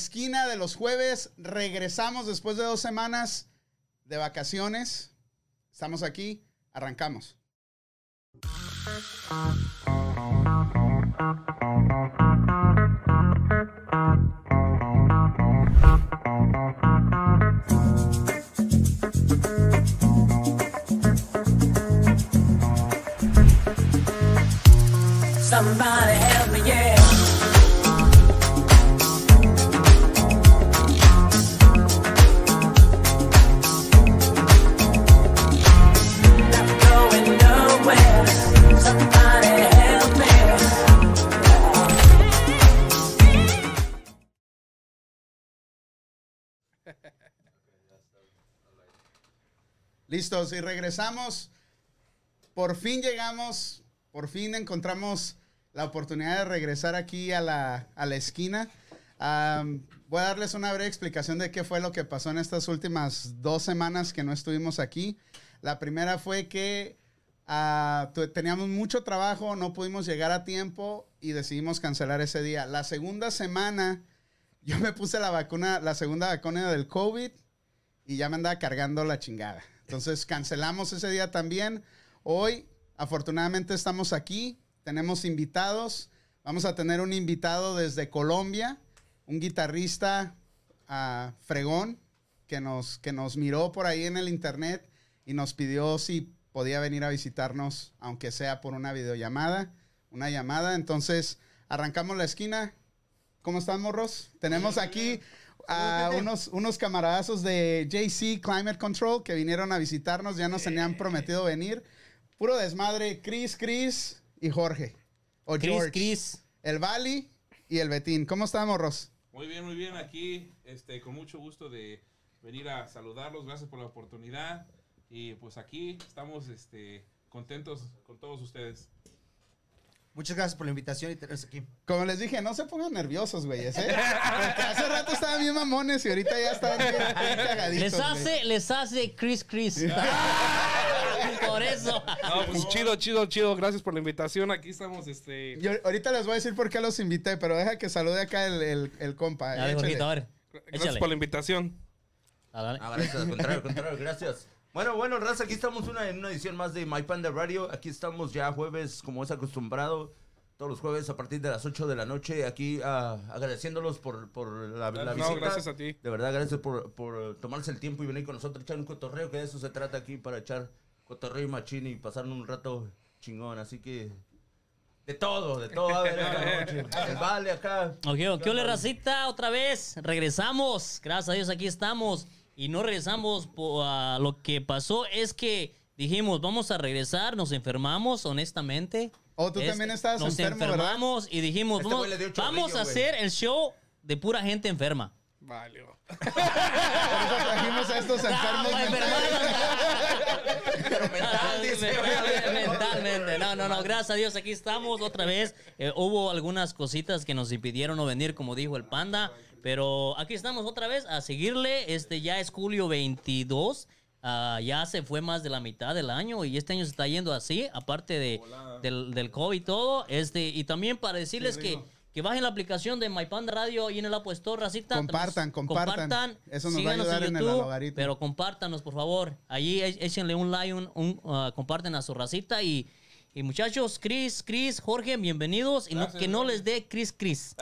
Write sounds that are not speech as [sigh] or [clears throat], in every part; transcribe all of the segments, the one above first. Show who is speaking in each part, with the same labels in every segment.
Speaker 1: esquina de los jueves. Regresamos después de dos semanas de vacaciones. Estamos aquí. Arrancamos.
Speaker 2: Somebody help me, yeah. Not going nowhere. Somebody help me.
Speaker 1: Listos, y regresamos. Por fin llegamos, por fin encontramos la oportunidad de regresar aquí a la, a la esquina. Am, voy a darles una breve explicación de qué fue lo que pasó en estas últimas dos semanas que no estuvimos aquí. La primera fue que ah, tu- teníamos mucho trabajo, no pudimos llegar a tiempo y decidimos cancelar ese día. La segunda semana, yo me puse la vacuna, la segunda vacuna del COVID y ya me andaba cargando la chingada. Entonces cancelamos ese día también. Hoy, afortunadamente, estamos aquí. Tenemos invitados. Vamos a tener un invitado desde Colombia, un guitarrista ah, fregón que nos, que nos miró por ahí en el internet y nos pidió si podía venir a visitarnos, aunque sea por una videollamada, una llamada. Entonces, arrancamos la esquina. ¿Cómo están, morros? Tenemos aquí a unos, unos camaradazos de JC Climate Control que vinieron a visitarnos, ya nos tenían prometido venir. Puro desmadre, Chris, Chris y Jorge. O George.
Speaker 3: Chris, Chris.
Speaker 1: El Bali y el Betín. ¿Cómo están, morros?
Speaker 4: Muy bien, muy
Speaker 1: Ah.
Speaker 4: bien. Aquí, este, con mucho gusto de venir
Speaker 1: [laughs]
Speaker 4: a saludarlos. Gracias por la oportunidad. Y pues aquí estamos este, contentos con todos ustedes.
Speaker 5: Muchas gracias por la invitación y tenernos aquí.
Speaker 1: Como les dije, no se pongan nerviosos, güeyes, ¿eh? Porque hace rato estaban bien mamones y ahorita ya están bien, bien cagaditos.
Speaker 3: Les
Speaker 1: güey.
Speaker 3: hace, les hace Chris [laughs] Chris. Por eso.
Speaker 4: No, pues
Speaker 6: Chido, chido, chido. Gracias por la invitación. Aquí estamos, este...
Speaker 1: Yo ahorita les voy a decir por qué los invité, pero deja que salude acá el, el- el compa.
Speaker 3: A ver,
Speaker 1: Échale.
Speaker 3: Jorgito, a ver.
Speaker 6: Gracias
Speaker 3: Échale.
Speaker 6: por la invitación.
Speaker 3: Dale, dale.
Speaker 5: Ah, gracias, al contrario, al contrario, gracias. Bueno, bueno, Raza, aquí estamos una, en una edición más de My Panda Radio. Aquí estamos ya jueves, como es acostumbrado, todos los jueves a partir de las 8 de la noche. Aquí ah, agradeciéndolos por, por la, la
Speaker 6: No,
Speaker 5: visita.
Speaker 6: gracias a ti.
Speaker 5: De verdad, gracias por, por tomarse el tiempo y venir con nosotros, echar un cotorreo, que de eso se trata aquí, para echar cotorreo y machín y pasar un rato chingón. Así que, de todo, de todo.
Speaker 6: [laughs]
Speaker 5: A ver, acá, el vale acá.
Speaker 3: Ok, ok, hola racita, otra vez. Regresamos. Gracias a Dios, aquí estamos. Y no regresamos po- a lo que pasó es que dijimos, vamos a regresar, nos enfermamos, honestamente. Este,
Speaker 1: Oh, tú también estabas
Speaker 3: Nos
Speaker 1: enfermo, ¿verdad?
Speaker 3: enfermamos y dijimos,
Speaker 5: Este
Speaker 3: vamos,
Speaker 5: güey le dio chorrillo,
Speaker 3: vamos a
Speaker 5: güey.
Speaker 3: hacer el show de pura gente enferma.
Speaker 6: Vale. oh.
Speaker 1: Por eso trajimos a estos enfermos.
Speaker 3: No, güey,
Speaker 1: mentales.
Speaker 3: perdón.
Speaker 5: mental, dice,
Speaker 3: Mental,
Speaker 5: güey.
Speaker 3: mentalmente. No, no, no, gracias a Dios, aquí estamos otra vez. Eh, hubo algunas cositas que nos impidieron no venir, como dijo el panda, pero aquí estamos otra vez a seguirle. Este ya es julio 22. ah, ya se fue más de la mitad del año y este año se está yendo así, aparte de, del, del COVID y todo. Este, y también para decirles que, que bajen la aplicación de My Panda Radio y en el App Store, Racita.
Speaker 1: Compartan, compartan. Eso nos va a
Speaker 3: síganos
Speaker 1: ayudar en el
Speaker 3: YouTube,
Speaker 1: algoritmo.
Speaker 3: Pero compártanos, por favor. Allí é- échenle un like, un, un, ah, comparten a su racita y, y muchachos, Chris, Chris, Jorge, bienvenidos. Y no-
Speaker 4: Gracias,
Speaker 3: que no
Speaker 4: Jorge.
Speaker 3: les dé Chris,
Speaker 5: [laughs]
Speaker 3: Chris.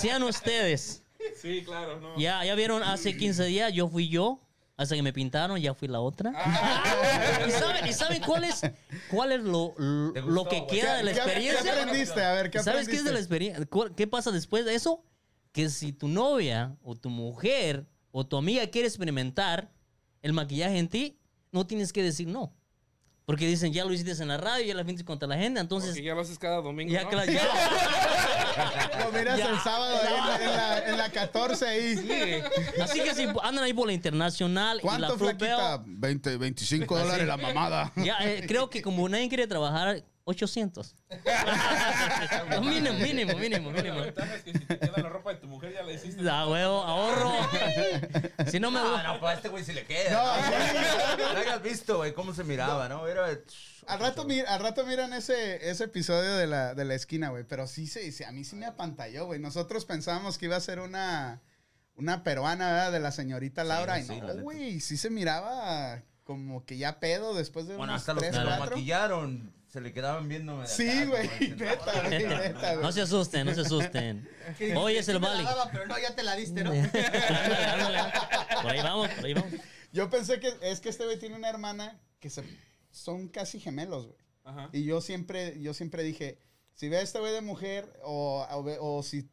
Speaker 3: Sean ustedes.
Speaker 4: sí, claro, no.
Speaker 3: Ya, ya vieron, hace 15 días yo fui yo. Hasta que me pintaron, ya fui la otra. [laughs] ¿Y, saben, y saben cuál es, cuál es lo, lo-
Speaker 5: Ah. Te
Speaker 3: lo
Speaker 5: gustó,
Speaker 3: que
Speaker 5: güey.
Speaker 3: queda de la
Speaker 1: ¿Qué-
Speaker 3: experiencia?
Speaker 1: ¿Qué aprendiste? A ver, ¿qué
Speaker 3: ¿Sabes qué es de
Speaker 1: aprendiste?
Speaker 3: la experiencia? ¿Cuál- ¿Qué pasa después de eso? Que si tu novia o tu mujer o tu amiga quiere experimentar el maquillaje en ti, no tienes que decir no. Porque dicen, ya lo hiciste en la radio, ya la viniste contra la agenda, entonces...
Speaker 6: Porque ya lo haces cada domingo,
Speaker 3: Ya,
Speaker 6: ¿no?
Speaker 3: que la- ya.
Speaker 1: Lo miras
Speaker 3: Ya.
Speaker 1: el sábado ahí en, la- en la, en la 14 ahí.
Speaker 3: Así que si andan ahí por la internacional y la Ah,
Speaker 1: ¿Cuánto,
Speaker 3: Fruit
Speaker 1: flaquita?
Speaker 3: Bell,
Speaker 1: 20, 25 dólares la
Speaker 3: [laughs]
Speaker 1: mamada.
Speaker 3: Ya, eh, creo que como nadie quiere trabajar, 800. mínimo, mínimo, mínimo,
Speaker 4: Bueno, la
Speaker 3: mínimo.
Speaker 4: ventaja es que si te queda la ropa de tu mujer ya la hiciste.
Speaker 1: [laughs]
Speaker 3: Ah, huevo, ahorro. Si no me
Speaker 5: Ah,
Speaker 3: gusta.
Speaker 5: no, pues a este güey se le queda.
Speaker 1: No,
Speaker 5: No, hayas visto, güey, cómo se miraba, ¿no? Era...
Speaker 1: Al rato, mi- al rato miran ese, ese episodio de la, de la esquina, güey. Pero sí se dice, a mí sí me apantalló, güey. Nosotros pensábamos que iba a ser una, una peruana, ¿verdad? De la señorita Laura.
Speaker 5: sí,
Speaker 1: y
Speaker 5: la
Speaker 1: no,
Speaker 5: neta.
Speaker 1: güey, sí se miraba como que ya pedo después de
Speaker 5: Bueno,
Speaker 1: unos
Speaker 5: hasta los que
Speaker 1: tres,
Speaker 5: lo
Speaker 1: cuatro.
Speaker 5: maquillaron se le quedaban viéndome. de
Speaker 1: Sí,
Speaker 5: acá,
Speaker 1: güey,
Speaker 5: como diciendo,
Speaker 1: neta, [laughs]
Speaker 5: "Hola,
Speaker 1: güey,
Speaker 5: hola".
Speaker 1: neta, güey.
Speaker 3: Este, No se asusten, no se asusten. Oye, es el Bali.
Speaker 7: Pero no, ya te la diste, ¿no?
Speaker 3: Ándale, ándale. Por ahí vamos, por ahí vamos.
Speaker 1: Yo pensé que es que este güey tiene una hermana que se, son casi gemelos, güey.
Speaker 4: Ajá.
Speaker 1: Y yo siempre, yo siempre dije, si ve a este güey de mujer o, o ve- o si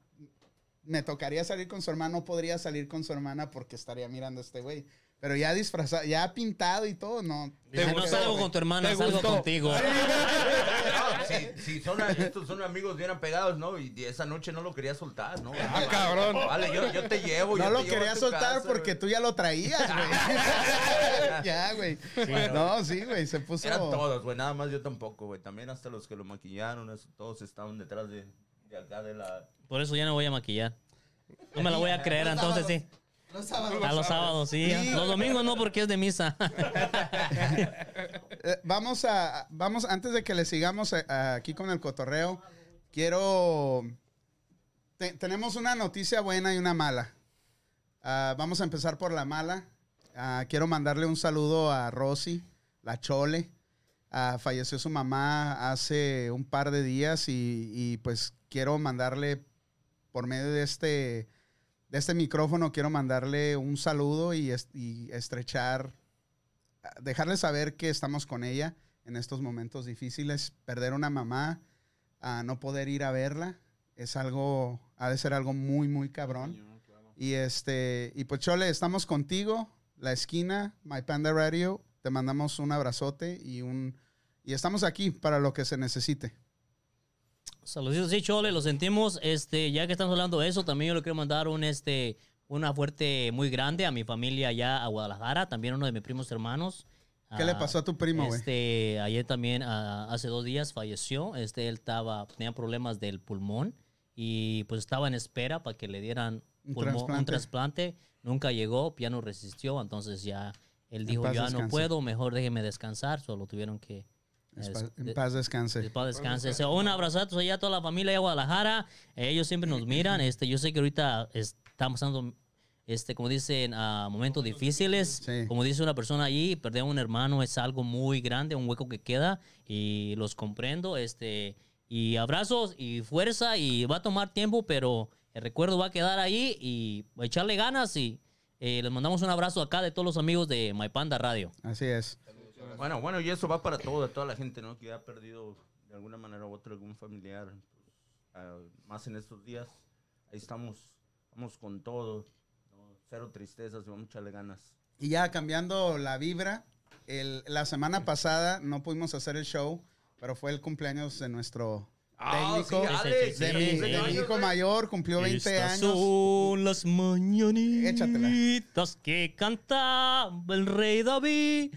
Speaker 1: me tocaría salir con su hermana, no podría salir con su hermana porque estaría mirando a este güey. Pero ya disfrazado, ya pintado y todo, no.
Speaker 3: Dice, no
Speaker 6: gustó,
Speaker 3: salgo
Speaker 6: güey.
Speaker 3: con tu hermana,
Speaker 6: Te
Speaker 3: salgo
Speaker 6: gustó.
Speaker 3: contigo.
Speaker 5: No, si, si son, estos son amigos bien apegados, ¿no? Y esa noche no lo quería soltar, ¿no?
Speaker 6: Ah, [laughs] cabrón.
Speaker 5: Vale, yo, yo te llevo. yo
Speaker 1: No
Speaker 5: te
Speaker 1: lo
Speaker 5: llevo a
Speaker 1: quería
Speaker 5: tu
Speaker 1: soltar
Speaker 5: casa,
Speaker 1: porque
Speaker 5: güey.
Speaker 1: tú ya lo traías,
Speaker 5: [laughs]
Speaker 1: güey. [laughs] ya, güey. no, sí, güey, se puso...
Speaker 5: Eran todos, güey, nada más yo tampoco, güey. También hasta los que lo maquillaron, eso, todos estaban detrás de, de acá de la...
Speaker 3: Por eso ya no voy a maquillar. No me la voy a creer,
Speaker 7: Los sábados.
Speaker 3: entonces sí.
Speaker 7: Los sábados.
Speaker 3: A los sábados, sí.
Speaker 1: Sí.
Speaker 3: Los domingos no, porque es de misa. [laughs]
Speaker 1: Eh, vamos a, vamos, antes de que le sigamos eh, aquí con el cotorreo, quiero, te- tenemos una noticia buena y una mala. Ah, vamos a empezar por la mala. Ah, quiero mandarle un saludo a Rosy, la Chole. Ah, falleció su mamá hace un par de días y, y, pues quiero mandarle por medio de este, de este micrófono, quiero mandarle un saludo y, est- y estrechar dejarle saber que estamos con ella en estos momentos difíciles. Perder una mamá, a no poder ir a verla, es algo, ha de ser algo muy, muy cabrón.
Speaker 4: Señor, claro.
Speaker 1: Y este, y pues Chole, estamos contigo, La Esquina, My Panda Radio, te mandamos un abrazote y un, y estamos aquí para lo que se necesite.
Speaker 3: Saluditos, sí, Chole, lo sentimos. Este, ya que estamos hablando de eso, también yo le quiero mandar un este una fuerte muy grande a mi familia allá a Guadalajara, también uno de mis primos hermanos.
Speaker 1: ¿Qué le
Speaker 3: Ah,
Speaker 1: pasó a tu primo, güey?
Speaker 3: Este, ayer también, ah, hace dos días falleció. Este, él estaba, tenía problemas del pulmón y pues estaba en espera para que le dieran
Speaker 1: Un
Speaker 3: pulmón-
Speaker 1: trasplante.
Speaker 3: un trasplante. Nunca llegó, ya no resistió, entonces ya él
Speaker 1: En
Speaker 3: dijo,
Speaker 1: paz
Speaker 3: ya no
Speaker 1: descanse.
Speaker 3: puedo, mejor déjeme descansar. Solo tuvieron que... eh,
Speaker 1: En paz-
Speaker 3: de-
Speaker 1: en paz descanse.
Speaker 3: que paz descanse. O sea, un abrazo allá a toda la familia de Guadalajara. Eh, ellos siempre nos miran. [laughs] Este, yo sé que ahorita es- estamos pasando, este, como dicen, ah, momentos difíciles.
Speaker 1: Sí.
Speaker 3: Como dice una persona allí, perder a un hermano es algo muy grande, un hueco que queda. Y los comprendo. Este, y abrazos y fuerza. Y va a tomar tiempo, pero el recuerdo va a quedar ahí y echarle ganas y. eh, les mandamos un abrazo acá de todos los amigos de My Panda Radio.
Speaker 1: Así es.
Speaker 5: Bueno, bueno, y eso va para todo, toda la gente, ¿no? Que ha perdido de alguna manera u otra algún familiar, pues, ah, más en estos días. Ahí estamos, vamos con todo, ¿no? cero tristezas, y vamos a echarle ganas.
Speaker 1: Y ya cambiando la vibra, el- la semana pasada no pudimos hacer el show, pero fue el cumpleaños de nuestro técnico.
Speaker 3: sí,
Speaker 5: Ah, Alex,
Speaker 3: sí,
Speaker 1: de,
Speaker 3: sí,
Speaker 1: mi,
Speaker 3: sí,
Speaker 1: de
Speaker 3: sí.
Speaker 1: mi hijo mayor, cumplió 20
Speaker 3: Estas
Speaker 1: años.
Speaker 3: son las mañanitas que cantaba el rey David.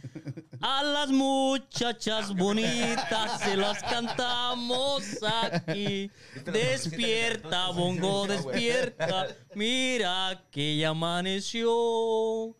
Speaker 3: A las
Speaker 1: Ah,
Speaker 3: muchachas bonitas
Speaker 1: [laughs]
Speaker 3: se las cantamos aquí. Despierta,
Speaker 1: [laughs]
Speaker 3: bongo, despierta. Mira que ya amaneció.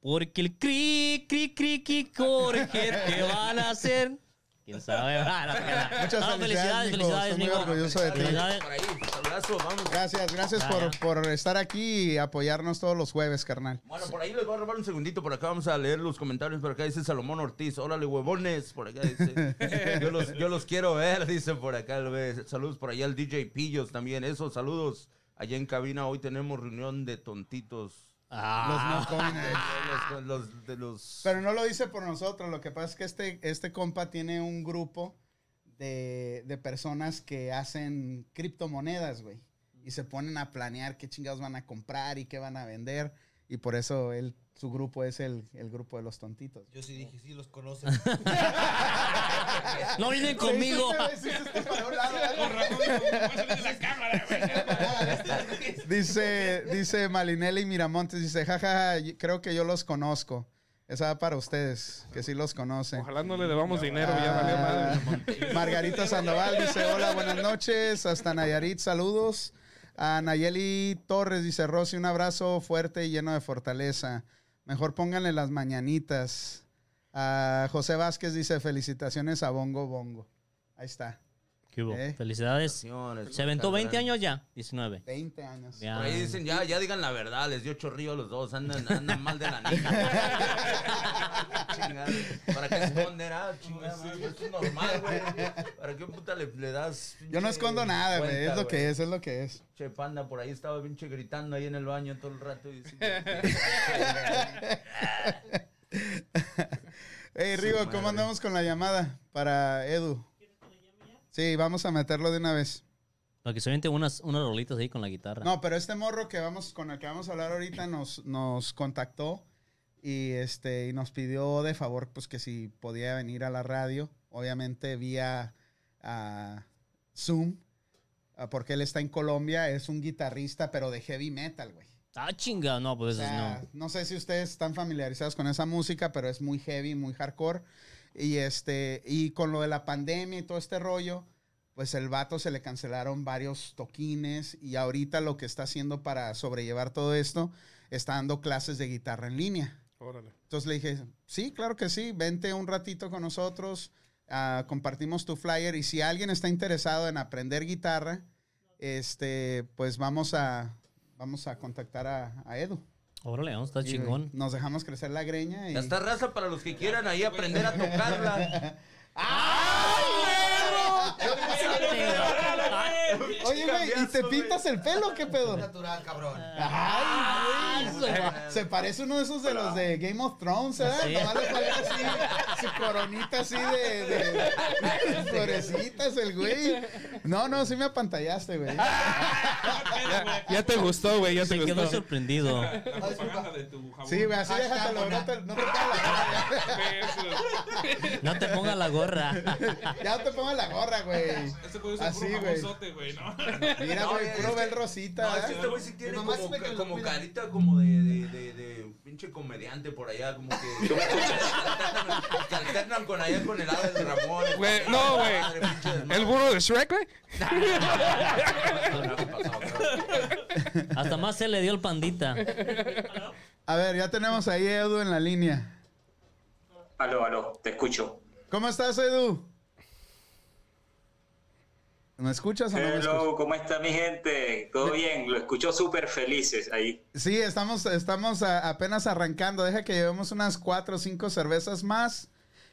Speaker 3: Porque el cri, cri, cri, cri, Jorge te van a hacer. ¿Quién sabe? Ah, no,
Speaker 1: Muchas
Speaker 3: no,
Speaker 1: felicidades, mijo.
Speaker 3: felicidades,
Speaker 1: Estoy muy
Speaker 3: mijo.
Speaker 1: orgulloso de ti.
Speaker 3: Felicidades.
Speaker 5: Por ahí, abrazo, vamos.
Speaker 1: Gracias, gracias
Speaker 3: Ah,
Speaker 1: por,
Speaker 3: ya.
Speaker 1: por estar aquí y apoyarnos todos los jueves, carnal.
Speaker 5: Bueno, por ahí les voy a robar un segundito, por acá vamos a leer los comentarios, por acá dice Salomón Ortiz, órale huevones, por acá [laughs] dice, yo los, yo los quiero ver, [laughs] dice por acá, lo ve. saludos por allá al DJ Pillos también, esos saludos, allá en cabina hoy tenemos reunión de tontitos,
Speaker 3: Ah,
Speaker 5: Ah.
Speaker 1: Los no eh. comen.
Speaker 5: de los, los- de los-
Speaker 1: Ah. Pero no lo dice por nosotros. Lo que pasa es que este, este compa tiene un grupo de, de personas que hacen criptomonedas, güey. Y se ponen a planear qué chingados van a comprar y qué van a vender. Y por eso él, su grupo es el, el grupo de los
Speaker 5: [laughs]
Speaker 1: tontitos.
Speaker 7: Yo sí dije, sí, los conocen.
Speaker 3: No vienen conmigo.
Speaker 1: Sí, sí, sí, sí, para un lado, ¿verdad?
Speaker 4: Con razón, por eso dice la cámara,
Speaker 1: Ah,
Speaker 4: güey.
Speaker 1: Dice, dice Malinelli Miramontes, dice, jaja, yo- creo que yo los conozco. Esa va para ustedes, que sí los conocen.
Speaker 6: Ojalá no le debamos dinero, ya valió
Speaker 1: Ah,
Speaker 6: madre.
Speaker 1: Margarita Sandoval dice, hola, buenas noches, hasta Nayarit, saludos. A Nayeli Torres dice, Rosy, un abrazo fuerte y lleno de fortaleza. Mejor pónganle las mañanitas. A José Vázquez dice, felicitaciones a Bongo Bongo. Ahí está.
Speaker 3: ¿Qué hubo?
Speaker 1: Eh.
Speaker 3: Felicidades. Se aventó 20 años ya, 19.
Speaker 1: 20 años.
Speaker 3: Ya.
Speaker 5: Por ahí dicen, ya, ya digan la verdad, les dio chorrillo a los dos, andan, andan mal de la
Speaker 1: [laughs]
Speaker 5: niña. Chingada, ¿Para qué esconder? Ah, chingada, madre, esto es normal, güey. ¿Para qué puta le, le das?
Speaker 1: Yo no escondo nada, güey. Es lo que
Speaker 5: es.
Speaker 1: es, es lo que es.
Speaker 5: Che, panda, por ahí estaba pinche gritando ahí en el baño todo el rato.
Speaker 1: [laughs]
Speaker 5: Y diciendo,
Speaker 1: Hey, Rigo,
Speaker 5: Su
Speaker 1: ¿cómo
Speaker 5: madre.
Speaker 1: andamos con la llamada para Edu? Sí, vamos a meterlo de una vez.
Speaker 3: Para que se aviente unas, unas rolitas ahí con la guitarra.
Speaker 1: No, pero este morro que vamos, con el que vamos a hablar ahorita nos, nos contactó y, este, y nos pidió de favor pues, que si podía venir a la radio, obviamente vía ah, Zoom, ah, porque él está en Colombia, es un guitarrista, pero de heavy metal, güey.
Speaker 3: Ah, chinga, no,
Speaker 1: O
Speaker 3: pues eso
Speaker 1: sea,
Speaker 3: no.
Speaker 1: no sé si ustedes están familiarizados con esa música, pero es muy heavy, muy hardcore. Y este, y con lo de la pandemia y todo este rollo, pues el vato se le cancelaron varios toquines. Y ahorita lo que está haciendo para sobrellevar todo esto, está dando clases de guitarra en línea.
Speaker 6: Órale.
Speaker 1: Entonces le dije, sí, claro que sí, vente un ratito con nosotros, ah, compartimos tu flyer y si alguien está interesado en aprender guitarra, este, pues vamos a, vamos a contactar a, a Edu.
Speaker 3: Órale, no, está
Speaker 1: Y
Speaker 3: chingón.
Speaker 1: Nos dejamos crecer la greña y...
Speaker 5: Ya está raza para los que quieran ahí aprender a tocarla.
Speaker 1: Oye, güey, ¿y te
Speaker 5: Cambiazo, güey.
Speaker 1: pintas el pelo? ¿Qué pedo?
Speaker 7: Natural, cabrón.
Speaker 1: Ay,
Speaker 3: Ah,
Speaker 1: güey.
Speaker 3: su-
Speaker 1: Se parece uno de esos de los de Game of Thrones, ¿verdad?
Speaker 3: Sí.
Speaker 1: Nomás le falta así, su coronita así de, de florecitas, el güey. No, no, sí me apantallaste, güey.
Speaker 6: Ya, ya te gustó, güey, ya
Speaker 3: Se
Speaker 6: te
Speaker 3: quedó
Speaker 6: gustó.
Speaker 3: sorprendido.
Speaker 4: La propaganda de tu jabón.
Speaker 1: Sí, güey, así
Speaker 7: Hashtag
Speaker 1: déjatelo,
Speaker 7: una.
Speaker 1: no te, no te pongas la gorra.
Speaker 3: No te pongas la gorra.
Speaker 1: Ya no te pongas la gorra, güey.
Speaker 4: Este puede ser
Speaker 1: Así,
Speaker 4: puro
Speaker 1: güey.
Speaker 4: jabonzote, güey, ¿no? [laughs]
Speaker 1: Mira,
Speaker 5: No,
Speaker 1: güey,
Speaker 5: es
Speaker 1: puro
Speaker 5: que-
Speaker 1: bel rosita. ¿eh?
Speaker 5: No, es
Speaker 1: ¿verdad?
Speaker 5: que este güey sí tiene
Speaker 7: Mi
Speaker 5: como,
Speaker 7: mamá sí me
Speaker 5: ca-
Speaker 7: lo
Speaker 5: como
Speaker 7: pide.
Speaker 5: carita como de, de, de, de pinche comediante por allá, [laughs] como que, que alternan- que alternan con allá con el ave de Ramón.
Speaker 6: Güey, no, güey.
Speaker 5: Madre, pinche desmadre.
Speaker 6: El burro de Shrek, güey.
Speaker 5: No, no, pasado, cabrón.
Speaker 3: Hasta más se le dio el pandita.
Speaker 1: A ver, ya tenemos ahí a Edu en la línea.
Speaker 8: Aló, aló, te escucho.
Speaker 1: ¿Cómo estás, Edu? ¿Me escuchas o no me escuchas?
Speaker 8: Hello, ¿cómo está mi gente? ¿Todo bien? Lo escucho súper felices ahí.
Speaker 1: Sí, estamos, estamos a- apenas arrancando. Deja que llevemos unas cuatro o cinco cervezas más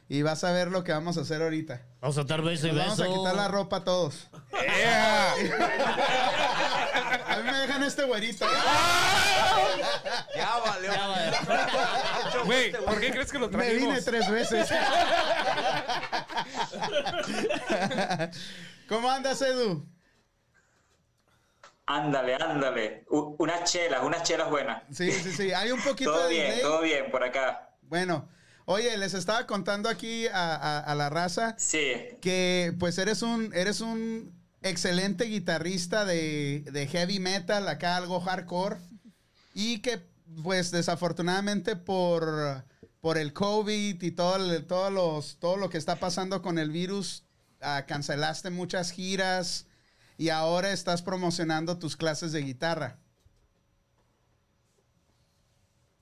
Speaker 1: y vas a ver lo que vamos a hacer ahorita.
Speaker 3: Vamos a estar beso y
Speaker 1: Nos vamos a
Speaker 3: beso.
Speaker 1: quitar la ropa a todos. a mí me dejan este güerito.
Speaker 5: [laughs] Ya valió.
Speaker 3: Ya valió.
Speaker 5: Pinche
Speaker 6: Eh, Güey,
Speaker 5: este
Speaker 6: ¿por qué crees que lo
Speaker 1: Me vine
Speaker 6: trajimos?
Speaker 1: tres veces. [laughs] ¿Cómo andas, Edu?
Speaker 8: Ándale, ándale. U- unas chelas, unas chelas buenas.
Speaker 1: Sí, sí, sí. Hay un poquito
Speaker 8: Todo
Speaker 1: de
Speaker 8: bien,
Speaker 1: delay.
Speaker 8: todo bien por acá.
Speaker 1: Bueno, oye, les estaba contando aquí a, a- a la raza
Speaker 8: Sí,
Speaker 1: que pues eres un, eres un excelente guitarrista de, de heavy metal, acá algo hardcore, y que pues desafortunadamente por, por el COVID y todo, el- todos los, todo lo que está pasando con el virus, ah, cancelaste muchas giras y ahora estás promocionando tus clases de guitarra.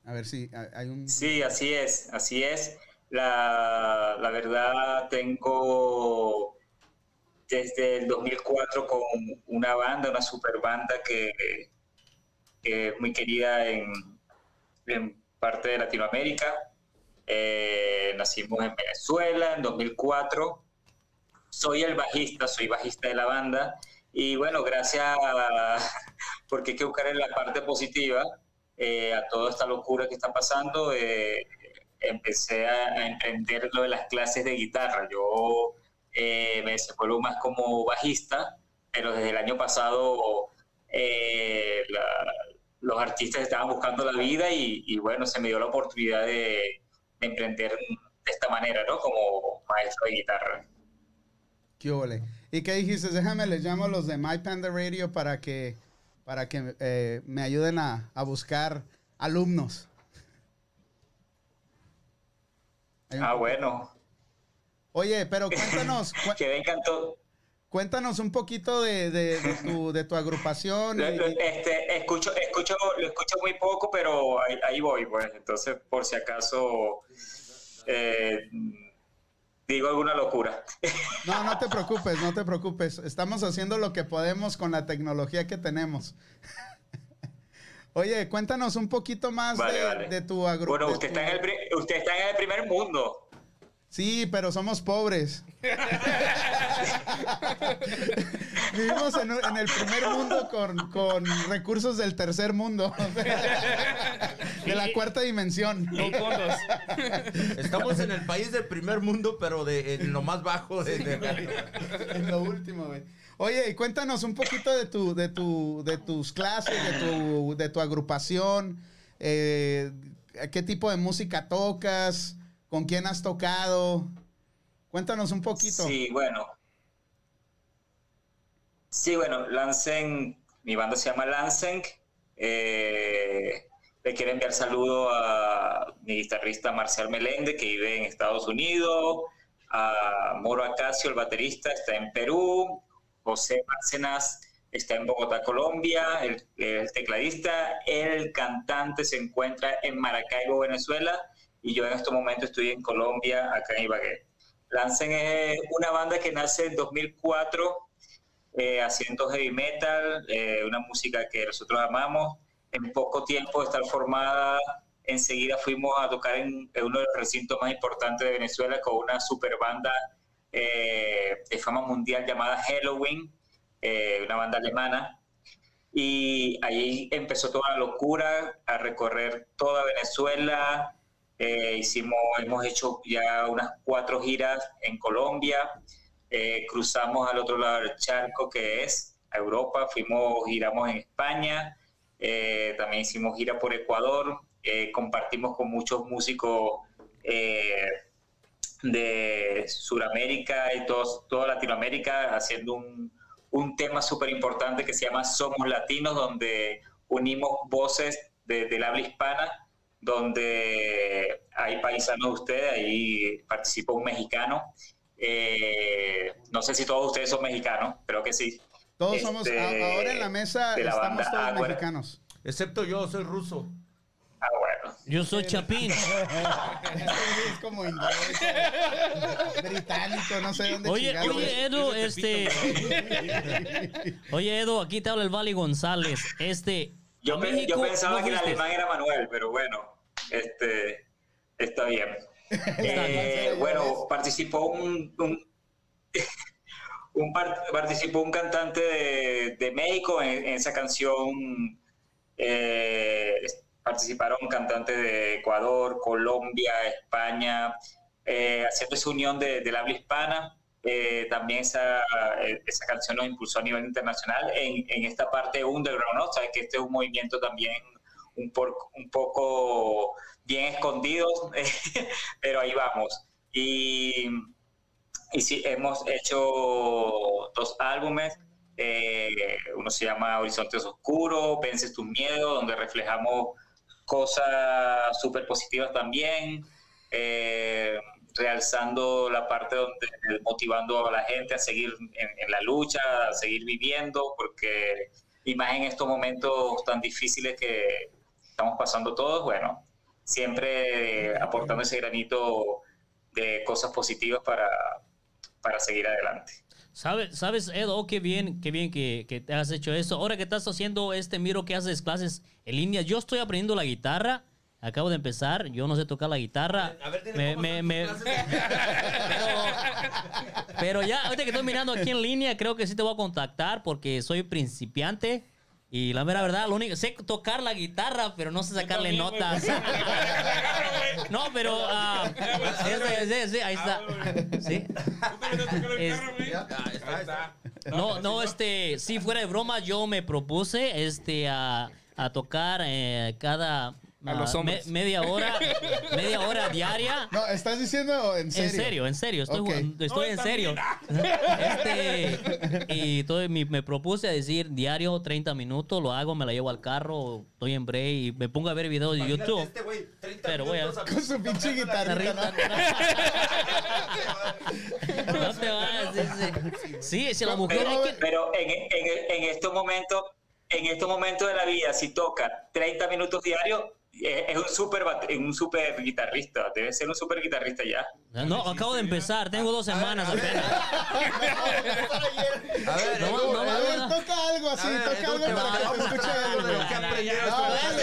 Speaker 1: A ver si hay- hay un...
Speaker 8: sí, así es, así es. La, la verdad, tengo desde el 2004 con una banda, una super banda que, que es muy querida en, en parte de Latinoamérica. Eh, nacimos en Venezuela en 2004. Soy el bajista, soy bajista de la banda. Y bueno, gracias, a- [laughs] porque hay que buscar en la parte positiva eh, a toda esta locura que está pasando. eh, empecé a, a emprender lo de las clases de guitarra. Yo eh, me desenvuelvo más como bajista, pero desde el año pasado eh, la- los artistas estaban buscando la vida y, y bueno, se me dio la oportunidad de, de emprender de esta manera, ¿no? Como maestro de guitarra.
Speaker 1: ¿Qué ole? ¿Y qué dijiste? Déjame, les llamo a los de My Panda Radio para que, para que eh, me ayuden a, a buscar alumnos. Hay un-
Speaker 8: Ah, bueno, Ah.
Speaker 1: Oye, pero cuéntanos, cu-
Speaker 8: [laughs] que vengan, to-
Speaker 1: Cuéntanos un poquito de, de- de tu, de tu agrupación.
Speaker 8: Lo-
Speaker 1: y-
Speaker 8: lo- [laughs] este, escucho, escucho, lo escucho muy poco, pero ahí, ahí voy, pues. Entonces, por si acaso eh, digo alguna locura.
Speaker 1: No, no te preocupes, no te preocupes. Estamos haciendo lo que podemos con la tecnología que tenemos. [laughs] Oye, cuéntanos un poquito más
Speaker 8: Vale,
Speaker 1: de,
Speaker 8: vale.
Speaker 1: de tu agrupación.
Speaker 8: Bueno, usted está en el, pri- usted está en el primer mundo.
Speaker 1: Sí, pero somos pobres. Vivimos en, un- en el primer mundo con, con recursos del tercer mundo, de la cuarta dimensión.
Speaker 6: Con fondos.
Speaker 5: Estamos en el país del primer mundo, pero de en lo más bajo. de- de-
Speaker 1: Es lo último, güey. Oye, y cuéntanos un poquito de tu, de tu, de tus clases, de tu, de tu agrupación, eh, qué tipo de música tocas, con quién has tocado. Cuéntanos un poquito.
Speaker 8: Sí, bueno. Sí, bueno, Lancen, mi banda se llama Lancen. Eh, le quiero enviar saludo a mi guitarrista Marcial Melende, que vive en Estados Unidos, a Moro Acacio, el baterista, está en Perú, José Bárcenas está en Bogotá, Colombia, el, el tecladista, el cantante se encuentra en Maracaibo, Venezuela, y yo en este momento estoy en Colombia, acá en Ibagué. Lancen es una banda que nace en 2004 eh, haciendo heavy metal, eh, una música que nosotros amamos. En poco tiempo de estar formada, enseguida fuimos a tocar en, en uno de los recintos más importantes de Venezuela con una super banda eh, de fama mundial llamada Halloween, eh, una banda alemana. Y ahí empezó toda la locura a recorrer toda Venezuela. Eh, hicimos, hemos hecho ya unas cuatro giras en Colombia. Eh, cruzamos al otro lado del charco que es a Europa, fuimos, giramos en España, eh, también hicimos gira por Ecuador, eh, compartimos con muchos músicos eh, de Sudamérica y todo- toda Latinoamérica haciendo un, un tema súper importante que se llama Somos Latinos, donde unimos voces de- del habla hispana, donde hay paisanos de ustedes, ahí participa un mexicano. Eh, no sé si todos ustedes son mexicanos, creo que sí.
Speaker 1: Todos somos,
Speaker 8: este,
Speaker 1: a- ahora en la mesa
Speaker 8: de la
Speaker 1: estamos
Speaker 8: banda ah,
Speaker 1: todos
Speaker 8: Ágora.
Speaker 1: mexicanos.
Speaker 5: Excepto yo, soy ruso.
Speaker 8: Ah, bueno.
Speaker 3: Yo soy Chapín.
Speaker 1: es como inglés, británico, no sé dónde
Speaker 3: Oye,
Speaker 1: chingados.
Speaker 3: oye, eh. Edo,
Speaker 4: Es de
Speaker 3: este. Oye, Edo, aquí te habla el Vali González. Este.
Speaker 8: Yo,
Speaker 3: a
Speaker 8: pe- yo
Speaker 3: México
Speaker 8: pensaba
Speaker 3: no
Speaker 8: que el
Speaker 3: fuiste.
Speaker 8: alemán era Manuel, pero bueno, este, [laughs] está bien. Eh,
Speaker 1: bien.
Speaker 8: bueno, participó un, un, [laughs] un par- participó un cantante de, de México en, en esa canción. eh, participaron cantantes de Ecuador, Colombia, España, eh, haciendo esa unión de- del habla hispana. Eh, también esa, eh, esa canción nos impulsó a nivel internacional en, en esta parte underground, ¿no? O sea, que este es un movimiento también un, por- un poco bien escondido, [laughs] pero ahí vamos. Y, y sí, hemos hecho dos álbumes. eh, uno se llama Horizontes Oscuros, Vences tus miedos, donde reflejamos cosas súper positivas también, eh, realzando la parte donde motivando a la gente a seguir en, en la lucha, a seguir viviendo, porque y más en estos momentos tan difíciles que estamos pasando todos, bueno, siempre eh, aportando ese granito de cosas positivas para, para seguir adelante.
Speaker 3: ¿Sabes, sabes Edo? Oh, qué bien, qué bien que, que te has hecho esto. Ahora que estás haciendo este miro que haces clases en línea, yo estoy aprendiendo la guitarra. Acabo de empezar, yo no sé tocar la guitarra.
Speaker 5: A ver,
Speaker 3: Me-
Speaker 5: dile cómo
Speaker 3: me-
Speaker 5: son
Speaker 3: me-
Speaker 6: [laughs]
Speaker 5: tus clases.
Speaker 3: Pero
Speaker 5: [laughs]
Speaker 3: ya, ahorita que estoy mirando aquí en línea, creo que sí te voy a contactar porque soy principiante. Y la mera verdad, lo único, sé tocar la guitarra, pero no sé sacarle
Speaker 4: también, güey.
Speaker 5: [laughs]
Speaker 3: notas. no, pero... ah, sí, sí, sí, ahí
Speaker 5: Ah,
Speaker 3: está. Sí.
Speaker 4: ¿Tú también has tocado el
Speaker 3: Es-
Speaker 4: carro, güey? Ahí está, ahí está.
Speaker 3: No,
Speaker 4: pero
Speaker 3: no,
Speaker 4: si
Speaker 3: este, si fuera de broma, yo me propuse este a, a tocar eh, cada
Speaker 6: A los
Speaker 3: ah,
Speaker 6: hombres.
Speaker 3: me- media hora, media hora diaria.
Speaker 1: No, ¿estás diciendo en serio? [laughs]
Speaker 3: En serio, en serio, estoy,
Speaker 1: Ok.
Speaker 3: jugando- estoy
Speaker 4: Hoy
Speaker 3: en serio. Este, y todo, mi- me propuse a decir diario 30 minutos, lo hago, me la llevo al carro, estoy en break y me pongo a ver videos de
Speaker 5: Imagínate
Speaker 3: YouTube.
Speaker 5: Este güey, 30
Speaker 3: Pero voy a-
Speaker 5: minutos
Speaker 1: Con su pinche guitarrita, ¿no?
Speaker 5: [laughs]
Speaker 3: No te vayas, sí, sí. Sí, si la mujer
Speaker 8: Pero,
Speaker 3: hay que-
Speaker 8: pero en, en- en estos momentos, en estos momentos de la vida, si toca 30 minutos diarios, eh, es un super, bate- un super guitarrista, debe ser un super guitarrista ya.
Speaker 3: No, acabo de empezar, tengo dos semanas apenas.
Speaker 5: A ver,
Speaker 3: No,
Speaker 5: Edu,
Speaker 3: no,
Speaker 5: Edu,
Speaker 1: A ver,
Speaker 3: no.
Speaker 1: toca algo así,
Speaker 5: a ver,
Speaker 1: toca
Speaker 5: Edu,
Speaker 1: algo
Speaker 5: te va
Speaker 1: para
Speaker 5: a
Speaker 1: que te
Speaker 5: dar
Speaker 1: escuche
Speaker 5: algo de
Speaker 1: algo.
Speaker 5: lo que
Speaker 4: No,
Speaker 5: ha aprendido
Speaker 4: no,
Speaker 1: no,
Speaker 5: esta vez.
Speaker 1: dale, dale.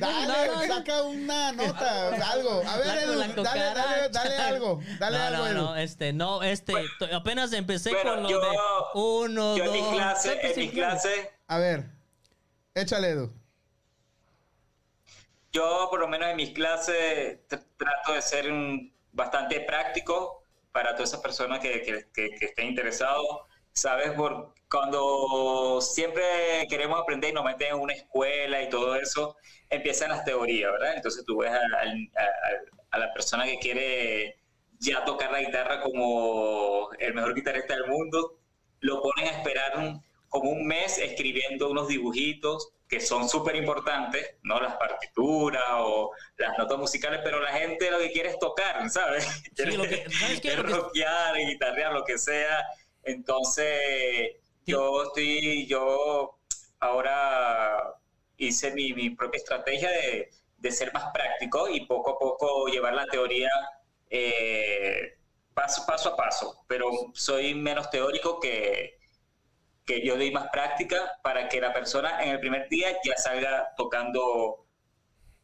Speaker 1: Dale,
Speaker 3: No, no, no.
Speaker 1: saca una nota, algo. A ver,
Speaker 3: [laughs] La-
Speaker 1: Edu,
Speaker 3: la
Speaker 1: dale, dale,
Speaker 3: cucaracha.
Speaker 1: dale algo. Dale
Speaker 3: no,
Speaker 1: algo,
Speaker 3: no,
Speaker 1: Edu.
Speaker 3: no, este, no, este, to- apenas empecé
Speaker 8: Bueno,
Speaker 3: con lo
Speaker 8: yo-
Speaker 3: de uno,
Speaker 8: Yo en
Speaker 3: dos.
Speaker 8: mis clases,
Speaker 3: saca
Speaker 8: en
Speaker 3: sin
Speaker 8: mis
Speaker 3: planes.
Speaker 8: clases,
Speaker 1: A ver, échale, Edu.
Speaker 8: yo por lo menos en mis clases tr- trato de ser un- bastante práctico para todas esas personas que, que, que- que estén interesados. Sabes, por, cuando siempre queremos aprender y nos meten en una escuela y todo eso, empiezan las teorías, ¿verdad? Entonces tú ves al- al- a, a la persona que quiere ya tocar la guitarra como el mejor guitarrista del mundo, lo ponen a esperar un- como un mes escribiendo unos dibujitos que son súper importantes, ¿no? Las partituras o las notas musicales, pero la gente lo que quiere es tocar, ¿sabes?
Speaker 3: Sí, lo que- ¿sabes qué?
Speaker 8: Quiere
Speaker 3: Lo que-
Speaker 8: rockear, guitarrear, lo que sea. Entonces, yo estoy, yo ahora hice mi, mi propia estrategia de, de ser más práctico y poco a poco llevar la teoría eh, paso, paso a paso, pero soy menos teórico que, que yo doy más práctica para que la persona en el primer día ya salga tocando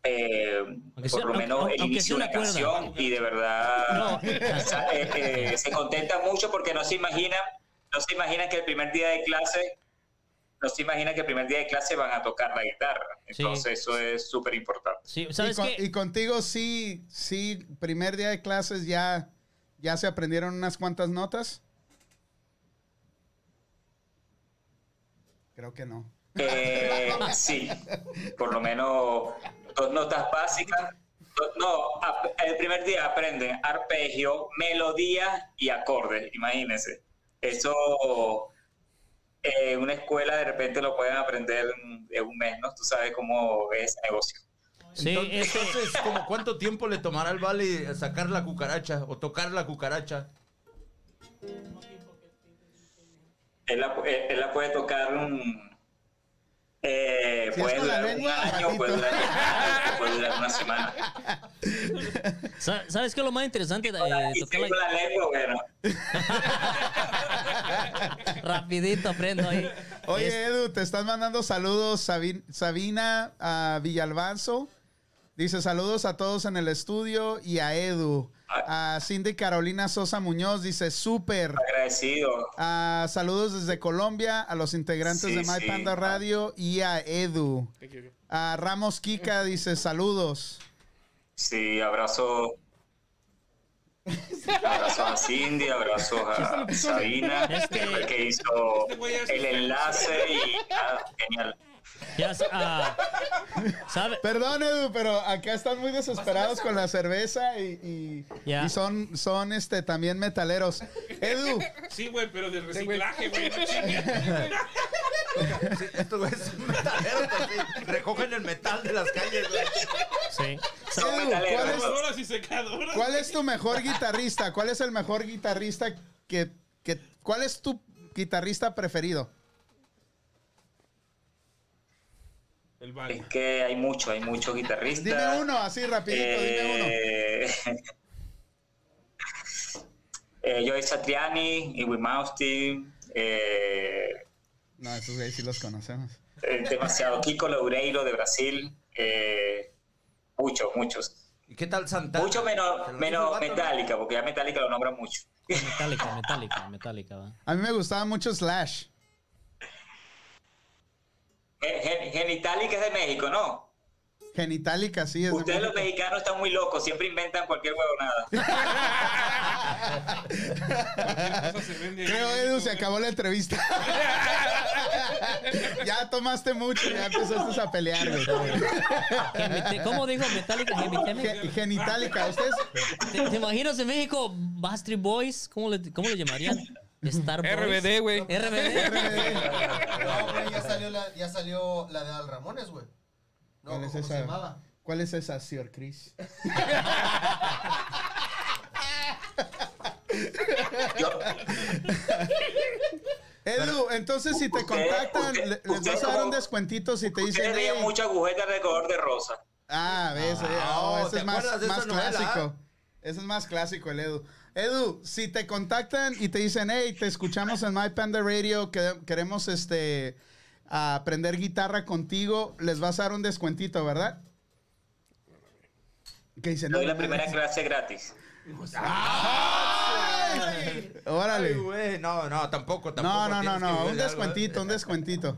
Speaker 8: eh,
Speaker 3: Aunque sea-
Speaker 8: por lo
Speaker 3: aunque-
Speaker 8: menos
Speaker 3: aunque-
Speaker 8: el
Speaker 3: aunque
Speaker 8: inicio
Speaker 3: sea
Speaker 8: de
Speaker 3: una
Speaker 8: una
Speaker 3: cuerda.
Speaker 8: canción y de verdad
Speaker 3: No.
Speaker 8: sa- eh, eh, se contenta mucho porque no se imagina no se imagina que el primer día de clase no se imagina que el primer día de clase van a tocar la guitarra
Speaker 3: Sí.
Speaker 8: entonces eso es
Speaker 3: [laughs]
Speaker 8: súper importante
Speaker 3: Sí,
Speaker 1: Y,
Speaker 3: ¿sabes
Speaker 1: con-
Speaker 3: qué?
Speaker 1: y contigo sí, sí, primer día de clases ya, ya se aprendieron unas cuantas notas. Creo que no.
Speaker 8: Eh, sí, por lo menos dos notas básicas. Do- No, ap- el primer día aprenden arpegio, melodía y acordes, imagínense. Eso eh, en una escuela de repente lo pueden aprender en en un mes, ¿no? Tú sabes cómo es ese negocio.
Speaker 3: Sí,
Speaker 5: entonces,
Speaker 3: este,
Speaker 5: entonces, ¿como cuánto tiempo le tomará al Vale sacar la cucaracha o tocar la cucaracha?
Speaker 8: Él la, él- él la puede tocar un... eh,
Speaker 1: Si es
Speaker 8: puede
Speaker 1: con la
Speaker 8: durar un
Speaker 1: lengua,
Speaker 8: año, puede durar, puede durar una semana.
Speaker 3: sa- ¿sabes qué es lo más interesante de de
Speaker 8: Y si
Speaker 3: tocar
Speaker 8: es
Speaker 3: la
Speaker 8: con la lengua, bueno.
Speaker 3: Rapidito aprendo ahí.
Speaker 1: Oye,
Speaker 3: Es-
Speaker 1: Edu, te están mandando saludos Sabi- Sabina a Villalbanzo. Dice saludos a todos en el estudio y a Edu. A Cindy Carolina Sosa Muñoz dice súper.
Speaker 8: Agradecido.
Speaker 1: Ah, saludos desde Colombia a los integrantes
Speaker 8: Sí,
Speaker 1: de My
Speaker 8: sí.
Speaker 1: Panda Radio y a Edu. A Ramos Kika dice saludos.
Speaker 8: Sí, abrazo. Abrazos a Cindy, abrazos a Sabina, que fue el que hizo el enlace y ah, genial.
Speaker 3: ya sa- ah, ¿sabe?
Speaker 1: Perdón, Edu, pero acá están muy desesperados con la cerveza y, y-
Speaker 3: Ya.
Speaker 1: y son, son este, también metaleros. Edu,
Speaker 8: [laughs]
Speaker 4: Sí, güey, pero del reciclaje, güey. no
Speaker 1: [laughs]
Speaker 4: chingues.
Speaker 5: Sí, estos güeyes son metaleros, pues, sí. recogen el metal de las calles. güey.
Speaker 3: Sí.
Speaker 8: Son
Speaker 1: Edu,
Speaker 8: metaleros.
Speaker 1: ¿cuál es,
Speaker 4: Lavadoras y secadoras.
Speaker 1: cuál es tu mejor guitarrista? ¿Cuál es el mejor guitarrista que, que- ¿Cuál es tu guitarrista preferido?
Speaker 4: El
Speaker 8: Es
Speaker 4: baile.
Speaker 8: que hay mucho, hay muchos guitarristas.
Speaker 1: Dime uno, así rapidito, dime uno.
Speaker 8: Eh, [laughs] eh, Joey Satriani, Iwi Austin, eh,
Speaker 1: No, esos güeyes sí los conocemos.
Speaker 8: eh, demasiado. Kiko Loureiro de Brasil, eh, muchos, muchos.
Speaker 5: ¿Y qué tal Santana?
Speaker 8: Mucho
Speaker 5: ¿Te
Speaker 8: menos,
Speaker 5: lo dijo el
Speaker 8: menos
Speaker 5: vato, no?
Speaker 8: Metallica, porque ya Metallica lo nombra mucho.
Speaker 3: Metálica, metálica, metálica, va.
Speaker 1: A mí me gustaba mucho Slash.
Speaker 8: Gen- Gen- Genitalica es de México, ¿no?
Speaker 1: Genitalica, sí. Es de
Speaker 8: Ustedes los
Speaker 1: México.
Speaker 8: mexicanos están muy locos, siempre inventan cualquier huevonada.
Speaker 4: Cualquier cosa se vende ahí en
Speaker 1: Creo,
Speaker 4: México, ¿eh?
Speaker 1: Edu, se
Speaker 4: güey. [laughs]
Speaker 1: acabó la entrevista. Ya tomaste mucho, ya empezaste a pelear, güey.
Speaker 3: Gemite- ¿Cómo dijo Metallica? Genitalica.
Speaker 1: Ge- Genitalica, ¿ustedes?
Speaker 3: ¿Te, te imaginas en México Bastry Boys? ¿Cómo le, cómo le llamarían? Star Boys.
Speaker 6: RBD, güey.
Speaker 8: [laughs]
Speaker 1: Eh,
Speaker 5: [laughs]
Speaker 3: RBD.
Speaker 7: No, güey, ya salió la, ya salió la de Al Ramones, güey. No,
Speaker 1: ¿Cuál
Speaker 7: ¿cómo
Speaker 1: es
Speaker 7: se
Speaker 1: esa?
Speaker 7: llamaba?
Speaker 1: ¿Cuál es esa, señor
Speaker 8: [laughs]
Speaker 1: Chris?
Speaker 8: Yo-
Speaker 1: Edu, entonces si te
Speaker 8: Usted-
Speaker 1: contactan,
Speaker 8: usted-
Speaker 1: le- les
Speaker 8: usted
Speaker 1: vas a dar un
Speaker 8: como-
Speaker 1: descuentito si te
Speaker 8: Ustedes
Speaker 1: dicen.
Speaker 8: veían
Speaker 1: "Hey".
Speaker 8: mucha agujeta de color de rosa.
Speaker 1: Ah, ves, eh,
Speaker 5: Ah,
Speaker 1: oh,
Speaker 5: ¿te
Speaker 1: ese es más,
Speaker 5: acuerdas de
Speaker 1: más
Speaker 5: esa novela,
Speaker 1: clásico. Ese es más clásico, el Edu. Edu, si te contactan y te dicen, hey, te escuchamos en My Panda Radio, que- queremos este a aprender guitarra contigo, les vas a dar un descuentito, ¿verdad? ¿Qué dicen?
Speaker 8: Doy
Speaker 1: No,
Speaker 8: la
Speaker 1: no,
Speaker 8: primera
Speaker 1: no.
Speaker 8: clase gratis.
Speaker 5: Ay,
Speaker 1: Órale.
Speaker 5: güey, no, no, tampoco, tampoco.
Speaker 1: No, no, no,
Speaker 5: tienes que
Speaker 1: no,
Speaker 5: vivir
Speaker 1: un
Speaker 5: de algo,
Speaker 1: descuentito,
Speaker 5: ¿eh?
Speaker 1: un descuentito.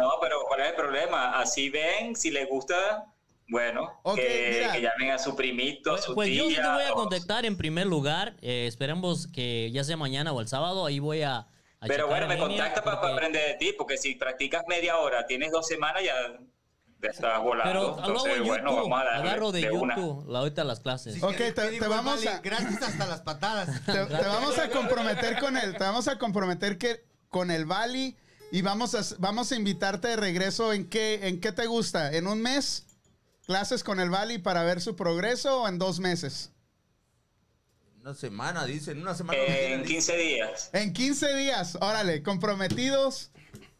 Speaker 8: No, pero ¿cuál es el problema? Así ven, si les gusta, bueno,
Speaker 1: Ok,
Speaker 8: que,
Speaker 1: mira.
Speaker 8: que llamen a su primito, a su
Speaker 3: Pues
Speaker 8: tía.
Speaker 3: yo sí te voy a
Speaker 8: o-
Speaker 3: contactar en primer lugar. Eh, esperemos que ya sea mañana o el sábado. Ahí voy a. a
Speaker 8: Pero
Speaker 3: checar
Speaker 8: bueno,
Speaker 3: en
Speaker 8: me
Speaker 3: línea,
Speaker 8: contacta para,
Speaker 3: porque-
Speaker 8: aprender de ti, porque si practicas media hora, tienes dos semanas, ya te estás volando.
Speaker 3: Pero lo hago
Speaker 8: Entonces,
Speaker 3: en
Speaker 8: bueno,
Speaker 3: YouTube.
Speaker 8: vamos a darle
Speaker 3: Agarro de,
Speaker 8: una.
Speaker 3: YouTube. La, ahorita las clases.
Speaker 7: Sí,
Speaker 1: Ok,
Speaker 7: que-
Speaker 1: te-
Speaker 7: que
Speaker 1: te
Speaker 7: digo,
Speaker 1: vamos
Speaker 7: vale,
Speaker 1: a-
Speaker 7: Gratis hasta las
Speaker 1: [laughs]
Speaker 7: patadas.
Speaker 1: Te, te vamos a comprometer con él, te vamos a comprometer que con el Bali y vamos a, vamos a invitarte de regreso en qué, en qué te gusta, en un mes, clases con el Bali para ver su progreso o en dos meses.
Speaker 5: Una semana, dicen, una
Speaker 3: Eh,
Speaker 5: semana.
Speaker 8: Eh, En
Speaker 5: dicen.
Speaker 8: 15 días.
Speaker 1: En 15 días, órale, comprometidos,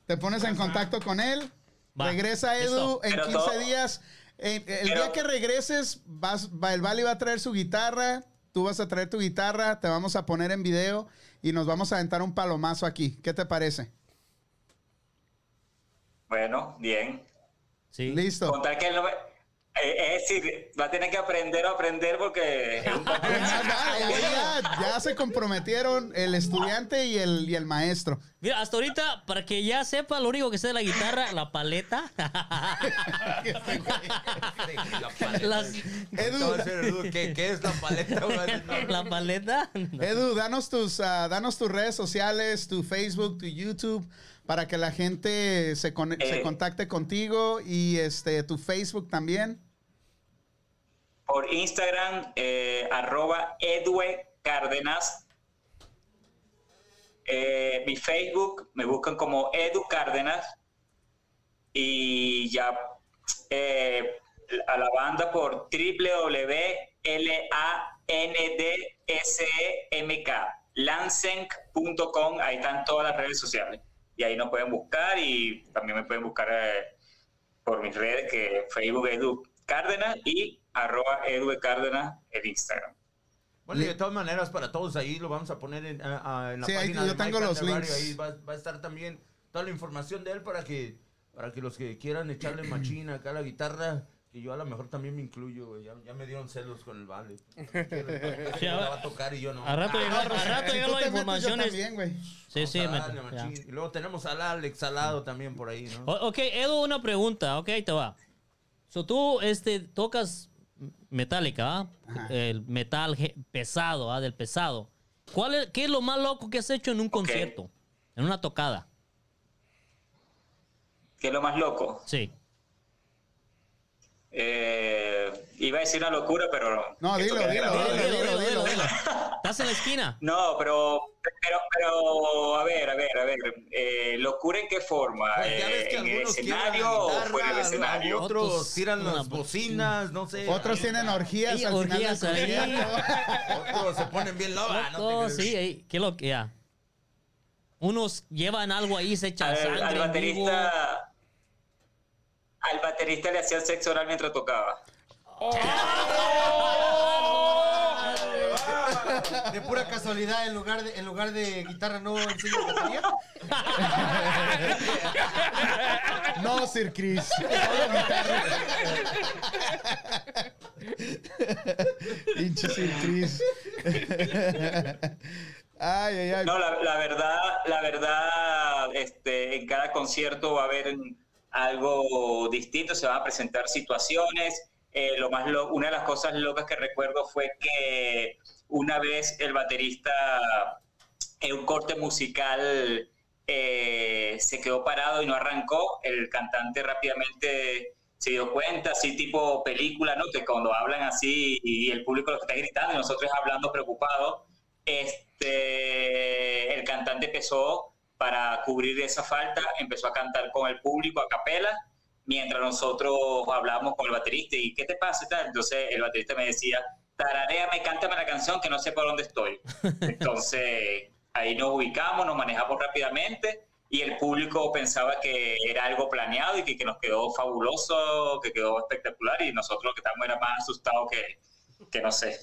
Speaker 1: te pones en contacto con él,
Speaker 3: Va,
Speaker 1: regresa Edu
Speaker 3: listo.
Speaker 1: en
Speaker 8: Pero
Speaker 1: 15
Speaker 8: todo-
Speaker 1: días. En- el día
Speaker 8: Pero-
Speaker 1: que regreses, vas, va- el Bali va a traer su guitarra, tú vas a traer tu guitarra, te vamos a poner en video y nos vamos a aventar un palomazo aquí. ¿Qué te parece?
Speaker 8: Bueno, bien.
Speaker 3: Sí.
Speaker 1: [laughs] Listo.
Speaker 8: Contar que él no me- eh, Es decir, va a tener que aprender o aprender porque es un
Speaker 1: Pues ya, ya, ya, ya, ya se comprometieron el estudiante y el, y el maestro.
Speaker 3: Mira, hasta ahorita, para que ya sepa lo único que sé de la guitarra, la paleta. [laughs] Las-
Speaker 5: Ahorita va a ser el dudo, ¿Qué, qué es la
Speaker 3: [laughs]
Speaker 5: paleta? güey? No,
Speaker 3: la paleta.
Speaker 1: Edu, danos tus, ah, danos tus redes sociales, tu Facebook, tu YouTube, para que la gente se, con- se
Speaker 8: Eh.
Speaker 1: contacte contigo y este tu Facebook también.
Speaker 8: por Instagram, eh, arroba Edue Cárdenas. Eh, mi Facebook me buscan como Edu Cárdenas. Y ya eh, a la banda por E www.landsemk, lansenk.com. Ahí están todas las redes sociales. Y ahí nos pueden buscar y también me pueden buscar. eh, por mis redes que Facebook Edu Cárdenas y arroba Edu Cárdenas en Instagram.
Speaker 5: Bueno, y de todas maneras, para todos ahí lo vamos a poner en, ah, ah, en la
Speaker 1: Sí, ahí
Speaker 5: página
Speaker 1: yo
Speaker 5: de My
Speaker 1: tengo
Speaker 5: Panda
Speaker 1: los
Speaker 5: Radio.
Speaker 1: links.
Speaker 5: Ahí va, va a estar también toda la información de él para que, para que los que quieran echarle machina acá a la guitarra, que yo a lo mejor también me incluyo, güey. Ya, ya me dieron celos con
Speaker 3: [laughs]
Speaker 5: el vale. Ah,
Speaker 3: Sí, a-
Speaker 5: la va a tocar y yo no.
Speaker 3: A rato llegó, a rato
Speaker 1: Si
Speaker 3: llegó
Speaker 1: tú
Speaker 3: la
Speaker 1: te metes, yo
Speaker 3: información. es-
Speaker 1: también, güey.
Speaker 3: Sí, sí,
Speaker 5: Vamos a
Speaker 3: me- ya.
Speaker 5: darle machín. Y luego tenemos al Alex al lado también por ahí, ¿no?
Speaker 3: O- ok, Edu, una pregunta. Ok, ahí te va. So, tú este, tocas metálica,
Speaker 1: Ajá.
Speaker 3: El metal ge- pesado, ¿ah? Del pesado. ¿Cuál es, ¿Qué es lo más loco que has hecho en un concierto? En una tocada.
Speaker 8: ¿Qué es lo más loco?
Speaker 3: Sí.
Speaker 8: Eh, iba a decir una locura, pero
Speaker 1: No,
Speaker 8: esto
Speaker 1: dilo,
Speaker 8: queda
Speaker 1: dilo,
Speaker 8: grabado.
Speaker 3: Dilo,
Speaker 1: dilo,
Speaker 3: dilo,
Speaker 1: dilo, dilo.
Speaker 3: dilo, dilo. ¿Estás en la esquina?
Speaker 8: No, pero, pero, pero, a ver, a ver, a ver. eh, ¿Locura en qué forma?
Speaker 5: Pues ya ves
Speaker 8: Eh,
Speaker 5: que
Speaker 8: ¿En el
Speaker 5: algunos quiebran la
Speaker 8: escenario o fuera del
Speaker 5: guitarra,
Speaker 8: escenario?
Speaker 5: Otros
Speaker 3: Otros
Speaker 5: tiran
Speaker 3: una
Speaker 5: las
Speaker 3: bo-
Speaker 5: bocinas, no sé.
Speaker 1: Otros tienen orgías
Speaker 3: Sí,
Speaker 1: al
Speaker 3: orgías
Speaker 1: final del
Speaker 3: ahí.
Speaker 1: concierto.
Speaker 5: Otros se ponen bien loba, ah, ¿no?
Speaker 3: Loco,
Speaker 5: te crees.
Speaker 3: sí, ey, qué lo que ya. Unos llevan algo ahí, se echan
Speaker 8: Al,
Speaker 3: sangre
Speaker 8: al
Speaker 3: en vivo.
Speaker 8: baterista. Al baterista le hacían sexo oral mientras tocaba.
Speaker 7: De pura casualidad, en lugar de, en lugar de guitarra no enseñas batería.
Speaker 1: No, Sir Chris. Pinche Sir Chris. Ay, ay, ay.
Speaker 3: Ah,
Speaker 8: No, la, la verdad, la verdad, este, en cada concierto va a haber algo distinto, se van a presentar situaciones. Eh, lo más lo- una de las cosas locas que recuerdo fue que una vez el baterista en un corte musical eh, se quedó parado y no arrancó. El cantante rápidamente se dio cuenta, así tipo película, ¿no? Que cuando hablan así y el público lo que está gritando y nosotros hablando preocupados, este, el cantante empezó para cubrir esa falta, empezó a cantar con el público a capela, mientras nosotros hablábamos con el baterista y ¿qué te pasa? y tal. Entonces el baterista me decía, tararéame, cántame la canción que no sé por dónde estoy. Entonces ahí nos ubicamos, nos manejamos rápidamente y el público pensaba que era algo planeado y que, que nos quedó fabuloso, que quedó espectacular y nosotros lo que estábamos era más asustados que, que no sé.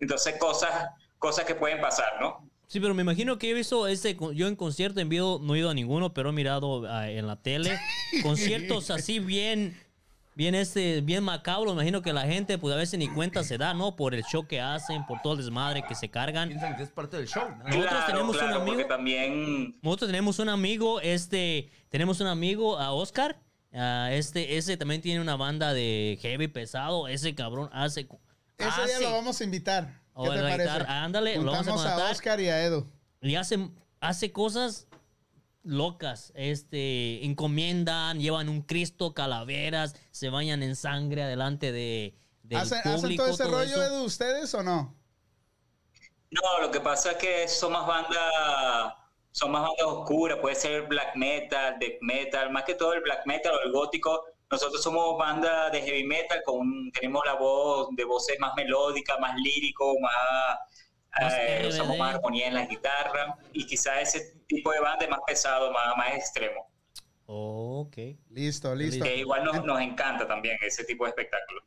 Speaker 8: Entonces cosas, cosas que pueden pasar, ¿no?
Speaker 3: Sí, pero me imagino que he visto este, con- yo en concierto en vivo no he ido a ninguno, pero he mirado ah, en la
Speaker 1: [laughs]
Speaker 3: tele conciertos así bien, bien este, bien macabro. Me imagino que la gente pues a veces ni cuenta se da, ¿no? Por el show que hacen, por todo el desmadre que se cargan.
Speaker 5: Piensan que es parte del show. ¿no?
Speaker 3: Nosotros
Speaker 8: Claro,
Speaker 3: tenemos un
Speaker 8: claro, porque
Speaker 3: amigo-
Speaker 8: también
Speaker 3: Nosotros tenemos un amigo, este, tenemos un amigo, a Oscar. ah, este, ese también tiene una banda de heavy pesado. Ese cabrón hace.
Speaker 1: Ese día
Speaker 3: hace-
Speaker 1: lo vamos a invitar.
Speaker 3: O
Speaker 1: ¿Qué
Speaker 3: a
Speaker 1: te
Speaker 3: la
Speaker 1: parece?
Speaker 3: guitarra, ándale, lo vamos a
Speaker 1: Juntamos
Speaker 3: matar.
Speaker 1: Oscar y a Edu.
Speaker 3: y hace, hace cosas locas. Este, encomiendan, llevan un Cristo, calaveras, se bañan en sangre adelante de, del
Speaker 1: ¿Hacen, hacen
Speaker 3: público.
Speaker 1: todo ese
Speaker 3: todo
Speaker 1: rollo,
Speaker 3: eso.
Speaker 1: Edu, ustedes o no?
Speaker 8: No, lo que pasa es que son más bandas, son más bandas oscuras, puede ser black metal, death metal, más que todo el black metal o el gótico. Nosotros somos banda de heavy metal, con, tenemos la voz de voces más melódica, más lírico, más,
Speaker 3: Más
Speaker 8: eh,
Speaker 3: RBD.
Speaker 8: usamos más armonía en la guitarra y quizás ese tipo de banda es más pesado, más, más extremo,
Speaker 3: Oh, ok.
Speaker 1: Listo, listo.
Speaker 8: que igual nos, nos encanta también ese tipo de espectáculo.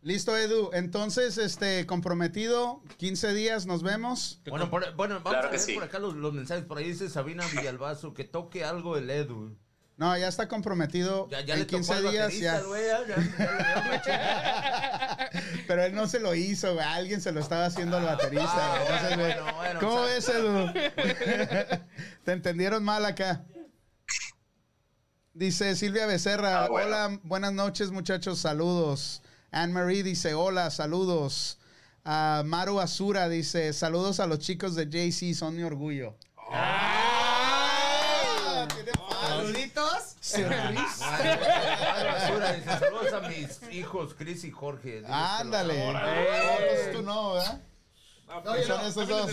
Speaker 1: Listo, Edu. Entonces, este, comprometido, 15 días, nos vemos.
Speaker 5: Bueno, por- bueno, vamos
Speaker 8: Claro
Speaker 5: a
Speaker 8: que
Speaker 5: ver
Speaker 8: sí.
Speaker 5: por acá los, los mensajes. Por ahí dice Sabina Villalbazo que toque algo el Edu.
Speaker 1: No, ya está comprometido.
Speaker 5: Ya, ya
Speaker 1: en
Speaker 5: le tocó
Speaker 1: 15
Speaker 5: al
Speaker 1: días
Speaker 5: baterista,
Speaker 1: ya.
Speaker 5: el güey, ya. ya- ya le
Speaker 1: [laughs]
Speaker 5: dio, güey, chingada.
Speaker 1: Pero él no se lo hizo, güey. Alguien se lo estaba haciendo al baterista. güey. Entonces, güey,
Speaker 5: Ah, bueno, bueno,
Speaker 1: ¿Cómo
Speaker 5: o sea-
Speaker 1: ves, Edu? [laughs] Te entendieron mal acá. Dice Silvia Becerra,
Speaker 8: Ah, bueno.
Speaker 1: hola, buenas noches muchachos, saludos. Anne Marie dice, hola, saludos. Ah, Maru Azura dice, saludos a los chicos de JC, son mi orgullo. Ah, tiene fans.
Speaker 7: ¿Saluditos?
Speaker 5: Basura, dice, Saludos a mis hijos, Chris y Jorge. Diles que los
Speaker 1: Ándale.
Speaker 5: amo.
Speaker 1: Entonces tú no, ¿verdad?
Speaker 4: No,
Speaker 7: Oye,
Speaker 4: pero-
Speaker 1: Son esos dos.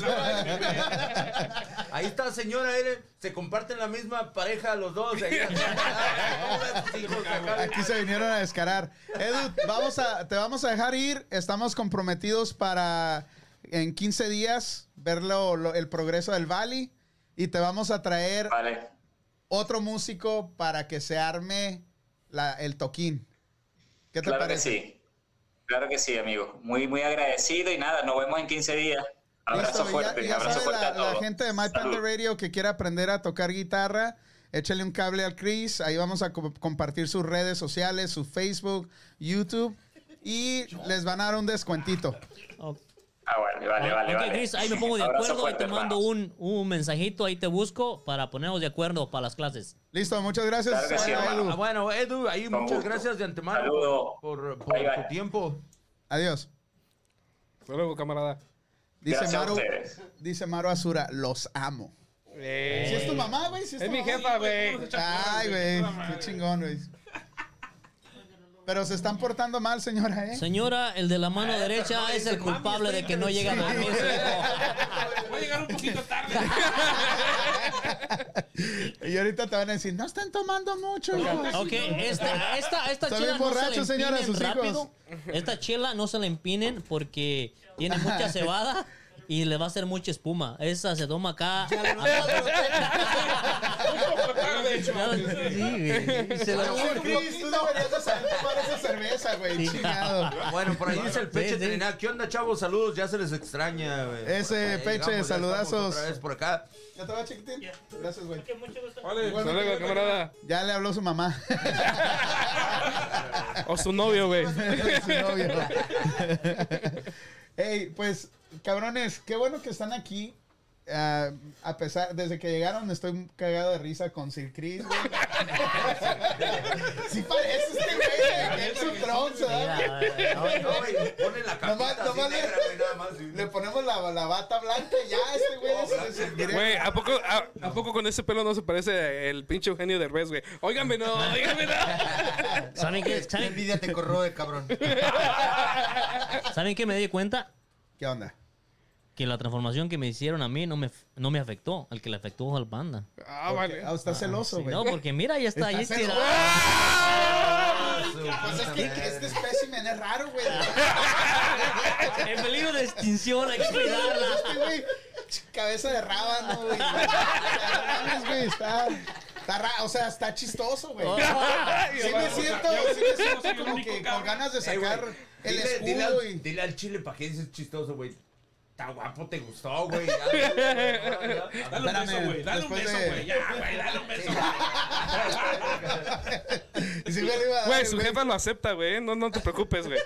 Speaker 5: Ahí está, señora, Eren. Se comparten la misma pareja los dos. Ahí está. Sus hijos acá.
Speaker 1: Aquí se vinieron a descarar. Edu, vamos a, te vamos a dejar ir. Estamos comprometidos para en 15 días ver lo- lo- el progreso del Valley. Y te vamos a traer
Speaker 8: Vale.
Speaker 1: otro músico para que se arme la- el toquín. ¿Qué te
Speaker 8: Claro
Speaker 1: parece?
Speaker 8: que sí. Claro que sí, amigo. Muy, muy agradecido y nada, nos vemos en 15 días. Abrazo
Speaker 1: Listo,
Speaker 8: fuerte,
Speaker 1: ya, ya
Speaker 8: abrazo
Speaker 1: sabe
Speaker 8: fuerte
Speaker 1: la,
Speaker 8: a todos.
Speaker 1: la gente de My Panda
Speaker 8: Salud.
Speaker 1: Radio que quiera aprender a tocar guitarra, échale un cable al Chris. Ahí vamos a co- compartir sus redes sociales, su Facebook, YouTube. Y les van a dar un descuentito.
Speaker 3: Ok.
Speaker 8: Ah, vale, vale,
Speaker 3: Ok,
Speaker 8: vale.
Speaker 3: ok,
Speaker 8: vale.
Speaker 3: Chris, ahí me pongo de
Speaker 8: Abrazo
Speaker 3: acuerdo, ahí
Speaker 8: fuerte,
Speaker 3: te mando
Speaker 8: hermano.
Speaker 3: un, un mensajito, ahí te busco para ponernos de acuerdo para las clases.
Speaker 1: Listo, muchas gracias.
Speaker 8: Claro que sí,
Speaker 1: Hola,
Speaker 8: hermano.
Speaker 5: Ah,
Speaker 1: Edu.
Speaker 5: bueno, Edu, ahí
Speaker 8: Con
Speaker 5: muchas
Speaker 8: gusto.
Speaker 5: gracias de antemano
Speaker 8: Saludo.
Speaker 5: por, por
Speaker 8: Bye, bye.
Speaker 5: tu tiempo.
Speaker 1: Adiós.
Speaker 6: Hasta luego, camarada.
Speaker 1: Dice
Speaker 8: Gracias a
Speaker 1: Maru,
Speaker 8: ustedes.
Speaker 1: dice Maru Azura, los amo. Si
Speaker 6: Eh,
Speaker 1: es tu mamá, güey, si es,
Speaker 6: Es
Speaker 1: tu
Speaker 6: mi
Speaker 1: mamá.
Speaker 6: jefa, güey.
Speaker 1: Ay, güey, qué chingón, güey. Pero se están portando mal, señora, ¿eh?
Speaker 3: Señora, el de la mano derecha
Speaker 5: mami,
Speaker 3: es el
Speaker 5: dice, "Mami,
Speaker 3: culpable de
Speaker 5: estoy
Speaker 3: que no llega a dormir.
Speaker 1: [laughs]
Speaker 3: su hijo".
Speaker 4: Voy a llegar un poquito tarde.
Speaker 1: [laughs] Y ahorita te van a decir, no están tomando mucho, güey".
Speaker 3: Ok, esta, esta, esta
Speaker 1: Está
Speaker 3: chela
Speaker 1: bien
Speaker 3: no se
Speaker 1: borracho,
Speaker 3: le
Speaker 1: señora,
Speaker 3: empinen
Speaker 1: sus hijos.
Speaker 3: rápido. Esta chela no se la empinen porque tiene mucha cebada y le va a hacer mucha espuma. Esa se toma acá. [laughs]
Speaker 4: Un poco tarde.
Speaker 3: Sí, güey. Se la-
Speaker 1: Ay, Chris, tú deberías de saber tomar esa cerveza, güey, chingado.
Speaker 5: Bueno, por ahí dice el Peche
Speaker 3: Sí, sí.
Speaker 5: Trinidad. ¿Qué onda, chavos? Saludos, ya se les extraña. güey. Por
Speaker 1: Ese
Speaker 5: acá ya
Speaker 1: Peche,
Speaker 5: llegamos, ya estamos
Speaker 1: saludazos.
Speaker 5: Otra vez por acá.
Speaker 1: ¿Ya te va, chiquitín? Gracias, güey.
Speaker 4: Vale,
Speaker 6: Hasta luego, camarada.
Speaker 1: Ya le habló su mamá. [laughs]
Speaker 6: O su novio, [laughs] güey.
Speaker 1: Su novio. [laughs] Ey, pues, cabrones, qué bueno que están aquí. Ah, a pesar, desde que llegaron estoy cagado de risa con Sir Chris,
Speaker 3: [laughs]
Speaker 1: güey. sí parece este güey, que es un tronzo, ¿eh?
Speaker 3: Mira, eh,
Speaker 5: No, güey, ponle la
Speaker 1: Nomás-
Speaker 5: capita así
Speaker 1: nomás le-
Speaker 5: negra, güey, nada más. sí.
Speaker 1: Le ponemos la, la bata blanca y ya, este güey es, es
Speaker 6: Güey, ¿a poco, a, a poco con ese pelo no se parece el pinche Eugenio Derbez, güey? Óiganme, [laughs] no, óiganme, no.
Speaker 3: ¿Saben qué?
Speaker 7: La
Speaker 3: ¿Saben,
Speaker 7: envidia te corroe, cabrón.
Speaker 3: ¿Saben qué me di cuenta?
Speaker 1: ¿Qué onda?
Speaker 3: Que la transformación que me hicieron a mí no me, no me afectó. Al que le afectó fue al panda.
Speaker 6: Ah, vale.
Speaker 1: Ah, está celoso,
Speaker 3: Sí,
Speaker 1: güey.
Speaker 3: no, porque mira, ya está ahí
Speaker 1: Está
Speaker 3: estirado.
Speaker 6: ah,
Speaker 1: Pues es que este espécimen es raro, güey.
Speaker 3: En peligro de extinción, hay que cuidarla.
Speaker 1: Este güey, cabeza de rábano, güey. No mames, güey, Está, está ra- o sea, está chistoso, güey. Sí me siento, sí me siento como que con ganas de
Speaker 5: Eh, güey,
Speaker 1: sacar el
Speaker 5: dile, dile al-
Speaker 1: escudo y...
Speaker 5: dile al chile para qué dices chistoso, güey. Está guapo, te
Speaker 1: [laughs]
Speaker 5: gustó, güey. Ya, ya, ya.
Speaker 4: Dale un beso,
Speaker 1: Espérame,
Speaker 4: güey. Dale un
Speaker 1: después
Speaker 4: beso,
Speaker 1: de-
Speaker 4: güey. Ya, güey, dale un beso.
Speaker 1: y sí me le iba a dar
Speaker 6: Güey,
Speaker 1: el
Speaker 6: su jefa lo acepta, güey. No, no te preocupes, [laughs] güey.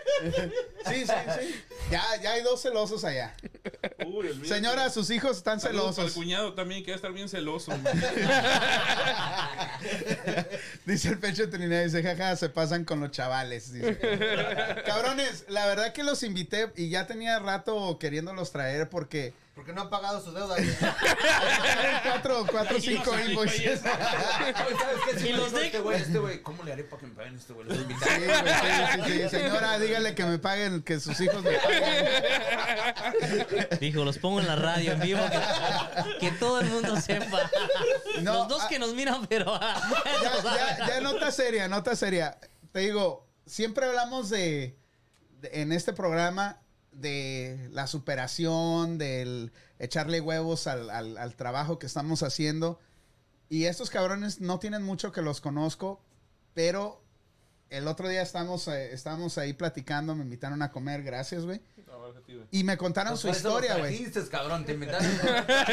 Speaker 1: Sí, sí, sí. Ya, ya hay dos celosos allá.
Speaker 4: Uy, olvídate.
Speaker 1: Señora, sus hijos están
Speaker 4: Saludos para El
Speaker 1: celosos.
Speaker 4: cuñado también que va a estar bien
Speaker 1: [laughs]
Speaker 4: celoso.
Speaker 1: [laughs] Dice el Pecho Trinidad, dice, jaja, se pasan con los chavales. dice. Cabrones, la verdad que los invité y ya tenía rato queriéndolos traer [laughs] porque
Speaker 7: Porque no han pagado su
Speaker 5: [laughs]
Speaker 7: deuda.
Speaker 1: tienen cuatro, cuatro,
Speaker 4: Y los
Speaker 1: cinco
Speaker 4: cinco
Speaker 1: invoices.
Speaker 4: invoices.
Speaker 1: Sí,
Speaker 5: Oye, ¿sabes qué? Sí
Speaker 3: Y
Speaker 5: me
Speaker 3: los
Speaker 5: dijo
Speaker 3: de-
Speaker 5: este güey, este güey, ¿cómo le haré para que me paguen este
Speaker 1: [laughs]
Speaker 5: güey? Lo voy a invitar.
Speaker 1: güey, sí, sí, sí. Señora, dígale que me paguen, que sus hijos me paguen.
Speaker 3: Dijo, los pongo en la radio en vivo. Que, que todo el mundo sepa.
Speaker 1: No,
Speaker 3: los dos
Speaker 1: ah.
Speaker 3: que nos miran, pero. ah,
Speaker 1: Ya,
Speaker 3: no saben.
Speaker 1: ya, ya nota seria, nota seria. Te digo, siempre hablamos de, de- en este programa de la superación, del echarle huevos al, al- al trabajo que estamos haciendo. Y estos cabrones no tienen mucho que los conozco, pero el otro día estamos, eh, estábamos ahí platicando, me invitaron a comer, gracias, güey. Y me contaron su
Speaker 5: Pues Por eso
Speaker 1: historia,
Speaker 5: lo
Speaker 1: güey.
Speaker 5: trajiste, cabrón, te inventaron.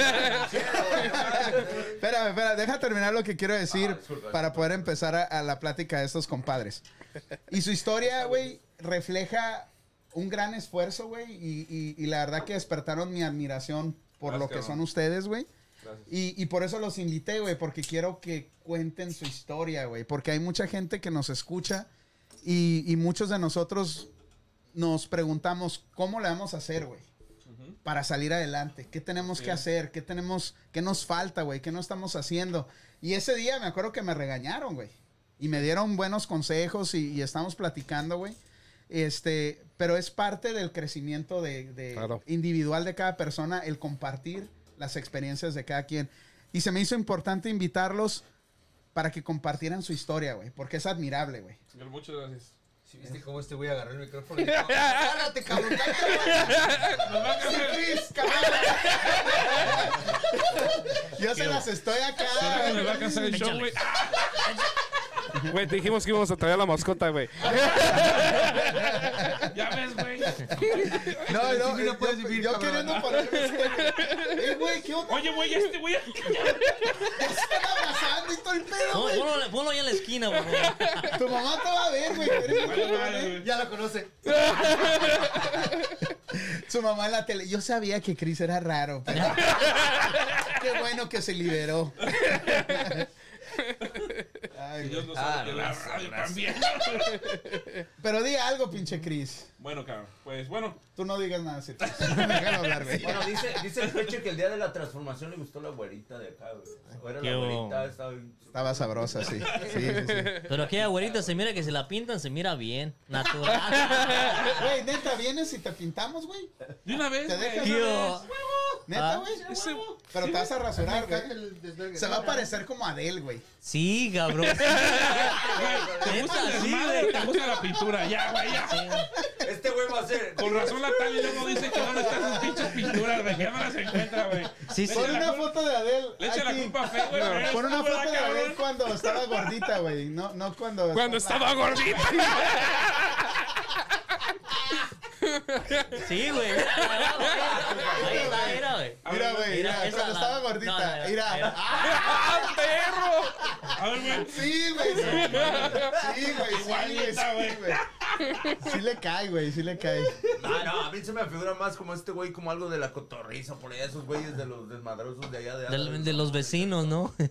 Speaker 1: [laughs] Espera, espera, deja terminar lo que quiero decir
Speaker 5: Ah, disculpa,
Speaker 1: para
Speaker 5: disculpa.
Speaker 1: poder empezar a, a la plática de estos compadres. Y su historia, güey, refleja un gran esfuerzo, güey, y, y- y la verdad que despertaron mi admiración por
Speaker 4: Gracias,
Speaker 1: lo que
Speaker 4: cabrón.
Speaker 1: son ustedes, güey.
Speaker 4: Gracias.
Speaker 1: Y, y por eso los invité, güey, porque quiero que cuenten su historia, güey, porque hay mucha gente que nos escucha y, y muchos de nosotros nos preguntamos cómo le vamos a hacer, güey para salir adelante. ¿Qué tenemos que
Speaker 4: Bien.
Speaker 1: hacer? ¿Qué tenemos? ¿Qué nos falta, güey? ¿Qué no estamos haciendo? Y ese día me acuerdo que me regañaron, güey. Y me dieron buenos consejos y, y estamos platicando, güey. Este, pero es parte del crecimiento de, de-
Speaker 6: Claro.
Speaker 1: individual de cada persona el compartir las experiencias de cada quien. Y se me hizo importante invitarlos para que compartieran su historia, güey, porque es admirable, güey.
Speaker 4: Señor, Muchas gracias.
Speaker 7: Si viste cómo este güey agarró el micrófono y
Speaker 1: [laughs]
Speaker 7: dijo, "Agárrate, cabrón, cállate,
Speaker 4: Nos va a
Speaker 1: Sí,
Speaker 4: cambiar.
Speaker 1: Chris, cabrón. Yo se las estoy
Speaker 4: Será que
Speaker 1: acá.
Speaker 4: nos va a cansar el show,
Speaker 3: Échale.
Speaker 4: güey.
Speaker 6: Güey, te dijimos que íbamos a traer a la mascota, güey.
Speaker 4: Ya ves, güey.
Speaker 1: No,
Speaker 7: Sí,
Speaker 1: no,
Speaker 7: mira,
Speaker 1: yo-
Speaker 7: puedes
Speaker 1: yo,
Speaker 7: vivir, cabrón.
Speaker 1: queriendo ponerme este. Eh, güey, ¿qué onda?
Speaker 4: Oye, güey, este güey.
Speaker 1: Están abrazando y todo el pedo,
Speaker 3: Pon-
Speaker 1: güey.
Speaker 3: Ponlo, ponlo ahí en la esquina, por favor.
Speaker 1: Tu mamá te va a ver, güey. ¿Quieres que te va a ver?
Speaker 7: Ya lo conoce.
Speaker 1: Su mamá en la tele. Yo sabía que Chris era raro, pero.
Speaker 4: [laughs]
Speaker 1: Qué bueno que se liberó. Ay,
Speaker 4: [laughs] Dios
Speaker 1: güey.
Speaker 4: lo
Speaker 5: Ah,
Speaker 4: sabe que la
Speaker 5: gracias,
Speaker 4: radio también.
Speaker 5: gracias.
Speaker 1: pero di algo, pinche Chris.
Speaker 4: Bueno, cabrón. Pues bueno,
Speaker 1: Tú no digas nada, Sir
Speaker 4: [laughs]
Speaker 1: Chris. Déjalo hablar, güey.
Speaker 5: Bueno, dice, dice el peche que el día de la transformación le gustó la güerita de acá, güey. O era
Speaker 3: Qué
Speaker 5: la güerita,
Speaker 3: bueno.
Speaker 5: estaba bien-
Speaker 1: Estaba sabrosa, sí. Sí, sí, sí.
Speaker 3: Pero aquella güerita se mira que se la pintan, se mira bien.
Speaker 1: [laughs]
Speaker 3: Natural.
Speaker 1: [laughs] Güey, neta, vienes y te pintamos, güey.
Speaker 4: de una vez.
Speaker 1: Te dejas.
Speaker 4: güey.
Speaker 3: Tío.
Speaker 1: Neta,
Speaker 3: Ah.
Speaker 1: güey. Pero te vas a rasurar,
Speaker 7: Cállate
Speaker 1: güey.
Speaker 7: el desvergue.
Speaker 1: Se va a parecer como Adele, güey.
Speaker 3: Sí, cabrón.
Speaker 4: Te gusta
Speaker 3: Neta,
Speaker 4: el
Speaker 3: sí,
Speaker 4: desmadre,
Speaker 3: güey.
Speaker 4: te gusta la pintura. Ya, güey, ya.
Speaker 5: Este güey va a ser.
Speaker 4: Con razón la tal y luego dice que dónde están sus pinches pinturas, güey. Ya no las encuentra, güey.
Speaker 3: Sí,
Speaker 4: Le
Speaker 3: sí.
Speaker 1: Pon
Speaker 4: echa la
Speaker 1: una
Speaker 4: culpa-
Speaker 1: foto de Adele.
Speaker 4: Le echa la
Speaker 1: aquí.
Speaker 4: culpa a Fe, güey. pero
Speaker 1: Pon una
Speaker 4: esta, güey,
Speaker 1: foto de
Speaker 4: cabrón.
Speaker 1: Adele cuando estaba gordita, güey. No, no cuando.
Speaker 6: Cuando estaba gordita. [laughs]
Speaker 3: Sí, güey. Ahí está, mira, güey.
Speaker 1: Mira, güey.
Speaker 3: Mira,
Speaker 1: Mira,
Speaker 3: esa
Speaker 1: cuando
Speaker 3: la-
Speaker 1: estaba
Speaker 3: no, no,
Speaker 1: gordita.
Speaker 3: no,
Speaker 1: Mira.
Speaker 3: mira.
Speaker 1: Ah,
Speaker 6: ¡Ah, perro!
Speaker 4: A ver, güey.
Speaker 1: Sí, güey. Sí, güey. Sí, güey.
Speaker 4: Igualita,
Speaker 1: Sí,
Speaker 4: güey.
Speaker 1: güey. Sí le cae, güey. Sí le cae.
Speaker 5: No, no, a mí se me figura más como este güey, como algo de la cotorriza, por allá, esos güeyes de los desmadrosos de allá de
Speaker 3: Del- de los vecinos, ¿no? [laughs] Del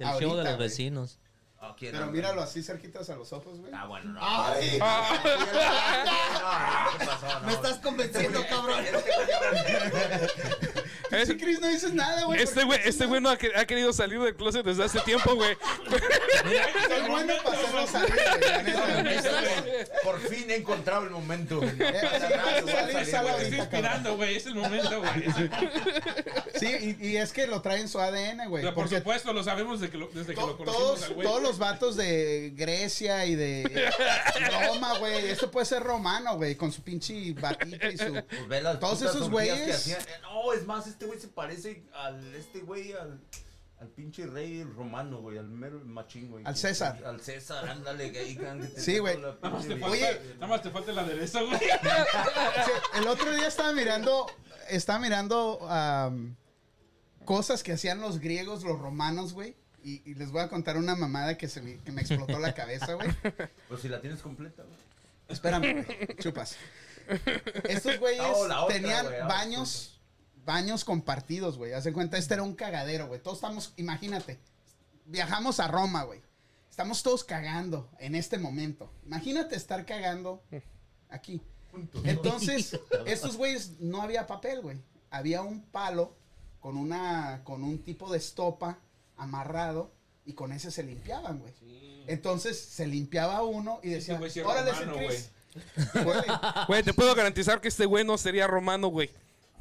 Speaker 3: show
Speaker 1: Ahorita,
Speaker 3: de los
Speaker 1: güey.
Speaker 3: vecinos.
Speaker 5: Ah, ¿quién
Speaker 1: Pero
Speaker 5: era?
Speaker 1: míralo así cerquitas a los ojos, güey.
Speaker 5: Ah, bueno, no.
Speaker 7: Ay,
Speaker 5: No, no, ¿qué pasó? No.
Speaker 7: me estás convenciendo, cabrón.
Speaker 5: Este güey ya-
Speaker 1: Pinche Chris, no dices nada, güey.
Speaker 6: Este güey, este güey no ha, que- ha querido salir del closet desde hace tiempo, güey.
Speaker 1: Soy bueno para hacerlo salir, güey, la neta.
Speaker 4: [laughs]
Speaker 5: Por fin he encontrado el momento.
Speaker 1: Eh, salir, sal
Speaker 4: Te estoy
Speaker 1: ahorita, cabrón.
Speaker 4: inspirando, güey. Es el momento, güey. Es el-
Speaker 1: Sí, y, y es que lo traen su ADN, güey.
Speaker 4: Pero por
Speaker 1: porque
Speaker 4: supuesto, lo sabemos desde que lo, desde que
Speaker 1: to-
Speaker 4: lo conocimos
Speaker 1: todos,
Speaker 4: al güey.
Speaker 1: todos los vatos de Grecia y de Roma, güey. Esto puede ser romano, güey, con su pinche batita y su.
Speaker 5: Pues ve las
Speaker 1: Todos
Speaker 5: putas
Speaker 1: esos
Speaker 5: orgías que
Speaker 1: güeyes.
Speaker 5: hacían. Eh, No, es más, este güey se parece al este güey, al, al pinche rey romano, güey, al mero machín, güey.
Speaker 1: Al
Speaker 5: Que-
Speaker 1: César.
Speaker 5: Al César, ándale, gay. can, que te
Speaker 1: Sí,
Speaker 5: saca
Speaker 1: güey.
Speaker 5: la
Speaker 4: Nada más
Speaker 5: pinche
Speaker 4: te
Speaker 5: vida.
Speaker 4: falta, nada más te falta el aderezo, güey.
Speaker 1: Sí, el otro día estaba mirando, estaba mirando am, cosas que hacían los griegos, los romanos, güey. Y, y les voy a contar una mamada que, se me, que me explotó la cabeza, güey.
Speaker 5: Pues si la tienes completa, güey.
Speaker 1: Espérame, güey. Chupas. Estos güeyes
Speaker 5: Ah, o [laughs] la otra,
Speaker 1: tenían
Speaker 5: güey, ah,
Speaker 1: baños, baños compartidos, güey. Hacen cuenta, este era un cagadero, güey. Todos estamos, imagínate, viajamos a Roma, güey. Estamos todos cagando en este momento. Imagínate estar cagando aquí.
Speaker 6: [laughs]
Speaker 1: Entonces, estos güeyes no había papel, güey. Había un palo con una con un tipo de estopa amarrado y con ese se limpiaban, güey. Entonces se limpiaba uno y decía,
Speaker 4: güey sí era
Speaker 1: órale,
Speaker 4: romano,
Speaker 1: ese Chris". [laughs] Huele.
Speaker 6: Güey, te puedo garantizar que este güey no sería romano, güey.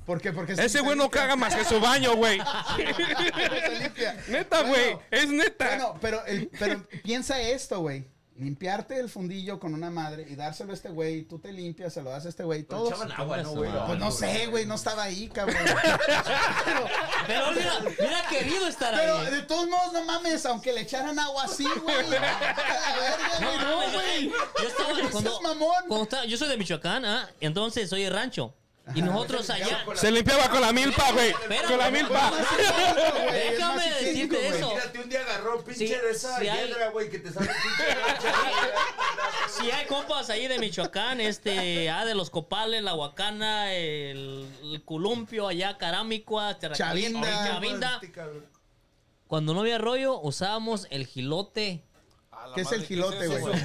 Speaker 1: ¿Por qué? Porque se
Speaker 6: Ese güey no
Speaker 1: limpia.
Speaker 6: caga más que su baño, güey.
Speaker 1: [laughs] Se limpia.
Speaker 6: Neta,
Speaker 1: Bueno,
Speaker 6: güey. Es neta.
Speaker 1: Bueno, pero, el- pero piensa esto, güey. Limpiarte el fundillo con una madre y dárselo a este güey. Tú te limpias, se lo das a este güey.
Speaker 5: Pero
Speaker 1: Todos.
Speaker 5: echaban agua, ¿no,
Speaker 3: Todos-
Speaker 5: güey?
Speaker 1: Pues no sé, güey. No estaba ahí, cabrón. Pero-
Speaker 3: Pero mira, mira querido estar
Speaker 1: Pero
Speaker 3: ahí.
Speaker 1: de todos modos, no mames, aunque le echaran agua así, güey.
Speaker 3: [laughs]
Speaker 1: A la verga, güey,
Speaker 3: No,
Speaker 1: no,
Speaker 3: mames,
Speaker 1: güey.
Speaker 3: Yo estaba cuando,
Speaker 1: seas mamón.
Speaker 3: cuando estaba- yo soy de Michoacán, ah, entonces soy de rancho. Y nosotros allá.
Speaker 6: Se limpiaba con la milpa, güey.
Speaker 3: Espérame,
Speaker 6: Con la
Speaker 3: güey. [laughs]
Speaker 6: milpa.
Speaker 1: güey, es
Speaker 3: Déjame
Speaker 1: más higiénico,
Speaker 3: decirte
Speaker 1: güey.
Speaker 3: eso.
Speaker 5: Imagínate, un día agarró pinche
Speaker 3: Sí,
Speaker 5: de esa
Speaker 3: sí hay-
Speaker 5: hiedra, güey, que te sale pinche
Speaker 3: [laughs]
Speaker 5: racha.
Speaker 3: Si hay compas ahí de Michoacán, este, ah, de los copales, la huacana, el, el columpio allá, Caramicua, Terracaliente,
Speaker 1: Chavinda. pues, este.
Speaker 3: Chavinda. Cuando no había rollo, usábamos el gilote.
Speaker 1: ¿Qué es el gilote, güey?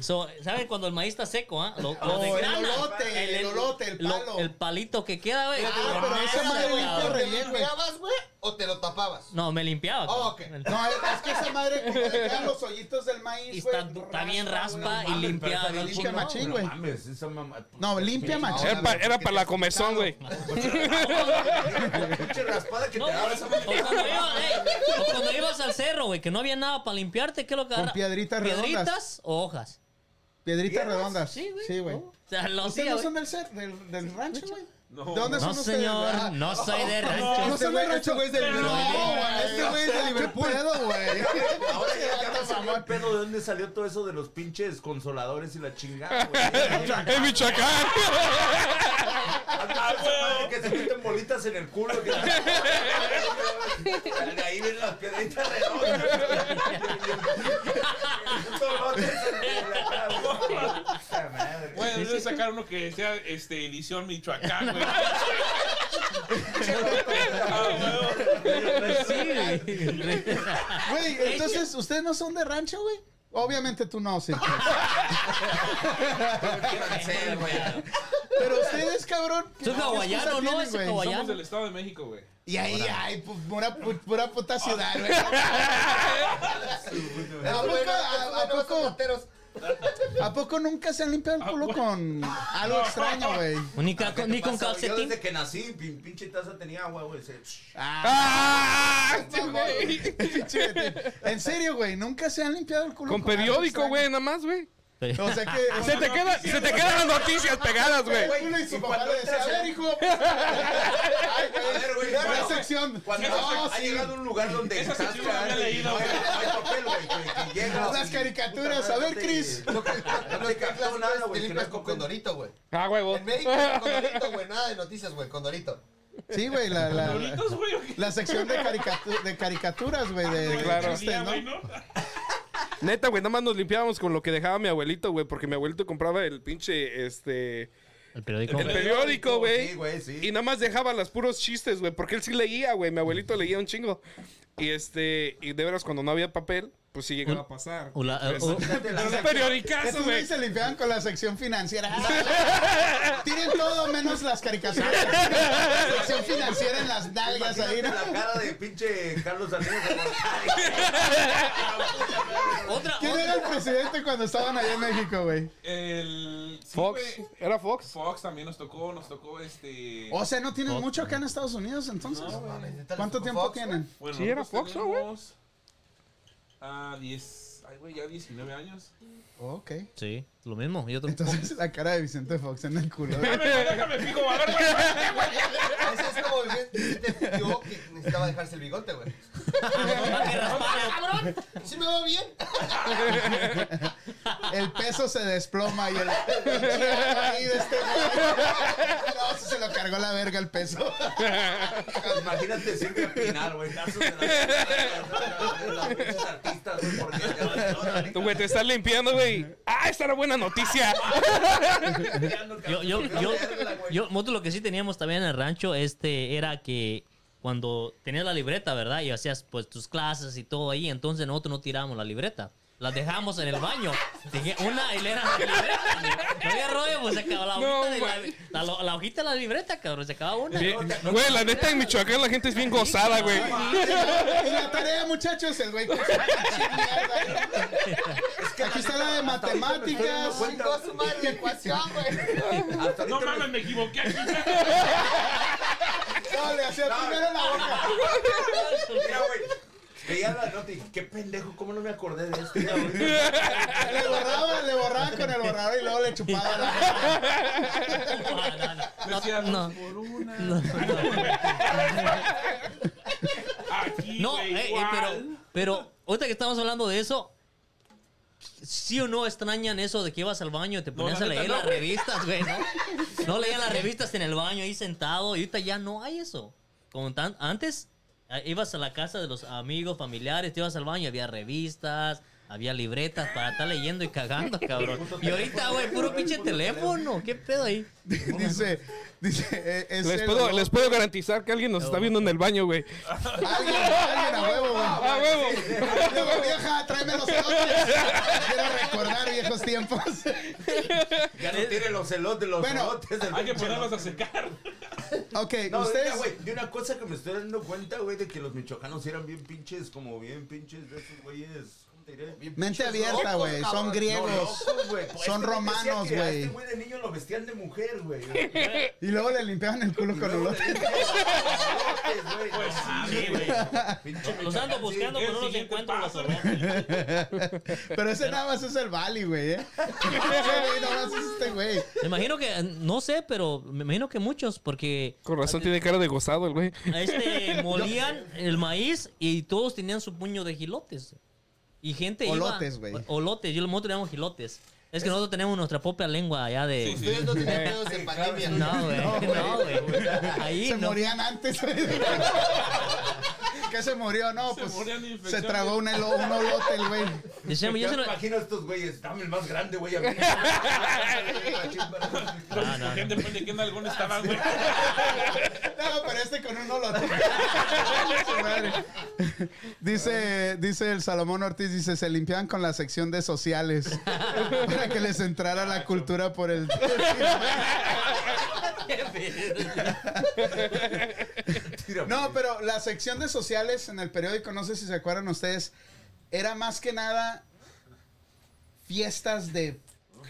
Speaker 3: So, ¿Saben cuando el maíz está seco, ah? Lo, lo
Speaker 1: Oh, el
Speaker 3: desgrana.
Speaker 1: olote, el olote, el
Speaker 3: lo-
Speaker 1: palo.
Speaker 3: el palito que queda, güey.
Speaker 1: Ah, pero esa madre limpia re bien, güey.
Speaker 7: ¿Limpiabas, güey? ¿O te lo tapabas?
Speaker 3: No, me limpiaba.
Speaker 7: Oh,
Speaker 3: cabrón.
Speaker 1: No, es que esa madre, como le quedan los hoyitos del
Speaker 3: Y
Speaker 1: maíz, güey.
Speaker 3: está, está bien raspa
Speaker 1: güey.
Speaker 3: Ah, y limpiaba. bien
Speaker 1: limpia
Speaker 3: chingón.
Speaker 1: machín.
Speaker 5: No
Speaker 1: güey.
Speaker 5: mames, esa mamá.
Speaker 1: No, limpia machín.
Speaker 6: Era, pa- era para la comezón, güey.
Speaker 5: Pinche raspada que
Speaker 3: No,
Speaker 5: te
Speaker 3: güey.
Speaker 5: daba
Speaker 3: o,
Speaker 5: esa
Speaker 3: cuando iba- ey, o cuando ibas al cerro, güey, que no había nada para limpiarte, ¿qué es lo que
Speaker 1: Con
Speaker 3: agarra-
Speaker 1: piedritas redondas.
Speaker 3: ¿Piedritas o hojas?
Speaker 1: Piedritas redondas.
Speaker 3: Sí, güey.
Speaker 1: Sí, güey.
Speaker 3: O sea, lo
Speaker 1: ¿Ustedes
Speaker 3: hacía,
Speaker 1: no
Speaker 3: güey.
Speaker 1: son del ser, del, del rancho, güey?
Speaker 4: No.
Speaker 1: ¿De dónde
Speaker 3: No,
Speaker 1: son ustedes? Ah,
Speaker 3: señor, no soy de rancho.
Speaker 1: [laughs] No,
Speaker 3: No,
Speaker 1: soy del rancho, Este güey, es del
Speaker 4: Pero-
Speaker 1: güey, Este güey es de Liverpool. güey.
Speaker 5: Ahora ya ya me salió el pedo de dónde salió todo eso de los pinches consoladores y la chingada, güey.
Speaker 1: [laughs]
Speaker 6: En Michoacán.
Speaker 5: Ah, güey, Que se meten bolitas en el culo. Que... De ahí ven las piedritas redondas. Puta madre.
Speaker 4: Güey, deben sacar uno que sea este, edición Michoacán, güey.
Speaker 1: Güey, entonces, ¿ustedes no son de rancho, güey? Obviamente tú no, sí. pues. [laughs] Pero ustedes, cabrón.
Speaker 3: Son
Speaker 1: ¿qué
Speaker 3: hawaiano,
Speaker 1: excusa
Speaker 3: ¿no?
Speaker 1: tienen,
Speaker 3: Ese
Speaker 1: güey?
Speaker 3: hawaiano.
Speaker 4: Somos del Estado de México, güey.
Speaker 1: Y ahí, ay, pu- pura, pu- pura puta ciudad, [laughs] güey. Ah, ¿A poco, a,
Speaker 7: Esos güeyes- esos
Speaker 1: a
Speaker 7: güeyes no son
Speaker 1: poco,
Speaker 7: rateros.
Speaker 1: a poco nunca se han limpiado el culo con algo extraño, [laughs] güey?
Speaker 3: Ni, ca-
Speaker 5: Ah, ¿Qué te
Speaker 3: ni con
Speaker 5: pasa, güey? Yo
Speaker 3: calcetín.
Speaker 5: desde que nací, pin- pinche taza tenía agua, güey. se-
Speaker 6: Ah,
Speaker 1: [laughs]
Speaker 6: este güey.
Speaker 1: en serio, güey, nunca se han limpiado el culo
Speaker 6: Con
Speaker 1: algo
Speaker 6: periódico,
Speaker 1: extraño?
Speaker 6: güey, nada más, güey.
Speaker 1: O sea que.
Speaker 6: [laughs] Se te, queda, se te quedan las noticias pegadas, güey.
Speaker 1: Uno y su
Speaker 5: Y
Speaker 1: papá
Speaker 5: cuando
Speaker 1: le decía, a
Speaker 5: entras-
Speaker 1: ver,
Speaker 5: [laughs]
Speaker 1: hijo. Ay,
Speaker 5: A ver, güey,
Speaker 1: Cuidado
Speaker 5: cuando-
Speaker 1: la sección.
Speaker 5: Cuando
Speaker 1: No,
Speaker 5: ha
Speaker 1: sí.
Speaker 5: llegado a un lugar donde
Speaker 4: Esa
Speaker 5: estás
Speaker 4: sección la había
Speaker 5: cagando y
Speaker 4: leído,
Speaker 5: no hay
Speaker 4: güey.
Speaker 5: no hay papel, güey, que- que llega,
Speaker 1: Las
Speaker 5: y-
Speaker 1: caricaturas,
Speaker 5: puta
Speaker 1: a
Speaker 5: madre,
Speaker 1: ver,
Speaker 5: no te-
Speaker 1: Chris.
Speaker 5: No te
Speaker 7: No te
Speaker 5: captó
Speaker 7: captas
Speaker 5: nada,
Speaker 7: nada,
Speaker 5: güey, que no hay
Speaker 7: con
Speaker 5: papel.
Speaker 7: condorito, güey.
Speaker 6: Ah, huevo.
Speaker 7: En México, con condorito, güey. Nada de noticias, güey. Condorito.
Speaker 1: Sí, güey, la, la,
Speaker 4: Doritos, güey. o qué?
Speaker 1: la sección de, caricatu- de caricaturas, güey, de, de
Speaker 6: claro.
Speaker 1: chistes,
Speaker 4: Día,
Speaker 1: Este, ¿no?
Speaker 4: güey, ¿no?
Speaker 6: Neta, güey, nada más nos limpiábamos con lo que dejaba mi abuelito, güey, porque mi abuelito compraba el pinche, este,
Speaker 3: El periódico.
Speaker 6: el periódico, güey.
Speaker 5: Sí, güey, sí.
Speaker 6: Y nada más dejaba los puros chistes, güey, porque él sí leía, güey, mi abuelito leía un chingo. Y este, y de veras, cuando no había papel, pues sí llegaba a pasar.
Speaker 3: O la-
Speaker 4: eh,
Speaker 6: Pues,
Speaker 3: o-
Speaker 4: oh.
Speaker 6: pero un
Speaker 1: Estos
Speaker 6: periodicazo,
Speaker 1: güeyes
Speaker 6: güey.
Speaker 1: se limpiaban con la sección [laughs] financiera. Tienen todo menos las [laughs] caricaturas. La sección financiera en las nalgas ahí. ¿no?
Speaker 5: La cara de pinche Carlos Salinas.
Speaker 1: [laughs]
Speaker 3: Otra,
Speaker 1: ¿Quién era el presidente cuando estaban allá en México, güey?
Speaker 4: El. sí,
Speaker 6: Fox.
Speaker 4: güey.
Speaker 6: ¿Era Fox?
Speaker 4: Fox también nos tocó, nos tocó este.
Speaker 1: O sea, ¿no tienen mucho acá en Estados Unidos entonces? ¿Cuánto tiempo tienen?
Speaker 4: Bueno,
Speaker 6: Sí, era
Speaker 4: nosotros
Speaker 6: Fox, ¿no, güey?
Speaker 4: tenemos, Ah, 10. Ay, güey, ya 19 años.
Speaker 1: Ok.
Speaker 3: Sí, lo mismo. Y otro.
Speaker 1: Entonces la cara de Vicente Fox en el [laughs] culo. güey.
Speaker 4: Déjame fijo, a ver, güey.
Speaker 7: Ese es como Vicente Fox que necesitaba dejarse el bigote, güey.
Speaker 3: Ah, qué
Speaker 5: [laughs]
Speaker 3: raspado.
Speaker 7: ¿Sí me va bien?
Speaker 1: El peso se desploma y el. ahí de este güey. No, se lo cargó la verga el peso.
Speaker 5: Imagínate siempre opinar, güey. Carlos de la- de los pinches artistas, güey, porque ya-
Speaker 6: Tú, güey, te estás limpiando, güey. ¡Ah, esta era buena noticia!
Speaker 3: yo, yo,
Speaker 5: [laughs]
Speaker 3: yo, yo, nosotros lo que sí teníamos también en el rancho, este, era que cuando tenías la libreta, ¿verdad? Y hacías pues tus clases y todo ahí, entonces nosotros no tirábamos la libreta. La dejamos en el baño. Dije, una hilera de libreta. No había rollo, pues se acababa la
Speaker 6: No,
Speaker 3: hojita, de
Speaker 6: man.
Speaker 3: la, la- la hojita de la libreta, cabrón. Se acababa una.
Speaker 6: Sí, Güey, la neta en Michoacán la gente es bien gozada, güey.
Speaker 1: Y la tarea, muchachos, el güey. que- Aquí está la de matemáticas.
Speaker 7: Chingó su madre la ecuación, güey.
Speaker 5: Hasta
Speaker 4: No
Speaker 5: ahorita-
Speaker 4: mames, me equivoqué aquí.
Speaker 1: No, le hacía primero la boca.
Speaker 5: Mira, güey. Veía la nota y dije, qué pendejo, ¿cómo no me acordé de esto? güey?
Speaker 1: Le borraba, le borraba con el borrador y luego le chupaba la
Speaker 4: Decía dos
Speaker 3: no.
Speaker 4: por una.
Speaker 3: No, no.
Speaker 4: Aquí,
Speaker 3: No,
Speaker 4: güey,
Speaker 3: eh, eh,
Speaker 4: igual.
Speaker 3: pero, pero ahorita que estamos hablando de eso, ¿sí o no extrañan eso de que ibas al baño y te ponías
Speaker 4: la
Speaker 3: a
Speaker 4: neta
Speaker 3: leer
Speaker 4: no,
Speaker 3: las
Speaker 4: güey.
Speaker 3: revistas, güey, ¿no?
Speaker 4: [laughs]
Speaker 3: No leían las revistas en el baño ahí sentado y ahorita ya no hay eso. Como tan, antes eh, ibas a la casa de los amigos, familiares, te ibas al baño, había revistas. Había libretas para estar leyendo y cagando, cabrón. Y ahorita, güey, puro pinche teléfono. ¿Qué pedo ahí?
Speaker 1: Dice, dice, eh, es
Speaker 6: Les
Speaker 1: el
Speaker 6: puedo,
Speaker 1: dolor.
Speaker 6: les puedo garantizar que alguien nos está viendo en el baño, güey.
Speaker 4: Ah,
Speaker 1: Alguien, alguien a huevo, güey.
Speaker 6: ¡Ah, huevo!
Speaker 1: Luego, vieja, tráeme los elotes. Quiero recordar viejos tiempos.
Speaker 5: Ya no tiene los elotes, los
Speaker 1: Bueno,
Speaker 5: elotes del
Speaker 4: Hay que
Speaker 5: pinche
Speaker 4: ponerlos a secar.
Speaker 1: Ok,
Speaker 5: No,
Speaker 1: ustedes.
Speaker 5: mira, güey, de una cosa que me estoy dando cuenta, güey, de que los michoacanos eran bien pinches, como bien pinches de esos güeyes, ¿cómo te diré? Bien
Speaker 1: Mente abierta, güey. Son
Speaker 5: no,
Speaker 1: griegos.
Speaker 5: locos, güey. Pues
Speaker 1: Son
Speaker 5: este güey decía
Speaker 1: romanos,
Speaker 5: que a
Speaker 1: güey.
Speaker 5: Este güey de niño lo vestían de mujer, güey.
Speaker 1: Y luego le limpiaban el culo con olor.
Speaker 5: Pues
Speaker 3: Sí, güey. Los ando buscando, pero no los
Speaker 4: siguiente
Speaker 3: encuentro. Los
Speaker 4: paso.
Speaker 3: horrores.
Speaker 1: Pero ese nada más es el Bali, güey, ¿eh? Ese güey nada más es este güey.
Speaker 3: Me imagino que, no sé, pero me imagino que muchos, porque
Speaker 6: Con razón tiene cara de gozado el güey.
Speaker 1: [laughs]
Speaker 3: este, molían el maíz y todos tenían su puño de gilotes. Y gente iba-
Speaker 1: Olotes, güey.
Speaker 3: Olotes, yo nosotros teníamos gilotes. Es que nosotros tenemos nuestra propia lengua allá de...
Speaker 7: Ustedes no tenían pedos en pandemia.
Speaker 1: [laughs]
Speaker 3: No, güey, no, güey. Ahí
Speaker 1: Se
Speaker 3: no.
Speaker 1: morían antes. ¿Qué se murió? No,
Speaker 4: Se
Speaker 1: pues.
Speaker 4: morían de
Speaker 1: Se
Speaker 4: infección.
Speaker 1: tragó un, elo- un olote, el güey.
Speaker 3: Decíamos, yo
Speaker 5: Yo
Speaker 3: se
Speaker 5: me
Speaker 3: lo-
Speaker 5: imagino a estos güeyes, dame el más grande, güey, a mí.
Speaker 3: No, no,
Speaker 4: La gente pone que en algún estaban, güey.
Speaker 1: [laughs] No, pero este con un olote. [laughs] Su madre. Dice, dice el Salomón Ortiz, dice, se limpiaban con la sección de sociales para que les entrara la cultura por el...
Speaker 5: Tírame.
Speaker 1: No, pero la sección de sociales en el periódico, no sé si se acuerdan ustedes, era más que nada fiestas de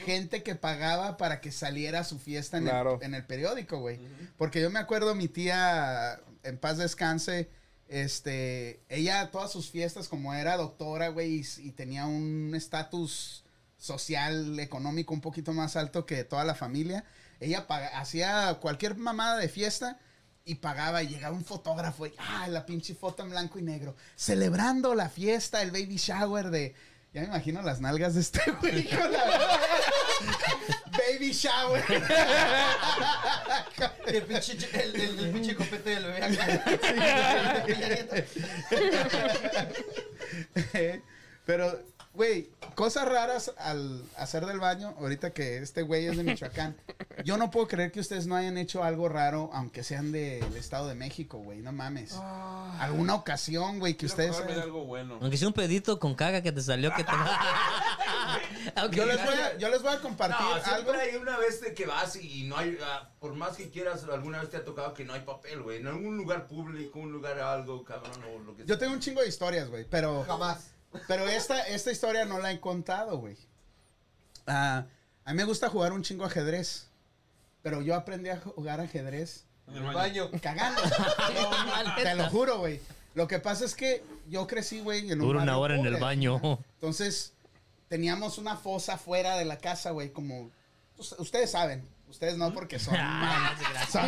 Speaker 1: gente que pagaba para que saliera su fiesta en, el-
Speaker 6: Claro.
Speaker 1: en el, periódico, güey. Porque yo me acuerdo mi tía, en paz descanse, este, ella todas sus fiestas, como era doctora, güey, y, s- y tenía un estatus social, económico un poquito más alto que toda la familia, ella paga- hacía cualquier mamada de fiesta y pagaba y llegaba un fotógrafo y ah, la pinche foto en blanco y negro, celebrando la fiesta, el baby shower de ya me imagino las nalgas de este güey con la- baby
Speaker 5: [laughs]
Speaker 1: shower.
Speaker 7: El pinche, el, el, el pinche copete del bebé acá.
Speaker 1: [laughs] Pero Güey, cosas raras al hacer del baño, ahorita que este güey es de Michoacán. Yo no puedo creer que ustedes no hayan hecho algo raro, aunque sean del Estado de México, güey. No mames.
Speaker 5: Ah.
Speaker 1: Alguna ocasión, güey, que ustedes...
Speaker 4: Acordarme de
Speaker 1: hayan-
Speaker 4: algo bueno.
Speaker 3: Aunque sea un pedito con caga que te salió que te.
Speaker 1: [laughs]
Speaker 3: Aunque-
Speaker 1: Yo les voy a, yo les voy a compartir
Speaker 5: No,
Speaker 1: algo.
Speaker 5: siempre hay una vez de que vas y no hay, ah, por más que quieras, alguna vez te ha tocado que no hay papel, güey. En algún lugar público, un lugar algo, cabrón, o lo que sea.
Speaker 1: Yo tengo un chingo de historias, güey, pero...
Speaker 7: Jamás.
Speaker 1: Pero esta, esta historia no la he contado, güey. Ah, a mí me gusta jugar un chingo ajedrez. Pero yo aprendí a jugar ajedrez
Speaker 4: En el baño.
Speaker 7: Baño.
Speaker 1: cagando. Te lo juro, güey. Lo que pasa es que yo crecí, güey, en un
Speaker 3: Dura una
Speaker 1: barrio
Speaker 3: hora en el
Speaker 1: pobre.
Speaker 3: baño.
Speaker 1: Entonces, teníamos una fosa fuera de la casa, güey, como... pues, Ustedes saben. Ustedes no, porque son...
Speaker 3: Ah,
Speaker 1: son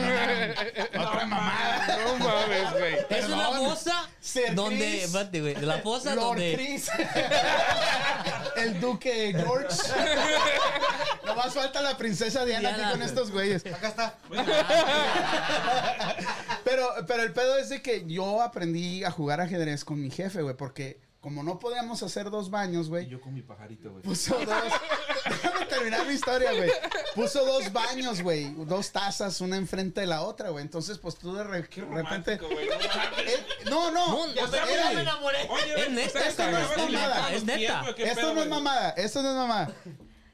Speaker 1: otra mamada.
Speaker 6: No mames, güey.
Speaker 3: [laughs] Es una
Speaker 1: Perdón.
Speaker 3: fosa
Speaker 1: Sir
Speaker 3: donde.
Speaker 1: Chris.
Speaker 3: espérate, güey, La fosa
Speaker 1: Lord
Speaker 3: donde.
Speaker 1: Chris. [laughs] El duque George. Nomás falta la princesa Diana aquí
Speaker 3: Diana.
Speaker 1: con estos güeyes.
Speaker 7: Acá está.
Speaker 1: [laughs] Pero, pero el pedo es de que yo aprendí a jugar ajedrez con mi jefe, güey, porque como no podíamos hacer dos baños,
Speaker 4: Y
Speaker 1: güey,
Speaker 4: yo con mi pajarito, güey.
Speaker 1: puso dos... Déjame terminar mi historia, güey. Puso dos baños, güey. Dos tazas, una enfrente de la otra, güey. Entonces, pues tú de re- repente...
Speaker 4: Romántico, güey, no mames.
Speaker 1: Eh, no, no.
Speaker 3: No,
Speaker 1: ya
Speaker 3: o sea,
Speaker 1: era,
Speaker 3: güey,
Speaker 1: güey.
Speaker 4: Oye,
Speaker 3: Es
Speaker 4: güey,
Speaker 3: neta,
Speaker 4: ustedes
Speaker 1: esto no
Speaker 4: también
Speaker 1: es
Speaker 4: van a
Speaker 1: mamada,
Speaker 3: es
Speaker 4: levantar los pies,
Speaker 3: neta.
Speaker 4: güey, ¿qué
Speaker 1: Esto no
Speaker 4: pedo,
Speaker 1: es
Speaker 4: güey?
Speaker 1: mamada, esto no es mamada.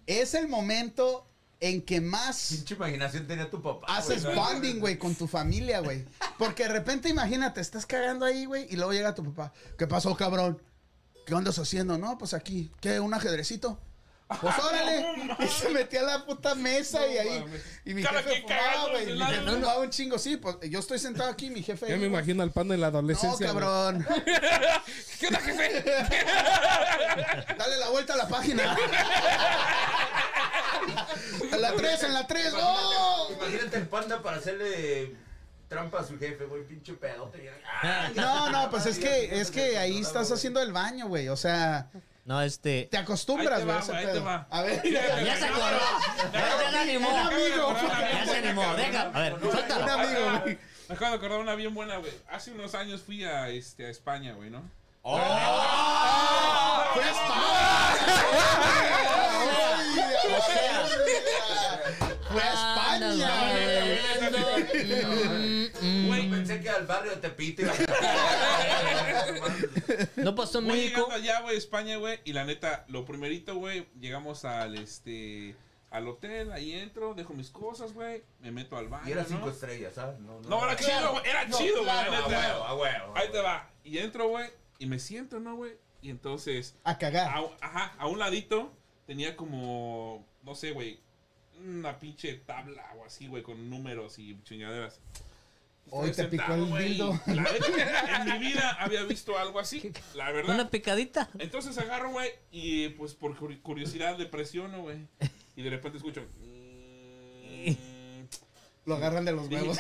Speaker 1: Es el momento en que más
Speaker 5: Pinche imaginación tenía tu papá.
Speaker 1: haces
Speaker 5: güey.
Speaker 1: bonding, güey, con tu familia, güey. Porque de repente, imagínate, estás cagando ahí, güey, y luego llega tu papá. ¿Qué pasó, cabrón? ¿Qué andas haciendo? No, pues aquí. ¿Qué? ¿Un ajedrecito? Pues
Speaker 4: [laughs]
Speaker 1: órale. Y se metía a la puta mesa y ahí. Y mi
Speaker 4: Cada
Speaker 1: jefe
Speaker 4: quien
Speaker 1: fumaba,
Speaker 4: cagando
Speaker 1: güey.
Speaker 4: de
Speaker 1: Mi
Speaker 4: lado.
Speaker 1: jefe fumaba un chingo. Sí, pues yo estoy sentado aquí, mi jefe.
Speaker 6: Ya me
Speaker 1: ahí, güey.
Speaker 6: imagino al panda en la
Speaker 1: No,
Speaker 6: adolescencia. güey.
Speaker 1: cabrón.
Speaker 6: ¿Qué onda, jefe?
Speaker 1: Dale la vuelta a la página. A la 3, en la 3. ¡No!
Speaker 5: Imagínate el panda para hacerle trampa a su jefe, güey, pinche pedote. "Ah,
Speaker 1: No, no, pues es que, es que ahí estás
Speaker 5: [laughs]
Speaker 1: haciendo el baño, güey. O sea,
Speaker 3: No, este.
Speaker 1: te acostumbras,
Speaker 4: Ahí te
Speaker 1: güey.
Speaker 4: va,
Speaker 1: a ese
Speaker 4: güey, ahí te
Speaker 1: pedo.
Speaker 4: va.
Speaker 1: A ver,
Speaker 3: Ya se acordó. Ya se animó.
Speaker 1: amigo.
Speaker 3: Ya se animó. Deja. A ver,
Speaker 1: un
Speaker 3: suéltalo.
Speaker 1: amigo, güey.
Speaker 4: Me acabo de acordar una bien buena, güey. Hace unos años fui a, este, a España, güey, ¿no?
Speaker 1: ¡Fue a España! ¡Ay, o sea, ¡Fue a España, güey!
Speaker 4: Güey,
Speaker 5: Pensé que al barrio te pite.
Speaker 1: [laughs]
Speaker 3: No pasó en
Speaker 4: Voy
Speaker 3: México.
Speaker 4: llegando allá, güey, España, güey. Y la neta, lo primerito, güey, llegamos al, este, al hotel. Ahí entro, dejo mis cosas, güey. Me meto al baño,
Speaker 5: Y era
Speaker 4: ¿no?
Speaker 5: cinco estrellas, ¿sabes?
Speaker 4: No, era chido, güey. Era chido, güey. la
Speaker 5: A
Speaker 4: neta.
Speaker 5: Ah, huevo, a huevo.
Speaker 4: Ahí te va. Y entro, güey, y me siento, ¿no, güey? Y entonces,
Speaker 1: A
Speaker 4: a,
Speaker 1: cagar.
Speaker 4: ajá, a un ladito tenía como, no sé, güey, una pinche tabla o así, güey, con números y chingaderas.
Speaker 1: Hoy te
Speaker 4: Estoy
Speaker 1: picó
Speaker 4: sentado,
Speaker 1: el
Speaker 4: güey,
Speaker 1: dildo.
Speaker 4: y La neta, en mi vida había visto algo así, la verdad.
Speaker 3: Una picadita.
Speaker 4: Entonces agarro, güey, y pues por curi- curiosidad le presiono, güey. Y de repente escucho. mm, [laughs]
Speaker 1: Lo agarran de los huevos.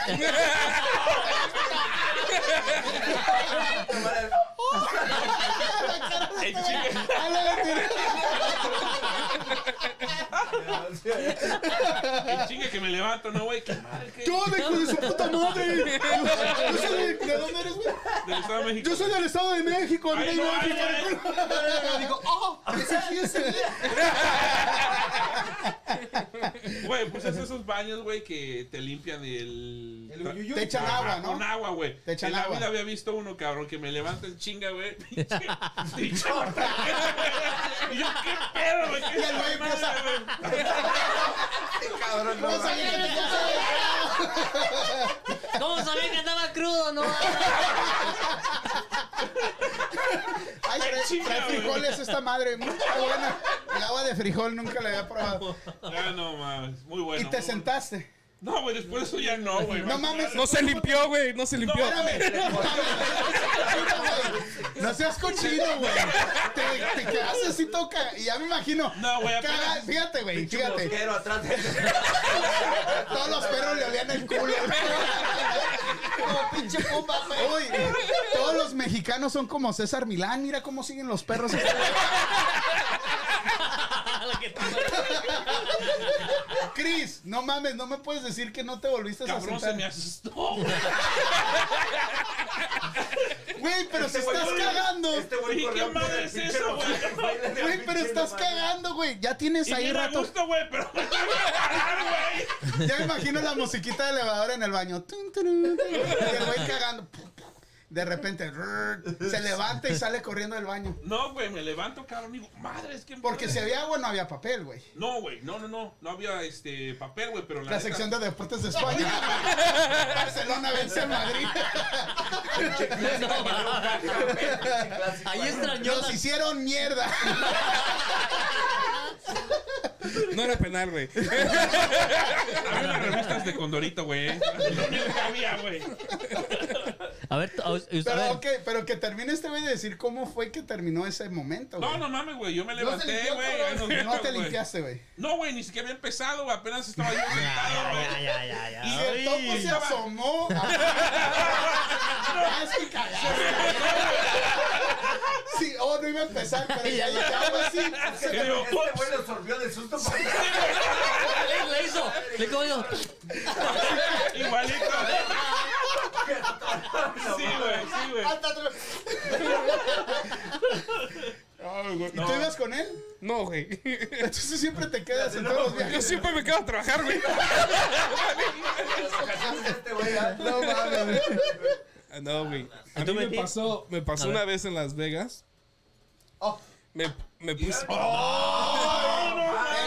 Speaker 5: Ah,
Speaker 4: en chinga-
Speaker 1: ¡Ah, la tiré!
Speaker 4: en chinga que me levanto, ¿no, güey? Qué mal, que.
Speaker 1: ¿Qué onda, hijo de su puta madre? Yo soy de- ¿De dónde eres, güey?
Speaker 4: Del Estado de México.
Speaker 1: Yo soy del Estado de México, el
Speaker 4: Ay,
Speaker 1: Rey
Speaker 4: no,
Speaker 1: Ángel.
Speaker 4: ay, ay.
Speaker 1: Digo, ¡oh! ese sí es el-
Speaker 4: Güey, pues es esos baños, güey, que te limpian el...
Speaker 7: El uyuyuy.
Speaker 1: Te echan
Speaker 4: Ajá,
Speaker 1: agua, ¿no?
Speaker 4: Con agua, güey.
Speaker 1: Te echan
Speaker 4: en la
Speaker 1: agua.
Speaker 4: vida había visto uno, cabrón, que me levanta en
Speaker 1: [laughs]
Speaker 4: chinga, güey. Pinche- pinche- y yo, ¿qué pedo, güey? ¿Qué
Speaker 1: Y el güey
Speaker 4: esta madre,
Speaker 1: empieza-
Speaker 4: güey?
Speaker 5: cabrón, no.
Speaker 1: No sabía que te echaba-
Speaker 3: ¿Cómo sabía que andaba crudo? No.
Speaker 1: Ay, trae-
Speaker 4: chinga,
Speaker 1: trae
Speaker 4: güey.
Speaker 1: frijoles esta madre,
Speaker 4: [laughs]
Speaker 1: muy buena. El agua de frijol nunca la había probado.
Speaker 4: Ah, no, mames. Muy bueno.
Speaker 1: Y
Speaker 4: muy
Speaker 1: te
Speaker 4: bueno.
Speaker 1: sentaste.
Speaker 4: No, güey, después de eso ya no, güey.
Speaker 1: No mames.
Speaker 6: No se limpió, güey. No se limpió.
Speaker 1: Espérame. No seas cochino, güey. Te, te quedaste así toca. Y ya me imagino.
Speaker 4: No, güey,
Speaker 1: Caga-
Speaker 4: apenas-
Speaker 1: Fíjate, güey. Fíjate.
Speaker 5: Pero atrás de este
Speaker 1: Todos los perros le olían el culo. Como pinche pumba, güey. Uy, todos los mexicanos son como César Milán. Mira cómo siguen los perros.
Speaker 3: La que te-
Speaker 1: Cris, no mames, no me puedes decir que no te volviste a
Speaker 4: Cabrón, se
Speaker 1: sentar.
Speaker 4: me asustó.
Speaker 1: Güey, pero
Speaker 4: [laughs]
Speaker 1: si estás cagando.
Speaker 5: Este güey
Speaker 4: Sí,
Speaker 5: corrió
Speaker 4: ¿qué
Speaker 5: por el
Speaker 4: madre es
Speaker 5: pinche
Speaker 4: eso, güey?
Speaker 5: Rafael, baila en el
Speaker 1: Güey, pero
Speaker 5: pinche
Speaker 1: estás
Speaker 5: Rafael.
Speaker 1: cagando, güey. Ya tienes
Speaker 4: Y
Speaker 1: ahí
Speaker 4: bien a
Speaker 1: rato.
Speaker 4: gusto, güey, pero...
Speaker 1: Ya me imagino la musiquita de elevador en el baño. Tun, turun, turun. Y el güey cagando. De repente rrr, se levanta y sale corriendo del baño.
Speaker 4: No, güey, me levanto, cabrón, y digo, madre, es que...
Speaker 1: Porque si había agua, no había papel, güey.
Speaker 4: No, güey, no, no, no, no había este papel, güey, pero la,
Speaker 1: La
Speaker 4: neta-
Speaker 1: sección de deportes de España. Barcelona vence a Madrid.
Speaker 3: Ahí extrañó
Speaker 1: Nos
Speaker 3: las
Speaker 1: hicieron mierda.
Speaker 6: No era penal, güey.
Speaker 4: Había unas revistas de Condorito, [laughs] güey. No había, güey.
Speaker 3: A ver, t- a- a ver.
Speaker 1: Pero, ok, pero que termine este güey de decir cómo fue que terminó ese momento, güey.
Speaker 4: No, no mames, güey, yo me
Speaker 7: se
Speaker 4: levanté,
Speaker 7: limpió,
Speaker 4: güey.
Speaker 7: cabrón.
Speaker 4: ahí nos
Speaker 1: No
Speaker 4: vemos,
Speaker 1: te
Speaker 4: güey.
Speaker 1: limpiaste, güey.
Speaker 4: No, güey, ni siquiera había empezado, güey, apenas estaba yo sentado,
Speaker 3: Ya,
Speaker 4: güey.
Speaker 3: ya, ya, ya.
Speaker 1: Y el topo se
Speaker 7: [laughs]
Speaker 1: asomó. Ah, es que cagaste. Sí, oh, no iba a empezar, pero ya llegaba así.
Speaker 4: Y digo,
Speaker 5: Este güey lo absorbió de susto. para-
Speaker 3: Le- Le hizo. Le como digo,
Speaker 4: "Ups", Igualito. Sí, güey, sí, güey.
Speaker 1: Ay, güey. ¿Y tú
Speaker 4: No.
Speaker 1: ibas con él?
Speaker 6: No, güey.
Speaker 1: Entonces siempre te quedas en todos los
Speaker 6: Yo
Speaker 1: viajes.
Speaker 6: siempre me quedo a trabajar, güey.
Speaker 5: Este güey, ah.
Speaker 1: No
Speaker 6: [laughs]
Speaker 1: mames. güey.
Speaker 6: Ah, No, güey. A
Speaker 3: ¿Y tú,
Speaker 6: mí me
Speaker 3: Betty?
Speaker 6: pasó, me pasó
Speaker 3: A
Speaker 6: una
Speaker 3: ver.
Speaker 6: vez en Las Vegas.
Speaker 7: Oh.
Speaker 6: Me, me puse.
Speaker 1: En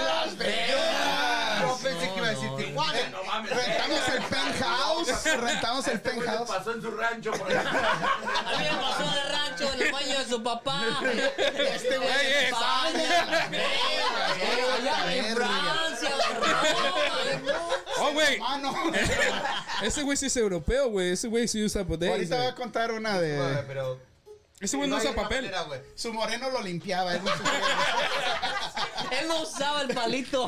Speaker 1: Las Vegas.
Speaker 7: No pensé que iba a decir Tijuana.
Speaker 5: No mames.
Speaker 1: Rentamos el penthouse. Rentamos el
Speaker 5: Este güey le
Speaker 1: penthouse.
Speaker 5: pasó en su rancho. por ahí.
Speaker 1: Eh.
Speaker 5: [laughs]
Speaker 3: a mí me pasó de rancho en el baño de su papá. Este
Speaker 1: güey
Speaker 3: en
Speaker 1: es
Speaker 3: España. Vegas, allá En Francia, en Roma.
Speaker 6: Oh, güey.
Speaker 1: Ah, no.
Speaker 6: Ese güey sí es europeo, güey. Ese güey [laughs] sí usa poderes.
Speaker 1: Ahorita voy
Speaker 6: güey.
Speaker 1: a contar una
Speaker 7: Güey,
Speaker 1: de.
Speaker 7: Pero.
Speaker 6: Ese güey no
Speaker 7: hay
Speaker 6: usa
Speaker 7: otra
Speaker 6: papel.
Speaker 7: manera, güey.
Speaker 1: Su moreno lo limpiaba. él no sufría.
Speaker 3: Él no usaba el palito.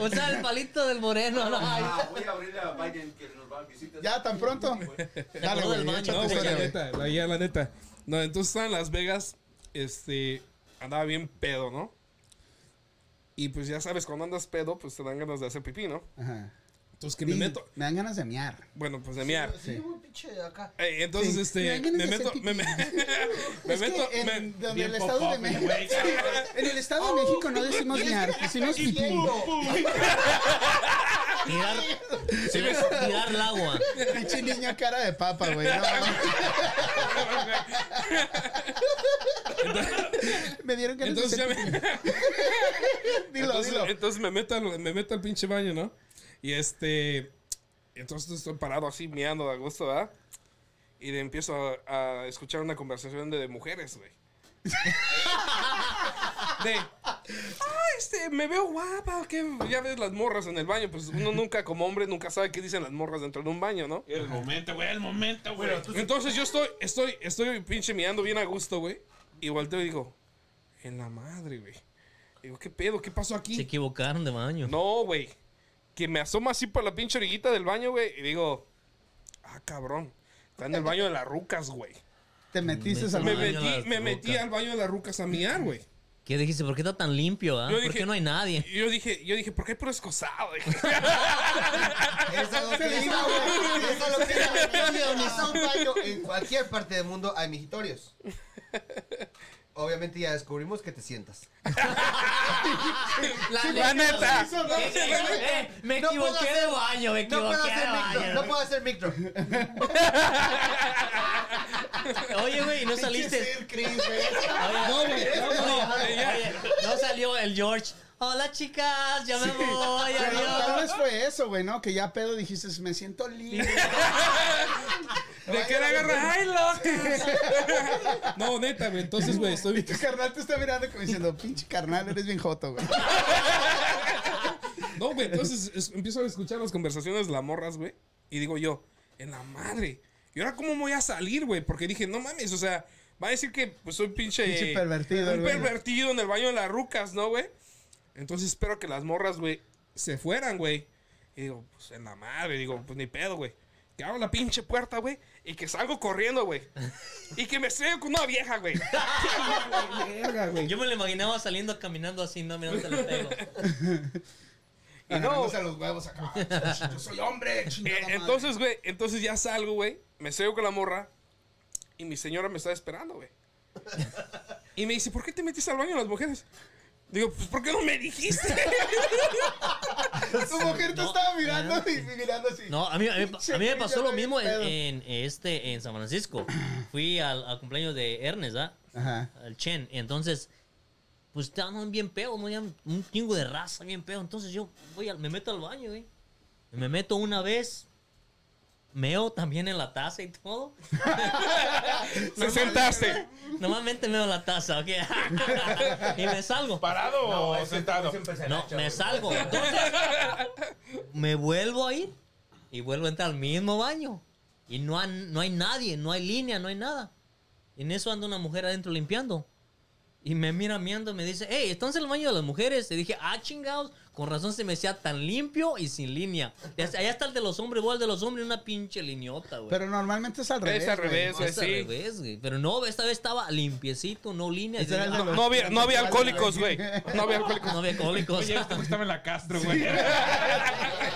Speaker 3: Usaba el palito del moreno. no.
Speaker 5: Ah, Voy a abrirle a Biden que nos va a visitar.
Speaker 1: Ya, tan pronto. Dale,
Speaker 3: acordó
Speaker 1: güey.
Speaker 3: del baño,
Speaker 1: échate
Speaker 6: No,
Speaker 1: tu
Speaker 6: güey,
Speaker 1: historia,
Speaker 6: la
Speaker 1: güey.
Speaker 6: neta, la, ya, la neta. No, entonces estaba en Las Vegas, este, andaba bien pedo, ¿no? Y pues ya sabes, cuando andas pedo, pues te dan ganas de hacer pipí, ¿no?
Speaker 1: Ajá.
Speaker 6: Entonces que me
Speaker 1: Sí,
Speaker 6: meto,
Speaker 1: Me dan ganas de mear.
Speaker 6: bueno, pues de miar.
Speaker 7: Sí, güey, pinche acá.
Speaker 6: Eh, entonces,
Speaker 1: Sí, me
Speaker 6: este,
Speaker 1: dan ganas
Speaker 6: me
Speaker 1: de hacer
Speaker 6: meto,
Speaker 1: pipí.
Speaker 6: me, me- [laughs]
Speaker 1: [laughs]
Speaker 6: me
Speaker 1: Es que
Speaker 6: meto,
Speaker 1: [laughs] en,
Speaker 6: me-
Speaker 1: donde
Speaker 4: bien
Speaker 1: el Estado de
Speaker 4: pop-up,
Speaker 1: México.
Speaker 4: güey.
Speaker 1: En el Estado de México no
Speaker 6: [laughs]
Speaker 1: decimos mear, decimos pipí.
Speaker 3: Tirar, tirar el agua.
Speaker 1: Pinche niño cara de papa, güey. no mames. me dieron ganas
Speaker 6: entonces
Speaker 1: de
Speaker 6: ya
Speaker 1: hacer
Speaker 6: me,
Speaker 1: pipí. Dilo,
Speaker 6: entonces, eh,
Speaker 1: dilo.
Speaker 6: entonces me meto, al, me meto al pinche baño, ¿no? Y este, entonces estoy parado así, mirando de gusto, ¿verdad? Y de- empiezo a, a escuchar una conversación de, de mujeres, güey. [laughs] De, ah, este, me veo guapa, ¿o qué? Ya ves las morras en el baño, pues uno nunca, como hombre, nunca sabe qué dicen las morras dentro de un baño, ¿no?
Speaker 4: Era el momento, güey, el momento, güey.
Speaker 3: Pues,
Speaker 6: Entonces yo estoy, estoy, estoy pinche mirando bien a gusto, güey. Y volteo y digo, en la madre, güey. Digo, ¿qué pedo? ¿Qué pasó aquí?
Speaker 3: Se equivocaron de baño.
Speaker 6: No, güey. Que me asoma así por la pinche orillita del baño, güey. Y digo, ah, cabrón. Está en el baño de las rucas, güey.
Speaker 1: Te metiste al
Speaker 6: Me
Speaker 3: baño de las
Speaker 6: metí, me metí
Speaker 3: rucas.
Speaker 6: al baño de las rucas a miar, güey.
Speaker 3: ¿Qué dijiste? ¿Por qué está tan limpio? ah?
Speaker 6: Yo
Speaker 3: ¿Por
Speaker 6: dije-
Speaker 3: qué no hay [laughs] nadie?
Speaker 6: Y yo dije, yo dije, ¿por qué puro escosado?
Speaker 7: Es a lo que iba, güey. Es a lo que iba. Vas a un baño en cualquier parte del mundo hay mijitorios. Obviamente ya descubrimos que te sientas.
Speaker 3: [laughs] La,
Speaker 6: La neta.
Speaker 3: Eh, eh, eh, me
Speaker 7: No puedo
Speaker 3: equivoqué de
Speaker 7: hacer-
Speaker 3: baño, me
Speaker 7: No puedo
Speaker 3: equivoqué de
Speaker 7: hacer micro,
Speaker 3: baño.
Speaker 7: no puedo hacer micro.
Speaker 3: Oye, güey, no saliste. Oye, oye, oye, no salió el George. Hola, chicas, ya me voy,
Speaker 1: Pero tal vez
Speaker 3: adiós.
Speaker 1: fue eso, güey, ¿no? Que ya pedo dijiste, me siento libre.
Speaker 6: ¿De qué la agarras? ¡Ay, locas! [laughs] No, neta, güey. Entonces, güey,
Speaker 1: [laughs] Y
Speaker 6: estoy...
Speaker 1: tu carnal te está mirando como diciendo, pinche carnal, eres bien joto, güey.
Speaker 6: [laughs] No, güey, entonces es- empiezo a escuchar las conversaciones de las morras, güey. Y digo yo, en la madre. ¿Y ahora cómo voy a salir, güey? Porque dije, no mames, o sea, va a decir que pues, soy pinche.
Speaker 1: Pinche pervertido,
Speaker 6: Un
Speaker 1: güey.
Speaker 6: pervertido en el baño de las rucas, ¿no, güey? Entonces espero que las morras, güey, se fueran, güey. Y digo, pues en la madre, digo, pues ni pedo, güey. Que abro la pinche puerta, güey, y que salgo corriendo, güey. Y que me estrello con una vieja, güey.
Speaker 1: [laughs]
Speaker 3: Yo me lo imaginaba saliendo caminando así, no, mira, no te lo pego.
Speaker 6: Y no,
Speaker 1: Agarrándose a los huevos
Speaker 6: [laughs]
Speaker 1: acá. Yo soy hombre, chingada
Speaker 6: Eh,
Speaker 1: madre.
Speaker 6: entonces, güey, entonces ya salgo, güey. Me salgo con la morra. Y mi señora me está esperando, güey. Y me dice, ¿por qué te metiste al baño de las mujeres? Digo, pues, ¿por qué no me dijiste?
Speaker 1: Tu mujer te
Speaker 3: No,
Speaker 1: estaba mirando
Speaker 3: no.
Speaker 1: y y mirando así.
Speaker 3: No, a mí, a mí- a mí me pasó lo mismo en,
Speaker 1: Pedo.
Speaker 3: en, este, en San
Speaker 1: [clears throat]
Speaker 3: Francisco. Fui al, al cumpleaños de Ernest, ¿ah?
Speaker 1: Ajá.
Speaker 3: al Chen. Entonces, pues estaban bien pedos, ¿no? Ya un chingo de raza bien pedo. Entonces yo voy al- me meto al baño, güey. Me meto una vez. Meo también en la taza y
Speaker 1: [laughs]
Speaker 3: todo.
Speaker 6: Se sentaste.
Speaker 3: Normalmente meo en la taza, ¿ok? [laughs] y me salgo.
Speaker 4: ¿Parado o
Speaker 5: ese-
Speaker 4: sentado?
Speaker 5: ese empezó en
Speaker 3: No,
Speaker 5: hacha,
Speaker 3: me
Speaker 5: güey.
Speaker 3: salgo. Entonces, me vuelvo a ir y vuelvo a entrar al mismo baño. Y no, han- no hay nadie, no hay línea, no hay nada. En eso anda una mujer adentro limpiando. Y me mira mirando y me dice, hey, ¿estás en el baño de las mujeres? Y dije, ah, chingados, con razón se me hacía tan limpio y sin línea. Y hasta- Allá está el de los hombres, voy al de los hombres, una pinche lineota, güey.
Speaker 1: Pero pues, normalmente es al revés.
Speaker 6: Es al
Speaker 1: güey.
Speaker 6: revés,
Speaker 3: No,
Speaker 6: güey,
Speaker 3: es al
Speaker 6: sí.
Speaker 3: revés, güey. Pero no, esta vez estaba limpiecito, no línea.
Speaker 1: Ese era el de los-
Speaker 6: [laughs] No había, no había alcohólicos, güey. No había alcohólicos.
Speaker 3: No había cólicos. [laughs]
Speaker 4: Oye, esto que estaba en la Castro, güey.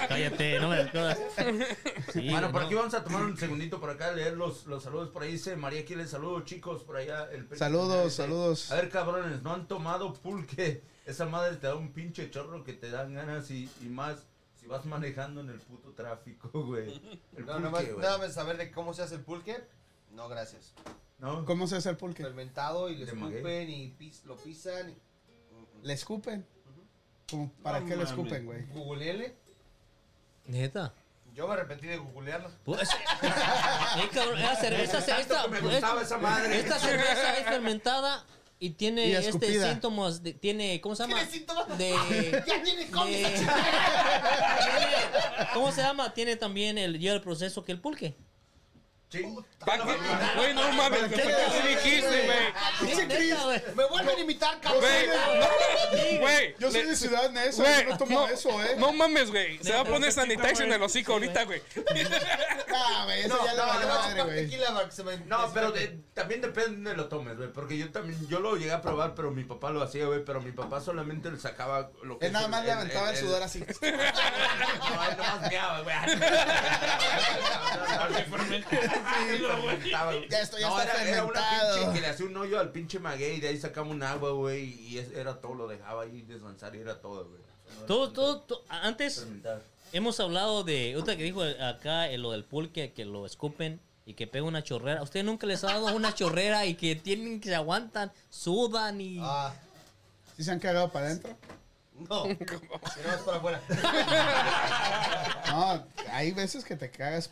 Speaker 3: Cállate, no me descodas. Sí,
Speaker 5: Bueno,
Speaker 3: güey,
Speaker 5: por
Speaker 3: no.
Speaker 5: aquí vamos a tomar un segundito por acá, leer los, los saludos. Por ahí dice María quiere saludos, chicos, por allá. El Pepe
Speaker 1: Saludos,
Speaker 5: dice,
Speaker 1: saludos.
Speaker 5: A ver, cabrones, no han tomado pulque. Esa madre te da un pinche chorro que te dan ganas y, y más si vas manejando en el puto tráfico, güey. El
Speaker 7: No,
Speaker 5: pulque,
Speaker 7: nomás,
Speaker 5: güey.
Speaker 7: nada más saber de cómo se hace el pulque. No, gracias.
Speaker 5: ¿No?
Speaker 1: ¿Cómo se hace el pulque?
Speaker 7: Fermentado y lo
Speaker 5: De maguey.
Speaker 7: escupen y pis- lo pisan. y-
Speaker 1: Le escupen. ¿Cómo? ¿Para
Speaker 4: No
Speaker 1: qué le
Speaker 4: mames.
Speaker 1: escupen, güey?
Speaker 7: Googleele.
Speaker 3: Neta.
Speaker 7: Yo me arrepentí de googlearlo.
Speaker 3: [laughs] Pues, eh, cabrón, esa cerveza, esta,
Speaker 5: Tanto que me gustaba esa madre.
Speaker 3: esta cerveza es fermentada y tiene
Speaker 1: Y
Speaker 3: este
Speaker 1: escupida.
Speaker 3: síntomas de- tiene ¿cómo se llama?
Speaker 7: ¿Tiene síntomas?
Speaker 3: De
Speaker 7: Ya tiene
Speaker 3: [laughs]
Speaker 7: COVID.
Speaker 3: de- ¿Cómo se llama? Tiene también el lleva el proceso que el pulque.
Speaker 5: Ching.
Speaker 6: ¿Para qué? Güey, no mames. ¿Para qué me dijiste, güey?
Speaker 3: Sí, neta, güey.
Speaker 7: Me vuelven a imitar, cabrón.
Speaker 6: Güey,
Speaker 3: Sí, güey.
Speaker 6: Güey.
Speaker 1: Yo soy
Speaker 6: le-
Speaker 1: de Ciudad Neza,
Speaker 6: Güey,
Speaker 1: yo no tomo eso, ¿eh?
Speaker 6: No mames, güey. Se va a
Speaker 3: Neta,
Speaker 6: poner
Speaker 3: no te quita,
Speaker 6: sanitizer en el
Speaker 3: güey.
Speaker 6: hocico ahorita, güey.
Speaker 1: Ah, güey, eso
Speaker 5: No,
Speaker 1: ya le
Speaker 5: no,
Speaker 1: valió
Speaker 5: le voy a
Speaker 1: madre, güey.
Speaker 7: Tequila, que se me-
Speaker 5: No, pero de- también depende de dónde lo tomes, güey. Porque yo también, yo lo llegué a probar, pero mi papá lo hacía, güey. Pero mi papá solamente le sacaba lo que.
Speaker 1: Él
Speaker 5: es
Speaker 1: nada
Speaker 5: el-
Speaker 1: más le aventaba el sudor así.
Speaker 5: [laughs]
Speaker 1: [laughs]
Speaker 5: No, él nomás meaba, güey.
Speaker 4: Porque fermentado, güey.
Speaker 1: Ya esto ya
Speaker 5: No,
Speaker 1: está
Speaker 5: era, era una pinche
Speaker 1: fermentado.
Speaker 5: que le hacía un hoyo al pinche maguey y de ahí sacaba un agua, güey. Y es- era todo, lo dejaba ahí descansar y era todo, güey.
Speaker 3: Todo, todo, to- antes
Speaker 5: Fermentar.
Speaker 3: hemos hablado de otra que dijo acá eh, lo del pulque que lo escupen y que pega una chorrera. ¿A ustedes nunca les ha dado una chorrera y que tienen que se aguantan, sudan y
Speaker 7: Ah,
Speaker 1: ¿Sí se han cagado para adentro?
Speaker 7: [laughs] no. Pero más para afuera.
Speaker 1: No, hay veces que te cagas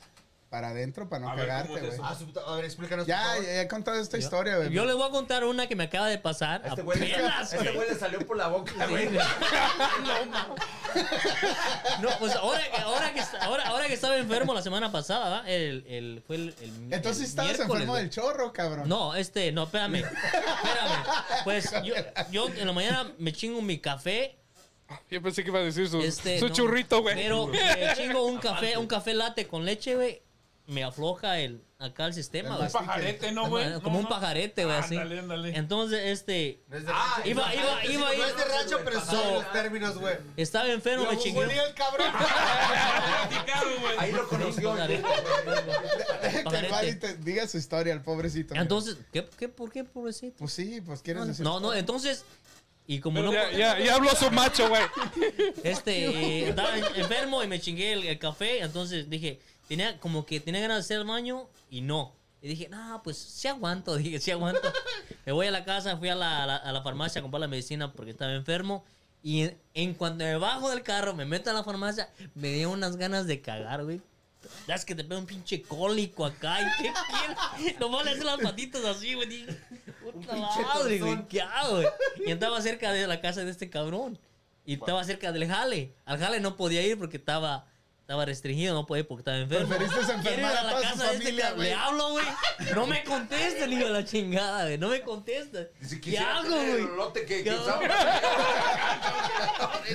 Speaker 1: para adentro para no
Speaker 4: A ver, ¿cómo
Speaker 1: cagarte,
Speaker 4: es
Speaker 1: güey.
Speaker 4: eso?
Speaker 7: Ah, su puta- A ver, explícanos. por
Speaker 1: Ya,
Speaker 7: favor.
Speaker 1: ya he contado esta historia, güey.
Speaker 3: Yo les voy a contar una que me acaba de pasar. Ah,
Speaker 5: Este güey le,
Speaker 3: Apenas,
Speaker 5: este
Speaker 3: güey.
Speaker 5: güey le salió por la boca, güey.
Speaker 3: No, pues ahora, ahora, que, ahora, ahora que estaba enfermo la semana pasada, ¿va? El, el, fue el, el-
Speaker 1: Entonces
Speaker 3: el
Speaker 1: estabas
Speaker 3: miércoles,
Speaker 1: enfermo
Speaker 3: güey.
Speaker 1: del chorro, cabrón.
Speaker 3: No, este, no, espérame. Espérame. Pues yo, yo en la mañana me chingo mi café.
Speaker 6: Yo pensé que iba a decir su,
Speaker 3: Este,
Speaker 6: su
Speaker 3: no,
Speaker 6: churrito, güey.
Speaker 3: Pero me chingo un café, un café latte con leche, güey. Me afloja el, acá el sistema,
Speaker 1: El
Speaker 3: güey.
Speaker 4: Un pajarete, ¿no, güey?
Speaker 3: Como un pajarete, güey, así.
Speaker 4: Ándale, ándale.
Speaker 3: Entonces, este,
Speaker 7: No es de
Speaker 5: Ah,
Speaker 7: rancho.
Speaker 3: iba, iba,
Speaker 7: Sí,
Speaker 3: iba,
Speaker 7: Este No
Speaker 3: iba.
Speaker 7: es de rancho, pero son los términos, güey.
Speaker 3: Estaba enfermo,
Speaker 7: Lo
Speaker 3: me chingué. un-
Speaker 7: googlea el [laughs] cabrón.
Speaker 4: Platicado, güey.
Speaker 5: Ahí lo
Speaker 3: Sí,
Speaker 5: conoció.
Speaker 3: pajarete.
Speaker 1: Deja [laughs] que el
Speaker 3: Pajarete.
Speaker 1: Vali te diga su historia, el pobrecito. güey.
Speaker 3: Entonces, ¿qué, qué, ¿por qué, pobrecito?
Speaker 1: Pues sí, pues quieres
Speaker 3: No,
Speaker 1: decir.
Speaker 3: no, no, entonces, y como no,
Speaker 4: Pues
Speaker 6: Ya,
Speaker 3: po-
Speaker 6: ya, ya habló su macho, güey.
Speaker 3: este, eh, estaba en- enfermo y me chingué el, el café, entonces dije, tenía como que tenía ganas de hacer el baño y no. Y dije, no, pues sí aguanto, [laughs] dije, sí aguanto. me voy a la casa, fui a la, a la- a la farmacia a comprar la medicina porque estaba enfermo. Y en, en cuanto me bajo del carro, me meto a la farmacia, me dio unas ganas de cagar, güey. Es que te pega un pinche cólico acá. ¿Y qué quieres? [laughs] Nomás le hacen las patitas así, güey. Dije, Puta madre, güey. ¿Qué hago, güey? Y estaba cerca de la casa de este cabrón. Y estaba cerca del jale. Al jale no podía ir porque estaba, estaba restringido, no podía ir porque estaba enfermo.
Speaker 1: Preferiste enfermar
Speaker 3: Quiero ir
Speaker 1: a toda su familia,
Speaker 3: cabrón.
Speaker 1: güey.
Speaker 3: Le hablo, güey. No me contesta, el hijo de la chingada, güey. No me contesta. ¿Qué hago, güey?
Speaker 5: lote que, que
Speaker 3: ¿Qué hago? [laughs]
Speaker 5: usaba.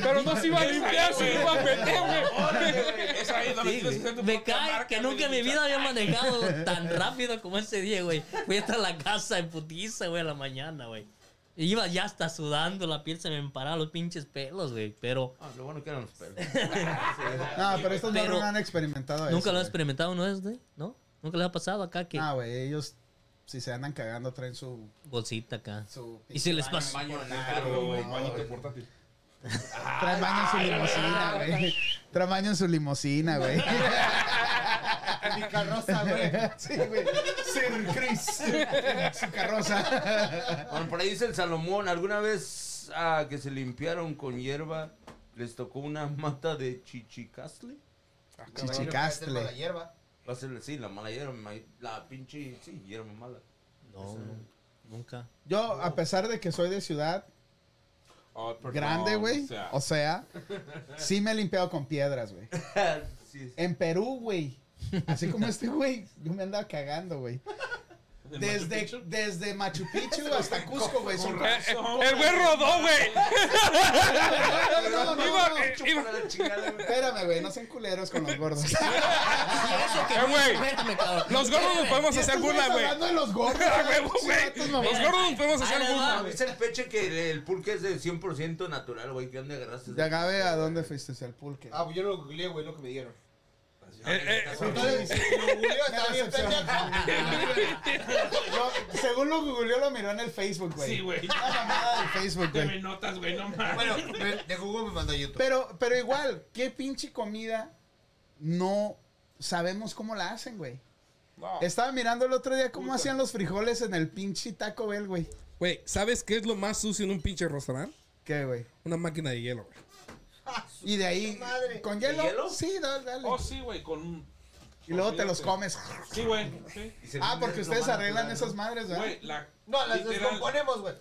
Speaker 6: Pero no se iba a limpiar, se iba a meter, güey.
Speaker 4: Es ahí donde
Speaker 3: Sí,
Speaker 4: tienes que
Speaker 3: güey.
Speaker 4: hacer tu
Speaker 3: me
Speaker 4: propia
Speaker 3: cae
Speaker 4: marca,
Speaker 3: que nunca en mi
Speaker 4: güey.
Speaker 3: vida había manejado
Speaker 4: [laughs]
Speaker 3: tan rápido como ese día, güey. Fui hasta la casa en putiza, güey, a la mañana, güey. Iba ya hasta sudando, la piel se me emparaba los pinches pelos, güey. Pero
Speaker 5: Ah, lo bueno que eran los pelos.
Speaker 3: [laughs]
Speaker 1: No, pero estos
Speaker 3: Pero-
Speaker 1: no han experimentado eso.
Speaker 3: nunca lo han
Speaker 1: güey.
Speaker 3: experimentado, ¿no es, güey? ¿No? Nunca les ha pasado acá que
Speaker 1: Ah, güey, ellos si se andan cagando traen su...
Speaker 3: bolsita acá.
Speaker 1: su
Speaker 3: Y si les pasa.
Speaker 5: Baño en el
Speaker 4: Pero,
Speaker 5: carro, güey.
Speaker 4: bañito portátil.
Speaker 1: Traen baño en su limusina, güey. Traen baño en su limusina,
Speaker 3: [laughs]
Speaker 1: güey.
Speaker 7: mi carroza, güey.
Speaker 1: Sí, güey. Sir Chris. Su carroza.
Speaker 5: Bueno, por ahí dice el Salomón, alguna vez ah, que se limpiaron con hierba, les tocó una mata de chichicastle.
Speaker 7: Chichicastle.
Speaker 1: Chichicastle.
Speaker 7: la hierba.
Speaker 5: Va a ser, sí, la mala hierba, ma- la pinche, sí, hierba mala.
Speaker 3: No, no, nunca.
Speaker 1: Yo, a pesar de que soy de ciudad
Speaker 4: Oh, perdón,
Speaker 1: grande, güey,
Speaker 4: o sea,
Speaker 1: o sea, sí me he limpiado con piedras, güey.
Speaker 5: [laughs] Sí, sí.
Speaker 1: En Perú, güey. Así como este güey, yo me andaba cagando, güey.
Speaker 4: ¿de
Speaker 1: Desde,
Speaker 4: Machu Picchu?
Speaker 1: desde Machu Picchu hasta Cusco, güey. Son...
Speaker 6: Eh, eh, El güey rodó, güey.
Speaker 1: [laughs] No, no, no,
Speaker 6: Iba,
Speaker 1: no.
Speaker 6: eh, iba.
Speaker 5: La chingada, güey.
Speaker 1: Espérame, güey, no sean culeros con los gordos. [laughs]
Speaker 6: Eh, güey.
Speaker 3: Espérame, cabrón.
Speaker 6: Los gordos nos podemos hacer burla, güey.
Speaker 1: hablando de los gordos.
Speaker 6: A huevo, güey.
Speaker 1: Estos mamás.
Speaker 6: Los gordos nos podemos hacer
Speaker 3: Ahí les
Speaker 6: burla.
Speaker 3: va.
Speaker 5: Ah, Dice el peche que el, el pulque es de 100% natural, güey. ¿Qué dónde agarraste?
Speaker 1: Ya Gabe, ¿a dónde fuiste? Al pulque.
Speaker 7: Ah, pues yo lo googleé, güey, lo que me dijeron.
Speaker 6: Eh, eh,
Speaker 7: Entonces, si lo googleo, está bien pendejo.
Speaker 1: [laughs] Yo, según lo googleó, lo miró en el Facebook, güey.
Speaker 4: [laughs] Sí, güey.
Speaker 1: Una mamada del Facebook,
Speaker 4: Te
Speaker 1: güey.
Speaker 4: me notas, güey, no mames.
Speaker 7: Bueno, me- de Google me mandó a YouTube.
Speaker 1: Pero, pero igual, ¿qué pinche comida no sabemos cómo la hacen, güey?
Speaker 6: No.
Speaker 1: Estaba mirando el otro día cómo hacían los frijoles en el pinche Taco Bell, güey.
Speaker 6: Güey, ¿sabes qué es lo más sucio en un pinche restaurante?
Speaker 1: ¿Qué, güey?
Speaker 6: Una máquina de hielo, güey.
Speaker 1: Y de ahí,
Speaker 7: madre.
Speaker 1: ¿con hielo?
Speaker 5: ¿De hielo?
Speaker 1: Sí, dale, dale.
Speaker 4: Oh, sí, güey, con un...
Speaker 1: y luego te
Speaker 4: olvídate.
Speaker 1: los comes.
Speaker 4: Sí, güey, sí.
Speaker 5: Y se
Speaker 1: Ah,
Speaker 5: vende
Speaker 1: porque
Speaker 5: lo
Speaker 1: ustedes
Speaker 5: más
Speaker 1: arreglan
Speaker 5: natural,
Speaker 1: esas madres, ¿verdad?
Speaker 4: Güey, la...
Speaker 7: No, las
Speaker 3: [laughs]
Speaker 4: literal-
Speaker 7: descomponemos, güey.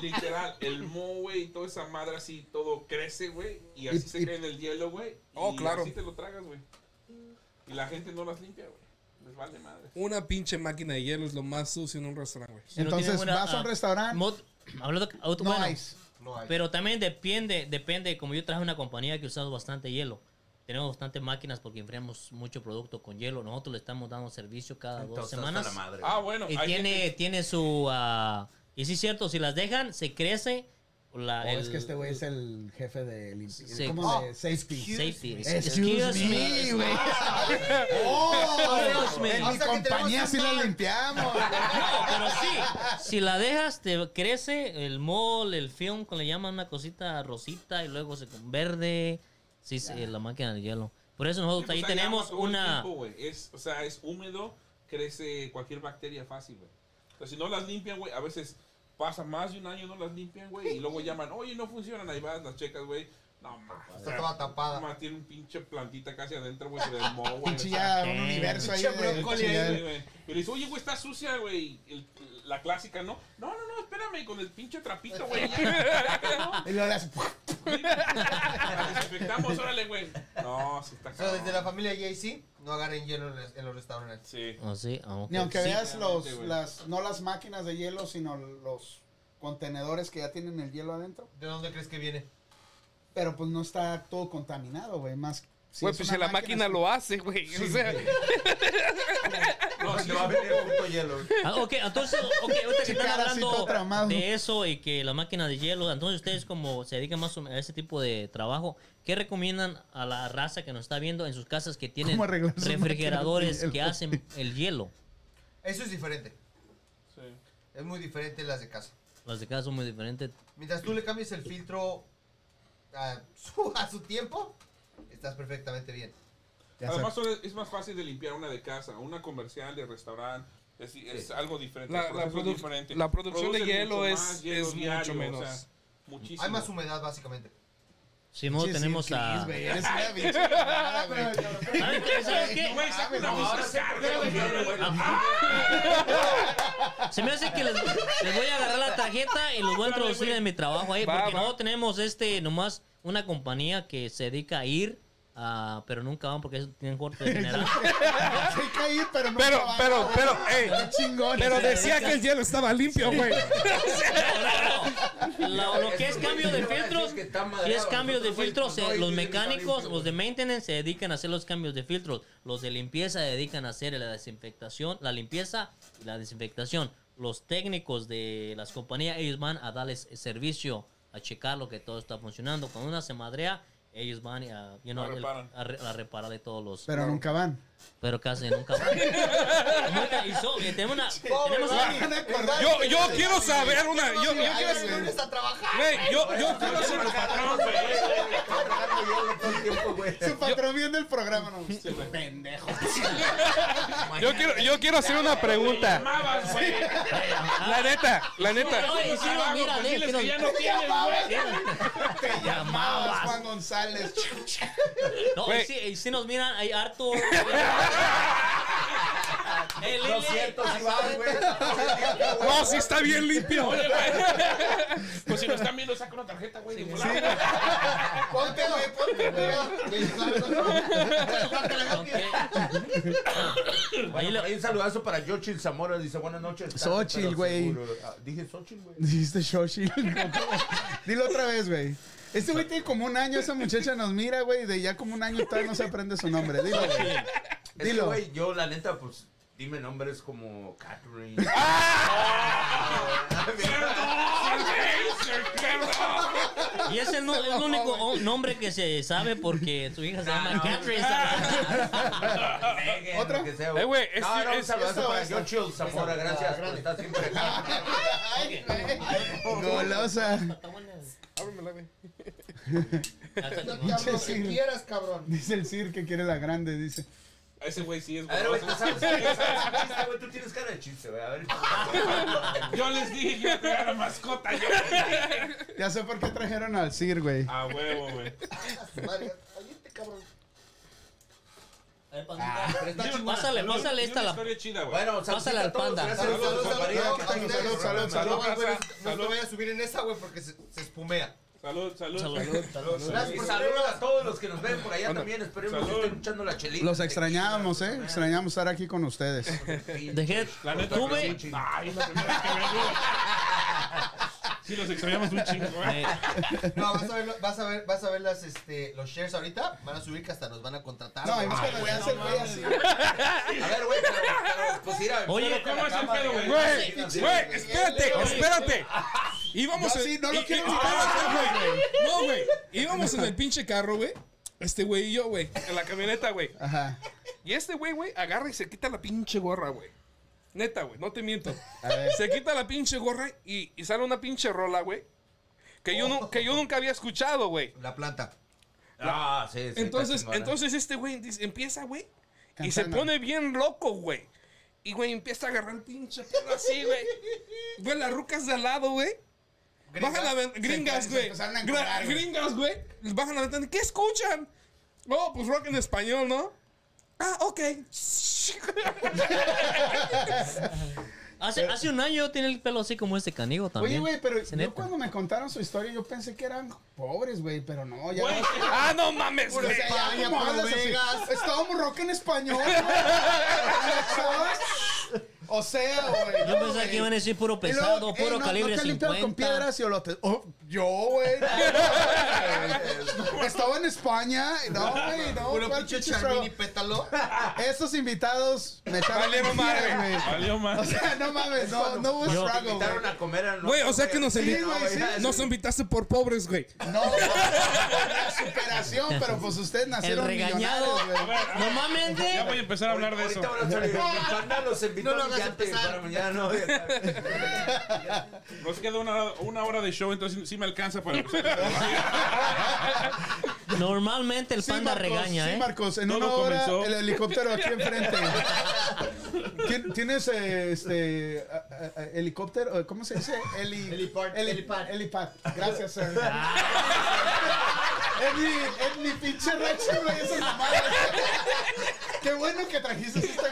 Speaker 4: Literal, el mo, güey, y toda esa madre así, todo crece, güey, y así
Speaker 1: Y-
Speaker 4: se
Speaker 1: y-
Speaker 4: cae en el hielo, güey.
Speaker 6: Oh,
Speaker 4: y
Speaker 6: claro.
Speaker 4: así te lo tragas, güey. Y la gente no las limpia, güey. Les vale madre.
Speaker 6: Una pinche máquina de hielo es lo más sucio en un restaurante, güey.
Speaker 3: Si no tienen
Speaker 1: Entonces,
Speaker 3: buena,
Speaker 1: vas a un
Speaker 3: ah,
Speaker 1: restaurante,
Speaker 3: mod- hablando de- otro-
Speaker 1: no
Speaker 3: bueno,
Speaker 1: hay.
Speaker 7: No hay.
Speaker 3: Pero también depende, depende, como yo traje una compañía que usamos bastante hielo. Tenemos bastantes máquinas porque enfriamos mucho producto con hielo. Nosotros le estamos dando servicio cada
Speaker 5: güey.
Speaker 3: dos
Speaker 5: Entonces, hasta
Speaker 3: semanas.
Speaker 5: la madre,
Speaker 4: Ah,
Speaker 5: güey.
Speaker 4: bueno.
Speaker 3: Y
Speaker 4: hay
Speaker 3: tiene,
Speaker 4: gente-
Speaker 3: tiene su... ah, y sí es cierto, si las dejan, se crece la...
Speaker 1: Oh, es
Speaker 3: el-
Speaker 1: que este güey es el jefe de limpieza.
Speaker 3: Sí.
Speaker 1: ¿Cómo
Speaker 3: Oh,
Speaker 1: de safety?
Speaker 3: Safety.
Speaker 1: Excuse me, güey.
Speaker 3: Excuse
Speaker 1: ¡Oh!
Speaker 3: me.
Speaker 1: En
Speaker 7: O
Speaker 1: mi
Speaker 7: sea que
Speaker 1: compañía
Speaker 7: tenemos
Speaker 1: sí
Speaker 7: un
Speaker 1: la
Speaker 7: man.
Speaker 1: limpiamos.
Speaker 3: No, pero sí. Si la dejas, te crece el mol, el film, que le llaman una cosita rosita y luego se con verde. Sí, sí, la máquina de hielo. Por eso nosotros
Speaker 4: pues,
Speaker 3: ahí
Speaker 4: hay
Speaker 3: tenemos
Speaker 4: agua todo el
Speaker 3: una...
Speaker 4: tiempo, güey. es, o sea, es húmedo, crece cualquier bacteria fácil, güey. Entonces, si no las limpian, güey, a veces pasa más de un año no las limpian, güey, y luego llaman, oye, no funcionan, ahí vas, las checas, güey. No, más.
Speaker 7: Esta estaba tapada.
Speaker 4: tiene un pinche plantita casi adentro, güey, del mo, güey.
Speaker 1: Pinche ya un
Speaker 3: Eh,
Speaker 1: universo ahí.
Speaker 7: pinche
Speaker 1: de-
Speaker 7: brócoli
Speaker 1: chingar.
Speaker 7: ahí,
Speaker 4: Sí, güey. Y le dice, oye, güey, está sucia, güey. El- La clásica, ¿no? No, no, no, espérame, con el pinche trapito, güey. ya.
Speaker 1: Y luego le hace-
Speaker 4: La desinfectamos, órale, güey. No, se está
Speaker 7: O sea, desde la
Speaker 4: cabrón.
Speaker 7: familia JC, no agarren hielo en los- en los restaurantes.
Speaker 4: Sí.
Speaker 3: Ah, sí, ah, ok.
Speaker 1: Ni aunque
Speaker 3: Sí.
Speaker 1: veas los,
Speaker 4: güey.
Speaker 1: las, no las máquinas de hielo, sino los contenedores que ya tienen el hielo adentro.
Speaker 7: ¿De dónde crees que viene?
Speaker 1: Pero pues no está todo contaminado, güey. Más.
Speaker 6: Güey, pues si la máquina lo hace, güey. o sea,
Speaker 4: No, sí,
Speaker 5: Te va a venir el puto hielo, güey.
Speaker 1: [laughs]
Speaker 3: Ah, ok, entonces, ok, ahorita que están
Speaker 1: Chicara, sí, todo
Speaker 3: hablando
Speaker 1: tramado.
Speaker 3: de eso y que la máquina de hielo, entonces ustedes como se dedican más o menos a ese tipo de trabajo, ¿qué recomiendan a la raza que nos está viendo en sus casas que tienen
Speaker 1: ¿Cómo arreglar sus
Speaker 3: refrigeradores
Speaker 1: máquinas de
Speaker 3: que
Speaker 1: hielo?
Speaker 3: hacen el hielo?
Speaker 7: Eso es diferente.
Speaker 4: sí.
Speaker 7: Es muy diferente las de casa.
Speaker 3: Las de casa son muy diferentes.
Speaker 7: Mientras tú le cambies el filtro a su, a su tiempo, estás perfectamente bien.
Speaker 4: Además, son- es más fácil de limpiar una de casa, una comercial, de restaurante. Es, es algo diferente.
Speaker 6: La-
Speaker 4: el
Speaker 6: la
Speaker 4: proceso es
Speaker 6: produ-
Speaker 4: diferente.
Speaker 6: la producción de
Speaker 4: Producen
Speaker 6: hielo
Speaker 4: mucho
Speaker 6: es-
Speaker 4: más
Speaker 6: es mucho
Speaker 4: diario,
Speaker 6: menos.
Speaker 4: o sea, muchísimo.
Speaker 7: Hay más humedad, básicamente.
Speaker 3: Simón, tenemos a... ¿Saben qué? ¿Saben qué?
Speaker 4: No, güey, saca una
Speaker 5: Ahora
Speaker 4: voz
Speaker 5: sé por qué
Speaker 4: carga,
Speaker 5: lo
Speaker 4: güey. Ah,
Speaker 5: hicieron, güey.
Speaker 3: Se me hace que les, les voy a agarrar la tarjeta y los voy a introducir en mi trabajo ahí.
Speaker 6: Va,
Speaker 3: Porque
Speaker 6: va.
Speaker 3: no tenemos este, nomás una compañía que se dedica a ir, ah, pero nunca van porque tienen corte de general.
Speaker 1: Hay que ir, pero no
Speaker 6: pero,
Speaker 1: trabaja.
Speaker 6: pero, pero, ey.
Speaker 1: Qué chingón.
Speaker 6: Pero decía que el hielo estaba limpio, güey.
Speaker 3: No, no, no. Lo, lo que es cambio de filtros, si es cambio de filtros, eh, los mecánicos, los de maintenance se dedican a hacer los cambios de filtros. Los de limpieza se dedican a hacer la desinfectación, la limpieza y la desinfectación. los técnicos de las compañías, ellos van a darles servicio, a checar lo que todo está funcionando. Cuando una se madrea, ellos van a, you know,
Speaker 4: La
Speaker 3: el-
Speaker 4: reparan.
Speaker 3: a re- a reparar de todos los...
Speaker 1: Pero nunca van.
Speaker 3: Pero casi nunca van. Ahorita, y so- y tenemos una... tenemos una-
Speaker 6: Yo, yo quiero saber una. Yo, yo quiero
Speaker 7: Ay,
Speaker 6: saber.
Speaker 7: ¿Dónde está trabajando?
Speaker 6: Güey, yo, yo quiero ser el patrón, güey.
Speaker 1: Su patrón viendo el programa, no. Usted, pendejo.
Speaker 6: Yo quiero, yo quiero hacer una pregunta.
Speaker 4: Llamabas, güey.
Speaker 6: La neta, la neta.
Speaker 3: Oye, sí,
Speaker 4: Trabajo,
Speaker 3: mira,
Speaker 4: pues,
Speaker 3: ve,
Speaker 4: diles que
Speaker 3: pero-
Speaker 4: ya no tienes, güey.
Speaker 1: Te llamabas Juan González.
Speaker 3: No,
Speaker 6: Güey.
Speaker 3: y sí, y sí nos miran, hay
Speaker 4: [laughs]
Speaker 3: harto. Eh, Lili, [laughs]
Speaker 6: No, sí está bien limpio.
Speaker 4: Pues si lo están viendo, saca una tarjeta, güey. de volada.
Speaker 7: Ponte, güey, ponte,
Speaker 3: aunque-
Speaker 7: güey.
Speaker 3: Ahí
Speaker 5: Bueno,
Speaker 3: lo-
Speaker 5: por ahí un saludazo para Xochitl Zamora. Dice, buenas noches. tarde,
Speaker 1: Xochitl,
Speaker 5: pero
Speaker 1: güey.
Speaker 5: seguro". Ah, Dije Xochitl, güey.
Speaker 1: Dijiste Shoshi. Dilo otra vez, güey. Este güey tiene como un año, esa muchacha nos mira, güey, de ya como un año todavía no se aprende su nombre. Dilo, güey.
Speaker 5: Es que,
Speaker 1: Dilo.
Speaker 5: güey, yo, la neta, pues, dime nombres como Catherine.
Speaker 3: ¡Ah!
Speaker 5: [laughs]
Speaker 3: y ese no es el único o- nombre que se sabe porque su hija se
Speaker 1: Ah,
Speaker 3: llama Catherine.
Speaker 5: Megan,
Speaker 1: ¿Otra?
Speaker 5: lo que sea,
Speaker 6: Eh, güey, es-
Speaker 5: no, no, un
Speaker 6: es-
Speaker 5: saludazo
Speaker 1: esa-
Speaker 5: para
Speaker 1: esa.
Speaker 5: Xochitl Zamora. Gracias por estar
Speaker 1: [laughs]
Speaker 5: siempre acá.
Speaker 1: Golosa.
Speaker 7: Lo que quieras, cabrón.
Speaker 1: Dice el Sir que quiere la grande, dice.
Speaker 4: A Ese güey sí es
Speaker 5: A ver, güey, ¿tú
Speaker 4: güey.
Speaker 5: sabes tú sabes un chiste, güey? Tú tienes cara de chiste, güey. A ver.
Speaker 4: Yo les dije que iba a crear la mascota. Yo les dije.
Speaker 1: Ya sé por qué trajeron al Sir, güey.
Speaker 4: A huevo, güey.
Speaker 7: Ah, Madre, oíste, cabrón.
Speaker 1: Ah,
Speaker 3: Pásale, pásale esta
Speaker 4: Tiene una
Speaker 3: la.
Speaker 4: historia chida, güey.
Speaker 5: Bueno, saludos
Speaker 3: Pásale
Speaker 5: a
Speaker 3: al
Speaker 5: todos,
Speaker 3: panda.
Speaker 5: gracias a
Speaker 7: Salud,
Speaker 5: todos,
Speaker 7: salud, salud,
Speaker 5: compañía,
Speaker 7: salud,
Speaker 5: que están en el
Speaker 1: salud,
Speaker 5: programa.
Speaker 1: salud, salud.
Speaker 7: No, güey, no- No
Speaker 4: Salud.
Speaker 7: te vayas a subir en esa, güey, porque se, se espumea.
Speaker 4: Salud, salud.
Speaker 3: Salud.
Speaker 5: Gracias por saludos a todos los que nos ven por allá también. Esperemos que
Speaker 4: Salud.
Speaker 5: estén echando la chelita.
Speaker 1: Los extrañábamos, ¿eh? Extrañamos estar aquí con ustedes.
Speaker 3: Dejé.
Speaker 4: La neta,
Speaker 3: Tuve.
Speaker 4: que sí. Ay, es la primera que vengo. Sí, los extrañamos un chingo. güey.
Speaker 3: eh,
Speaker 7: No, vas a ver, vas a ver, vas a ver las, este, los shares ahorita. Van a subir que hasta nos van a contratar.
Speaker 1: No,
Speaker 7: güey.
Speaker 1: y más cuando le hace el güey así.
Speaker 5: A ver, güey, pero, pero, pues mira,
Speaker 3: Oye,
Speaker 5: enfócate
Speaker 4: ¿cómo
Speaker 5: la
Speaker 4: es el
Speaker 5: cámara,
Speaker 4: pedo, güey?
Speaker 6: Güey, güey, espérate, espérate. Íbamos
Speaker 1: No,
Speaker 6: en-
Speaker 1: sí, no lo
Speaker 6: y-
Speaker 1: quiero
Speaker 6: y-
Speaker 1: quitar,
Speaker 6: ah, güey. No, güey. Íbamos en el pinche carro, güey. Este güey y yo, güey. En la camioneta, güey.
Speaker 1: Ajá.
Speaker 6: Y este güey, güey, agarra y se quita la pinche gorra, güey. Neta, güey, no te miento.
Speaker 1: A ver.
Speaker 6: Se quita la pinche gorra y, y sale una pinche rola, güey. Que, yo nu- que yo nunca había escuchado, güey.
Speaker 7: La planta.
Speaker 5: Ah, sí, sí. está
Speaker 6: Entonces,
Speaker 5: chingona.
Speaker 6: entonces este güey dice- empieza, güey. Y se
Speaker 1: Cantando.
Speaker 6: pone bien loco, güey. Y, güey, empieza a agarrar el pinche pedo así, güey. Güey, las rucas de al lado, güey. Bajan la ventana. Gringas,
Speaker 1: se
Speaker 6: güey.
Speaker 1: empezaron a
Speaker 6: Gra-
Speaker 1: encuerar, güey.
Speaker 6: Gringas, güey. Bajan la ventana. ¿Qué escuchan? No, pues rock en español, ¿no? Ah, ok. [laughs]
Speaker 3: Hace, hace un año tiene el pelo así como este canigo
Speaker 1: Oye,
Speaker 3: también.
Speaker 1: güey, pero
Speaker 3: Es
Speaker 1: yo
Speaker 3: neta.
Speaker 1: cuando me contaron su historia, yo pensé que eran pobres, güey, pero no, ya.
Speaker 4: Güey,
Speaker 6: ah, no mames,
Speaker 1: O
Speaker 6: güey.
Speaker 1: sea, ya
Speaker 7: España,
Speaker 1: como
Speaker 7: puro
Speaker 1: hablas así,
Speaker 7: Vegas.
Speaker 1: Estábamos rock en español, güey. Alexa. O sea, güey.
Speaker 3: Yo
Speaker 1: no,
Speaker 3: pensaba que
Speaker 1: güey.
Speaker 3: iban a decir puro
Speaker 1: Y luego,
Speaker 3: pesado,
Speaker 1: eh,
Speaker 3: puro
Speaker 1: no,
Speaker 3: calibre
Speaker 1: no te limpias
Speaker 3: 50.
Speaker 1: con piedras y olotes. Oh, yo, güey. no, güey. Estaba en España. No, güey, no.
Speaker 7: Puro
Speaker 1: ¿cuál
Speaker 7: pinche
Speaker 1: pinche
Speaker 7: charmín y
Speaker 1: show?
Speaker 7: pétalo.
Speaker 1: Estos invitados me echaron
Speaker 6: Valieron
Speaker 1: mentiras,
Speaker 6: madre.
Speaker 1: güey.
Speaker 4: valió
Speaker 1: O
Speaker 4: más.
Speaker 1: sea, no mames, no, no hubo
Speaker 3: Yo-
Speaker 1: struggle, güey.
Speaker 5: invitaron a comer a
Speaker 6: Güey, o sea que nos,
Speaker 1: Sí,
Speaker 6: invi-
Speaker 1: güey,
Speaker 5: Ah,
Speaker 1: sí.
Speaker 6: nos invitaste por pobres, güey.
Speaker 1: No, güey, la superación, pero pues ustedes
Speaker 3: El
Speaker 1: nacieron
Speaker 3: regañado.
Speaker 1: millonarios, güey.
Speaker 3: No mames, güey.
Speaker 4: Ya voy a empezar a hablar de eso.
Speaker 5: Ahorita van a salir. Mi carnal los invitó
Speaker 7: No lo
Speaker 5: a un
Speaker 7: hagas
Speaker 5: yate
Speaker 7: empezar.
Speaker 5: para mañana. No,
Speaker 4: Nos queda una, una hora de show, entonces sí me alcanza para empezar.
Speaker 3: Normalmente el
Speaker 1: Sí,
Speaker 3: panda
Speaker 1: Marcos,
Speaker 3: regaña,
Speaker 1: sí,
Speaker 3: ¿eh?
Speaker 1: Marcos, en
Speaker 4: Todo
Speaker 1: una hora
Speaker 4: comenzó.
Speaker 1: el helicóptero aquí enfrente. Tien- ¿Tienes eh, este a- a- a- helicóptero? Eh, ¿Cómo se dice? Heli-
Speaker 7: Heliport,
Speaker 1: heli-
Speaker 7: helipad.
Speaker 1: Helipad. Gracias, sir.
Speaker 3: Ah.
Speaker 1: Es mi, es mi pinche rancho, güey, esas mamadas. Qué bueno que trajiste este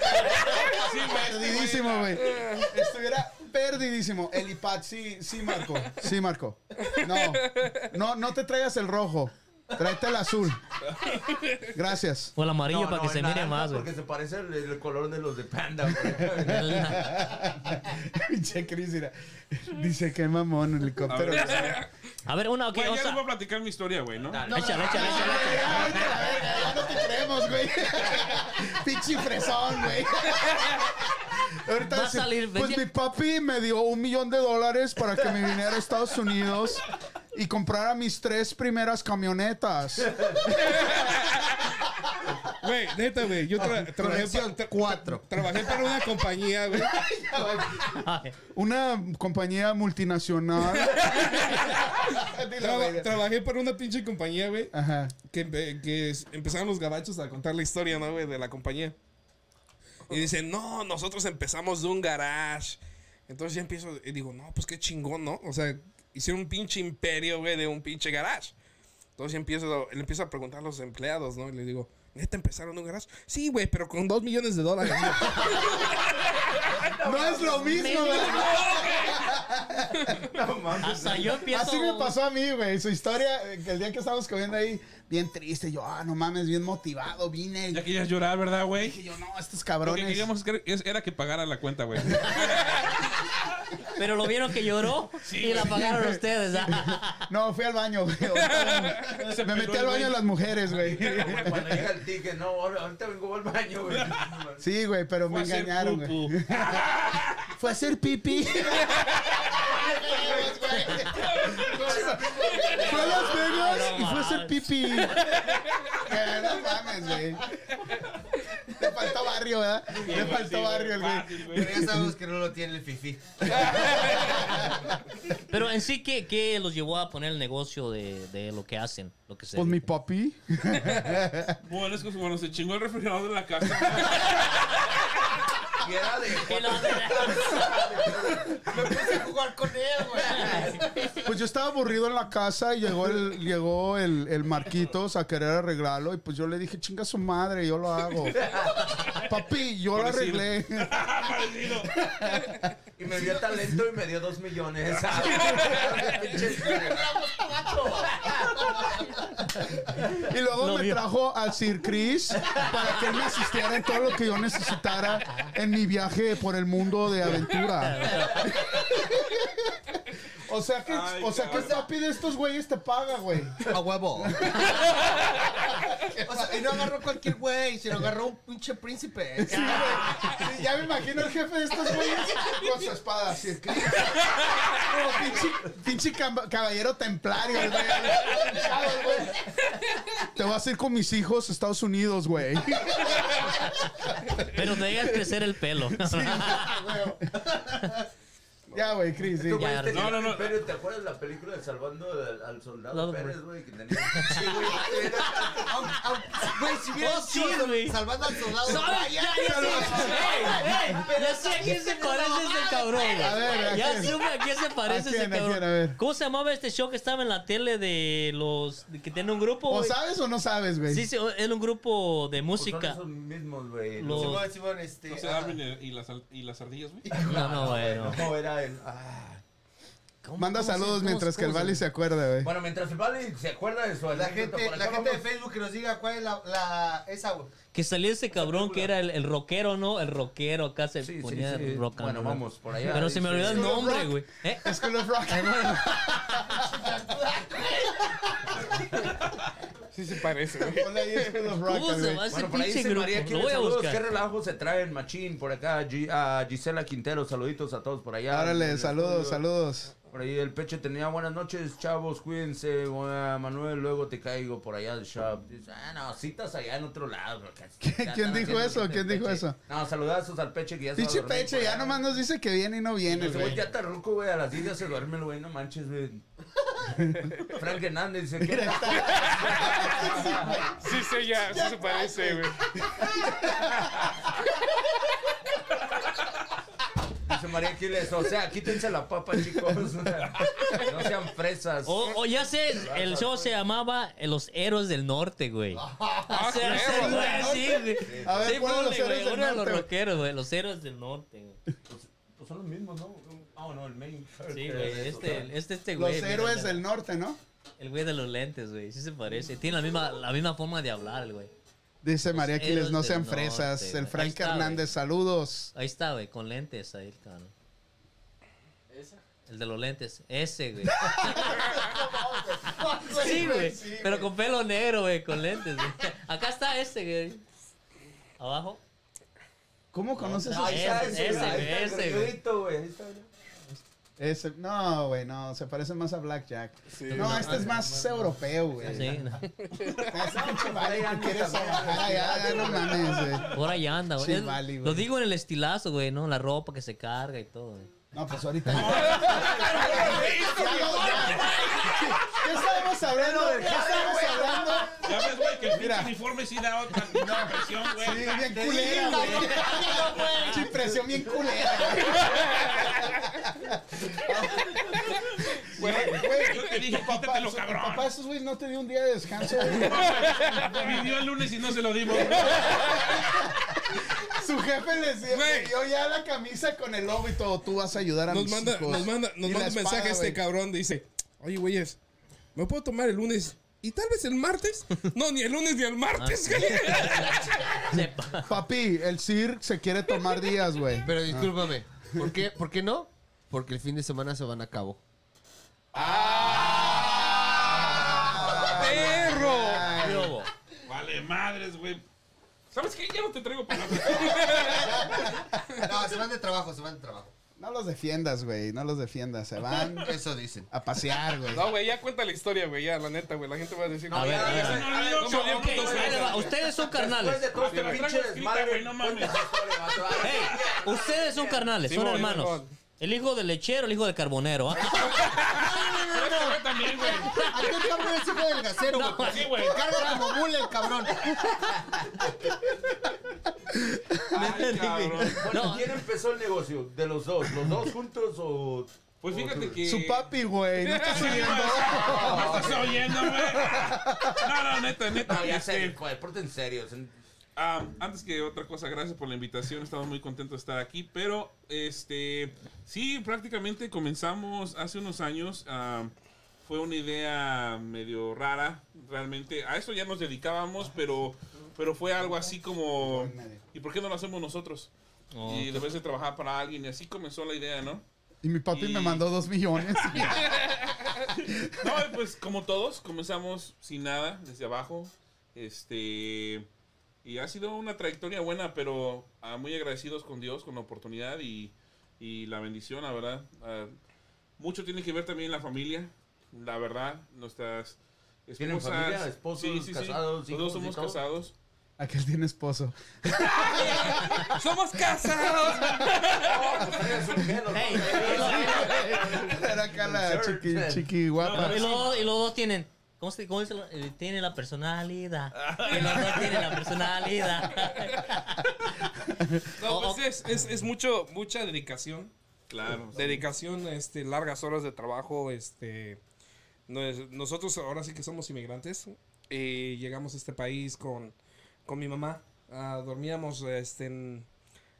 Speaker 1: Perdidísimo, güey. Eh, Estuviera perdidísimo. El iPad, sí, sí, Marco. Sí, Marco. No, no, no te traigas el rojo. Tráete el azul. Gracias.
Speaker 3: O el amarillo
Speaker 5: No,
Speaker 3: para que
Speaker 5: no,
Speaker 3: se
Speaker 5: el
Speaker 3: mire
Speaker 5: naranja,
Speaker 3: más, güey.
Speaker 5: Porque se parece el, el color de los de panda,
Speaker 7: [laughs]
Speaker 5: güey.
Speaker 1: [laughs] Pinche Cris, mira. Dice que mamón el helicóptero.
Speaker 4: A
Speaker 3: A ver, una, ok,
Speaker 4: Güey,
Speaker 3: o
Speaker 4: ya les
Speaker 3: sea,
Speaker 4: voy a platicar mi historia, güey, ¿no?
Speaker 5: Dale.
Speaker 3: échale, échale, échale.
Speaker 1: Ah, Ya, vete a la [laughs] verga, ya no te creemos, güey. Pinche fresón, güey. Ahorita
Speaker 3: Va a
Speaker 1: dice,
Speaker 3: salir,
Speaker 1: pues
Speaker 3: vendía-
Speaker 1: mi papi me dio un millón de dólares para que me viniera a Estados Unidos y comprara mis tres primeras camionetas.
Speaker 6: Güey, neta, güey. Yo tra-
Speaker 1: Ah,
Speaker 6: trabajé,
Speaker 7: Corrección,
Speaker 6: pa- tra-
Speaker 5: [laughs]
Speaker 7: cuatro.
Speaker 6: trabajé para una compañía, güey.
Speaker 1: Una compañía multinacional.
Speaker 6: Traba- trabajé para una pinche compañía, güey.
Speaker 1: Ajá.
Speaker 6: que, empe- que es- empezaron los gabachos a contar la historia, ¿no, güey? De la compañía. Y dicen, no, nosotros empezamos de un garage. Entonces ya empiezo, y digo, no, pues qué chingón, ¿no? O sea, hicieron un pinche imperio, güey, de un pinche garage. Entonces ya empiezo, le empiezo a preguntar a los empleados, ¿no? Y le digo, ¿neta empezaron de un garage? Sí, güey, pero con dos millones de dólares.
Speaker 1: No es lo mismo, ¿verdad?
Speaker 3: Hasta yo empiezo.
Speaker 1: Así me pasó a mí, güey. Su historia, eh, que el día que estábamos comiendo ahí, bien triste. Yo, ah, no mames, bien motivado, vine.
Speaker 4: Ya
Speaker 1: Dije
Speaker 4: querías llorar, ¿verdad, güey?
Speaker 1: yo, no, estos
Speaker 4: Lo que
Speaker 1: cabrones.
Speaker 4: queríamos que- es- era que pagara la cuenta, güey.
Speaker 3: Pero lo vieron que lloró y la pagaron ustedes. ¿ah?
Speaker 1: [laughs] No, fui al baño, güey.
Speaker 4: [laughs] Se
Speaker 1: Me metí
Speaker 4: peló
Speaker 1: al baño de
Speaker 4: el güey.
Speaker 1: las mujeres, güey.
Speaker 7: Ah.
Speaker 5: Cuando llega el ticket, no, ahora- ahorita vengo al baño,
Speaker 7: [laughs]
Speaker 5: güey.
Speaker 1: Sí, güey, pero
Speaker 4: Fue
Speaker 1: me
Speaker 4: a hacer
Speaker 1: engañaron,
Speaker 4: pupú. [laughs]
Speaker 1: güey. Fue a hacer [laughs] pipí. Fue a Las Vegas
Speaker 3: No
Speaker 1: y fue a hacer
Speaker 3: mames.
Speaker 1: pipí. Eh, No mames, güey. Le faltó barrio, ¿verdad? Le faltó barrio el güey.
Speaker 4: Fácil, güey.
Speaker 7: Pero ya sabemos que no lo tiene el fifi.
Speaker 3: Pero en sí, ¿qué, qué los llevó a poner el negocio de, de lo que hacen? Lo que se
Speaker 1: Pues mi papi.
Speaker 4: Bueno, es que bueno, se chingó el refrigerador de la casa.
Speaker 5: Y era de.
Speaker 3: Y lo-
Speaker 7: Me puse a jugar con él, güey.
Speaker 1: Pues yo estaba aburrido en la casa y llegó el, llegó el, el Marquitos a querer arreglarlo. Y pues yo le dije, chinga su madre, yo lo hago. Papi, yo lo
Speaker 4: Pobrecito.
Speaker 1: arreglé.
Speaker 4: [laughs]
Speaker 5: Y me dio talento y me dio dos millones. [laughs]
Speaker 1: Y luego
Speaker 3: Lo
Speaker 1: me
Speaker 3: vio.
Speaker 1: trajo al Sir Chris para que él me asistiera en todo lo que yo necesitara en mi viaje por el mundo de aventura. O sea que,
Speaker 4: Ay,
Speaker 1: o sea que el
Speaker 4: cabrón.
Speaker 1: papi de estos güeyes te paga, güey.
Speaker 7: A huevo. O sea, y no agarró cualquier güey, [laughs] sino agarró un pinche [laughs] príncipe.
Speaker 1: Sí, güey. Sí, ya me imagino el jefe de estos güeyes con su espada, Sir Chris. Como pinche, pinche cam- caballero templario, el güey. Chavo, güey. Te vas a ir con mis hijos a Estados Unidos, güey.
Speaker 3: [laughs] Pero te dejas crecer el [laughs] pelo.
Speaker 1: Ya, güey, Chris. sí.
Speaker 3: Ya,
Speaker 5: no,
Speaker 4: no, no,
Speaker 5: no, no.
Speaker 4: no.
Speaker 5: Pero ¿te acuerdas la película de Salvando al, al Soldado
Speaker 3: Lado,
Speaker 5: Pérez,
Speaker 3: güey.
Speaker 5: güey? Que tenía. Sí, güey. era-
Speaker 7: Aunque- aunque- Güey, si hubiera
Speaker 3: Oh, sí, güey.
Speaker 7: sido salvando al soldado.
Speaker 3: ¿Sabes? Ya, ya sé. Ey, ey, Ya sé a
Speaker 7: Este
Speaker 3: quién se parece
Speaker 7: ah,
Speaker 3: ese cabrón. güey.
Speaker 1: A ver, ¿a
Speaker 3: Ya
Speaker 1: quién?
Speaker 3: supe a quién se parece
Speaker 1: ¿A quién,
Speaker 3: ese
Speaker 1: a quién? A
Speaker 3: cabrón.
Speaker 1: ver.
Speaker 3: ¿Cómo se llamaba este show que estaba en la tele de los de que tiene un grupo?
Speaker 1: ¿O
Speaker 3: güey?
Speaker 1: sabes o no sabes, güey?
Speaker 3: Sí, sí, era un grupo de
Speaker 5: Pues son
Speaker 3: música.
Speaker 5: esos mismos, güey.
Speaker 3: Los-
Speaker 7: Simón, Simón, este.
Speaker 4: No se
Speaker 7: ajá.
Speaker 4: abren el- y las, al- y las ardillas, güey.
Speaker 3: No,
Speaker 5: [laughs]
Speaker 3: no, bueno.
Speaker 5: No, era el. ah.
Speaker 3: ¿Cómo-
Speaker 1: Manda
Speaker 3: cómo se-
Speaker 1: saludos
Speaker 3: cómo-
Speaker 1: mientras que el
Speaker 3: cómo
Speaker 1: Vali se acuerda, güey.
Speaker 5: Bueno, mientras el Vale se acuerda de su
Speaker 7: La
Speaker 5: anécdota,
Speaker 7: gente,
Speaker 5: por
Speaker 7: la
Speaker 5: acá
Speaker 7: gente de
Speaker 5: vamos.
Speaker 7: Facebook que nos diga cuál es la, la esa, güey.
Speaker 3: Que salía ese cabrón que era el, el rockero, ¿no? El rockero acá se
Speaker 5: Sí, sí,
Speaker 3: ponía
Speaker 5: sí.
Speaker 3: rock and
Speaker 5: Bueno,
Speaker 3: roll.
Speaker 5: vamos, por allá,
Speaker 3: Pero se me
Speaker 5: dice-
Speaker 3: olvidó el
Speaker 1: School of
Speaker 3: nombre,
Speaker 1: Rock.
Speaker 3: güey. ¿Eh?
Speaker 1: School of Rock.
Speaker 6: sí se parece, güey.
Speaker 1: Ponle ahí School of [laughs] Rock,
Speaker 3: ¿Cómo se
Speaker 1: güey.
Speaker 3: va ese
Speaker 5: Bueno, por ahí
Speaker 3: pinche
Speaker 5: dice
Speaker 3: grupo?
Speaker 5: María
Speaker 3: Lo
Speaker 5: Quiles,
Speaker 3: voy a
Speaker 5: saludos, qué
Speaker 3: buscar.
Speaker 5: relajo se traen, machín, por acá, Gi- a Gisela Quintero, saluditos a todos por allá. En
Speaker 1: Árale,
Speaker 5: el
Speaker 1: saludos,
Speaker 5: estudio.
Speaker 1: saludos.
Speaker 5: Por ahí el pecho tenía buenas noches, chavos, cuídense, buena, Manuel, luego te caigo por allá del shop. Dice, ah, no, citas allá en otro lado. porque ya están
Speaker 1: quién dijo
Speaker 5: haciendo
Speaker 1: eso?
Speaker 5: gente
Speaker 1: ¿Quién
Speaker 5: del
Speaker 1: dijo
Speaker 5: Peche.
Speaker 1: eso?
Speaker 5: No, saludazos al peche que ya se va a
Speaker 1: Pinche
Speaker 5: dormir
Speaker 1: Peche,
Speaker 5: por
Speaker 1: ya
Speaker 5: allá.
Speaker 1: nomás nos dice que viene y no viene,
Speaker 5: Ese güey
Speaker 1: güey.
Speaker 5: ya está ruco, güey, a las 10 ya se duerme el güey, no manches,
Speaker 1: [laughs]
Speaker 5: güey. Frank Hernández dice, ¿qué tal?
Speaker 6: [laughs] Sí, sí, ya, sí se parece, güey.
Speaker 5: Dice María Quiles, o sea, quítense la papa, chicos. [laughs] No sean fresas.
Speaker 4: Oh.
Speaker 3: O, o ya sé, el show se llamaba Los Héroes del Norte, güey. O sea,
Speaker 6: Héroes
Speaker 3: ese
Speaker 6: del
Speaker 3: güey, sí, güey.
Speaker 1: A ver,
Speaker 3: Sí,
Speaker 1: ¿cuál de los
Speaker 3: ponle,
Speaker 1: Héroes
Speaker 3: güey,
Speaker 1: del
Speaker 3: uno de los
Speaker 1: Norte, güey?
Speaker 3: rockeros, güey. Los Héroes del Norte, güey.
Speaker 5: Pues son los mismos, ¿no? Ah, no, el main.
Speaker 3: Sí, güey. Este, este, este
Speaker 1: Los
Speaker 3: güey. mira,
Speaker 1: héroes
Speaker 3: el-
Speaker 1: del norte, ¿no?
Speaker 3: El güey de los lentes, güey. Sí se parece. Tiene la misma, la misma forma de hablar, el güey.
Speaker 1: Dice María Aquiles,
Speaker 3: héroes
Speaker 1: no
Speaker 3: Pues del
Speaker 1: sean
Speaker 3: norte,
Speaker 1: fresas.
Speaker 3: güey.
Speaker 1: El
Speaker 3: Ahí
Speaker 1: Frank
Speaker 3: está, güey.
Speaker 1: Hernández, saludos.
Speaker 3: Ahí está, güey, con lentes ahí, cabrón. El de los lentes. Ese, güey. [laughs] Sí, güey. Pero con pelo negro, güey, con lentes. güey. Acá está ese, güey. Abajo.
Speaker 1: ¿Cómo conoces a
Speaker 5: Ahí está
Speaker 3: Ese,
Speaker 5: ese, güey,
Speaker 3: ese,
Speaker 5: ahí está el
Speaker 3: ese, güey.
Speaker 5: grito, güey, ahí está, güey.
Speaker 1: Ese- no, güey, no, se parece más a Blackjack. no, este es más europeo, güey.
Speaker 3: Sí, no.
Speaker 1: [laughs] Ese pinche Bali que quieres trabajar allá, [laughs] no mames, güey.
Speaker 3: Por allá anda, güey.
Speaker 1: Sí,
Speaker 3: Es-
Speaker 1: vale, güey.
Speaker 3: Lo digo en el estilazo, güey, ¿no? La ropa que se carga y todo, güey.
Speaker 1: No, pues [laughs] ahorita. ¿Qué estamos hablando? ¿Qué estamos hablando?
Speaker 4: Ya ves, güey, que el
Speaker 1: Mira.
Speaker 4: pinche uniforme sí da
Speaker 6: [laughs]
Speaker 4: otra otra impresión,
Speaker 1: Sí,
Speaker 4: güey.
Speaker 1: bien culera, güey. Pinche impresión bien culera,
Speaker 6: [laughs]
Speaker 1: güey.
Speaker 4: Güey,
Speaker 1: güey.
Speaker 4: Yo te dije, quítatelo,
Speaker 1: su-
Speaker 4: cabrón.
Speaker 1: papá, esos güeyes no te dio un día de descanso.
Speaker 6: [laughs]
Speaker 4: Vivió el lunes y no se lo dimos.
Speaker 1: Su jefe les dio,
Speaker 6: Güey.
Speaker 1: le dio ya la camisa con el logo y todo. Tú vas a ayudar a
Speaker 6: Nos
Speaker 1: mis
Speaker 6: manda,
Speaker 1: hijos.
Speaker 6: nos manda,
Speaker 1: Y la
Speaker 6: nos manda un
Speaker 1: espada,
Speaker 6: mensaje este
Speaker 1: güey.
Speaker 6: cabrón. Dice: Oye, güeyes, ¿me puedo tomar el lunes? Y tal vez
Speaker 1: [laughs]
Speaker 6: el martes. No, ni el lunes ni el martes,
Speaker 1: Ah,
Speaker 6: güey.
Speaker 3: Sepa.
Speaker 1: Papi, el Sir se quiere tomar días, güey.
Speaker 9: Pero discúlpame, ¿por qué, ¿por qué no? Porque el fin de semana se van a cabo.
Speaker 6: ¡Perro!
Speaker 3: ¿Qué hubo?
Speaker 4: Vale, madres, güey. ¿Sabes qué? Ya no te traigo palabras.
Speaker 7: No, se van de trabajo, se van de trabajo.
Speaker 1: No los defiendas, güey. No los defiendas. Se van
Speaker 7: Eso dicen.
Speaker 1: a pasear, güey.
Speaker 6: No, güey, ya cuenta la historia, güey. Ya, la neta, güey. La gente va a decir:
Speaker 3: A ver, a ver, a
Speaker 4: Eso
Speaker 3: ver.
Speaker 4: no lo digo,
Speaker 6: No,
Speaker 4: cabrón, Pues
Speaker 6: ok,
Speaker 4: que no
Speaker 6: güey,
Speaker 4: sabes.
Speaker 3: Ahí va. Ustedes son
Speaker 5: Después de
Speaker 3: carnales.
Speaker 5: todo este
Speaker 4: Me la
Speaker 5: pinche
Speaker 4: traigo escrita,
Speaker 5: desmadre,
Speaker 4: güey, no
Speaker 5: cuenta
Speaker 4: mames.
Speaker 5: esa historia, vato.
Speaker 4: [laughs]
Speaker 5: A ver,
Speaker 3: Hey, ustedes son carnales,
Speaker 6: Sí,
Speaker 3: son
Speaker 6: voy,
Speaker 3: hermanos.
Speaker 6: hermano.
Speaker 3: El hijo del lechero, el hijo del carbonero. ¿ah?
Speaker 4: Este
Speaker 6: [laughs]
Speaker 4: güey también, güey.
Speaker 7: ¿A qué cabrón es hijo del gasero, güey?
Speaker 4: Sí, güey.
Speaker 7: Carga como mula el cabrón.
Speaker 4: Ay, cabrón.
Speaker 5: Bueno, ¿quién empezó el negocio? ¿De los dos?
Speaker 4: [laughs]
Speaker 5: ¿Los dos juntos o...?
Speaker 4: Pues fíjate que.
Speaker 1: Su papi, güey. No
Speaker 4: [laughs]
Speaker 1: estás oyendo.
Speaker 4: No estás oyendo, güey.
Speaker 6: [laughs]
Speaker 4: No, no, neta, neta.
Speaker 5: No, ya
Speaker 4: este,
Speaker 5: sé, joder, ponte en serio.
Speaker 4: Ah, antes que otra cosa, gracias por la invitación. Estamos muy contentos de estar aquí. Pero, este, sí, prácticamente comenzamos hace unos años. ah, fue una idea medio rara, realmente. A eso ya nos dedicábamos, pero, pero fue algo así como, ¿y por qué no lo hacemos nosotros? Y de vez de trabajar para alguien, y así comenzó la idea, ¿no?
Speaker 1: Y mi papi
Speaker 4: Y-
Speaker 1: me mandó dos millones. [laughs]
Speaker 4: No, y pues como todos, comenzamos sin nada, desde abajo. Este. Y ha sido una trayectoria buena, pero ah, muy agradecidos con Dios, con la oportunidad y, y la bendición, la verdad. Ah, mucho tiene que ver también la familia, la verdad. Nuestras esposas.
Speaker 5: ¿Tienen familia? ¿Esposos,
Speaker 4: Los dos
Speaker 5: casados, hijos y
Speaker 4: somos
Speaker 5: todo?
Speaker 4: casados.
Speaker 1: Aquel tiene
Speaker 4: [laughs]
Speaker 1: esposo.
Speaker 6: ¡Somos casados!
Speaker 1: [laughs]
Speaker 3: Hey, y lo-
Speaker 1: Era acá la chiqui, chiqui guapa.
Speaker 3: y los dos- y los dos tienen. ¿Cómo se cómo se lo- eh, Tiene la personalidad. Y los dos tienen
Speaker 1: [laughs]
Speaker 3: la personalidad.
Speaker 6: No, pues es, es, es mucho, mucha dedicación.
Speaker 4: Claro.
Speaker 6: Dedicación, este, largas horas de trabajo, este. nos- nosotros ahora sí que somos inmigrantes. eh, llegamos a este país con, con mi mamá. ah, dormíamos este, en,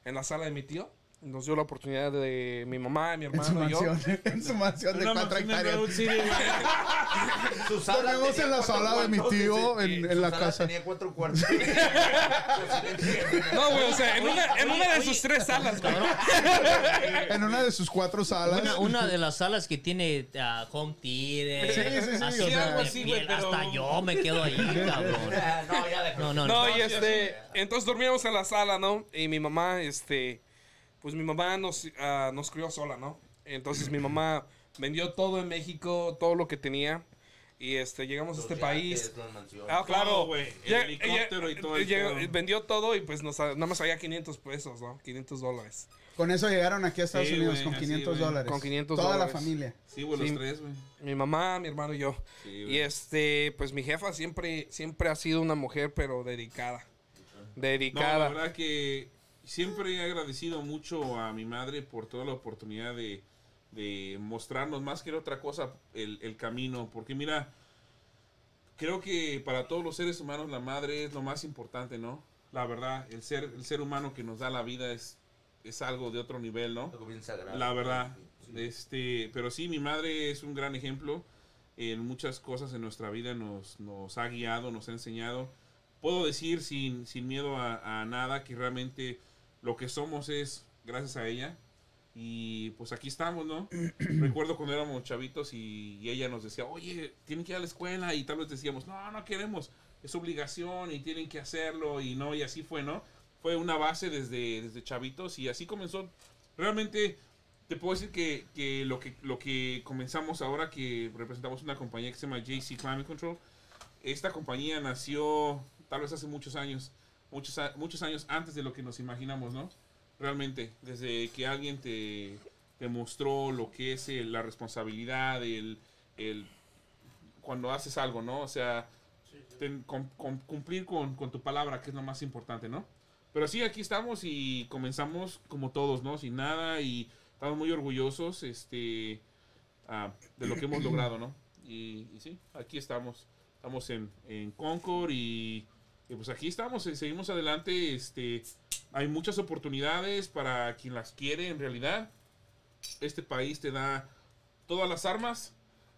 Speaker 6: en la sala de mi tío. Nos dio la oportunidad de mi mamá, mi
Speaker 1: En su
Speaker 6: hermano y yo.
Speaker 1: mansión. [laughs] En su mansión de
Speaker 4: Una
Speaker 1: cuatro
Speaker 4: mansión en
Speaker 1: hectáreas.
Speaker 4: Redwood City,
Speaker 5: [laughs]
Speaker 4: güey.
Speaker 1: Dormimos en la sala de mi tío, en, en la casa.
Speaker 5: Tenía cuatro
Speaker 4: [laughs]
Speaker 5: cuartos.
Speaker 6: No, güey, o sea, en una, en una de sus tres salas, güey.
Speaker 1: En una de sus cuatro salas.
Speaker 3: Una, una de las salas que tiene ah, Home Theater.
Speaker 1: Sí, sí, sí,
Speaker 3: así,
Speaker 1: o sea,
Speaker 3: de
Speaker 4: sí,
Speaker 3: piel,
Speaker 4: güey, pero-
Speaker 3: Hasta yo me quedo
Speaker 1: [laughs]
Speaker 3: ahí, cabrón.
Speaker 5: No, ya dejó.
Speaker 3: No, no, no.
Speaker 6: No, y
Speaker 4: sí,
Speaker 6: este, entonces dormíamos en la sala, ¿no? Y mi mamá, este, pues mi mamá nos, ah, nos crió sola, ¿no? Entonces mi mamá vendió todo en México, todo lo que tenía. Y este, llegamos a este país. Ah,
Speaker 4: Todo,
Speaker 6: claro,
Speaker 4: güey, el
Speaker 6: Ya-
Speaker 4: helicóptero y todo el
Speaker 6: llegó-
Speaker 4: pedo.
Speaker 6: Vendió todo y pues nos, nada más había 500 pesos, ¿no? 500 dólares.
Speaker 1: Con eso llegaron aquí a Estados
Speaker 4: Sí,
Speaker 1: Unidos
Speaker 4: güey,
Speaker 1: con
Speaker 4: así,
Speaker 1: 500
Speaker 4: güey.
Speaker 1: dólares.
Speaker 6: Con 500
Speaker 1: Toda
Speaker 6: dólares.
Speaker 1: la familia.
Speaker 4: Sí, güey, los
Speaker 6: Sí.
Speaker 4: tres, güey.
Speaker 6: Mi mamá, mi hermano y yo.
Speaker 4: Sí, güey.
Speaker 6: Y este, pues mi jefa siempre, siempre ha sido una mujer, pero dedicada.
Speaker 4: No, la
Speaker 6: Dedicada.
Speaker 4: verdad que siempre he agradecido mucho a mi madre por toda la oportunidad de, de mostrarnos más que otra cosa el, el camino. Porque mira, creo que para todos los seres humanos la madre es lo más importante, ¿no? La verdad, el ser, el ser humano que nos da la vida es, es algo de otro nivel, ¿no? La verdad. Este, pero sí, mi madre es un gran ejemplo. En muchas cosas en nuestra vida nos, nos ha guiado, nos ha enseñado. Puedo decir sin, sin miedo a, a nada que realmente lo que somos es gracias a ella. Y pues aquí estamos, ¿no? Recuerdo cuando éramos chavitos y, y ella nos decía, oye, tienen que ir a la escuela. Y tal vez decíamos, no, no queremos. Es obligación y tienen que hacerlo. Y no, y así fue, ¿no? fue una base desde, desde chavitos y así comenzó. Realmente te puedo decir que, que lo que lo que comenzamos ahora que representamos una compañía que se llama JC Climate Control, esta compañía nació tal vez hace muchos años, muchos, a- muchos años antes de lo que nos imaginamos, ¿no? Realmente, desde que alguien te, te mostró lo que es eh, la responsabilidad, el, el- cuando haces algo, ¿no? O sea, ten- com- com- cumplir con, con tu palabra, que es lo más importante, ¿no? Pero sí, aquí estamos y comenzamos como todos, ¿no? Sin nada y estamos muy orgullosos este, ah, de lo que hemos logrado, ¿no? Y, y sí, aquí estamos. Estamos en, en Concord y, y pues aquí estamos, eh, seguimos adelante. Este, hay muchas oportunidades para quien las quiere en realidad. Este país te da todas las armas.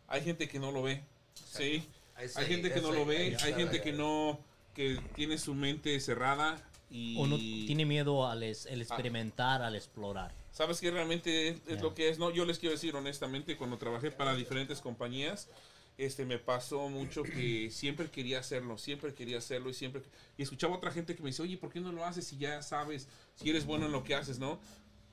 Speaker 4: Hay gente que no lo ve. Sí. Hay gente que no lo ve, hay gente que no, que tiene su mente cerrada y
Speaker 3: O no tiene miedo al, es- el experimentar, al explorar.
Speaker 4: sabes que realmente es, es
Speaker 3: Ya.
Speaker 4: lo que es. No, yo les quiero decir honestamente, cuando trabajé para diferentes compañías, este me pasó
Speaker 3: [clears throat]
Speaker 4: mucho que siempre quería hacerlo, siempre quería hacerlo y siempre y escuchaba a otra gente que me dice, oye, ¿por qué no lo haces si ya sabes, si eres bueno en lo que haces, no?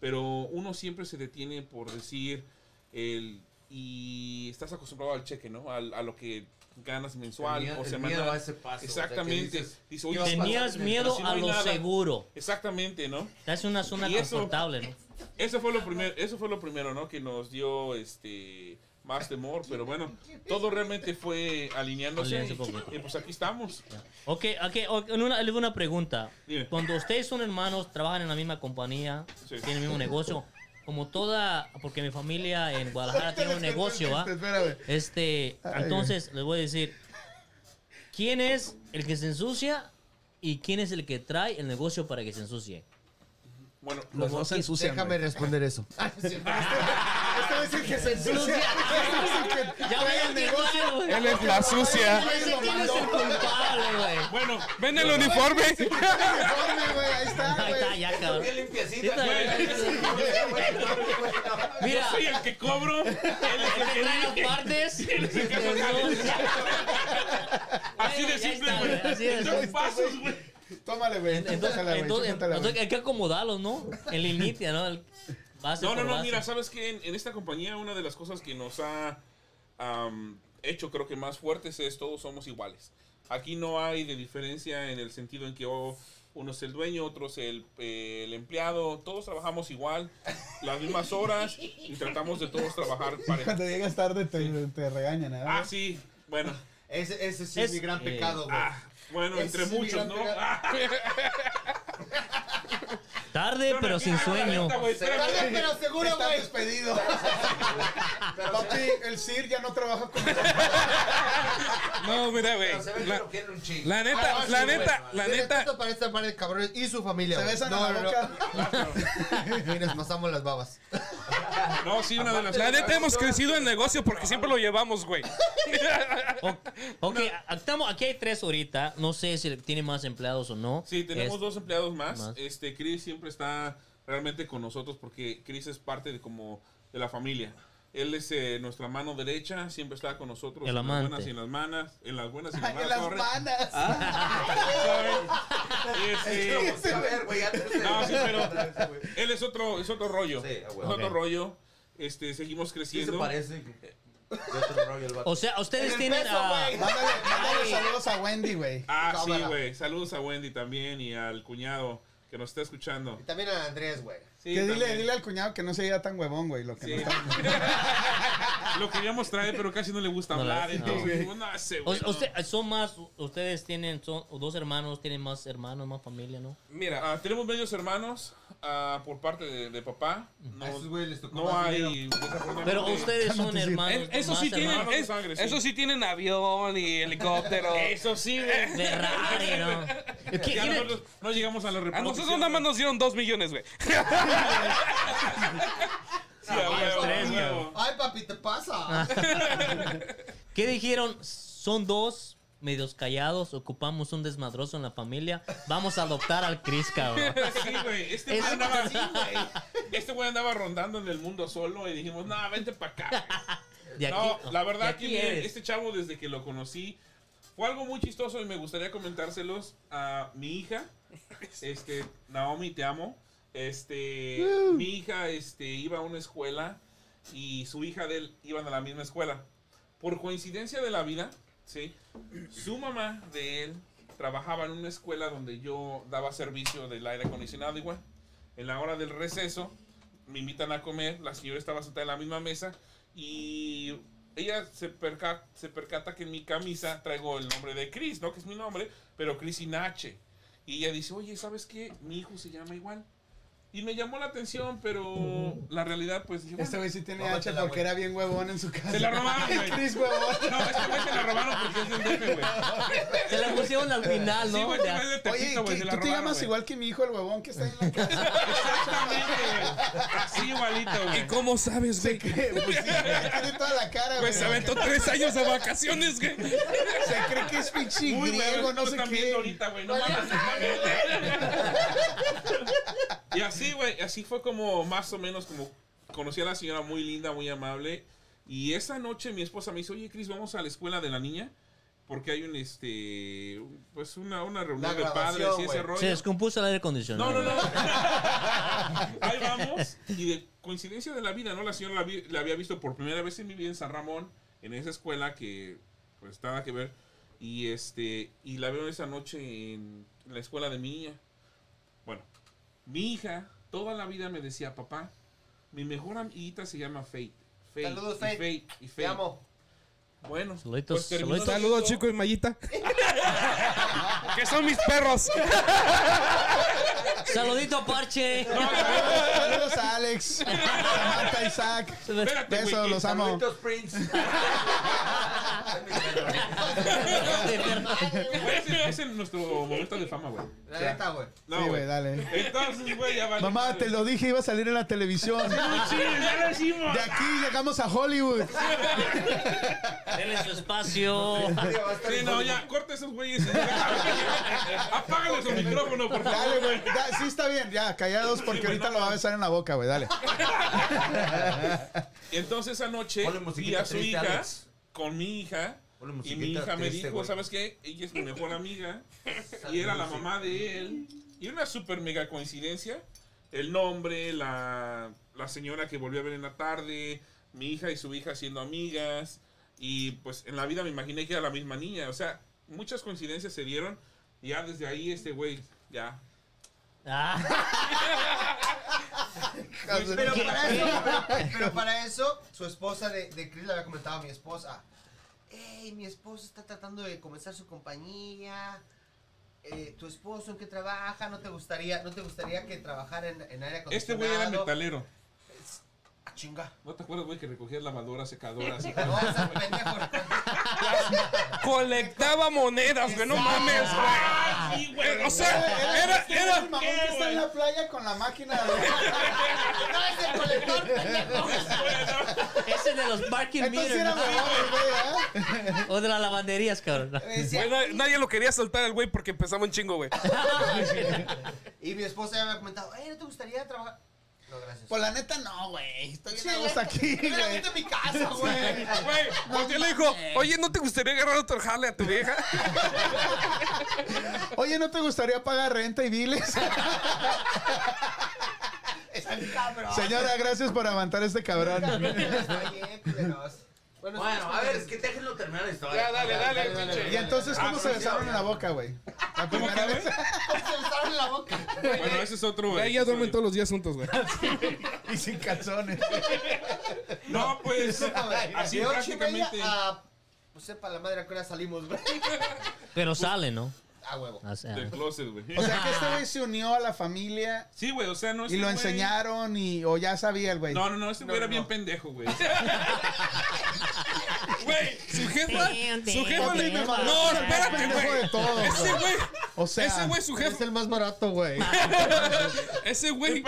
Speaker 4: Pero uno siempre se detiene por decir el y estás acostumbrado al cheque, ¿no? Al- a lo que ganas mensual
Speaker 5: miedo-
Speaker 4: o
Speaker 5: el
Speaker 4: semanal.
Speaker 5: miedo a ese paso, o sea, que
Speaker 4: Exactamente.
Speaker 5: dices,
Speaker 4: Dice, "Oye,
Speaker 5: vas a pasar
Speaker 3: Tenías
Speaker 5: en el-
Speaker 3: miedo
Speaker 4: si no
Speaker 3: a
Speaker 4: hay
Speaker 3: lo
Speaker 4: nada?
Speaker 3: seguro.
Speaker 4: Exactamente, ¿no?
Speaker 3: Es una zona
Speaker 4: Y eso-
Speaker 3: confortable, ¿no?
Speaker 4: Eso fue lo primero, eso fue lo primero, ¿no? Que nos dio este más temor, pero bueno, todo realmente fue alineándose
Speaker 3: Alinearse
Speaker 4: y,
Speaker 3: un poco.
Speaker 4: y pues aquí estamos.
Speaker 3: Ok, ok, ok, en una, le hago una pregunta.
Speaker 4: Dime.
Speaker 3: Cuando ustedes son hermanos, trabajan en la misma compañía,
Speaker 4: Sí.
Speaker 3: tienen el mismo negocio, como toda, porque mi familia en Guadalajara tiene un negocio, ¿va?
Speaker 1: Espérame.
Speaker 3: Este,
Speaker 1: Ay,
Speaker 3: entonces les voy a decir, ¿quién es el que se ensucia y quién es el que trae el negocio para que se ensucie?
Speaker 4: Bueno,
Speaker 9: Los
Speaker 4: los-
Speaker 9: dos se ensucian.
Speaker 7: Déjame
Speaker 9: güey.
Speaker 1: [laughs]
Speaker 7: responder eso. Ah, sí, Este es el que se ensucia.
Speaker 1: Este
Speaker 3: Ya voy al negocio.
Speaker 6: Él es la sucia.
Speaker 3: ¿Quién es el culpable, güey?
Speaker 4: bueno,
Speaker 6: Ven el uniforme.
Speaker 1: Uniforme, güey, Ahí está,
Speaker 3: Ahí está,
Speaker 1: güey.
Speaker 3: ya, cabrón.
Speaker 5: Bien
Speaker 3: Sí,
Speaker 5: limpiecita,
Speaker 3: está bien.
Speaker 4: yo
Speaker 3: Mira,
Speaker 4: soy el que cobro. él es el que
Speaker 3: trae las
Speaker 4: dirige. [laughs]
Speaker 3: partes.
Speaker 4: el que hace
Speaker 3: Los dos.
Speaker 4: Así
Speaker 3: Bueno,
Speaker 4: de
Speaker 3: ya
Speaker 4: simple,
Speaker 3: está,
Speaker 4: güey.
Speaker 3: güey, así de
Speaker 4: Dos
Speaker 3: simple.
Speaker 4: pasos, güey.
Speaker 1: Tómale, güey.
Speaker 3: Entonces,
Speaker 1: chúpatela, güey,
Speaker 3: entonces-
Speaker 1: chúpatela, güey.
Speaker 3: entonces hay que acomodarlos, ¿no? En línea, ¿no? El- base
Speaker 4: No, no,
Speaker 3: por
Speaker 4: no,
Speaker 3: base.
Speaker 4: mira, sabes que en, en esta compañía una de las cosas que nos ha am, hecho creo que más fuertes es todos somos iguales. Aquí no hay de diferencia en el sentido en que oh, uno es el dueño, otro es el, eh, el empleado, todos trabajamos igual, las mismas horas y tratamos de todos trabajar parejo.
Speaker 1: Cuando llegas tarde te, te regañan, ¿eh?
Speaker 4: Ah, sí, bueno,
Speaker 7: Ese, ese sí es,
Speaker 3: Es-
Speaker 7: mi gran
Speaker 3: eh,
Speaker 7: pecado, güey.
Speaker 4: ah, bueno,
Speaker 7: Ese
Speaker 4: entre
Speaker 7: es mi
Speaker 4: muchos,
Speaker 7: gran
Speaker 4: ¿no?
Speaker 7: pecado.
Speaker 4: Ah,
Speaker 3: Tarde, pero sin sueño.
Speaker 4: ahorita, güey, espérame.
Speaker 7: Tarde, pero seguro,
Speaker 1: Está
Speaker 7: güey. [laughs]
Speaker 1: despedido. Papi, el Sir ya no trabaja con
Speaker 6: No, mira, güey.
Speaker 5: Pero se ve que
Speaker 6: La,
Speaker 5: lo quieren un chingo. [laughs]
Speaker 6: la neta, la neta, la
Speaker 7: De
Speaker 6: neta.
Speaker 7: respeto para esta par de cabrones y su familia.
Speaker 1: Se
Speaker 7: güey.
Speaker 1: besan
Speaker 7: no,
Speaker 1: en la
Speaker 7: no,
Speaker 1: boca.
Speaker 7: no. Y nos pasamos las babas.
Speaker 4: No, sí, una de las...
Speaker 6: La neta hemos crecido en negocio porque siempre lo llevamos, güey.
Speaker 3: O- Ok, a- estamos, aquí hay tres ahorita. No sé si tiene más empleados o no. Este,
Speaker 4: Sí, tenemos
Speaker 3: Es-
Speaker 4: dos empleados más.
Speaker 3: más.
Speaker 4: Este, Chris siempre está realmente con nosotros porque Chris es parte de como de la familia. Él es eh, nuestra mano derecha, siempre está con nosotros
Speaker 3: El
Speaker 4: en las
Speaker 3: amante.
Speaker 4: buenas y en las malas, en las buenas y en las
Speaker 1: Ay, en
Speaker 4: malas.
Speaker 1: las
Speaker 4: sorry.
Speaker 1: manas.
Speaker 4: Sorry. Este,
Speaker 5: A ver, güey, antes de-
Speaker 4: no, sí, pero él es otro, es otro rollo.
Speaker 5: Sí, a
Speaker 4: es
Speaker 5: huevo.
Speaker 4: otro
Speaker 3: Ok.
Speaker 4: rollo. Este, seguimos
Speaker 5: Sí se
Speaker 4: creciendo.
Speaker 5: parece. De otro rollo el vato.
Speaker 3: O sea, ustedes
Speaker 7: el
Speaker 3: tienen.
Speaker 7: peso,
Speaker 3: ah,
Speaker 7: güey.
Speaker 1: Mándale, mándale saludos a Wendy, güey.
Speaker 4: ah, sí,
Speaker 7: Cámara.
Speaker 4: güey. Saludos a Wendy también y al cuñado que nos está escuchando.
Speaker 7: Y también a Andrés, güey.
Speaker 4: Sí,
Speaker 1: que dile,
Speaker 4: también.
Speaker 1: dile al cuñado que no se vea tan huevón, güey. Lo que
Speaker 4: Sí. [laughs]
Speaker 1: no está...
Speaker 4: Lo queríamos traer, pero casi no le gusta
Speaker 3: No,
Speaker 4: hablar.
Speaker 3: no.
Speaker 4: Entonces, no, ese
Speaker 3: o-
Speaker 4: güey, no.
Speaker 3: usted- son más, ustedes tienen, son dos hermanos, tienen más hermanos, más familia, ¿no?
Speaker 6: Mira,
Speaker 4: Ah, tenemos medios hermanos ah, por parte de, de papá. No,
Speaker 7: A Ah, esos güeyes les tocó
Speaker 4: no
Speaker 7: más dinero.
Speaker 4: hay. desafortunadamente,
Speaker 3: Pero ustedes son
Speaker 1: Cálmate, sí.
Speaker 3: hermanos.
Speaker 6: es- eso
Speaker 3: más
Speaker 6: sí tienen,
Speaker 3: hermanos
Speaker 6: es-
Speaker 4: sangre, sí.
Speaker 6: eso sí tienen avión y helicóptero.
Speaker 4: Eso sí, güey.
Speaker 3: De Ferrari, ¿no? ¿Qué-
Speaker 4: Ya
Speaker 3: quién es-
Speaker 4: nosotros no llegamos a la
Speaker 6: A
Speaker 4: reproducción.
Speaker 6: nosotros nada más nos dieron dos millones, güey.
Speaker 4: Sí, a Ah, huevo,
Speaker 3: tres,
Speaker 4: a huevo.
Speaker 7: Ay, papi, te pasa.
Speaker 1: Ah.
Speaker 3: ¿Qué dijeron? Son dos medios callados, ocupamos un desmadroso en la familia, vamos a adoptar al Cris, cabrón.
Speaker 4: [laughs] Sí, güey. Este
Speaker 3: Es-
Speaker 4: güey andaba, [laughs] este güey andaba rondando en el mundo solo y dijimos, no, vente para acá. güey".
Speaker 3: De
Speaker 4: no,
Speaker 3: aquí-
Speaker 4: la verdad
Speaker 3: de
Speaker 4: que
Speaker 3: aquí
Speaker 4: miren,
Speaker 3: eres.
Speaker 4: este chavo desde que lo conocí Fue algo muy chistoso y me gustaría comentárselos a mi hija. Este, Naomi, te amo. Este, mi hija este, iba a una escuela y su hija de él iban a la misma escuela. Por coincidencia de la vida, ¿sí? su mamá de él trabajaba en una escuela donde yo daba servicio del aire acondicionado igual. En la hora del receso me invitan a comer, la señora estaba sentada en la misma mesa y ella se, perca- se percata que en mi camisa traigo el nombre de Chris, ¿no? Que es mi nombre, pero Chris sin H. Y ella dice, oye, ¿sabes qué? Mi hijo se llama igual. Y me llamó la atención, pero la realidad, pues... dije,
Speaker 1: Este
Speaker 4: bueno,
Speaker 1: güey sí tiene
Speaker 5: Bájate
Speaker 1: H
Speaker 5: la,
Speaker 1: porque
Speaker 5: güey.
Speaker 1: era bien huevón en su casa.
Speaker 4: Se
Speaker 1: [laughs]
Speaker 4: la robaron, güey.
Speaker 1: Chris huevón.
Speaker 4: No, este güey se la robaron porque es del DF, güey.
Speaker 3: Se la pusieron al final,
Speaker 4: Sí,
Speaker 3: ¿no?
Speaker 4: güey, este
Speaker 3: Ya.
Speaker 4: güey es de
Speaker 1: Oye,
Speaker 4: Tepito, güey,
Speaker 1: ¿qué-
Speaker 4: se la
Speaker 1: tú te
Speaker 4: robaron,
Speaker 1: llamas
Speaker 4: güey.
Speaker 1: igual que mi hijo, el huevón que está
Speaker 4: [laughs]
Speaker 1: ahí en la casa.
Speaker 4: Exactamente, güey. Así igualito, güey.
Speaker 6: ¿Y cómo sabes,
Speaker 1: Se
Speaker 6: güey?
Speaker 1: cree, pues sí, tiene toda la cara,
Speaker 6: Pues se
Speaker 1: güey.
Speaker 6: aventó tres años de vacaciones, güey.
Speaker 1: Se cree que es pinche
Speaker 4: Muy
Speaker 1: griego,
Speaker 4: güey,
Speaker 1: no
Speaker 4: tú
Speaker 1: sé
Speaker 4: también
Speaker 1: qué.
Speaker 4: ahorita, güey, no mames, mames. Y así, güey, así fue como más o menos como conocí a la señora muy linda, muy amable. Y esa noche mi esposa me dice, oye, Cris, vamos a la escuela de la niña. Porque hay un, este, un- pues una, una
Speaker 7: La
Speaker 4: reunión de
Speaker 7: grabación,
Speaker 4: padres y
Speaker 7: güey.
Speaker 4: ese rollo.
Speaker 3: Se descompuso el aire
Speaker 4: No,
Speaker 3: acondicionado.
Speaker 4: no, no. [laughs] Ahí vamos. Y de coincidencia de la vida, ¿no? La señora la, vi- la había visto por primera vez en mi vida en San Ramón, en esa escuela que pues nada que ver. Y este y la veo esa noche en la escuela de mi niña. Bueno, mi hija toda la vida me decía, papá, mi mejor amiguita se llama Fate. Fate
Speaker 7: Saludos,
Speaker 4: y
Speaker 7: Fate.
Speaker 4: Fate. Y Fate.
Speaker 7: Te amo.
Speaker 4: Bueno, pues,
Speaker 3: Saluditos,
Speaker 4: terminó
Speaker 3: saluditos.
Speaker 6: Saludos,
Speaker 4: [laughs] esto.
Speaker 6: Chico y Mayita. que son mis perros.
Speaker 3: Saludito, Parche.
Speaker 1: Saludos a
Speaker 4: [laughs]
Speaker 1: Alex, Samantha, Isaac.
Speaker 4: Espérate, güey,
Speaker 1: Besos,
Speaker 4: que-
Speaker 1: los amo.
Speaker 5: Saluditos,
Speaker 4: [laughs]
Speaker 5: Prince.
Speaker 4: Güey, ese- ese es nuestro momento de fama, güey.
Speaker 7: La neta, güey.
Speaker 4: No,
Speaker 1: Sí,
Speaker 4: güey.
Speaker 1: güey, dale.
Speaker 4: Entonces, güey, ya va.
Speaker 1: Mamá, te lo dije, iba a salir en la
Speaker 4: [laughs]
Speaker 1: televisión.
Speaker 4: Sí, ya lo hicimos.
Speaker 1: De aquí llegamos a Hollywood.
Speaker 3: Denle su espacio.
Speaker 4: Sí, no, ya, corta esos güeyes.
Speaker 1: [laughs]
Speaker 4: Apágale su micrófono, por favor.
Speaker 1: Dale, güey. Da- Sí está bien, ya, callados porque ahorita lo va a besar en la boca, güey. Dale.
Speaker 4: Y entonces esa noche
Speaker 5: Ponle
Speaker 4: vi
Speaker 5: musiquita
Speaker 4: a su
Speaker 5: triste,
Speaker 4: hija
Speaker 5: Alex.
Speaker 4: con mi hija.
Speaker 5: Ponle
Speaker 4: Y
Speaker 5: musiquita
Speaker 4: mi hija me
Speaker 5: triste,
Speaker 4: dijo,
Speaker 5: güey.
Speaker 4: ¿sabes qué? Ella es mi mejor amiga. y era la mamá de él. Y una super mega coincidencia. El nombre, la, la señora que volví a ver en la tarde, mi hija y su hija siendo amigas. Y pues en la vida me imaginé que era la misma niña. O sea, muchas coincidencias se dieron. Y ya desde ahí este güey, ya. [laughs]
Speaker 3: Ah,
Speaker 6: Pues,
Speaker 7: Pero para eso, pero, [laughs] pero para eso, su esposa de, de Chris le había comentado a mi esposa. Ey, mi esposo está tratando de comenzar su compañía. Eh, tu esposo en qué trabaja, no te gustaría, no te gustaría que trabajara en, en aire acondicionado.
Speaker 4: Este güey era metalero.
Speaker 7: Ah, chinga.
Speaker 4: ¿No te acuerdas, güey, que recogías lavadoras, secadoras?
Speaker 6: [laughs]
Speaker 4: y-
Speaker 7: No, esas pendejos.
Speaker 6: Colectaba monedas, güey. No mames, güey.
Speaker 4: ¡Ah, sí, güey!
Speaker 6: O sea, era,
Speaker 1: Era el
Speaker 6: era.
Speaker 1: mamón que está en la playa con la máquina.
Speaker 7: [laughs] No, es el colector, pendejo.
Speaker 3: ese de los parking
Speaker 1: Entonces sí era
Speaker 3: meters ¿no?
Speaker 1: mejor, güey, ¿eh?
Speaker 3: o de las lavanderías, cabrón.
Speaker 7: Me decía,
Speaker 6: Güey, na- nadie lo quería soltar al güey porque empezaba un chingo, güey.
Speaker 7: [laughs] Y mi esposa ya me ha comentado, eh, ¿no te gustaría trabajar? No, gracias.
Speaker 1: Pues la neta, no, güey. Estoy bien
Speaker 7: Sí,
Speaker 1: a gusto aquí, güey.
Speaker 7: Realmente mi casa, güey.
Speaker 6: Güey, pues yo le dijo, oye, ¿no te gustaría agarrar otro jale a tu vieja?
Speaker 1: Oye, ¿no te gustaría pagar renta y biles?
Speaker 7: [laughs] Está bien, cabrón.
Speaker 1: Señora, gracias por aguantar este cabrón.
Speaker 7: [laughs] Está bien, culeros. Bueno,
Speaker 5: Bueno, a ver, es que déjenlo terminar la historia.
Speaker 6: Ya, dale, dale, pinche.
Speaker 1: Y entonces, ¿cómo
Speaker 4: Ah,
Speaker 1: se
Speaker 5: pues,
Speaker 4: sí,
Speaker 1: besaron
Speaker 4: sí,
Speaker 1: en la boca, güey? La
Speaker 4: ¿Cómo
Speaker 1: primera
Speaker 4: que,
Speaker 1: vez.
Speaker 7: se besaron en la boca.
Speaker 4: Bueno, ese es otro, güey.
Speaker 6: Ahí ya duermen todos los días juntos, güey.
Speaker 1: [laughs] Y sin calzones.
Speaker 4: No, pues, así
Speaker 7: de ocho y
Speaker 4: prácticamente.
Speaker 7: media a... Pues sepa la madre a qué hora salimos, güey.
Speaker 3: Pero sale, ¿no?
Speaker 7: A huevo.
Speaker 3: O sea,
Speaker 4: Del closet, güey.
Speaker 1: O sea, que este güey se unió a la familia
Speaker 4: Sí, güey, o sea, no es
Speaker 1: y
Speaker 4: que,
Speaker 1: lo
Speaker 4: güey-
Speaker 1: enseñaron y... O ya sabía el güey.
Speaker 4: No, no, no, este güey
Speaker 7: No,
Speaker 4: era
Speaker 7: no.
Speaker 4: bien pendejo, [laughs] güey.
Speaker 6: Güey, su jefa, su jefa le...
Speaker 1: Pendejo,
Speaker 6: No, espérate,
Speaker 1: pendejo de
Speaker 6: güey.
Speaker 1: todo.
Speaker 6: Ese güey,
Speaker 1: O sea,
Speaker 6: ese güey, su
Speaker 9: Es
Speaker 6: jefa,
Speaker 9: el más barato, güey.
Speaker 6: ese güey,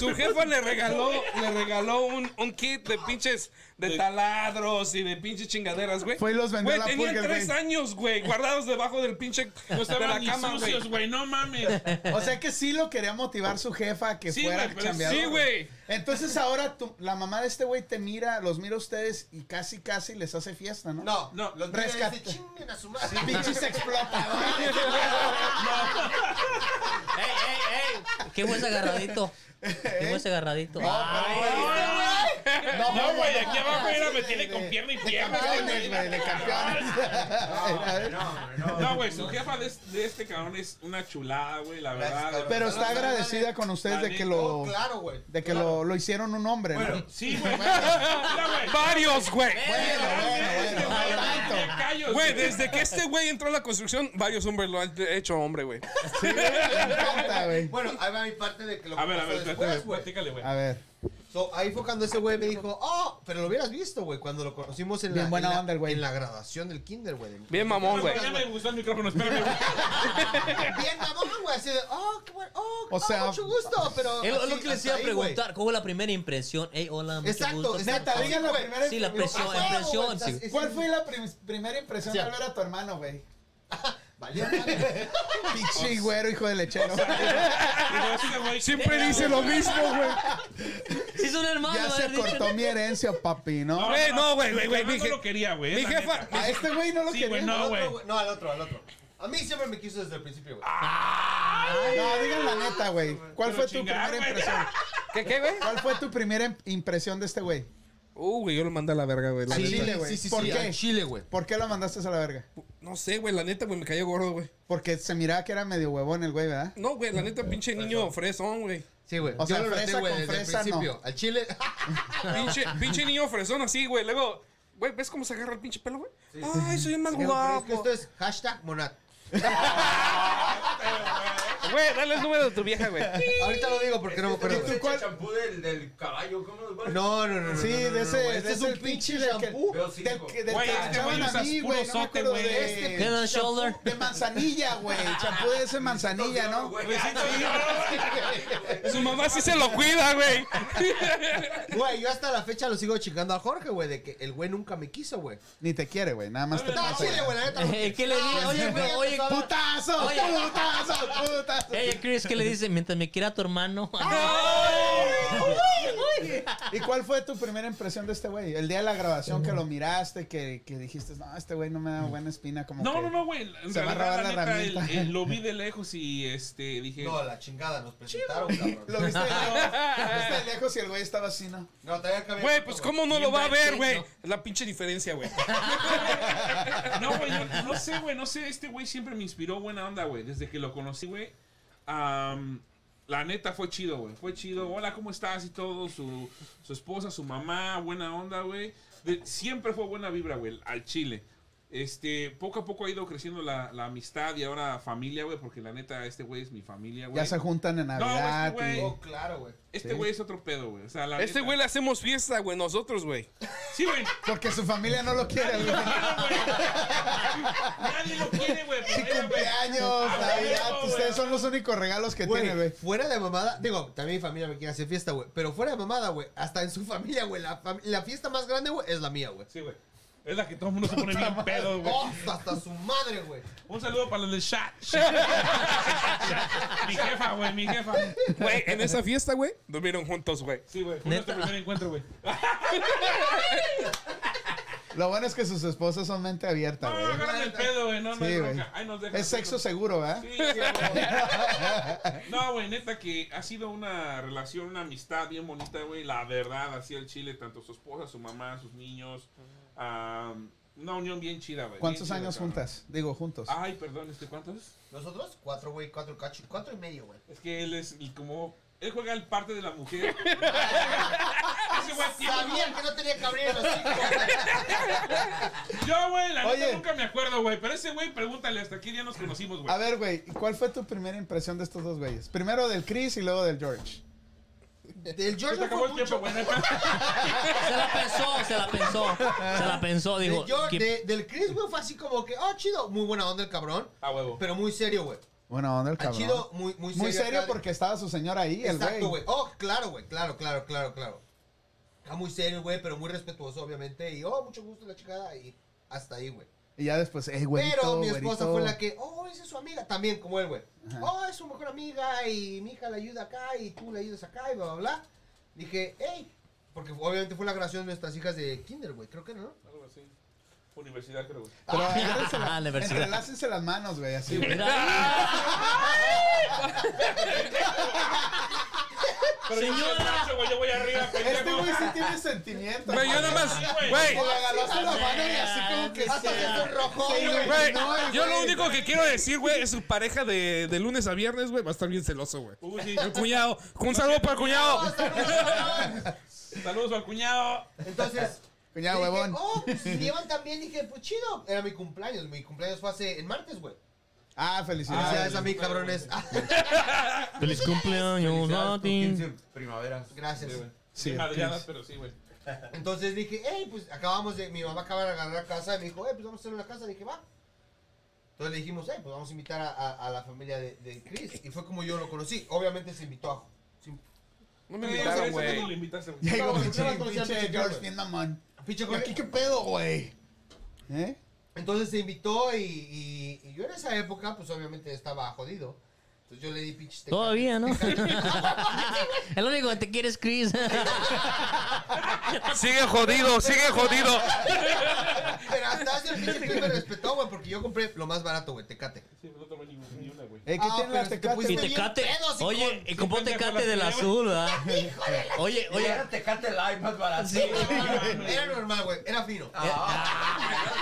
Speaker 6: su jefa le regaló, le regaló un, un kit de pinches, de taladros y de pinches chingaderas,
Speaker 1: [laughs]
Speaker 6: güey.
Speaker 1: Fue y los vendió
Speaker 6: Güey,
Speaker 1: a la
Speaker 6: tenían
Speaker 1: pulga, el
Speaker 6: tres
Speaker 1: güey.
Speaker 6: años, güey, guardados debajo del pinche, de
Speaker 4: No
Speaker 6: la
Speaker 4: estaban ni
Speaker 6: cama, güey.
Speaker 4: sucios, güey, no mames.
Speaker 1: O sea, que sí lo quería motivar su jefa a que
Speaker 4: Sí,
Speaker 1: fuera
Speaker 4: güey, pero
Speaker 1: chambeador.
Speaker 6: Sí, güey.
Speaker 1: Entonces ahora tu- la mamá de este güey te mira, los mira a ustedes y casi, casi les hace fiesta, ¿no?
Speaker 7: No,
Speaker 4: No,
Speaker 7: no, los
Speaker 1: rescate.
Speaker 7: rescate. chinguen a su madre.
Speaker 1: Pinches
Speaker 6: [laughs]
Speaker 1: explotadores.
Speaker 3: ¡Ey, ey, ey! ¡Qué buen agarradito! ¡Qué buen agarradito! ¡Ay!
Speaker 1: No,
Speaker 4: No, güey,
Speaker 1: no,
Speaker 4: aquí [laughs]
Speaker 1: no.
Speaker 4: abajo era me tiene con pierna y pierna.
Speaker 1: Campeones,
Speaker 4: güey.
Speaker 1: güey, de campeones.
Speaker 4: No, güey, su jefa de, de este cabrón es una chulada, güey, la verdad. la
Speaker 1: Pero
Speaker 4: verdad.
Speaker 1: está agradecida con ustedes de que lo,
Speaker 7: No, Oh, claro, güey.
Speaker 1: de que lo, lo hicieron un hombre, ¿no?
Speaker 5: Bueno,
Speaker 4: Sí, güey. Mira, güey.
Speaker 6: [laughs] Varios, güey.
Speaker 1: bueno, bueno, no tanto.
Speaker 4: Ya callos,
Speaker 6: Güey, desde que este güey entró a la construcción, varios hombres lo han hecho hombre, güey.
Speaker 1: Me encanta, güey.
Speaker 7: Bueno, ahí va mi parte de que lo
Speaker 4: A ver, a
Speaker 7: pasó
Speaker 4: ver,
Speaker 7: después,
Speaker 4: espérate,
Speaker 7: Pues, güey.
Speaker 4: platícale, güey. Ah,
Speaker 1: A ver,
Speaker 7: So, ahí fue cuando ese güey me dijo, oh, pero lo hubieras visto, güey, cuando lo conocimos en,
Speaker 1: Bien
Speaker 7: la,
Speaker 1: buena
Speaker 7: en, la-
Speaker 1: onda el güey.
Speaker 7: en la graduación del kinder, güey.
Speaker 6: Bien mamón, Pues, güey.
Speaker 4: Ya me gustó el micrófono, espérame, güey.
Speaker 7: Bien mamón, güey, así de, oh, qué bueno, oh,
Speaker 1: O
Speaker 7: oh,
Speaker 1: sea,
Speaker 7: mucho gusto, pero...
Speaker 3: Es lo- es
Speaker 7: así,
Speaker 3: lo que les
Speaker 7: hasta
Speaker 3: iba a
Speaker 7: ahí, güey.
Speaker 3: preguntar. ¿Cómo fue la primera impresión? ¡Ey, hola! mucho
Speaker 7: Exacto,
Speaker 3: gusto.
Speaker 7: exacto.
Speaker 1: neta, digan la
Speaker 7: güey.
Speaker 1: primera
Speaker 3: Sí, la
Speaker 1: impresión.
Speaker 3: presión, la
Speaker 7: Ah, huevo,
Speaker 3: presión,
Speaker 7: güey,
Speaker 3: sí.
Speaker 7: estás-
Speaker 1: ¿Cuál fue la prim- primera impresión
Speaker 7: Sí.
Speaker 1: al ver a tu hermano, güey?
Speaker 7: Valió madre.
Speaker 1: Pichi güero, hijo de lechero.
Speaker 6: Siempre [laughs] dice lo mismo, güey.
Speaker 3: Sí, son hermanos,
Speaker 1: Ya se
Speaker 3: ¿verdad?
Speaker 1: cortó
Speaker 3: [laughs]
Speaker 1: mi herencia, papi, ¿no?
Speaker 6: Güey, no, güey, güey, güey, mi
Speaker 4: No
Speaker 6: je-
Speaker 4: lo quería, güey.
Speaker 6: Mi
Speaker 4: la
Speaker 6: jefa.
Speaker 4: neta.
Speaker 1: A este güey no lo
Speaker 4: Sí, güey,
Speaker 1: quería.
Speaker 4: [laughs] no,
Speaker 7: Al
Speaker 4: güey.
Speaker 7: otro, güey. No, al otro, al otro. A mí siempre me quiso desde el principio, güey.
Speaker 1: Ah, No, digan la neta, güey. ¿Cuál
Speaker 4: Pero
Speaker 1: fue tu
Speaker 4: chingar,
Speaker 1: primera
Speaker 4: güey.
Speaker 1: impresión?
Speaker 6: ¿Qué, qué, güey?
Speaker 1: ¿Cuál fue tu primera im- impresión de este güey?
Speaker 6: Uh, güey, yo lo mandé a la verga, güey. la
Speaker 1: Al
Speaker 6: neta.
Speaker 1: Chile, güey.
Speaker 9: Sí, sí,
Speaker 1: ¿Por
Speaker 9: sí,
Speaker 1: qué?
Speaker 9: al Chile, güey.
Speaker 1: ¿Por qué lo mandaste a la verga?
Speaker 6: No sé, güey, la neta, güey, me cayó gordo, güey.
Speaker 1: Porque se miraba que era medio huevón el güey, ¿verdad?
Speaker 6: No, güey, la neta, pinche niño fresón, güey.
Speaker 9: Sí, güey.
Speaker 1: O sea,
Speaker 9: Yo lo noté,
Speaker 1: fresa
Speaker 9: güey,
Speaker 1: con
Speaker 9: desde el
Speaker 1: fresa, no.
Speaker 9: principio. Al
Speaker 1: [laughs]
Speaker 9: Chile.
Speaker 6: Pinche, pinche niño fresón así, güey. Luego, güey, ¿ves cómo se agarra el pinche pelo, güey? Ay, soy el más
Speaker 7: Pero es que
Speaker 6: guapo.
Speaker 7: esto es hashtag monat.
Speaker 6: Güey, dale el número de tu vieja, güey.
Speaker 7: Ahorita lo digo porque no me acuerdo. güey.
Speaker 5: ¿Cuál champú del, del caballo? ¿Cómo nos va?
Speaker 7: No, no, no, no.
Speaker 1: Sí,
Speaker 7: no, no,
Speaker 1: de
Speaker 7: no,
Speaker 1: ese,
Speaker 7: güey.
Speaker 1: de
Speaker 7: Este es
Speaker 1: ese
Speaker 7: un pinche
Speaker 1: del que-
Speaker 7: shampoo.
Speaker 5: Veo
Speaker 1: Del,
Speaker 5: cinco.
Speaker 1: que- del
Speaker 4: Güey,
Speaker 1: que
Speaker 4: este
Speaker 1: echaban
Speaker 4: güey
Speaker 1: a
Speaker 4: usa
Speaker 1: mí,
Speaker 4: puro
Speaker 1: güey. No me
Speaker 4: sote,
Speaker 1: acuerdo
Speaker 4: güey.
Speaker 1: de
Speaker 4: Este
Speaker 1: este.
Speaker 3: Head and shoulder.
Speaker 1: De manzanilla, güey. Champú de ese manzanilla, ¿no?
Speaker 5: Güey,
Speaker 4: Pues
Speaker 6: Su mamá sí se lo cuida, güey.
Speaker 7: Güey, yo hasta la fecha lo sigo chingando a Jorge, güey, de que el güey nunca me quiso, güey.
Speaker 1: Ni te quiere, güey. Nada más te
Speaker 7: No,
Speaker 1: pasa.
Speaker 7: chile, güey, la neta. no.
Speaker 3: Eh, ¿Qué le dice?
Speaker 7: Ah,
Speaker 3: Oye,
Speaker 7: sí,
Speaker 3: güey, oye,
Speaker 7: empezó a-
Speaker 1: ¡Putazos! [laughs]
Speaker 3: Oye.
Speaker 1: ¡Putazos! ¡Putazos!
Speaker 3: Ey, Chris, ¿qué le dice? Mientras me quiera tu
Speaker 7: [laughs]
Speaker 3: hermano.
Speaker 1: ¿Y cuál fue tu primera impresión de este güey? El día de la grabación que lo miraste, que, que dijiste, no, este güey no me da buena espina. Como
Speaker 4: No,
Speaker 1: que-
Speaker 4: no, no, güey. En
Speaker 1: Se va a robar la
Speaker 4: realidad, la neta, el-
Speaker 1: herramienta.
Speaker 4: el- lo vi de lejos y este, dije.
Speaker 7: No, la chingada, nos
Speaker 1: Lo
Speaker 7: presentaron,
Speaker 1: [laughs]
Speaker 7: cabrón.
Speaker 1: viste de lejos, lo viste de lejos y el güey estaba así, ¿no?
Speaker 7: No, traía el cabello.
Speaker 6: Güey, pues cómo no lo
Speaker 3: Bien
Speaker 6: va a ver, güey.
Speaker 3: backstage,
Speaker 6: La pinche diferencia, [laughs] güey.
Speaker 4: No, güey, no, no sé, güey, no sé. Este güey siempre me inspiró buena onda, güey. Desde que lo conocí, güey. am, la neta fue chido, güey. Fue chido. Hola, ¿cómo estás? Y todo. Su, su esposa, su mamá, buena onda, güey. De- Siempre fue buena vibra, güey, al chile. Este, poco a poco ha ido creciendo la, la amistad y ahora familia, güey, porque la neta, este güey es mi familia, güey.
Speaker 1: Ya se juntan en Navidad.
Speaker 4: güey,
Speaker 1: y-
Speaker 4: este
Speaker 7: Oh, claro, güey.
Speaker 4: Este güey es otro pedo, güey. O sea, la
Speaker 6: Este
Speaker 4: neta-
Speaker 6: güey le hacemos fiesta, güey, nosotros, güey.
Speaker 4: Sí, güey.
Speaker 1: Porque su familia no lo quiere, güey.
Speaker 4: Nadie lo quiere, güey. pero era, güey.
Speaker 1: Cumpleaños, Navidad. Ustedes son los únicos regalos que tiene,
Speaker 7: Güey,
Speaker 1: güey.
Speaker 7: fuera de mamada, digo, también mi familia me quiere hacer fiesta, güey. Pero fuera de mamada, güey, hasta en su [laughs] familia, güey, la, fam- la fiesta más grande, güey, es la mía, güey.
Speaker 4: Sí, güey. Es la que todo el mundo se pone bien pedo, güey.
Speaker 7: Oh, hasta su madre, güey.
Speaker 4: Un saludo para los del
Speaker 1: [laughs]
Speaker 4: chat. mi jefa, güey, mi jefa.
Speaker 6: Güey, en esa fiesta, güey, durmieron juntos, güey.
Speaker 4: Sí, güey. Fue nuestro primer encuentro, güey.
Speaker 1: Lo bueno es que sus esposas son mente abierta,
Speaker 4: No, no,
Speaker 1: güey.
Speaker 4: agarran el pedo, güey. No, no, hay
Speaker 1: Sí,
Speaker 4: bronca.
Speaker 1: güey.
Speaker 4: Ahí nos dejan.
Speaker 1: Es sexo seguro, ¿verdad?
Speaker 4: Sí,
Speaker 1: [laughs]
Speaker 4: güey. No, güey, neta que ha sido una relación, una amistad bien bonita, güey. La verdad, así el chile, tanto su esposa, su mamá, sus niños. am, una unión bien chida, güey.
Speaker 1: ¿Cuántos
Speaker 4: bien chida,
Speaker 1: años
Speaker 4: cabrón.
Speaker 1: juntas? Digo, juntos.
Speaker 4: Ay, perdón, este, ¿cuántos?
Speaker 7: Nosotros, cuatro, güey, cuatro cacho, cuatro y medio, güey.
Speaker 4: Es que él es el como. Él juega el parte de
Speaker 1: [laughs]
Speaker 4: la mujer. Ese güey tiene-
Speaker 7: Sabía que no tenía que abrir los hijos.
Speaker 4: Yo, güey, la
Speaker 1: Oye.
Speaker 4: neta nunca me acuerdo, güey. Pero ese güey, pregúntale hasta qué día nos conocimos,
Speaker 1: A
Speaker 4: güey.
Speaker 1: ver, güey, ¿y ¿cuál fue tu primera impresión de estos dos güeyes? Primero del Chris y luego del George.
Speaker 7: Del George
Speaker 4: Se
Speaker 7: no
Speaker 4: acabó
Speaker 7: fue
Speaker 4: el tiempo,
Speaker 7: mucho.
Speaker 4: güey.
Speaker 3: Se la pensó, se la pensó. Se la pensó,
Speaker 7: Del,
Speaker 3: dijo.
Speaker 7: George,
Speaker 3: "Keep-
Speaker 7: de- del Chris, güey, fue así como que, oh, chido. Muy buena onda el cabrón,
Speaker 4: A huevo.
Speaker 7: pero muy serio, güey.
Speaker 1: Bueno, onda el
Speaker 7: Ah,
Speaker 1: cabrón.
Speaker 7: chido, muy, muy serio.
Speaker 1: Muy serio
Speaker 7: acá de-
Speaker 1: porque estaba su señora ahí, el güey.
Speaker 7: Exacto, güey. Oh, claro, güey. Claro, claro, claro, claro. Está muy serio, güey, pero muy respetuoso, obviamente. Y, oh, mucho gusto la chingada. Y hasta ahí, güey.
Speaker 1: Y ya después, eh, güey.
Speaker 7: Pero mi esposa fue la que, oh, esa es su amiga. También, como él, güey. Oh, es su mejor amiga. Y mi hija la ayuda acá. Y tú la ayudas acá. Y bla, bla, bla. Dije, hey, porque obviamente fue la grabación de nuestras hijas de Kinder, güey, creo que no.
Speaker 4: Algo así. Universidad, creo. güey.
Speaker 1: Pero
Speaker 3: [laughs] Ah, la
Speaker 1: agárrense-
Speaker 3: versión.
Speaker 1: entrelácense las manos, güey, así, güey.
Speaker 4: Pero yo soy macho, güey, yo voy
Speaker 7: [laughs]
Speaker 4: arriba,
Speaker 1: Este
Speaker 4: pendejo.
Speaker 1: güey sí tiene sentimiento.
Speaker 6: Güey, yo nada
Speaker 4: Sí,
Speaker 6: más.
Speaker 4: güey.
Speaker 1: Se
Speaker 6: Güey,
Speaker 1: le agarraste la mano y así como que
Speaker 7: Hasta
Speaker 1: se-
Speaker 7: se sonrojó,
Speaker 1: se
Speaker 7: güey.
Speaker 6: güey.
Speaker 1: iluminó el
Speaker 6: Yo lo
Speaker 1: güey.
Speaker 6: único que quiero decir, güey, es su pareja de, de lunes a viernes, güey, va a estar bien celoso, güey.
Speaker 4: Uy, Uh, sí.
Speaker 6: El cuñado. Un saludo para el cuñado.
Speaker 4: Saludos al cuñado.
Speaker 7: Entonces,
Speaker 1: Cuñado,
Speaker 7: dije,
Speaker 1: huevón.
Speaker 7: oh, se llevan también, dije, pues chido. Era mi cumpleaños, mi cumpleaños fue hace, en martes, güey.
Speaker 1: Ah, felicidades.
Speaker 7: Gracias a mí, cabrones.
Speaker 3: Feliz cumpleaños,
Speaker 5: Felicidades, tus
Speaker 3: Martín.
Speaker 5: 15 primaveras.
Speaker 7: [laughs] Gracias.
Speaker 1: Sí,
Speaker 4: Sí, madriadas, pero sí, güey.
Speaker 7: Entonces dije, hey, pues acabamos de, mi mamá acaba de agarrar casa y me dijo, hey, pues vamos a hacer una casa. dije, va. Entonces le dijimos, hey, pues vamos a invitar a, a- a la familia de, de Chris. Y fue como yo lo conocí. Obviamente se invitó a... se-
Speaker 6: No me
Speaker 4: Sí,
Speaker 6: invitaron,
Speaker 4: ese tú no
Speaker 6: güey.
Speaker 4: lo invitaste, güey.
Speaker 1: Ya
Speaker 7: No,
Speaker 1: digo,
Speaker 7: porque
Speaker 1: pinche,
Speaker 7: no la conocía
Speaker 1: pinche
Speaker 7: mucho,
Speaker 1: George,
Speaker 7: güey.
Speaker 1: bien mamón.
Speaker 7: Pinche
Speaker 1: ¿Y aquí qué pedo, güey? ¿Eh?
Speaker 7: Entonces se invitó y, y- y yo en esa época, pues obviamente estaba jodido. Entonces yo le di pinches tecates.
Speaker 3: Todavía, ¿no? [laughs] El único que te quiere es
Speaker 7: [laughs]
Speaker 3: Chris.
Speaker 6: Sigue jodido, sigue jodido.
Speaker 7: Pero hasta hace el pinche Chris me respetó, güey, porque yo compré lo más barato, güey, tecate.
Speaker 4: Sí, no tomé ni, ni una, güey.
Speaker 1: ¿Eh, ¿Qué
Speaker 7: Ah,
Speaker 1: tiene la
Speaker 7: pero te
Speaker 1: tecate?
Speaker 7: pusiste
Speaker 3: Y
Speaker 7: bien
Speaker 3: Tecate.
Speaker 7: pedo, sí,
Speaker 3: Oye,
Speaker 7: con-
Speaker 3: y con Tecate del azul, ¿verdad?
Speaker 1: [laughs]
Speaker 3: Oye, oye.
Speaker 5: Oye, tecate live más barato.
Speaker 3: Sí.
Speaker 7: Era normal, güey, era fino.
Speaker 5: Ah,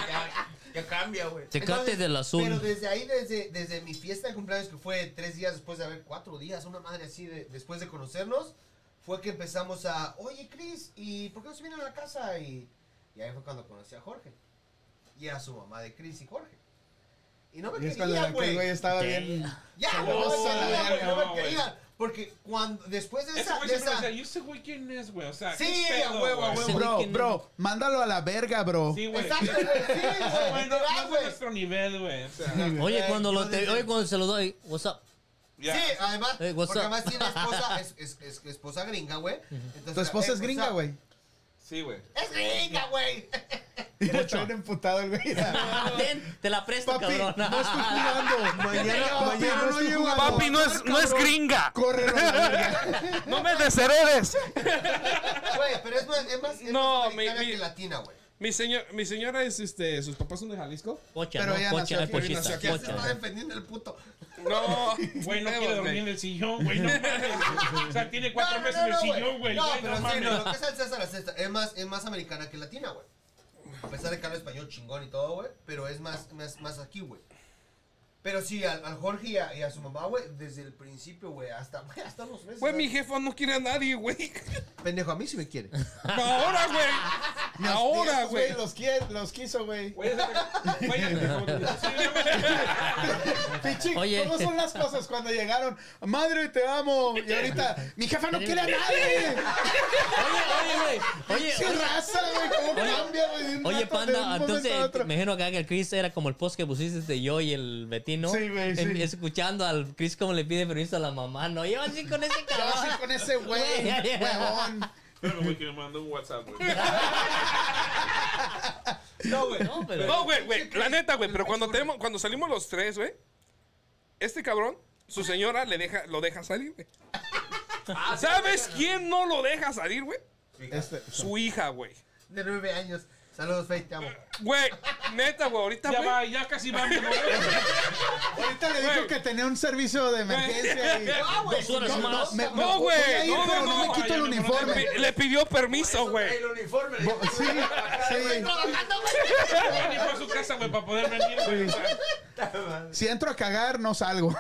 Speaker 5: ya, ya cambia, güey.
Speaker 3: Tecate
Speaker 7: Entonces,
Speaker 3: del
Speaker 7: Pero
Speaker 3: azul.
Speaker 7: desde ahí, desde, desde mi fiesta de cumpleaños, que fue tres días después de haber, cuatro días, una madre así, de- después de conocernos, fue que empezamos a, oye, Chris, ¿y por qué no se vienen a la casa? Y, y ahí fue cuando conocí a Jorge. Y era su mamá de Chris y Jorge. Y no me
Speaker 1: Y es cuando
Speaker 7: quería,
Speaker 1: aquel güey
Speaker 7: güey.
Speaker 1: estaba
Speaker 3: Ok.
Speaker 1: bien.
Speaker 7: Ya,
Speaker 1: Oh,
Speaker 7: no, me quería,
Speaker 1: la
Speaker 7: güey, no
Speaker 4: verga,
Speaker 7: me
Speaker 4: güey.
Speaker 7: quería. Porque cuando, después de
Speaker 4: Ese
Speaker 7: esa...
Speaker 4: güey
Speaker 7: de
Speaker 4: siempre me
Speaker 7: esa-
Speaker 4: decía, ¿y ese güey quién es, güey? O sea,
Speaker 7: Sí,
Speaker 4: ¿qué
Speaker 7: a huevo, a
Speaker 4: güey?
Speaker 7: huevo.
Speaker 1: Bro,
Speaker 3: que no-
Speaker 1: bro, mándalo a la verga, bro.
Speaker 4: Sí, güey.
Speaker 7: Exacto, güey, sí,
Speaker 4: Ese güey [laughs]
Speaker 7: güey,
Speaker 4: no,
Speaker 7: literal,
Speaker 4: no es
Speaker 7: güey.
Speaker 4: de nuestro nivel, güey. O sea,
Speaker 3: [laughs] Oye,
Speaker 7: Ey,
Speaker 3: cuando lo
Speaker 7: yo
Speaker 3: te,
Speaker 7: desde-
Speaker 3: oye, cuando se lo doy,
Speaker 1: [laughs]
Speaker 3: what's up?
Speaker 4: ya.
Speaker 7: Sí, además,
Speaker 3: Hey, what's
Speaker 7: porque
Speaker 3: up?
Speaker 7: además tiene esposa, es, es- es- esposa gringa, güey. Entonces,
Speaker 1: Tu esposa
Speaker 7: eh,
Speaker 1: es gringa,
Speaker 7: esposa-
Speaker 1: güey.
Speaker 4: Sí, güey.
Speaker 7: ¡Es gringa,
Speaker 4: [laughs]
Speaker 7: güey!
Speaker 1: Y lo traen emputado [laughs] el güey.
Speaker 3: Ten, te la presto,
Speaker 1: Ah, Papi,
Speaker 3: cabrón. Ah,
Speaker 1: no estoy jugando. Mañana,
Speaker 7: Papi,
Speaker 1: mañana
Speaker 7: no
Speaker 1: no llego a
Speaker 6: Papi, no es, no es gringa.
Speaker 1: Corre, [laughs]
Speaker 6: No me desheredes.
Speaker 7: Güey, pero es más, es más, es
Speaker 6: No,
Speaker 7: más
Speaker 6: mi-
Speaker 7: mexicana
Speaker 6: mi-
Speaker 7: que latina, güey.
Speaker 6: Mi, señor, mi señora es, este, sus papás son de Jalisco.
Speaker 3: Pocha,
Speaker 1: Pero
Speaker 3: no,
Speaker 1: ya nació
Speaker 3: pocha, es
Speaker 1: aquí,
Speaker 6: ya nació
Speaker 3: pochita,
Speaker 6: aquí.
Speaker 7: ¿Qué haces?
Speaker 3: pocha.
Speaker 7: Está defendiendo el puto.
Speaker 6: No,
Speaker 4: Güey, no
Speaker 6: huevos,
Speaker 4: quiere
Speaker 6: güey.
Speaker 4: dormir en el sillón, güey. No mames. O sea, tiene cuatro meses en el sillón, güey.
Speaker 7: No,
Speaker 4: Güey,
Speaker 7: pero sí,
Speaker 4: mames.
Speaker 7: no, lo que es el César es esta. Es más, es más americana que latina, güey. A pesar de que habla español chingón y todo, güey. Pero es más, más, más aquí, güey. Pero sí, al, al Jorge y a, y a su mamá, güey, desde el principio, güey, hasta, güey, hasta los meses.
Speaker 6: Güey,
Speaker 7: ¿no?
Speaker 6: mi jefa no quiere a nadie, güey. [laughs]
Speaker 7: Pendejo, a mí sí me quiere.
Speaker 6: Ahora, güey. Ahora, güey.
Speaker 1: Los, qui- los quiso, güey.
Speaker 4: Güey, ese
Speaker 6: [laughs]
Speaker 4: güey- güey, ese güey- sí, güey.
Speaker 1: Pichi,
Speaker 3: Oye.
Speaker 1: ¿cómo son las cosas cuando llegaron? Madre, te amo. Y ahorita, mi jefa no quiere a nadie.
Speaker 3: Oye, oye, güey.
Speaker 1: Oye,
Speaker 3: Oye, oye.
Speaker 1: raza, güey, cómo cambia, güey. de un rato-
Speaker 3: Oye,
Speaker 1: de un
Speaker 3: panda,
Speaker 1: momento
Speaker 3: entonces
Speaker 1: a otro.
Speaker 3: me imagino acá que el Chris era como el post que pusiste de yo y el Betino.
Speaker 1: Sí, güey, sí.
Speaker 3: Escuchando al Chris como le pide permiso a la mamá. No, yo así con ese
Speaker 1: [laughs] Ya vas a
Speaker 3: cabrón.
Speaker 1: ir con ese güey,
Speaker 3: Ya, ya.
Speaker 1: huevón.
Speaker 4: Pero, güey, que me mandó un WhatsApp, güey.
Speaker 7: No, güey.
Speaker 3: No, pero.
Speaker 6: No, güey, güey. La neta, güey. Pero cuando, tenemos, cuando salimos los tres, güey, este cabrón, su señora le deja, lo deja salir, güey. ¿Sabes quién no lo deja salir, güey?
Speaker 1: Este,
Speaker 6: Su hija, güey.
Speaker 7: De nueve años. Saludos, Faye, te amo.
Speaker 6: Güey, neta, güey. Ahorita,
Speaker 4: Ya
Speaker 6: güey.
Speaker 4: va, ya casi va,
Speaker 6: [laughs]
Speaker 4: mi amor.
Speaker 1: ahorita le dijo
Speaker 6: Güey.
Speaker 1: que tenía un servicio de emergencia y...
Speaker 7: Ah, güey,
Speaker 3: Dos horas
Speaker 7: no,
Speaker 3: más.
Speaker 1: Me- me
Speaker 6: No,
Speaker 1: voy a
Speaker 6: güey,
Speaker 1: ir,
Speaker 6: no,
Speaker 1: pero
Speaker 6: no,
Speaker 1: me
Speaker 6: no,
Speaker 1: quito
Speaker 4: ya
Speaker 1: el
Speaker 4: no me
Speaker 1: uniforme.
Speaker 6: Le, le pidió permiso, güey.
Speaker 5: El uniforme.
Speaker 1: Bo- Sí, sí.
Speaker 4: Ni fue a su casa, güey, para poder venir, güey. O sea,
Speaker 1: Si entro a cagar, no salgo.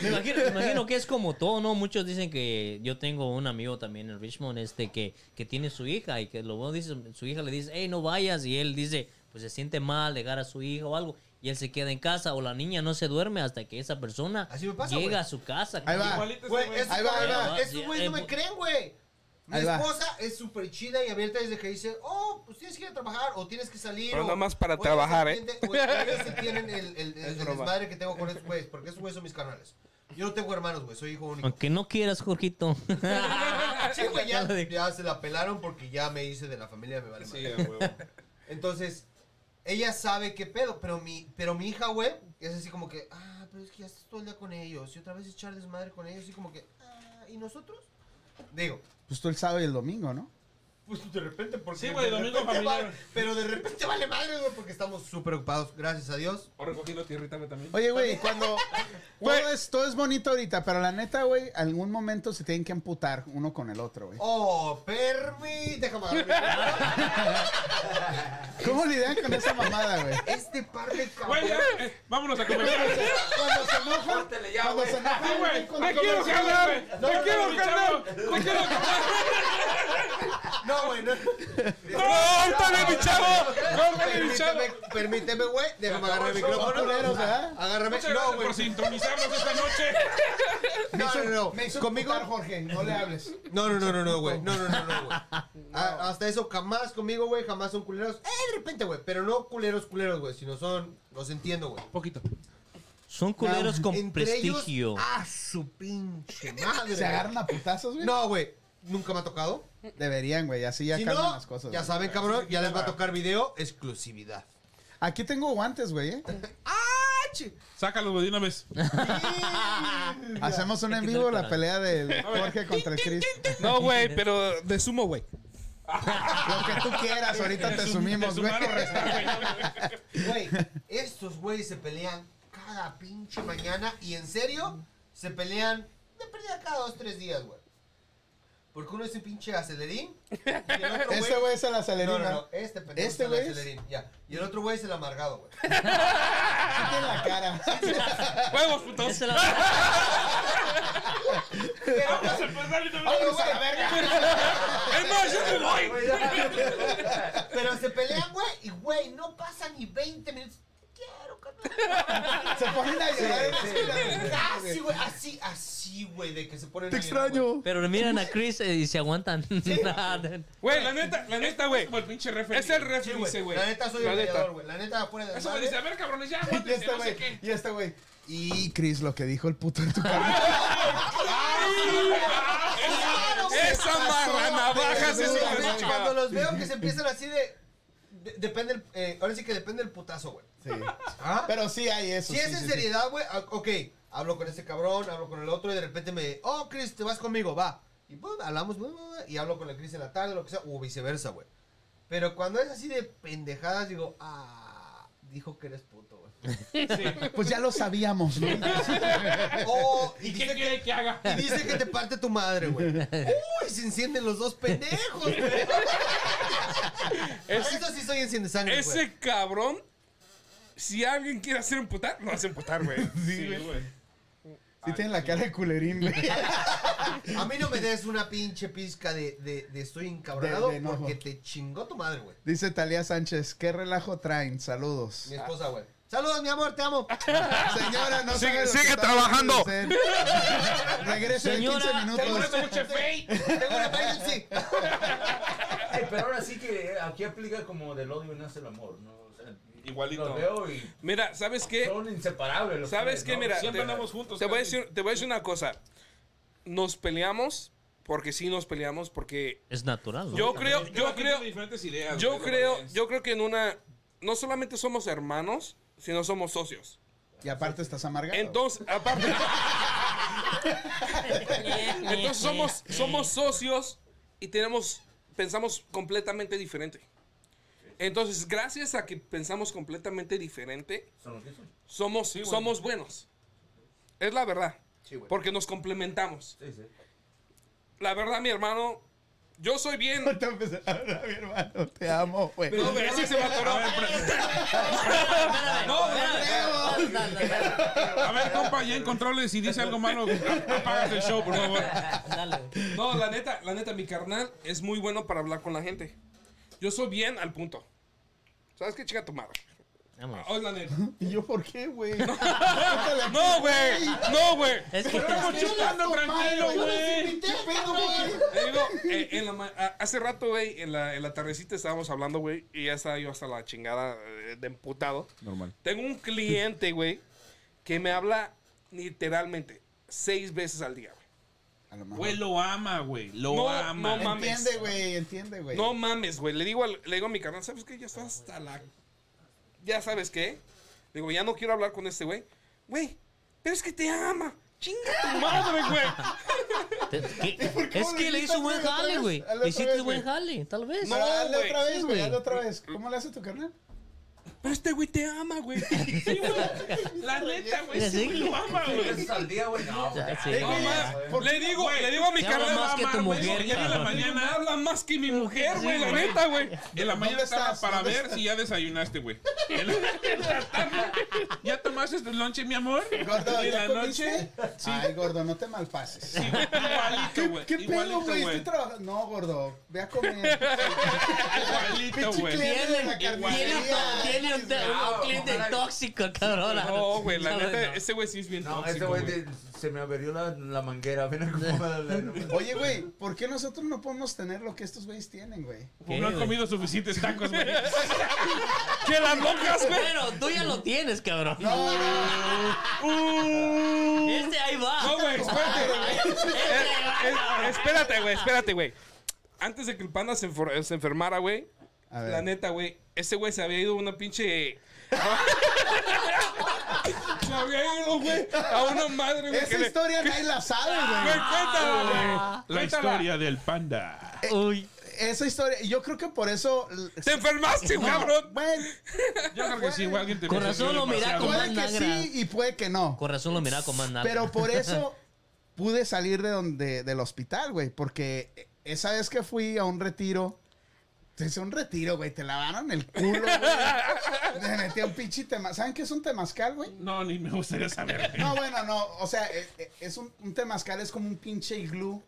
Speaker 3: Me imagino, me imagino que es como todo, ¿no? Muchos dicen que yo tengo un amigo también en Richmond, este, que, que tiene su hija y que lo bueno dice, su hija le dice, hey, no vayas, y él dice, pues se siente mal dejar a su hija o algo, y él se queda en casa, o la niña no se duerme hasta que esa persona
Speaker 7: Así me pasa,
Speaker 3: llega
Speaker 7: güey.
Speaker 3: a su casa.
Speaker 1: Ahí va.
Speaker 4: Igualito ese,
Speaker 7: Güey,
Speaker 4: Este güey.
Speaker 7: esos
Speaker 1: Ahí va, ahí va.
Speaker 7: güeyes- esos güeyes no me creen, güey. Mi
Speaker 1: Ahí va.
Speaker 7: esposa es súper chida y abierta desde que dice, oh, pues tienes que ir a trabajar o tienes que salir.
Speaker 6: Pero
Speaker 7: o-
Speaker 6: nada más para
Speaker 7: o ellos
Speaker 6: trabajar, ¿eh?
Speaker 7: entienden- O ellos entienden el, el, el- el
Speaker 6: broma.
Speaker 7: desmadre que tengo con esos güeyes, porque esos güeyes son mis canales. Yo no tengo hermanos, güey, soy hijo único.
Speaker 3: Aunque no quieras, Jorgito.
Speaker 7: [laughs]
Speaker 3: [laughs]
Speaker 7: Sí, güey, ya,
Speaker 3: Ya lo dije.
Speaker 7: ya se la pelaron porque ya me hice de la familia, me vale
Speaker 4: Sí,
Speaker 7: madre.
Speaker 4: a huevo.
Speaker 7: Entonces, ella sabe qué pedo, pero mi, pero mi hija, güey, es así como que, ah, pero es que ya estás todo el día con ellos, y otra vez echar desmadre con ellos, y como que, ah, ¿Y nosotros? Digo,
Speaker 1: Pues tú el sábado y el domingo, ¿no?
Speaker 7: pues de repente, porque.
Speaker 4: Sí, güey,
Speaker 7: de
Speaker 4: domingo
Speaker 7: repente
Speaker 4: familiar.
Speaker 7: va- pero de repente vale madre, güey, porque estamos súper ocupados, gracias a Dios.
Speaker 4: O recogiendo tierrita, güey, también.
Speaker 1: Oye, güey, cuando. todo, es, todo es bonito ahorita, pero la neta, güey, algún momento se tienen que amputar uno con el otro, güey.
Speaker 7: Oh, permi, déjame agarrar mi-
Speaker 1: ¿Cómo lidian con esa mamada, güey?
Speaker 7: Este par de
Speaker 4: Güey, ya,
Speaker 7: cabrones.
Speaker 4: eh, vámonos a comer.
Speaker 1: Cuando se enojan, cuando se enojan,
Speaker 4: güey.
Speaker 1: con-
Speaker 6: ¡Te quiero jalar! ¡Te quiero jalar! ¡Te quiero jalar!
Speaker 7: No, güey, no.
Speaker 6: ¡No! ¡Córtale, mi chavo! ¡Córtale, mi chavo!
Speaker 7: Permíteme, permíteme, güey, déjame agarrar el micrófono.
Speaker 1: culeros, ¿verdad?
Speaker 7: Agárrame.
Speaker 4: Muchas
Speaker 7: No,
Speaker 4: gracias
Speaker 7: güey.
Speaker 4: por sintonizarnos esta noche.
Speaker 7: No, no, no.
Speaker 1: Me hizo
Speaker 7: Conmigo.
Speaker 1: amputar, Jorge, no le hables.
Speaker 7: No, no, no, no, no, güey. No, no, no, no,
Speaker 4: [laughs]
Speaker 7: güey. A- Hasta eso jamás conmigo, güey. Jamás son culeros. Eh, de repente, güey. Pero no culeros, culeros, güey. Sino son. Los entiendo, güey.
Speaker 6: Poquito.
Speaker 3: Son culeros con
Speaker 7: Entre ellos,
Speaker 3: prestigio.
Speaker 7: ah, su [laughs] pinche madre.
Speaker 1: ¿Se agarran a putazos, güey?
Speaker 7: No, güey. Nunca me ha tocado.
Speaker 1: Deberían, güey, así ya
Speaker 7: si
Speaker 1: calman
Speaker 7: no,
Speaker 1: las cosas.
Speaker 7: ya
Speaker 1: güey.
Speaker 7: saben, cabrón. Ya les va a tocar video exclusividad.
Speaker 1: Aquí tengo guantes, güey, ¿eh?
Speaker 7: ¡Ah, chi-
Speaker 4: Sácalo, güey, de una vez.
Speaker 1: Hacemos un en vivo la pelea de Jorge contra el Chris.
Speaker 6: No, güey, pero de sumo, güey.
Speaker 1: Lo que tú quieras, ahorita te sumimos, güey. [laughs]
Speaker 7: [laughs] Güey, estos güeyes se pelean cada pinche mañana y en serio se pelean de pelea cada dos, tres días, güey. Porque uno es un pinche acelerín y el [laughs] otro
Speaker 1: Este güey es el acelerino.
Speaker 7: No, no, no, este pendejo
Speaker 1: Este
Speaker 7: es el
Speaker 1: güey es-
Speaker 7: acelerín, ya. Y el otro güey es el amargado, güey.
Speaker 1: en la cara.
Speaker 4: [laughs]
Speaker 6: ¡Huevos, putos!
Speaker 7: [laughs]
Speaker 3: Esa es la-
Speaker 4: Vamos a empezar y
Speaker 1: [laughs]
Speaker 4: no me-
Speaker 1: Vamos a la verga.
Speaker 6: ¡Es más, yo me voy!
Speaker 7: Pero se pelean, güey, y güey, no pasa ni 20 minutos. Te quiero, carnal.
Speaker 1: [laughs] Se ponen a llorar en la esquina.
Speaker 7: Casi, güey, así, así, güey, de que se ponen
Speaker 9: Te
Speaker 7: a llorar, güey.
Speaker 9: extraño.
Speaker 3: Pero miran a Chris eh, y se aguantan. [laughs]
Speaker 6: Güey, la neta, la neta, güey.
Speaker 4: Como el pinche referee.
Speaker 6: Es el
Speaker 7: Sí,
Speaker 6: refri,
Speaker 7: güey.
Speaker 6: dice, güey.
Speaker 7: La neta soy
Speaker 6: La
Speaker 7: un
Speaker 6: neta.
Speaker 7: peleador, güey. La neta fuera de
Speaker 4: Eso me dice, a ver, cabrones,
Speaker 1: Y
Speaker 4: ya,
Speaker 1: este
Speaker 4: aguántense, no sé
Speaker 1: güey,
Speaker 4: qué.
Speaker 1: y este güey. Y Chris, lo que dijo el puto en tu cara.
Speaker 6: ¡Esa marrana bajas
Speaker 1: Sí,
Speaker 6: es
Speaker 1: sí,
Speaker 7: Cuando-
Speaker 1: sí,
Speaker 6: una
Speaker 1: sí.
Speaker 6: chingada!
Speaker 7: Cuando los veo que se empiezan así de. de- depende el, eh, ahora sí que depende el putazo, güey.
Speaker 1: Sí.
Speaker 7: ¿Ah?
Speaker 1: Pero sí hay eso.
Speaker 7: si es
Speaker 1: sí,
Speaker 7: en
Speaker 1: sí, sí.
Speaker 7: seriedad, güey, ah, ok, hablo con este cabrón, hablo con el otro y de repente me. Oh, Chris, te vas conmigo, va. Y pum, hablamos, bla, bla, bla, y hablo con el Chris en la tarde, lo que sea, o viceversa, güey. Pero cuando es así de pendejadas, digo, ah, dijo que eres puto, güey.
Speaker 1: Pues ya lo sabíamos, ¿no?
Speaker 7: Oh, y
Speaker 4: ¿Y qué
Speaker 7: dice que.
Speaker 4: quiere que haga?
Speaker 7: y dice que te parte tu madre, güey. Uy, se encienden los dos pendejos, güey.
Speaker 6: Ese-
Speaker 7: Eso sí soy enciende sangre, güey.
Speaker 6: Ese cabrón, si alguien quiere hacer emputar, lo hace emputar, güey.
Speaker 4: Sí, güey.
Speaker 1: Sí tienen la cara de culerín, güey.
Speaker 7: A mí no me des una pinche pizca de, de, de estoy encabronado
Speaker 1: De- de enojo.
Speaker 7: porque te chingó tu madre, güey.
Speaker 1: Dice Talía Sánchez, qué relajo traen, saludos.
Speaker 7: Mi esposa, güey. Saludos, mi amor,
Speaker 1: [laughs]
Speaker 7: te amo.
Speaker 1: Señora, no sabe lo
Speaker 6: Sigue- sigue
Speaker 1: que está
Speaker 6: trabajando.
Speaker 1: haciendo usted. Regrese en
Speaker 3: Señora,
Speaker 1: 15
Speaker 4: Tengo una
Speaker 1: minutos.
Speaker 7: [laughs]
Speaker 4: mucha fe.
Speaker 7: Tengo
Speaker 1: [laughs]
Speaker 7: una emergency.
Speaker 5: [laughs] Ay, pero ahora sí que eh, aquí aplica como del odio nace el amor, ¿no? O sea,
Speaker 4: Igualito.
Speaker 5: Los veo y
Speaker 6: Mira, ¿sabes qué?
Speaker 5: son inseparables. los
Speaker 6: ¿Sabes
Speaker 5: tres,
Speaker 6: qué?
Speaker 5: ¿no?
Speaker 6: Mira,
Speaker 4: Siempre
Speaker 6: te-
Speaker 4: andamos juntos,
Speaker 6: Te voy, a
Speaker 4: casi.
Speaker 6: decir, te voy a decir una cosa. Nos peleamos porque sí nos peleamos porque
Speaker 3: Es natural. ¿no?
Speaker 6: yo creo, yo
Speaker 4: Cada quien
Speaker 6: creo,
Speaker 4: tiene diferentes ideas,
Speaker 6: yo
Speaker 4: güey, de
Speaker 6: creo,
Speaker 4: variedades.
Speaker 6: yo creo que en una no solamente somos hermanos, sino somos socios.
Speaker 1: Y aparte estás amargado. [laughs]
Speaker 6: Entonces, aparte, entonces somos somos socios y tenemos pensamos completamente diferente. Entonces, gracias a que pensamos completamente diferente,
Speaker 5: Son los que son.
Speaker 6: somos
Speaker 4: Sí, güey.
Speaker 6: somos buenos. Es la verdad,
Speaker 7: Sí, güey.
Speaker 6: porque nos complementamos.
Speaker 5: Sí, sí.
Speaker 6: La verdad, mi hermano, yo soy bien.
Speaker 1: Te empecé a hablar, mi hermano. Te amo, güey.
Speaker 6: No, güey, ese se me atoró.
Speaker 4: No, güey. A ver, compa, ya en controles. Si dice algo malo, apagas el show, por favor.
Speaker 6: No, la neta, la neta, mi carnal es muy bueno para hablar con la gente. Yo soy bien al punto. ¿Sabes qué, chica tu madre?
Speaker 3: Vámonos.
Speaker 6: Oh, la neta.
Speaker 1: ¿Y yo por qué, güey? No,
Speaker 6: No, güey. No, güey.
Speaker 3: Es que
Speaker 4: Estamos chupando tranquilo, güey.
Speaker 1: ¿Qué pedo, güey?
Speaker 6: Te digo, eh, en la ma- a- hace rato, güey, en la, en la tardecita estábamos hablando, güey, y ya estaba yo hasta la chingada eh, de emputado.
Speaker 4: Normal.
Speaker 6: Tengo un cliente, güey, que me habla literalmente seis veces al día, güey.
Speaker 1: A lo
Speaker 4: Güey, lo ama, güey. Lo
Speaker 6: No,
Speaker 4: ama.
Speaker 6: no mames.
Speaker 1: Entiende, güey, entiende, güey.
Speaker 6: No mames, güey. Le digo, al- le digo a mi carnal, ¿sabes qué? Ya está hasta la. Ya sabes qué. Le digo, ya no quiero hablar con este güey. Güey, pero es que te ama. Chinga tu madre, güey.
Speaker 3: Te- que-
Speaker 1: ¿Por qué
Speaker 3: es
Speaker 1: lo
Speaker 3: que le hizo
Speaker 1: invitas,
Speaker 3: buen
Speaker 1: güey, otra
Speaker 3: jale,
Speaker 1: vez?
Speaker 3: güey.
Speaker 1: Hazlo
Speaker 3: Le
Speaker 1: otra
Speaker 3: hiciste
Speaker 1: vez,
Speaker 3: buen
Speaker 1: güey.
Speaker 3: jale, tal vez.
Speaker 1: No, hazle
Speaker 6: güey,
Speaker 1: otra
Speaker 6: sí,
Speaker 1: vez, güey.
Speaker 3: güey.
Speaker 1: Hazle otra vez. ¿Cómo le hace tu carnal?
Speaker 6: Pero este güey te ama, güey. [laughs] Sí, güey. La neta, güey.
Speaker 3: Mira,
Speaker 6: Sí,
Speaker 3: sí.
Speaker 6: güey, lo ama, güey.
Speaker 5: veces al día, güey. No,
Speaker 3: Ya, sí.
Speaker 6: No, más. Le digo, le digo a mi
Speaker 3: Te habla
Speaker 6: carnal.
Speaker 3: más que tu
Speaker 6: "Mamá, güey,
Speaker 3: mujer,
Speaker 6: ya en la
Speaker 3: cabrón".
Speaker 6: mañana habla más que mi mujer,
Speaker 3: Sí,
Speaker 6: güey. La
Speaker 3: güey.
Speaker 6: neta, güey.
Speaker 4: En la mañana
Speaker 1: ¿Dónde
Speaker 4: estaba
Speaker 1: estás?
Speaker 4: para
Speaker 1: ¿Dónde
Speaker 4: ver
Speaker 1: estás?
Speaker 4: si ya desayunaste, güey. En la- en la tarde, ¿Ya tomaste tu lonche, mi amor?
Speaker 1: Gordo,
Speaker 4: y en
Speaker 1: ¿ya
Speaker 4: la noche,
Speaker 1: comiste? Ay, gordo, no te malpases.
Speaker 4: igualito,
Speaker 1: ¿Qué,
Speaker 4: güey.
Speaker 1: qué
Speaker 4: igualito,
Speaker 1: pedo, güey? Estoy trabajando. No, gordo, ve a comer.
Speaker 4: Igualito,
Speaker 1: Pinche
Speaker 4: güey.
Speaker 1: cliente de la
Speaker 3: Tiene,
Speaker 1: carnicería.
Speaker 3: tiene un, un cliente tóxico, cabrón.
Speaker 6: No, güey, la
Speaker 3: ¿Sabes?
Speaker 6: neta,
Speaker 3: [laughs] No.
Speaker 4: [laughs]
Speaker 6: ese güey sí es bien
Speaker 5: No,
Speaker 6: tóxico,
Speaker 5: este güey te- se me averió la, la manguera. Ven a comer.
Speaker 1: Oye, güey, ¿por qué nosotros no podemos tener lo que estos güeyes tienen, güey?
Speaker 3: ¿Qué,
Speaker 4: No han
Speaker 3: güey?
Speaker 4: comido suficientes tacos, güey.
Speaker 6: ¡Que las locas, güey!
Speaker 3: Bueno, tú ya lo tienes, cabrón. [laughs] Este ahí va.
Speaker 6: No, güey, espérate, [laughs] güey. Eh, eh, Espérate, güey, espérate, güey. Antes de que el panda se, enfer- se enfermara, güey.
Speaker 1: A ver.
Speaker 6: La neta, güey. Ese güey se había ido a una [laughs] pinche. se había ido, güey. A una madre, güey. que
Speaker 1: Esa
Speaker 6: le- Ah,
Speaker 1: historia nadie la sabe,
Speaker 6: Güey,
Speaker 1: güey.
Speaker 6: cuéntala, güey.
Speaker 4: La
Speaker 6: Cuéntala.
Speaker 4: historia del panda.
Speaker 3: Eh, Uy.
Speaker 1: Esa historia, y yo creo que por eso.
Speaker 6: Te enfermaste, cabrón.
Speaker 1: Bueno,
Speaker 4: Yo creo que sí, güey. Alguien te
Speaker 3: Con
Speaker 4: metió
Speaker 3: razón lo mirá
Speaker 4: demasiado.
Speaker 3: como-
Speaker 1: puede que sí y puede que no.
Speaker 3: Con razón lo mira como nada.
Speaker 1: Pero pues,
Speaker 3: [laughs]
Speaker 1: por eso pude salir de donde, del hospital, güey. Porque esa vez que fui a un retiro, te hice un retiro, güey. Te lavaron el culo, güey. Me metí un pinche temazcal. ¿Saben qué es un temazcal, güey?
Speaker 4: No, ni me
Speaker 1: [laughs]
Speaker 4: gustaría saber.
Speaker 1: No, bueno, no. O sea, e- e- es un, un temazcal, es como un pinche iglú.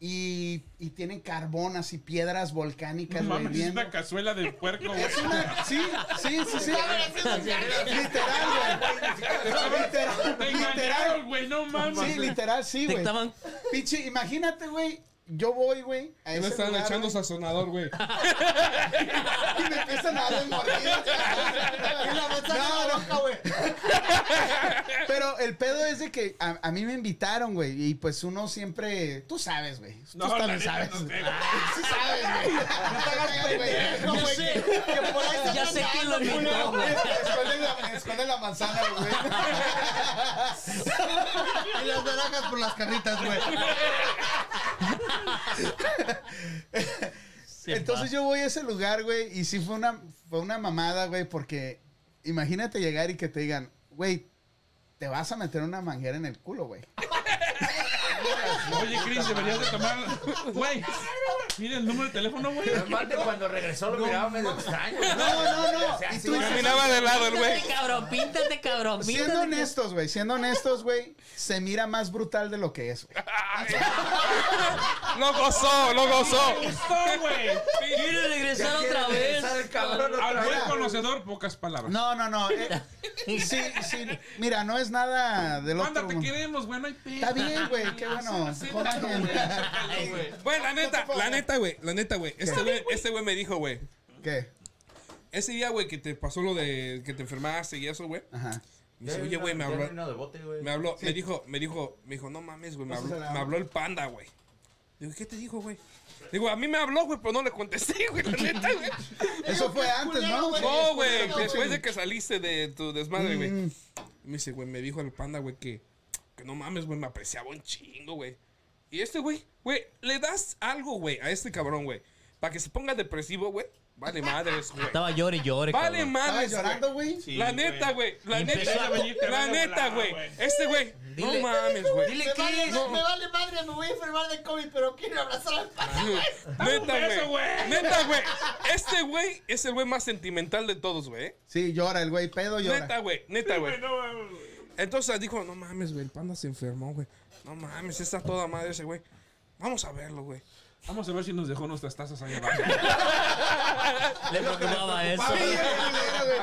Speaker 1: Y, y tiene carbón, así, piedras volcánicas, güey.
Speaker 4: Mames, es
Speaker 1: bien-
Speaker 4: una cazuela de puerco, güey.
Speaker 1: Es una- Sí, sí, sí, sí. Literal, güey. Literal,
Speaker 4: Te
Speaker 1: literal.
Speaker 4: engañaron, güey. No mames.
Speaker 1: Sí, literal, sí,
Speaker 3: Te
Speaker 1: güey.
Speaker 3: estaban.
Speaker 1: Pinche, imagínate, güey. Yo voy, güey, a
Speaker 6: Me
Speaker 1: ese
Speaker 6: estaban
Speaker 1: lugar,
Speaker 6: echando
Speaker 1: güey,
Speaker 6: sazonador, güey.
Speaker 1: y me empiezan a dar de [laughs] mordidas.
Speaker 7: [laughs] Y la manzana
Speaker 1: No,
Speaker 7: no,
Speaker 1: no.
Speaker 7: güey.
Speaker 1: Pero el pedo es de que a, a mí me invitaron, güey. Y pues uno siempre... Tú sabes, güey. Tú
Speaker 4: No,
Speaker 1: también
Speaker 4: la neta,
Speaker 1: sabes. Ah,
Speaker 4: no sé, güey.
Speaker 1: Sí sabes, güey. No te hagas pendejo,
Speaker 3: Yo
Speaker 1: [laughs] güey.
Speaker 3: sé.
Speaker 1: Que por ahí está
Speaker 3: [laughs] Ya sé quién lo invitó,
Speaker 1: culero,
Speaker 3: güey.
Speaker 1: güey. Esconde la- Esconde la manzana, [laughs] güey.
Speaker 7: Y las naranjas por las
Speaker 1: [laughs]
Speaker 7: carritas, güey.
Speaker 3: Se
Speaker 1: Entonces
Speaker 3: va.
Speaker 1: yo voy a ese lugar, güey, y sí fue una, fue una mamada, güey, porque imagínate llegar y que te digan, güey, te vas a meter una manguera en el culo, güey.
Speaker 4: [laughs] Oye, Chris, deberías de tomar. Güey, mira el número de teléfono, güey.
Speaker 5: [laughs] Aparte, cuando regresó lo miraba medio extraño.
Speaker 1: No, no, no. Y tú dices,
Speaker 6: Caminaba de lado el güey.
Speaker 3: Píntate, cabrón. Píntate, cabrón. Píntate.
Speaker 1: siendo honestos, güey, siendo honestos, güey, se mira más brutal de lo que es, güey.
Speaker 6: Lo gozó, lo gozó.
Speaker 4: gustó, güey.
Speaker 3: Quiere regresar otra vez.
Speaker 5: Regresar el cabrón otra
Speaker 4: Al
Speaker 5: vez.
Speaker 4: buen conocedor, pocas palabras.
Speaker 1: No, no, no. eh, sí, sí. Mira, no es nada del
Speaker 4: Panda,
Speaker 1: otro
Speaker 4: te
Speaker 1: mundo.
Speaker 4: queremos, güey. No hay pedo.
Speaker 1: Está bien, güey, qué bueno. Jodan, güey.
Speaker 6: Güey, la neta, la neta, güey. La neta, güey. Este güey este güey me dijo, güey.
Speaker 1: ¿Qué?
Speaker 6: Ese día, güey, que te pasó lo de que te enfermaste y eso, güey.
Speaker 1: Ajá.
Speaker 6: Me dice, oye, güey, me habló.
Speaker 5: de bote, güey.
Speaker 6: Me habló, me dijo, me dijo, me dijo, no mames, güey, me habló,
Speaker 1: Pásasela.
Speaker 6: me habló el panda, güey. Digo, ¿qué te dijo, güey? Digo, a mí me habló, güey, pero no le contesté, güey, la neta, güey.
Speaker 1: Eso fue antes, ¿no?
Speaker 6: No, güey, después de que saliste de tu desmadre, güey.
Speaker 1: Mm.
Speaker 6: Me dice, güey, me dijo el panda, güey, que, que no mames, güey, me apreciaba un chingo, güey. Y este, güey, güey, le das algo, güey, a este cabrón, güey, para que se ponga depresivo, güey. Vale madres, güey.
Speaker 3: Estaba llore y llore,
Speaker 6: Vale
Speaker 3: cabrón.
Speaker 1: Estaba
Speaker 6: madres, güey.
Speaker 1: llorando, güey.
Speaker 6: La neta, güey. La
Speaker 3: Empezó
Speaker 6: neta,
Speaker 3: a
Speaker 6: güey,
Speaker 4: venirte
Speaker 6: La
Speaker 4: de
Speaker 6: neta,
Speaker 4: volada,
Speaker 6: güey.
Speaker 4: güey.
Speaker 6: Este, güey. No
Speaker 3: Dile-
Speaker 6: mames, güey.
Speaker 3: Dile qué es.
Speaker 7: Me vale madre, me voy a enfermar de COVID, pero quiero abrazar al padre.
Speaker 4: un
Speaker 6: Neta,
Speaker 4: beso,
Speaker 6: güey.
Speaker 4: güey.
Speaker 6: Neta, güey. Este güey es el güey más sentimental de todos, güey.
Speaker 1: Sí, llora el güey, pedo llora.
Speaker 6: Neta, güey. Neta, güey.
Speaker 4: No, mames.
Speaker 6: Entonces ah, dijo, no mames, güey. El panda se enfermó, güey. No mames, está toda madre ese güey. Vamos a verlo, güey.
Speaker 4: Vamos a ver si nos dejó nuestras tazas ahí abajo.
Speaker 3: Le preocupaba eso.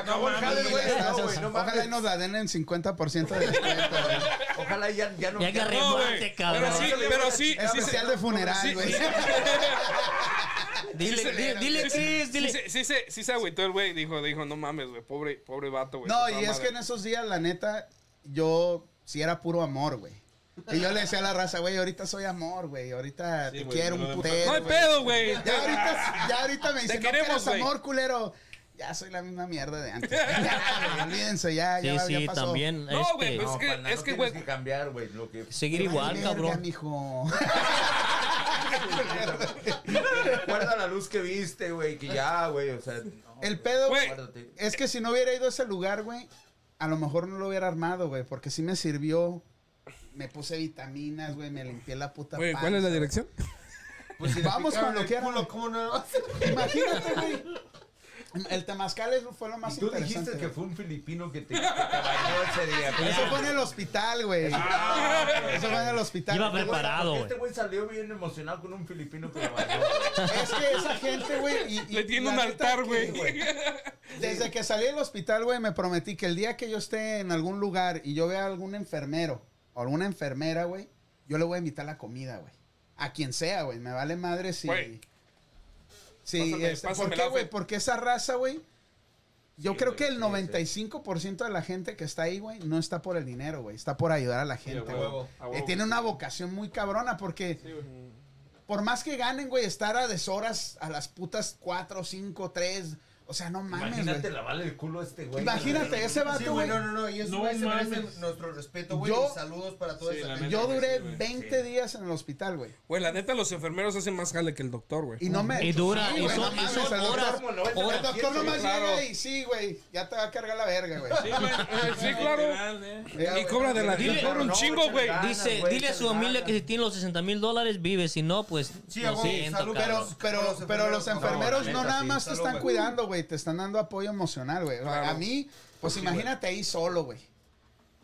Speaker 5: Acabó el jale, güey. No, güey, no
Speaker 1: Ojalá y
Speaker 5: mames.
Speaker 1: nos la den en 50%
Speaker 6: [laughs]
Speaker 1: de descuento, güey.
Speaker 5: Ojalá ya, ya no.
Speaker 3: Ya que
Speaker 6: No,
Speaker 3: remate,
Speaker 6: güey. Pero
Speaker 3: cabrón.
Speaker 6: sí, pero sí. sí se-
Speaker 1: Especial de funeral,
Speaker 6: sí,
Speaker 1: güey.
Speaker 6: sí.
Speaker 3: Dile, dile, dile, Chris,
Speaker 6: Sí,
Speaker 3: dile.
Speaker 6: se- sí, se- sí se agüitó el güey. Dijo, dijo, no mames, güey. Pobre, pobre vato,
Speaker 4: pues,
Speaker 6: güey.
Speaker 1: No,
Speaker 6: Toda
Speaker 1: y es que
Speaker 6: madre.
Speaker 1: en esos días, la neta, yo sí era puro amor, güey. Y yo le decía a la raza, güey, ahorita soy amor, güey. Ahorita
Speaker 4: Sí,
Speaker 1: te
Speaker 4: güey,
Speaker 1: quiero
Speaker 4: no,
Speaker 1: un
Speaker 4: no,
Speaker 1: putero.
Speaker 6: No hay
Speaker 1: güey.
Speaker 6: pedo, güey.
Speaker 1: Ya ahorita, ya ahorita me dicen, no
Speaker 6: queremos,
Speaker 1: queremos
Speaker 6: güey.
Speaker 1: amor, culero. ya soy la misma mierda de antes. Ya, güey, olvídense, ya,
Speaker 3: Sí,
Speaker 1: ya, ya
Speaker 3: sí,
Speaker 1: pasó.
Speaker 3: también.
Speaker 6: No,
Speaker 3: este,
Speaker 6: güey, pues- Es que-
Speaker 5: panda,
Speaker 6: es
Speaker 5: no
Speaker 6: que,
Speaker 5: tienes
Speaker 6: güey-
Speaker 5: que cambiar, güey. Lo que...
Speaker 3: Seguir
Speaker 1: Ay,
Speaker 3: igual,
Speaker 1: verga,
Speaker 3: cabrón.
Speaker 1: mijo. [laughs]
Speaker 5: Recuerda la luz que viste, güey, que ya, güey, o sea... no,
Speaker 1: El pedo
Speaker 6: Güey.
Speaker 5: guárdate.
Speaker 1: es que si no hubiera ido a ese lugar, güey, a lo mejor no lo hubiera armado, güey, porque sí me sirvió. Me puse vitaminas, güey, me limpié la puta
Speaker 6: Oye, ¿cuál es la
Speaker 1: panza.
Speaker 6: dirección?
Speaker 7: Pues si le
Speaker 1: Vamos
Speaker 7: picaron
Speaker 1: cuando
Speaker 7: el
Speaker 1: quieran.
Speaker 7: culo, ¿Cómo no lo vas a
Speaker 1: Imagínate, güey. El temazcal es- fue lo más
Speaker 5: Tú
Speaker 1: interesante.
Speaker 5: dijiste que
Speaker 1: güey.
Speaker 5: fue Ah. un filipino que te, que te bailó ese día. güey.
Speaker 1: Eso fue en el hospital, güey.
Speaker 5: Ah,
Speaker 1: Eso fue en el hospital.
Speaker 3: Iba
Speaker 1: Güey,
Speaker 3: preparado,
Speaker 5: Porque
Speaker 3: güey.
Speaker 5: Este güey salió bien emocionado con un filipino que lo bailó. güey.
Speaker 1: Es que esa gente, güey. y- y
Speaker 6: Le tiene
Speaker 1: la
Speaker 6: un
Speaker 1: neta
Speaker 6: altar,
Speaker 1: que,
Speaker 6: güey. [laughs]
Speaker 1: Desde que salí del hospital, güey, me prometí que el día que yo esté en algún lugar y yo vea a algún enfermero o alguna enfermera, güey, yo le voy a invitar la comida, güey. A quien sea, güey. Me vale madre si.
Speaker 6: Güey.
Speaker 1: Sí,
Speaker 6: Pásame-
Speaker 1: este,
Speaker 6: pásame
Speaker 1: ¿por
Speaker 6: la
Speaker 1: qué, güey?
Speaker 6: fe.
Speaker 1: Porque esa raza, güey. Yo
Speaker 5: Sí,
Speaker 1: creo
Speaker 5: güey,
Speaker 1: que
Speaker 5: sí,
Speaker 1: el
Speaker 5: sí.
Speaker 1: 95% de la gente que está ahí, güey, no está por el dinero, güey. Está por ayudar a la gente,
Speaker 4: a
Speaker 1: güey.
Speaker 4: huevo, a
Speaker 1: Eh,
Speaker 4: huevo.
Speaker 1: tiene una vocación muy cabrona porque
Speaker 4: Sí, güey.
Speaker 1: por más que ganen, güey, estar a deshoras a las putas 4, 5, 3. O sea, no mames, güey.
Speaker 5: Imagínate lavarle el culo a este güey.
Speaker 1: Imagínate, ese
Speaker 7: Sí,
Speaker 1: vato, güey.
Speaker 7: güey, no, no, no. Y eso,
Speaker 4: No
Speaker 7: güey, se merece
Speaker 4: mames.
Speaker 7: nuestro respeto, güey.
Speaker 1: Yo-
Speaker 7: y Saludos para toda
Speaker 4: Sí,
Speaker 7: esa
Speaker 4: la
Speaker 7: gente.
Speaker 4: neta.
Speaker 1: Yo duré
Speaker 4: Sí, güey.
Speaker 1: 20 días en el hospital, güey.
Speaker 6: Güey, la neta, los enfermeros hacen más jale que el doctor, güey.
Speaker 1: Y no me.
Speaker 3: Y dura,
Speaker 1: Sí,
Speaker 3: y
Speaker 1: güey, no
Speaker 3: son, y son
Speaker 1: mames, el doctor-
Speaker 3: horas.
Speaker 5: como 90
Speaker 1: El
Speaker 3: horas.
Speaker 1: doctor nomás
Speaker 6: Claro.
Speaker 1: llega y sí, güey. Ya te va a cargar la verga, güey.
Speaker 4: [laughs] Sí, güey.
Speaker 6: Sí, claro.
Speaker 4: Literal, eh.
Speaker 1: Ya,
Speaker 6: Y cobra de la
Speaker 5: Dile-
Speaker 6: doctor un
Speaker 5: no,
Speaker 6: chingo, güey.
Speaker 5: chingada.
Speaker 3: Dice,
Speaker 5: güey,
Speaker 3: dile a su
Speaker 5: esas
Speaker 3: familia
Speaker 5: ganas.
Speaker 3: que si tiene los 60 mil dólares vive, si no, pues
Speaker 7: Sí, a
Speaker 3: lo
Speaker 7: huevo,
Speaker 3: siento,
Speaker 7: salud,
Speaker 1: Pero,
Speaker 3: cabrón.
Speaker 1: pero,
Speaker 7: Los
Speaker 1: pero los
Speaker 7: enfermeros,
Speaker 1: enfermeros
Speaker 5: no,
Speaker 1: no,
Speaker 5: neta,
Speaker 1: nada
Speaker 5: sí.
Speaker 1: más te
Speaker 7: Salud,
Speaker 1: están
Speaker 7: güey.
Speaker 1: cuidando, güey. Te están dando apoyo emocional, güey. A mí, pues imagínate ahí solo, güey.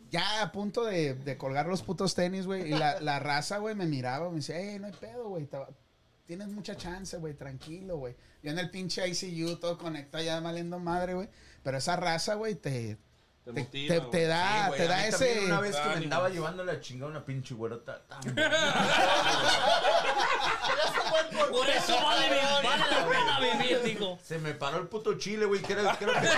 Speaker 1: Ya a punto de, de colgar los putos tenis, güey. Y la, la raza, güey, me miraba. Me decía, hey, no hay pedo, güey. te va- Tienes mucha chance, güey. Tranquilo, güey. Yo en el pinche ICU, todo conectado, ya valiendo madre, güey. Pero esa raza, güey, te, eh,
Speaker 4: Te
Speaker 1: te,
Speaker 4: motiva,
Speaker 1: te-
Speaker 4: güey.
Speaker 1: te da,
Speaker 5: Sí, güey,
Speaker 1: te
Speaker 5: a mí
Speaker 1: da
Speaker 5: también
Speaker 1: ese...
Speaker 5: Una vez que me
Speaker 4: Ánimo.
Speaker 5: andaba llevando la chingada una pinche güerota. tan
Speaker 3: Por eso vale, vale la pena vivir, digo.
Speaker 5: Se me paró el puto chile, güey. Creo, creo que...
Speaker 1: Es-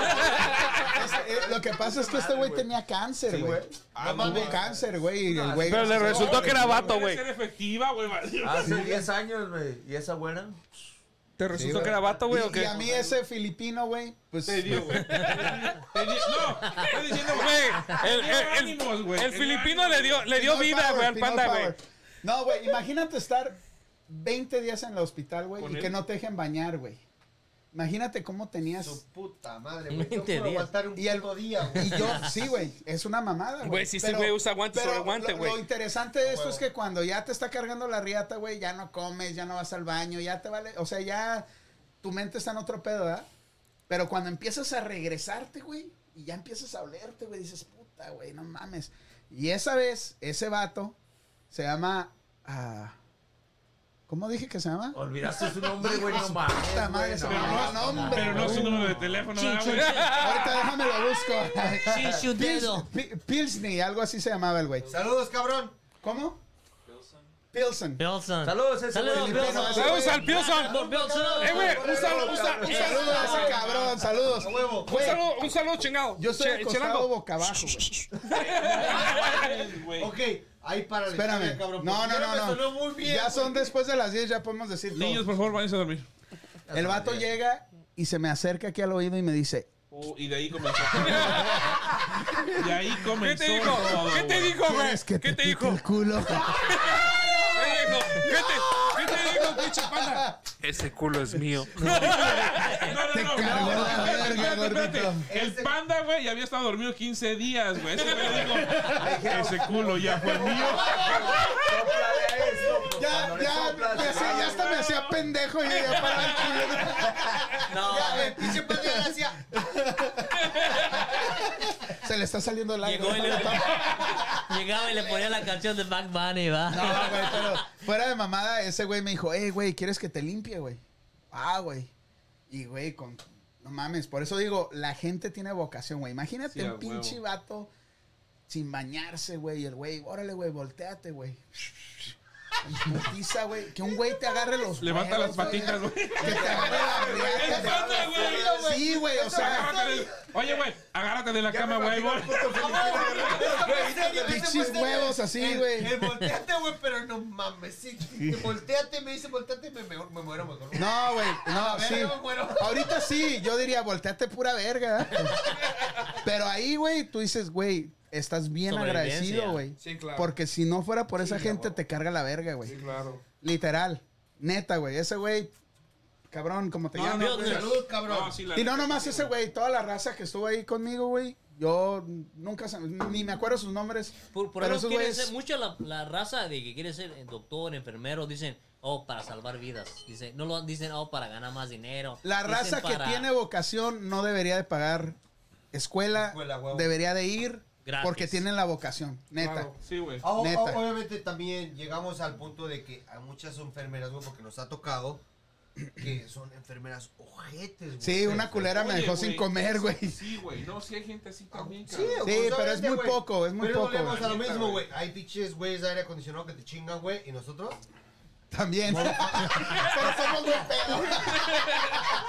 Speaker 1: eh, lo que pasa es que este güey tenía cáncer,
Speaker 5: Sí,
Speaker 1: güey.
Speaker 5: güey.
Speaker 1: No mames. cáncer, güey. y el güey-
Speaker 6: Pero le resultó que era vato,
Speaker 4: Puede
Speaker 6: güey.
Speaker 4: ser efectiva, güey.
Speaker 1: Ah,
Speaker 5: Hace 10 años, güey. ¿Y esa güera?
Speaker 6: ¿Te
Speaker 1: Sí,
Speaker 6: resultó
Speaker 1: güey.
Speaker 6: que era vato, güey,
Speaker 1: Y-
Speaker 6: o qué?
Speaker 1: Y a mí ese filipino, güey, pues...
Speaker 4: Te dio,
Speaker 1: [laughs]
Speaker 4: güey. Te dio- No, estoy diciendo, güey.
Speaker 6: Güey, el,
Speaker 4: Tenía
Speaker 6: el- el-
Speaker 4: ánimos, güey.
Speaker 6: el
Speaker 4: Tenía
Speaker 6: filipino
Speaker 4: ánimos.
Speaker 6: le dio, le dio
Speaker 1: Pinot
Speaker 6: vida,
Speaker 1: Power,
Speaker 6: güey, al
Speaker 1: Pinot
Speaker 6: panda, güey.
Speaker 1: Power. No, güey, imagínate estar 20 días en el hospital, güey,
Speaker 4: Con
Speaker 1: y
Speaker 4: él.
Speaker 1: que no te dejen bañar, güey. Imagínate cómo tenías...
Speaker 7: Su puta madre, güey.
Speaker 3: 20
Speaker 7: Yo puedo
Speaker 3: días.
Speaker 7: aguantar un
Speaker 1: Y el-
Speaker 7: puto día, güey.
Speaker 1: Y yo, sí, güey, es una mamada, güey.
Speaker 6: Güey, sí, sí,
Speaker 1: Pero-
Speaker 6: güey, usa guantes
Speaker 1: pero
Speaker 6: sobre guante,
Speaker 1: lo- Lo
Speaker 6: güey.
Speaker 1: interesante de esto
Speaker 7: huevo.
Speaker 1: es que cuando ya te está cargando la riata, güey, ya no comes, ya no vas al baño, ya te vale. O sea, ya tu mente está en otro pedo, ¿verdad? Pero cuando empiezas a regresarte, güey, y ya empiezas a olerte, güey, dices, puta, güey, no mames. Y esa vez, ese vato se llama. ah, ¿Cómo dije que se llama?
Speaker 5: Olvidaste su nombre, güey. No mames.
Speaker 1: Puta madre,
Speaker 5: güey,
Speaker 1: se
Speaker 5: no
Speaker 1: me olvidó
Speaker 5: mames.
Speaker 1: el nombre,
Speaker 4: Pero no
Speaker 1: güey.
Speaker 4: su número de teléfono,
Speaker 3: Chin,
Speaker 4: ¿verdad,
Speaker 3: chin,
Speaker 4: güey.
Speaker 1: Ahorita déjame lo busco.
Speaker 3: chin, su dedo.
Speaker 1: Pils- Pi- Pilsny, algo así se llamaba el güey.
Speaker 7: Saludos, cabrón.
Speaker 1: ¿Cómo? Pilsen.
Speaker 3: Belson.
Speaker 5: Saludos, ese
Speaker 3: Saludos,
Speaker 5: güey.
Speaker 3: Belson.
Speaker 6: [laughs] Saludos al Pilson.
Speaker 3: Por Belson.
Speaker 6: Eh, güey, un saludo, un saludo, un
Speaker 1: Saludos a
Speaker 6: saludo.
Speaker 1: ese cabrón, saludos.
Speaker 7: A huevo.
Speaker 6: Un
Speaker 1: Güey,
Speaker 6: saludo, un saludo chingado.
Speaker 1: yo estoy
Speaker 6: Che-
Speaker 1: acostado
Speaker 6: Chelango.
Speaker 1: boca abajo, güey.
Speaker 4: Güey.
Speaker 7: Ok, ahí para
Speaker 1: Espérame. No, no, no, no.
Speaker 7: muy bien.
Speaker 1: Ya
Speaker 7: güey.
Speaker 1: son después de las 10, ya podemos decir todo.
Speaker 4: Niños, por favor, váyanse a dormir.
Speaker 1: El vato llega y se me acerca aquí al oído y me dice,
Speaker 4: Oh, y de ahí comenzó.
Speaker 6: [laughs]
Speaker 4: y ahí
Speaker 6: ¿Qué
Speaker 4: comenzó.
Speaker 6: te dijo?
Speaker 4: todo,
Speaker 6: ¿Qué te
Speaker 4: güey.
Speaker 6: dijo, güey?
Speaker 1: ¿quieres que
Speaker 6: ¿Qué
Speaker 1: te
Speaker 6: te
Speaker 1: pique
Speaker 6: dijo?
Speaker 1: el culo?
Speaker 6: ¿Qué te dijo? ¿Qué te- ¿Qué te dijo, pinche panda? Ese culo es mío.
Speaker 4: No,
Speaker 1: Te
Speaker 4: no,
Speaker 1: cargó la
Speaker 4: no.
Speaker 1: verga,
Speaker 4: Espérate, espérate.
Speaker 1: gordito.
Speaker 4: El panda, güey, había estado dormido 15 días, güey. Ese güey dijo, ese culo ya fue mío.
Speaker 5: Sóplale eso.
Speaker 1: Ya,
Speaker 5: Cuando le
Speaker 1: ya,
Speaker 5: soplas,
Speaker 1: me hacía- ya hasta me hacía pendejo y ya para el culo.
Speaker 3: No,
Speaker 7: Ya, el pinche padre de gracia.
Speaker 1: [laughs] Se le está saliendo el aire.
Speaker 3: llegó y le- [laughs] llegaba y le ponía la canción de Back Bunny, va.
Speaker 1: No, güey, pero fuera de mamada, ese güey me dijo, hey, güey, ¿quieres que te limpie, güey? Ah, güey. Y, güey, con... No mames, por eso digo, la gente tiene vocación, güey. Imagínate
Speaker 4: Sí, a
Speaker 1: un pinche
Speaker 4: huevo.
Speaker 1: vato sin bañarse, güey. Y el güey, órale, güey, volteate, güey. En putiza, güey. Que un güey te agarre los
Speaker 4: Levanta
Speaker 1: huevos,
Speaker 4: las
Speaker 1: güey.
Speaker 4: patitas, güey. [laughs]
Speaker 1: Que te agarre la riata.
Speaker 4: El panda, güey.
Speaker 1: Sí, güey, o sea...
Speaker 4: Oye, güey, Agárrate de la cama, güey. güey.
Speaker 1: Pinches huevos así, güey.
Speaker 7: El volteate, güey, pero no mames. Sí, el volteate, me dice volteate, me, me, me muero mejor.
Speaker 1: No, güey, no,
Speaker 7: A
Speaker 1: Ah,
Speaker 7: ver,
Speaker 1: sí.
Speaker 7: no, bueno.
Speaker 1: Ahorita sí, yo diría, volteate pura verga. Pero ahí, güey, tú dices, güey, estás bien
Speaker 3: Sobrevivencia.
Speaker 1: agradecido, güey.
Speaker 6: Sí, claro.
Speaker 1: Porque si no fuera por esa gente, te carga la verga, güey.
Speaker 6: Sí, claro.
Speaker 1: Literal. Neta, güey. Ese güey, cabrón, como te llamas.
Speaker 3: no,
Speaker 7: güey, Salud, cabrón.
Speaker 4: No, sí, la
Speaker 1: y no
Speaker 4: neta,
Speaker 1: nomás
Speaker 4: sí,
Speaker 1: ese güey, toda la raza que estuvo ahí conmigo, güey. Yo nunca, sab- ni me acuerdo sus nombres.
Speaker 3: Por, por
Speaker 1: pero esos
Speaker 3: eso quiere
Speaker 1: güeyes-
Speaker 3: ser mucha la, la raza de que quiere ser eh, doctor, enfermero, dicen, oh, para salvar vidas. Dicen, no lo dicen, oh, para ganar más dinero.
Speaker 1: La
Speaker 3: Dicen
Speaker 1: raza que
Speaker 3: para- [laughs]
Speaker 1: tiene vocación no debería de pagar escuela,
Speaker 7: Escuela, huevo.
Speaker 1: debería de ir
Speaker 3: Gratis.
Speaker 1: porque tienen la vocación, neta. Oh,
Speaker 6: Claro.
Speaker 4: Sí, güey.
Speaker 7: Ah, o-
Speaker 1: Neta.
Speaker 7: o- obviamente también llegamos al punto de que a muchas enfermeras, güey, porque nos ha tocado, que son enfermeras ojetes, güey.
Speaker 1: Sí, una culera me
Speaker 4: Oye,
Speaker 1: dejó sin
Speaker 4: güey,
Speaker 1: comer, güey.
Speaker 4: Sí, güey. No, sí hay gente así también,
Speaker 7: Sí,
Speaker 4: Ah, cabrón.
Speaker 7: güey,
Speaker 1: pero es
Speaker 7: obviamente,
Speaker 1: muy
Speaker 7: güey.
Speaker 1: poco, es muy
Speaker 7: pero
Speaker 1: poco,
Speaker 7: volvemos
Speaker 4: güey.
Speaker 7: a lo
Speaker 4: Neta,
Speaker 7: mismo,
Speaker 4: güey.
Speaker 7: güey. Hay pinches güeyes de aire acondicionado que te chingan, güey. ¿Y nosotros? [laughs]
Speaker 1: También. [laughs] pero somos buen pedo.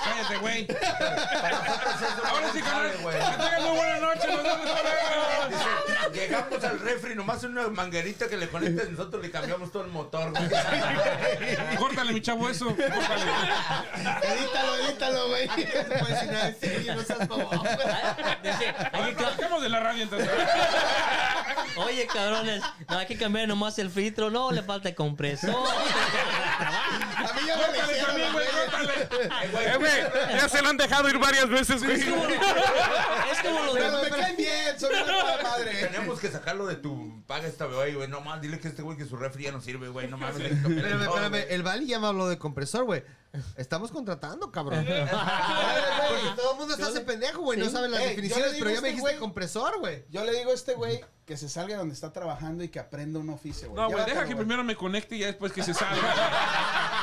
Speaker 4: Cállate, güey.
Speaker 5: Ahora
Speaker 4: Ahora sí, carnal. Que tengan muy buena noche. Nos vemos. güey.
Speaker 5: Dice, Llegamos al refri, nomás una manguerita que le conecta y nosotros le cambiamos todo el motor. güey.
Speaker 4: Córtale, mi chavo, eso. Córtale.
Speaker 1: Edítalo, edítalo, güey.
Speaker 7: Pues si nadie te oye, no seas babón, güey.
Speaker 3: Ah, dice,
Speaker 4: A
Speaker 3: hay
Speaker 4: ver,
Speaker 3: que ca-
Speaker 4: platicamos de la radio entonces.
Speaker 3: Oye, cabrones, no hay que cambiar nomás el filtro, no, le falta el compresor. [laughs]
Speaker 1: A mí ya me le
Speaker 4: Córtale
Speaker 1: hicieron,
Speaker 4: también, güey.
Speaker 1: güey.
Speaker 4: Córtale.
Speaker 6: [laughs] Eh, güey, ya se lo han dejado ir varias veces, güey.
Speaker 3: Es como los
Speaker 1: Pero
Speaker 3: de...
Speaker 7: [laughs]
Speaker 1: me caen bien, son una puta madre.
Speaker 5: Tenemos que sacarlo de tu paga esta güey, güey. No mames, dile que este güey que su refri ya no sirve, güey. No mames.
Speaker 7: Espérame, espérame. El Bali ya me habló de compresor, güey. Estamos contratando, cabrón. [laughs] Porque todo el mundo está hace pendejo, güey. No saben las
Speaker 1: Ey, yo le
Speaker 7: definiciones,
Speaker 1: digo
Speaker 7: pero ya
Speaker 1: a
Speaker 7: me
Speaker 1: este
Speaker 7: dijiste
Speaker 1: güey-
Speaker 7: compresor, güey.
Speaker 1: Yo le digo a este güey que se salga donde está trabajando y que aprenda un oficio, güey.
Speaker 4: No, güey,
Speaker 1: Llévatelo,
Speaker 4: deja que primero me conecte y ya después que se salga.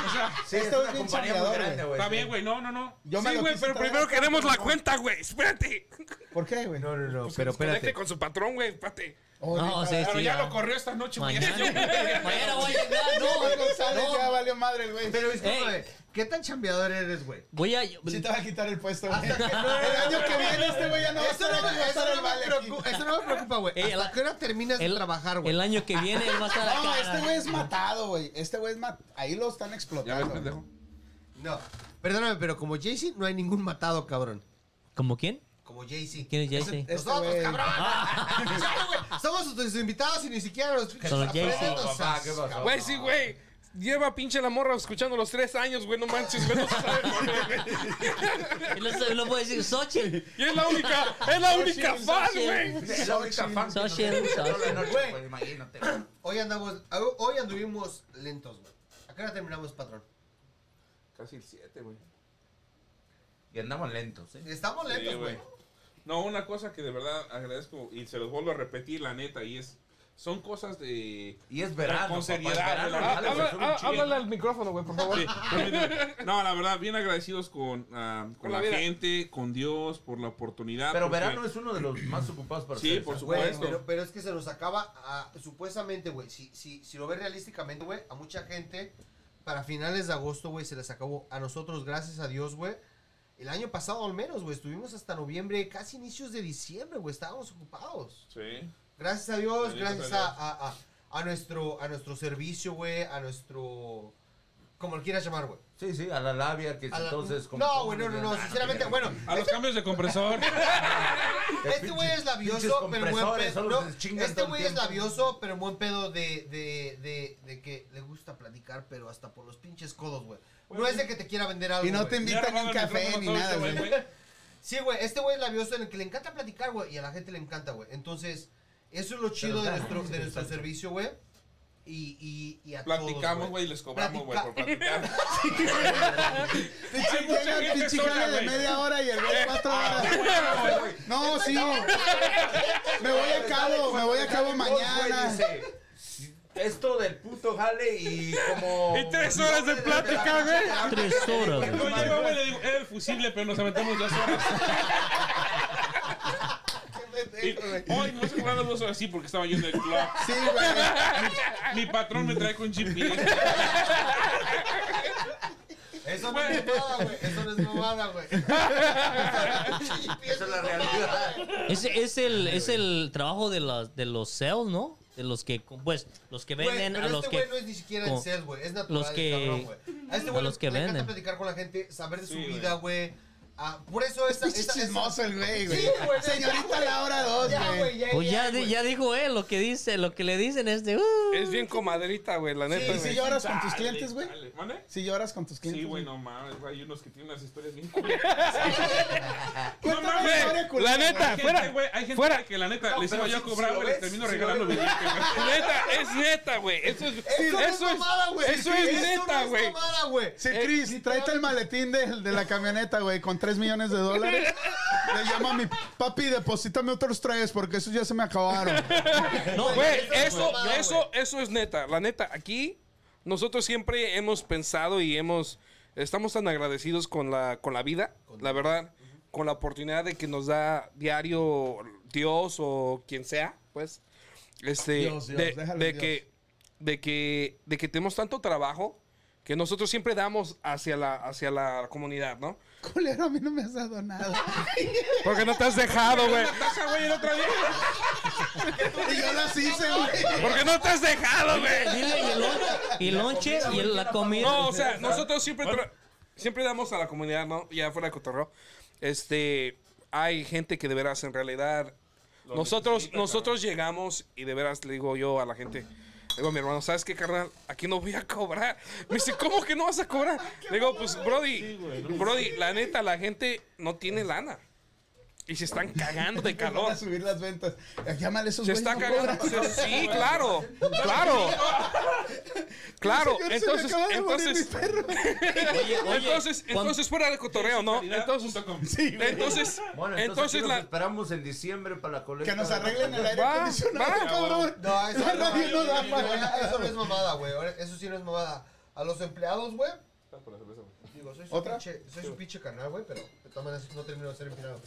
Speaker 4: O sea,
Speaker 5: Sí,
Speaker 1: Este
Speaker 5: es
Speaker 1: güey es
Speaker 5: una
Speaker 1: bien
Speaker 5: compañía muy
Speaker 1: chambeador,
Speaker 5: grande, güey.
Speaker 4: está bien, güey. No, no, no.
Speaker 1: Yo me
Speaker 6: sí,
Speaker 1: lo
Speaker 6: güey,
Speaker 1: quise
Speaker 6: pero
Speaker 1: traer
Speaker 6: primero
Speaker 1: acá,
Speaker 6: queremos
Speaker 1: pero
Speaker 6: la
Speaker 1: no.
Speaker 6: cuenta, güey. Espérate.
Speaker 1: ¿Por qué, güey?
Speaker 9: No, no, no,
Speaker 6: Pues
Speaker 9: pero
Speaker 6: que se conecte
Speaker 9: espérate.
Speaker 6: con su patrón, güey. Espérate.
Speaker 1: Oh,
Speaker 3: No,
Speaker 1: neta.
Speaker 3: sí,
Speaker 4: Pero
Speaker 3: sí.
Speaker 4: ya
Speaker 3: ah.
Speaker 4: lo corrió esta noche, güey.
Speaker 1: [laughs]
Speaker 3: Mañana,
Speaker 4: [laughs]
Speaker 3: mañana voy a llegar,
Speaker 1: Manuel González
Speaker 3: no,
Speaker 1: ya
Speaker 3: no.
Speaker 1: valió madre, güey.
Speaker 7: Pero discúlpame, ¿qué tan chambeador eres, güey?
Speaker 3: Voy a... [laughs]
Speaker 1: Sí te va a quitar el puesto, güey.
Speaker 7: Hasta que
Speaker 3: Ah,
Speaker 7: no-
Speaker 1: el año que viene este güey ya no va a
Speaker 7: Eso
Speaker 1: estar aquí,
Speaker 7: no,
Speaker 1: va
Speaker 7: me,
Speaker 1: a
Speaker 7: eso,
Speaker 1: estar
Speaker 7: no
Speaker 1: el
Speaker 7: me
Speaker 1: vale aquí.
Speaker 7: preocupa, eso no me preocupa, güey.
Speaker 3: Ey,
Speaker 7: ¿Hasta
Speaker 3: la-
Speaker 7: qué hora terminas de
Speaker 3: el-
Speaker 7: trabajar, güey?
Speaker 3: El año que viene él va a estar acá.
Speaker 1: No, este güey es matado, güey. Este güey es matado. Ahí lo están explotando.
Speaker 7: No, perdóname, pero como Jay-Z no hay ningún matado, cabrón.
Speaker 3: ¿Como
Speaker 1: [laughs]
Speaker 3: quién?
Speaker 7: Como Jay-Z.
Speaker 3: ¿Quién es Jay-Z?
Speaker 1: Este
Speaker 7: Nosotros,
Speaker 1: güey.
Speaker 7: cabrón. [laughs] Somos tus invitados y ni siquiera los
Speaker 3: Son los Jay-Z.
Speaker 7: aprenden los-
Speaker 5: Papá, ¿qué pasó?
Speaker 6: Güey, sí, güey. Lleva pinche la morra escuchando los tres años, güey. No manches, güey. No sabe por qué, güey.
Speaker 3: Él No, sé, no puede decir Xochitl.
Speaker 6: Y es la única, es la única
Speaker 3: sí,
Speaker 6: fan,
Speaker 3: sí.
Speaker 6: güey.
Speaker 5: Es la única fan que nos
Speaker 3: Social,
Speaker 5: escuchó la
Speaker 3: social.
Speaker 5: noche,
Speaker 7: Güey.
Speaker 5: güey, Imagínate. güey.
Speaker 7: Hoy andamos, hoy anduvimos lentos, güey. ¿A qué hora terminamos, patrón?
Speaker 4: Casi el 7, güey.
Speaker 5: Y andamos lentos, ¿eh?
Speaker 7: Estamos lentos, güey.
Speaker 4: No, una cosa que de verdad agradezco y se los vuelvo a repetir, la neta, y es. Son cosas de.
Speaker 5: Y es verano.
Speaker 4: Con
Speaker 5: papá, es
Speaker 4: seriedad,
Speaker 5: verano,
Speaker 4: la
Speaker 6: Ah,
Speaker 5: jale,
Speaker 6: habla-
Speaker 5: se sube un
Speaker 6: ah,
Speaker 5: chingo.
Speaker 6: Háblale al micrófono, güey, por favor.
Speaker 4: Sí, permíteme. no, la verdad, bien agradecidos con, ah, con
Speaker 6: Con la
Speaker 4: la,
Speaker 6: vida.
Speaker 4: gente, con Dios, por la
Speaker 3: Ah,
Speaker 4: oportunidad.
Speaker 5: Pero
Speaker 3: pues,
Speaker 4: porque-
Speaker 5: verano es uno de los más ocupados para
Speaker 4: Sí,
Speaker 5: ustedes,
Speaker 4: por
Speaker 5: ¿eh?
Speaker 4: supuesto.
Speaker 7: Güey, pero, pero es que se nos acaba, a- supuestamente, güey, si, si, si lo ves realísticamente, güey, a mucha gente, para finales de agosto, güey, se les acabó. A nosotros, gracias a Dios, güey, el año pasado al menos, güey, estuvimos hasta noviembre, casi inicios de diciembre, güey, estábamos ocupados.
Speaker 4: Sí.
Speaker 7: Gracias a Dios,
Speaker 4: Bendito
Speaker 7: gracias
Speaker 4: sea
Speaker 7: a,
Speaker 4: Dios.
Speaker 7: a- a- a nuestro, a nuestro servicio, güey, a nuestro, como lo quieras llamar, güey.
Speaker 5: Sí, sí, a la labia que
Speaker 7: A la-
Speaker 5: entonces... como-
Speaker 7: No, güey, no, no,
Speaker 5: Ah,
Speaker 7: no, sinceramente, bueno,
Speaker 4: A los cambios de compresor.
Speaker 7: Este güey es labioso, pero buen
Speaker 5: compresores,
Speaker 7: pedo.
Speaker 5: solo
Speaker 7: no,
Speaker 5: se chingan
Speaker 7: este
Speaker 5: todo el
Speaker 7: güey es
Speaker 5: tiempo.
Speaker 7: labioso, pero buen pedo de, de, de, de que le gusta platicar, pero hasta por los pinches codos, güey. No es de que te quiera vender algo.
Speaker 1: Y no te
Speaker 7: güey.
Speaker 4: Ya
Speaker 1: invitan ni
Speaker 4: robaron
Speaker 1: un
Speaker 4: el
Speaker 1: café
Speaker 4: micrófono
Speaker 1: ni
Speaker 4: todo
Speaker 1: nada,
Speaker 4: este
Speaker 1: güey.
Speaker 7: Sí, güey, este güey es labioso en el que le encanta platicar, güey, y a la gente le encanta, güey. Entonces, eso es lo chido de
Speaker 5: da,
Speaker 7: nuestro,
Speaker 5: sí,
Speaker 7: de nuestro
Speaker 5: exacto.
Speaker 7: servicio, güey. Y, y, y a todos,
Speaker 4: Platicamos, güey, y les cobramos, güey,
Speaker 7: Platica-
Speaker 4: por platicar.
Speaker 7: [laughs]
Speaker 1: Pinche
Speaker 4: mucha
Speaker 1: llega el
Speaker 4: gente
Speaker 1: pinche
Speaker 4: sola,
Speaker 1: jale de
Speaker 4: güey.
Speaker 1: media hora y el güey cuatro horas. [laughs] No, sí. Me voy a cabo, me voy a cabo mañana.
Speaker 5: Esto del puto jale y
Speaker 6: [laughs]
Speaker 5: como...
Speaker 6: Y tres horas de plática, güey.
Speaker 3: Tres horas.
Speaker 4: No,
Speaker 3: güey.
Speaker 4: yo, güey, le digo, era el fusible, pero nos aventamos dos horas. Y Hoy me estoy jugando dos horas, sí, porque estaba yo en el club.
Speaker 1: Sí, güey.
Speaker 4: Mi patrón me trae con GPS.
Speaker 7: Eso Eso no
Speaker 4: Güey.
Speaker 7: es mamada, güey. Eso no es mamada,
Speaker 5: [laughs]
Speaker 7: güey.
Speaker 5: Esa es la realidad.
Speaker 3: Es, es, el, es el trabajo de, las, de los sales, ¿no? De los que, pues, los que
Speaker 7: Güey,
Speaker 3: venden
Speaker 7: pero
Speaker 3: a los
Speaker 7: este güey
Speaker 3: que...
Speaker 7: no es ni siquiera
Speaker 3: como-
Speaker 7: en sales, güey. Es natural,
Speaker 3: los que-
Speaker 7: cabrón, güey. A este
Speaker 3: a
Speaker 7: güey
Speaker 3: los que
Speaker 7: le
Speaker 3: venden.
Speaker 7: encanta platicar con la gente, saber de su
Speaker 4: Sí,
Speaker 7: vida, güey. Ah, por eso esa...
Speaker 1: Es
Speaker 7: esa-
Speaker 1: chismoso el güey, güey.
Speaker 7: Sí, güey, ya,
Speaker 1: Señorita Laura 2,
Speaker 7: Ya,
Speaker 1: güey.
Speaker 7: güey, ya,
Speaker 3: Pues ya, di-
Speaker 7: güey.
Speaker 3: ya dijo él lo que dice, lo que le dicen es de... uh,
Speaker 6: Es bien comadrita, güey, la neta.
Speaker 1: ¿Y si
Speaker 6: güey.
Speaker 1: lloras con tus
Speaker 4: Dale,
Speaker 1: clientes, güey?
Speaker 4: dale. ¿Mande?
Speaker 1: Si lloras con tus clientes.
Speaker 4: Sí, güey,
Speaker 1: güey.
Speaker 4: no mames, güey, hay unos que tienen unas historias bien culeras.
Speaker 1: Cuéntame
Speaker 4: No mames,
Speaker 1: una
Speaker 6: Güey,
Speaker 1: historia culera, güey.
Speaker 6: la neta,
Speaker 4: Hay gente,
Speaker 6: fuera.
Speaker 4: güey, hay gente
Speaker 6: fuera.
Speaker 4: que la neta
Speaker 7: No,
Speaker 4: les
Speaker 7: pero
Speaker 4: iba yo a
Speaker 7: si-
Speaker 4: cobrar,
Speaker 7: si lo
Speaker 4: güey, les
Speaker 7: ves,
Speaker 4: termino
Speaker 7: si lo
Speaker 4: regalando
Speaker 7: ves.
Speaker 4: billetes, güey.
Speaker 6: Neta, es neta, güey. Eso es.
Speaker 7: Eso,
Speaker 6: Eso
Speaker 7: no es
Speaker 6: es.
Speaker 7: mamada, güey.
Speaker 6: Eso es neta,
Speaker 7: Eso no
Speaker 6: güey.
Speaker 7: es mamada, güey.
Speaker 4: Eh,
Speaker 1: Sí, Chris, tráete el maletín de, de la camioneta, güey, con 3 millones de dólares. Le llamo a mi papi, deposítame otros 3 porque esos ya se me acabaron.
Speaker 3: No,
Speaker 6: Güey,
Speaker 7: Eso es
Speaker 6: eso,
Speaker 7: mamada,
Speaker 6: eso, eso es neta. La neta, aquí nosotros siempre hemos pensado y hemos. Estamos tan agradecidos con la, con la vida, la verdad, con la oportunidad de que nos da diario Dios o quien sea, pues. Este,
Speaker 1: Dios, Dios,
Speaker 6: de,
Speaker 1: déjalo
Speaker 6: de
Speaker 1: en
Speaker 6: que, de que, de que tenemos tanto trabajo que nosotros siempre damos hacia la, hacia la comunidad, ¿no?
Speaker 1: Culero, a mí no me has dado nada.
Speaker 6: Porque no te has dejado, güey.
Speaker 4: Taza, güey, el otro día.
Speaker 1: Y yo las hice,
Speaker 4: [laughs]
Speaker 1: güey.
Speaker 6: Porque no te has dejado, güey.
Speaker 3: dile, y el lon- y el lonche y el- la comida...
Speaker 6: No, o sea, nosotros siempre, tra- siempre damos a la comunidad, ¿no? Ya fuera de cotorreo. Este, hay gente que de veras, en realidad, nosotros, nosotros llegamos y de veras le digo yo a la gente, le digo a mi hermano, ¿sabes qué, carnal? Aquí no voy a cobrar. [laughs] Me dice, ¿cómo que no vas a cobrar? Le digo, pues, Brody, Brody, la neta, la gente no tiene lana. Y se están cagando de
Speaker 1: Van
Speaker 6: calor.
Speaker 1: a subir las ventas. Eh, Llámale a esos
Speaker 6: Se
Speaker 1: güeyes.
Speaker 6: está
Speaker 1: no
Speaker 6: cagando.
Speaker 1: cobran. [laughs]
Speaker 6: Se- Sí, claro, claro. Claro,
Speaker 1: Señor, se me
Speaker 6: entonces,
Speaker 1: acaba de morir
Speaker 6: entonces,
Speaker 1: mi perro.
Speaker 3: Oye, oye,
Speaker 6: entonces,
Speaker 3: cuando-
Speaker 6: entonces fuera de cotorreo, ¿no? Entonces,
Speaker 4: Punto com.
Speaker 6: entonces,
Speaker 5: Bueno, entonces,
Speaker 6: entonces
Speaker 5: aquí los
Speaker 6: la...
Speaker 5: esperamos en diciembre para la colecta.
Speaker 1: Que nos arreglen el aire
Speaker 6: Va,
Speaker 1: acondicionado,
Speaker 6: va.
Speaker 1: cabrón.
Speaker 7: No, eso,
Speaker 1: La
Speaker 7: no,
Speaker 1: radio no da
Speaker 7: no,
Speaker 1: para nada.
Speaker 7: eso no es mamada, güey. Ahora, Eso sí no es mamada. A los empleados, güey. Digo, soy su
Speaker 1: ¿Otra?
Speaker 7: pinche, soy su pinche canal, güey, pero de todas maneras no termino de ser empleado.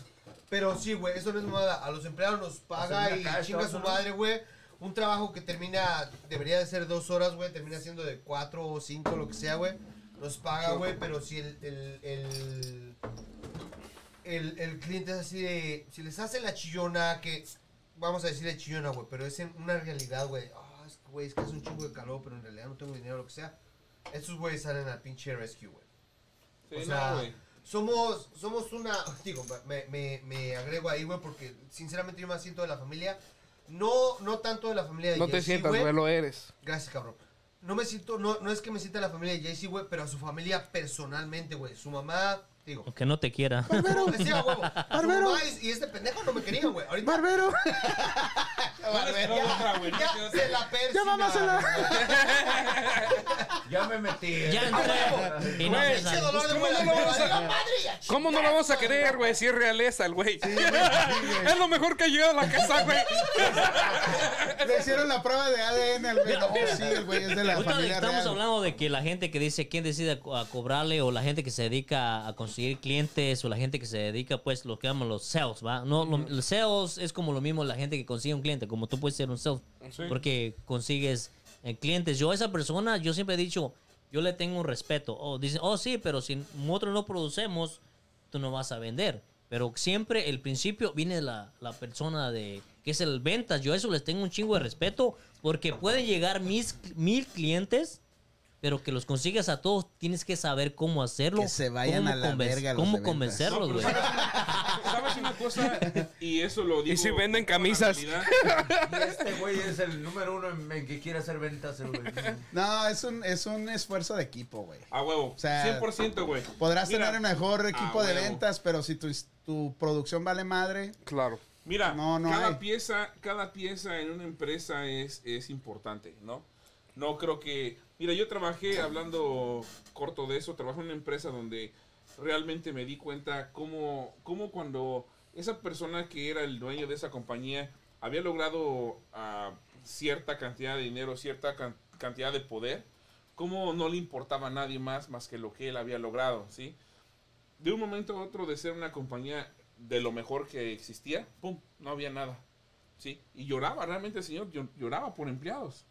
Speaker 7: Pero sí, güey, eso no es mamada. A los empleados nos paga
Speaker 5: Hacer
Speaker 7: y
Speaker 5: una caja,
Speaker 7: chinga su
Speaker 5: ¿no?
Speaker 7: madre, güey. Un trabajo que termina, debería de ser dos horas, güey, termina siendo de cuatro o cinco, lo que sea, güey. Nos paga, güey, pero si el, el, el, el, el cliente es así de. Si les hace la chillona, que. Vamos a decirle chillona, güey, pero es en una realidad, güey. Ah, es que, güey, es que hace un chingo de calor, pero en realidad no tengo dinero, lo que sea. Estos güeyes salen al pinche rescue, güey.
Speaker 4: Sí,
Speaker 7: O
Speaker 4: no,
Speaker 7: sea,
Speaker 4: güey.
Speaker 7: somos, somos una. [laughs] Digo, me, me- me agrego ahí, güey, porque sinceramente yo me siento de la familia. No, no tanto de la familia de
Speaker 6: No te
Speaker 7: Jay-Z,
Speaker 6: sientas, güey, lo eres.
Speaker 7: Gracias, cabrón. No me siento, no, no es que me sienta la familia de Jay-Z, güey, pero a su familia personalmente, güey. Su mamá, digo.
Speaker 3: Que no te quiera.
Speaker 7: Barbero, decía, huevo.
Speaker 1: Barbero.
Speaker 7: Su mamá y- Y este pendejo no me quería, güey. Ahorita
Speaker 1: Barbero.
Speaker 4: No, otra, güey, no
Speaker 7: ya
Speaker 4: quedas-
Speaker 7: se la persona.
Speaker 1: Ya, mamá, se la-
Speaker 5: Ya me metí. eh. Ah,
Speaker 3: Ya entré. Y no me
Speaker 6: Güey,
Speaker 3: sale.
Speaker 7: dolor de
Speaker 6: ¿Cómo no
Speaker 7: muela,
Speaker 6: lo
Speaker 7: me
Speaker 6: vamos a-
Speaker 7: valió madre y a
Speaker 6: ¿Cómo no lo vamos a querer, güey? Si es realeza el güey. Es lo mejor que ha llegado a la casa, güey.
Speaker 1: Le hicieron la prueba de ADN al
Speaker 6: [laughs]
Speaker 1: güey. No, sí, el güey es de la
Speaker 3: Ahorita
Speaker 1: familia
Speaker 3: estamos
Speaker 1: real.
Speaker 3: hablando de que la gente que dice quién decide a co- a cobrarle o la gente que se dedica a conseguir clientes o la gente que se dedica pues lo que llaman los sales, ¿va? No, lo- los sales es como lo mismo la gente que consigue un cliente, como tú puedes ser un sales porque consigues eh, clientes. Yo a esa persona, yo siempre he dicho, yo le tengo un respeto. O dicen, oh sí, pero si nosotros no producemos, tú no vas a vender. Pero siempre el principio viene la, la persona de que es el ventas. Yo a eso les tengo un chingo de respeto porque pueden llegar mis, mil clientes, pero que los consigas a todos tienes que saber cómo hacerlo.
Speaker 1: Que se vayan
Speaker 3: cómo
Speaker 1: a la
Speaker 3: conven-
Speaker 1: verga los de
Speaker 3: Cómo
Speaker 1: ventas.
Speaker 3: convencerlos,
Speaker 4: No,
Speaker 3: güey.
Speaker 4: pero ¿Sabes una cosa? Y eso lo digo.
Speaker 6: si venden
Speaker 4: con
Speaker 6: camisas?
Speaker 4: habilidad.
Speaker 5: Este güey es el número uno en, en que quiere hacer ventas, el güey.
Speaker 1: No, es un, es un esfuerzo de equipo, güey.
Speaker 4: A huevo.
Speaker 1: O sea,
Speaker 4: 100%, güey.
Speaker 1: Podrás
Speaker 4: Mira,
Speaker 1: tener el mejor equipo
Speaker 4: Ah,
Speaker 1: de
Speaker 4: huevo.
Speaker 1: ventas, pero si tu, tu producción vale madre,
Speaker 6: Claro.
Speaker 4: Mira,
Speaker 1: No, no
Speaker 4: cada
Speaker 1: hay.
Speaker 4: pieza, cada pieza en una empresa es, es importante, ¿no? No creo que. Mira, yo trabajé, hablando corto de eso, trabajé en una empresa donde realmente me di cuenta cómo, cómo cuando esa persona que era el dueño de esa compañía había logrado ah, cierta cantidad de dinero, cierta can- cantidad de poder, cómo no le importaba a nadie más más que lo que él había logrado, ¿sí? de un momento a otro de ser una compañía de lo mejor que existía, pum, no había nada. ¿Sí? Y lloraba, realmente el señor llo- lloraba por empleados.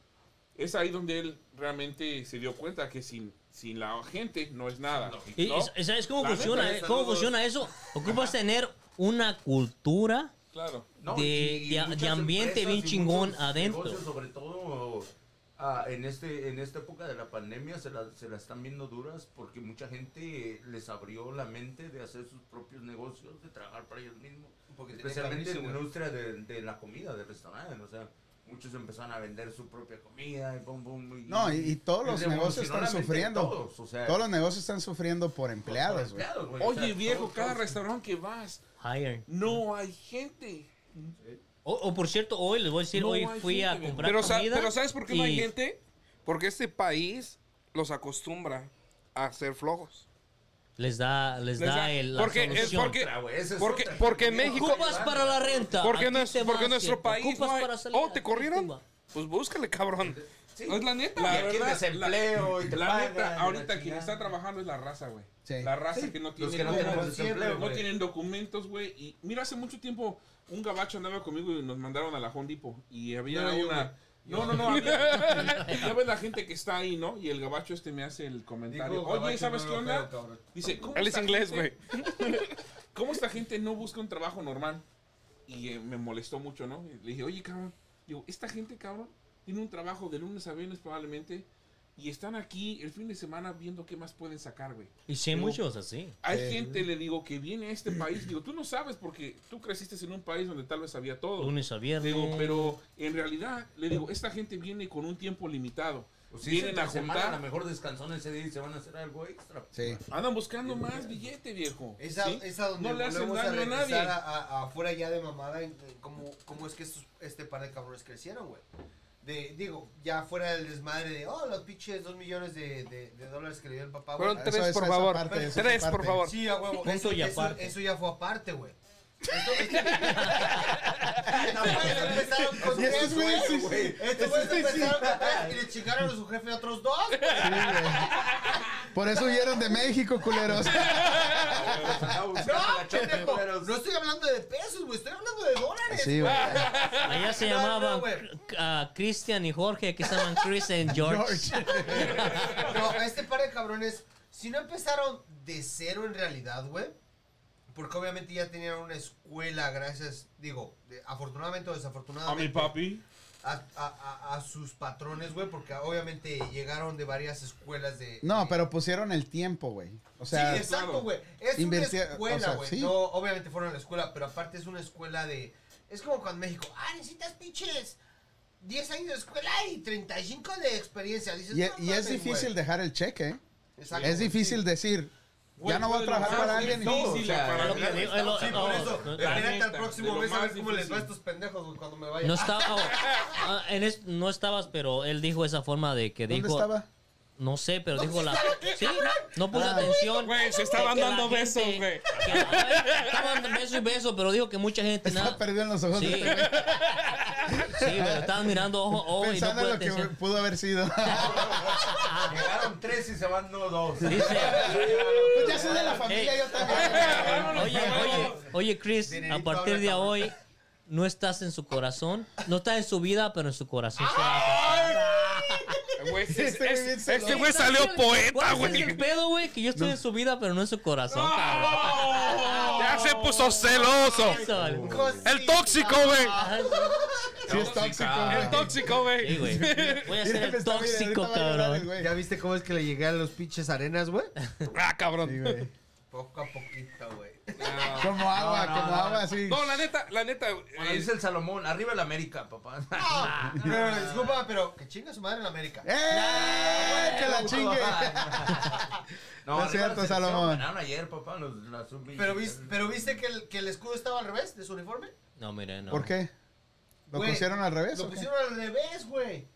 Speaker 4: Es ahí donde él realmente se dio cuenta que sin, Sin la gente no es nada.
Speaker 3: ¿Y,
Speaker 4: ¿no?
Speaker 3: y sabes cómo
Speaker 4: La neta,
Speaker 3: funciona? eh? ¿Cómo
Speaker 4: saludos.
Speaker 3: funciona eso? Ocupas tener una cultura
Speaker 4: Claro.
Speaker 5: No,
Speaker 3: de-
Speaker 5: y- y
Speaker 3: de- de
Speaker 5: muchas
Speaker 3: ambiente
Speaker 5: empresas
Speaker 3: bien
Speaker 5: y
Speaker 3: chingón
Speaker 5: muchos
Speaker 3: adentro.
Speaker 5: negocios, sobre todo ah, en, este, en esta época de la pandemia se la, se la están viendo duras porque mucha gente les abrió la mente de hacer sus propios negocios, de trabajar para ellos mismos.
Speaker 7: Porque tenía
Speaker 5: Especialmente en
Speaker 7: camisa,
Speaker 5: la
Speaker 7: güey.
Speaker 5: industria de, de la comida, de restaurantes. O sea, muchos empezaron a vender su propia comida y pum, pum.
Speaker 1: No, y, y todos los
Speaker 5: revolucionó
Speaker 1: negocios
Speaker 5: la
Speaker 1: están
Speaker 5: mente de
Speaker 1: sufriendo.
Speaker 5: Todos, o
Speaker 4: Eh.
Speaker 5: sea,
Speaker 1: Todos los negocios están sufriendo por empleados, güey.
Speaker 5: empleados, güey, o sea,
Speaker 4: Oye, viejo,
Speaker 5: todos-
Speaker 4: cada
Speaker 5: todos-
Speaker 4: restaurante que vas,
Speaker 3: Hire.
Speaker 4: no hay gente.
Speaker 3: O, o por cierto, hoy les voy a decir,
Speaker 4: No
Speaker 3: hoy
Speaker 4: hay
Speaker 3: fui a
Speaker 4: gente,
Speaker 3: comprar
Speaker 6: Pero, sa-
Speaker 3: comida.
Speaker 6: pero ¿sabes por qué no hay
Speaker 3: y-
Speaker 6: gente? Porque este país los acostumbra a ser flojos.
Speaker 3: Les da, les
Speaker 6: Les
Speaker 3: da
Speaker 6: da-
Speaker 3: el, la
Speaker 6: porque es
Speaker 3: solución.
Speaker 6: porque-
Speaker 5: Otra, güey, esa es
Speaker 6: porque-
Speaker 5: otra.
Speaker 6: porque México-
Speaker 3: Ocupas para la renta.
Speaker 6: Porque,
Speaker 3: aquí
Speaker 6: nues-
Speaker 3: te
Speaker 6: porque
Speaker 3: vas,
Speaker 6: nuestro
Speaker 3: cierto.
Speaker 6: país
Speaker 3: Ocupas
Speaker 6: no hay-
Speaker 3: para salir,
Speaker 6: Oh,
Speaker 3: aquí
Speaker 6: ¿te corrieron?
Speaker 3: te va.
Speaker 6: Pues búscale, cabrón.
Speaker 5: Sí.
Speaker 6: No es la neta.
Speaker 5: Y
Speaker 4: La
Speaker 5: aquí
Speaker 4: verdad,
Speaker 5: desempleo y te
Speaker 4: La
Speaker 5: pagan, y
Speaker 4: neta,
Speaker 5: la
Speaker 4: ahorita quien
Speaker 5: chingada.
Speaker 4: está trabajando es la raza, güey.
Speaker 1: Sí.
Speaker 4: La raza que no tiene
Speaker 5: Los que no tienen pues,
Speaker 4: no
Speaker 5: desempleo, güey.
Speaker 4: tienen documentos, güey. Y mira, hace mucho tiempo un gabacho andaba conmigo y nos mandaron a la Home Depot. Y había
Speaker 5: No era yo,
Speaker 4: una. no, no, no. había- ya ves la gente que está ahí, ¿no? Y el gabacho este me hace el comentario.
Speaker 7: Digo,
Speaker 4: Oye,
Speaker 7: gabacho,
Speaker 4: ¿sabes
Speaker 7: no
Speaker 4: qué
Speaker 7: lo
Speaker 4: onda?
Speaker 7: veo, cabrón.
Speaker 4: Dice, ¿cómo
Speaker 6: Él es
Speaker 4: esta
Speaker 6: inglés,
Speaker 4: gente-
Speaker 6: güey.
Speaker 4: ¿Cómo esta gente no busca un trabajo normal? Y eh, me molestó mucho, ¿no? Y Le dije, oye, cabrón, digo, esta gente, cabrón, tiene un trabajo de lunes a viernes probablemente y están aquí el fin de semana viendo qué más pueden sacar, güey.
Speaker 3: Y sí, hay
Speaker 4: Digo,
Speaker 3: muchos así.
Speaker 4: Hay
Speaker 7: Eh,
Speaker 4: gente, le digo, que viene a este país, digo, tú no sabes porque tú creciste en un país donde tal vez había todo.
Speaker 3: Lunes a viernes.
Speaker 4: Digo, pero en realidad, le digo, esta gente viene con un tiempo limitado.
Speaker 5: Pues sí,
Speaker 4: Vienen
Speaker 5: entre
Speaker 4: a
Speaker 5: semana, A lo
Speaker 4: juntar.
Speaker 5: mejor descansan ese día y se van a hacer algo extra. [laughs]
Speaker 1: Sí.
Speaker 4: Andan buscando más billete, viejo.
Speaker 7: Es a,
Speaker 4: ¿sí?
Speaker 7: es a donde
Speaker 4: no le hacen
Speaker 7: volvemos a
Speaker 4: daño a
Speaker 7: regresar
Speaker 4: nadie.
Speaker 7: a, a- afuera ya de mamada, en- en cómo, cómo es que estos, este par de cabrones crecieron, güey. De, digo, ya fuera del desmadre de, oh, los pinches dos millones de, de- de dólares que le dio el papá, güey.
Speaker 6: Fueron
Speaker 1: Eso-
Speaker 6: tres,
Speaker 1: eso-
Speaker 6: por
Speaker 1: esa
Speaker 6: favor.
Speaker 1: parte, eso es
Speaker 6: tres,
Speaker 1: aparte.
Speaker 6: por favor.
Speaker 7: Sí, a huevo.
Speaker 3: Punto
Speaker 7: Eso,
Speaker 3: y
Speaker 7: eso-
Speaker 3: aparte.
Speaker 7: eso ya fue aparte, güey. Esto, [laughs] esto- Tampoco empezaron con
Speaker 1: Y estos
Speaker 7: tres, güey.
Speaker 1: güeyes-
Speaker 7: Estos güeyes empezaron con tres y le chingaron a su jefe a otros dos,
Speaker 1: [laughs]
Speaker 7: güey.
Speaker 1: Sí, güey. Por eso huyeron de México,
Speaker 4: [laughs]
Speaker 1: culeros.
Speaker 5: No,
Speaker 7: No, pendejo, no estoy hablando de pesos, güey. Estoy hablando de dólares.
Speaker 1: Sí, güey.
Speaker 3: Allá se
Speaker 7: No, no,
Speaker 3: llamaban
Speaker 7: güey.
Speaker 3: C- ah, Christian y Jorge, aquí estaban Chris
Speaker 7: [laughs]
Speaker 3: y George.
Speaker 7: No, a este par de cabrones, si no empezaron de cero en realidad, güey. Porque obviamente ya tenían una escuela, gracias, digo, de- afortunadamente o
Speaker 4: A mi
Speaker 7: desafortunadamente.
Speaker 4: papi.
Speaker 7: A, a- a- a sus patrones, güey, porque obviamente llegaron de varias escuelas de.
Speaker 1: No,
Speaker 7: de-
Speaker 1: pero pusieron el tiempo, güey. O
Speaker 7: sí,
Speaker 1: sea,
Speaker 7: exacto,
Speaker 4: claro.
Speaker 7: güey. Es
Speaker 1: Invertía-
Speaker 7: una escuela,
Speaker 1: o sea,
Speaker 7: güey.
Speaker 1: sí.
Speaker 7: No, obviamente fueron a la escuela, pero aparte es una escuela de. Es como cuando México, ah, necesitas pinches 10 años de escuela y 35 de experiencia. Dices,
Speaker 1: y, e,
Speaker 7: "No
Speaker 1: y es
Speaker 7: mames,
Speaker 1: difícil
Speaker 7: güey".
Speaker 1: dejar el cheque, ¿eh?
Speaker 7: Exacto,
Speaker 1: Es
Speaker 7: güey,
Speaker 1: difícil
Speaker 7: sí.
Speaker 1: decir, ya
Speaker 4: Güey,
Speaker 1: no voy a
Speaker 4: fue de lo
Speaker 1: trabajar
Speaker 4: más
Speaker 1: para alguien. y-
Speaker 4: difícil,
Speaker 5: O sea,
Speaker 4: para
Speaker 3: es lo
Speaker 4: mí,
Speaker 3: que digo, es lo-
Speaker 7: Sí, por
Speaker 3: oh,
Speaker 7: eso.
Speaker 3: no,
Speaker 4: la
Speaker 7: Espérate al
Speaker 4: neta,
Speaker 7: próximo
Speaker 4: de lo
Speaker 7: mes a
Speaker 4: más
Speaker 7: ver cómo les va a
Speaker 4: difícil.
Speaker 7: estos pendejos güey, cuando me vaya.
Speaker 3: No estaba, oh, ah, en es- no estabas, pero él dijo esa forma de que
Speaker 1: ¿Dónde
Speaker 3: dijo.
Speaker 1: estaba?
Speaker 3: No sé, pero
Speaker 7: ¿Dónde
Speaker 3: dijo la.
Speaker 7: estaba qué,
Speaker 3: Sí,
Speaker 7: cabrón? Ah.
Speaker 3: no puso atención.
Speaker 6: Güey, se estaban
Speaker 3: Que la
Speaker 6: dando
Speaker 3: gente-
Speaker 6: besos, güey.
Speaker 3: que- ay, Estaban beso y beso, pero dijo que mucha gente.
Speaker 1: Estaba [laughs]
Speaker 3: nada-
Speaker 1: perdido en los ojos
Speaker 3: Sí.
Speaker 1: de este güey,
Speaker 3: Sí, pero estaban mirando ojo
Speaker 6: Oh,
Speaker 3: a ojo y no
Speaker 1: pensando
Speaker 3: puso
Speaker 1: en lo que
Speaker 3: atención.
Speaker 1: pudo haber sido.
Speaker 5: ah, Llegaron tres y se van no dos. [laughs]
Speaker 3: Dice.
Speaker 1: Pues ya soy de la familia,
Speaker 3: Ey.
Speaker 1: yo también.
Speaker 3: Oye, oye, oye, Chris, a
Speaker 7: Dinerito
Speaker 3: partir
Speaker 7: habla,
Speaker 3: de
Speaker 7: cabrón.
Speaker 3: hoy no estás en su corazón, no estás en su vida, pero en su corazón.
Speaker 6: Ah, Güey, es-
Speaker 1: Este güey
Speaker 6: es-
Speaker 1: bien
Speaker 6: este
Speaker 1: celoso.
Speaker 6: güey salió poeta,
Speaker 3: ¿Cuál es
Speaker 6: güey.
Speaker 3: el pedo, güey? Que yo estoy en su vida, pero no en su corazón, cabrón.
Speaker 6: Ya se puso celoso.
Speaker 3: Eso.
Speaker 6: El tóxico, güey.
Speaker 3: Ajá,
Speaker 1: Sí, es tóxico.
Speaker 6: El
Speaker 1: güey.
Speaker 6: tóxico,
Speaker 3: Sí,
Speaker 6: güey.
Speaker 3: güey. Voy a
Speaker 1: Mira,
Speaker 3: ser
Speaker 1: me
Speaker 3: el
Speaker 1: está mirando,
Speaker 3: tóxico,
Speaker 1: ahorita va a llorar el
Speaker 3: cabrón.
Speaker 1: güey.
Speaker 7: ¿Ya viste cómo es que le llegan los pinches arenas, güey?
Speaker 6: Ah,
Speaker 1: Sí,
Speaker 6: cabrón.
Speaker 1: güey.
Speaker 7: Poco a poquito, güey.
Speaker 1: Como agua,
Speaker 5: No, no,
Speaker 1: como
Speaker 5: no.
Speaker 1: agua, así.
Speaker 6: No, la neta, la neta.
Speaker 5: Bueno,
Speaker 6: eh,
Speaker 5: dice el Salomón, arriba el América, papá.
Speaker 1: Ah,
Speaker 5: [laughs]
Speaker 7: No, no, disculpa, pero que chinga su madre en América.
Speaker 1: ¡Eh! ¡Que la [laughs] chingue!
Speaker 5: No,
Speaker 1: No
Speaker 5: arriba
Speaker 1: es cierto,
Speaker 5: la selección,
Speaker 1: Salomón.
Speaker 5: Ganaron ayer, papá, los, la sub-
Speaker 7: Pero, vis- pero viste que el, que el escudo estaba al revés de su uniforme.
Speaker 3: No, mire, no.
Speaker 1: ¿Por qué? ¿Lo
Speaker 7: Güey,
Speaker 1: pusieron al revés? o
Speaker 7: Lo
Speaker 1: qué?
Speaker 7: pusieron al revés, güey.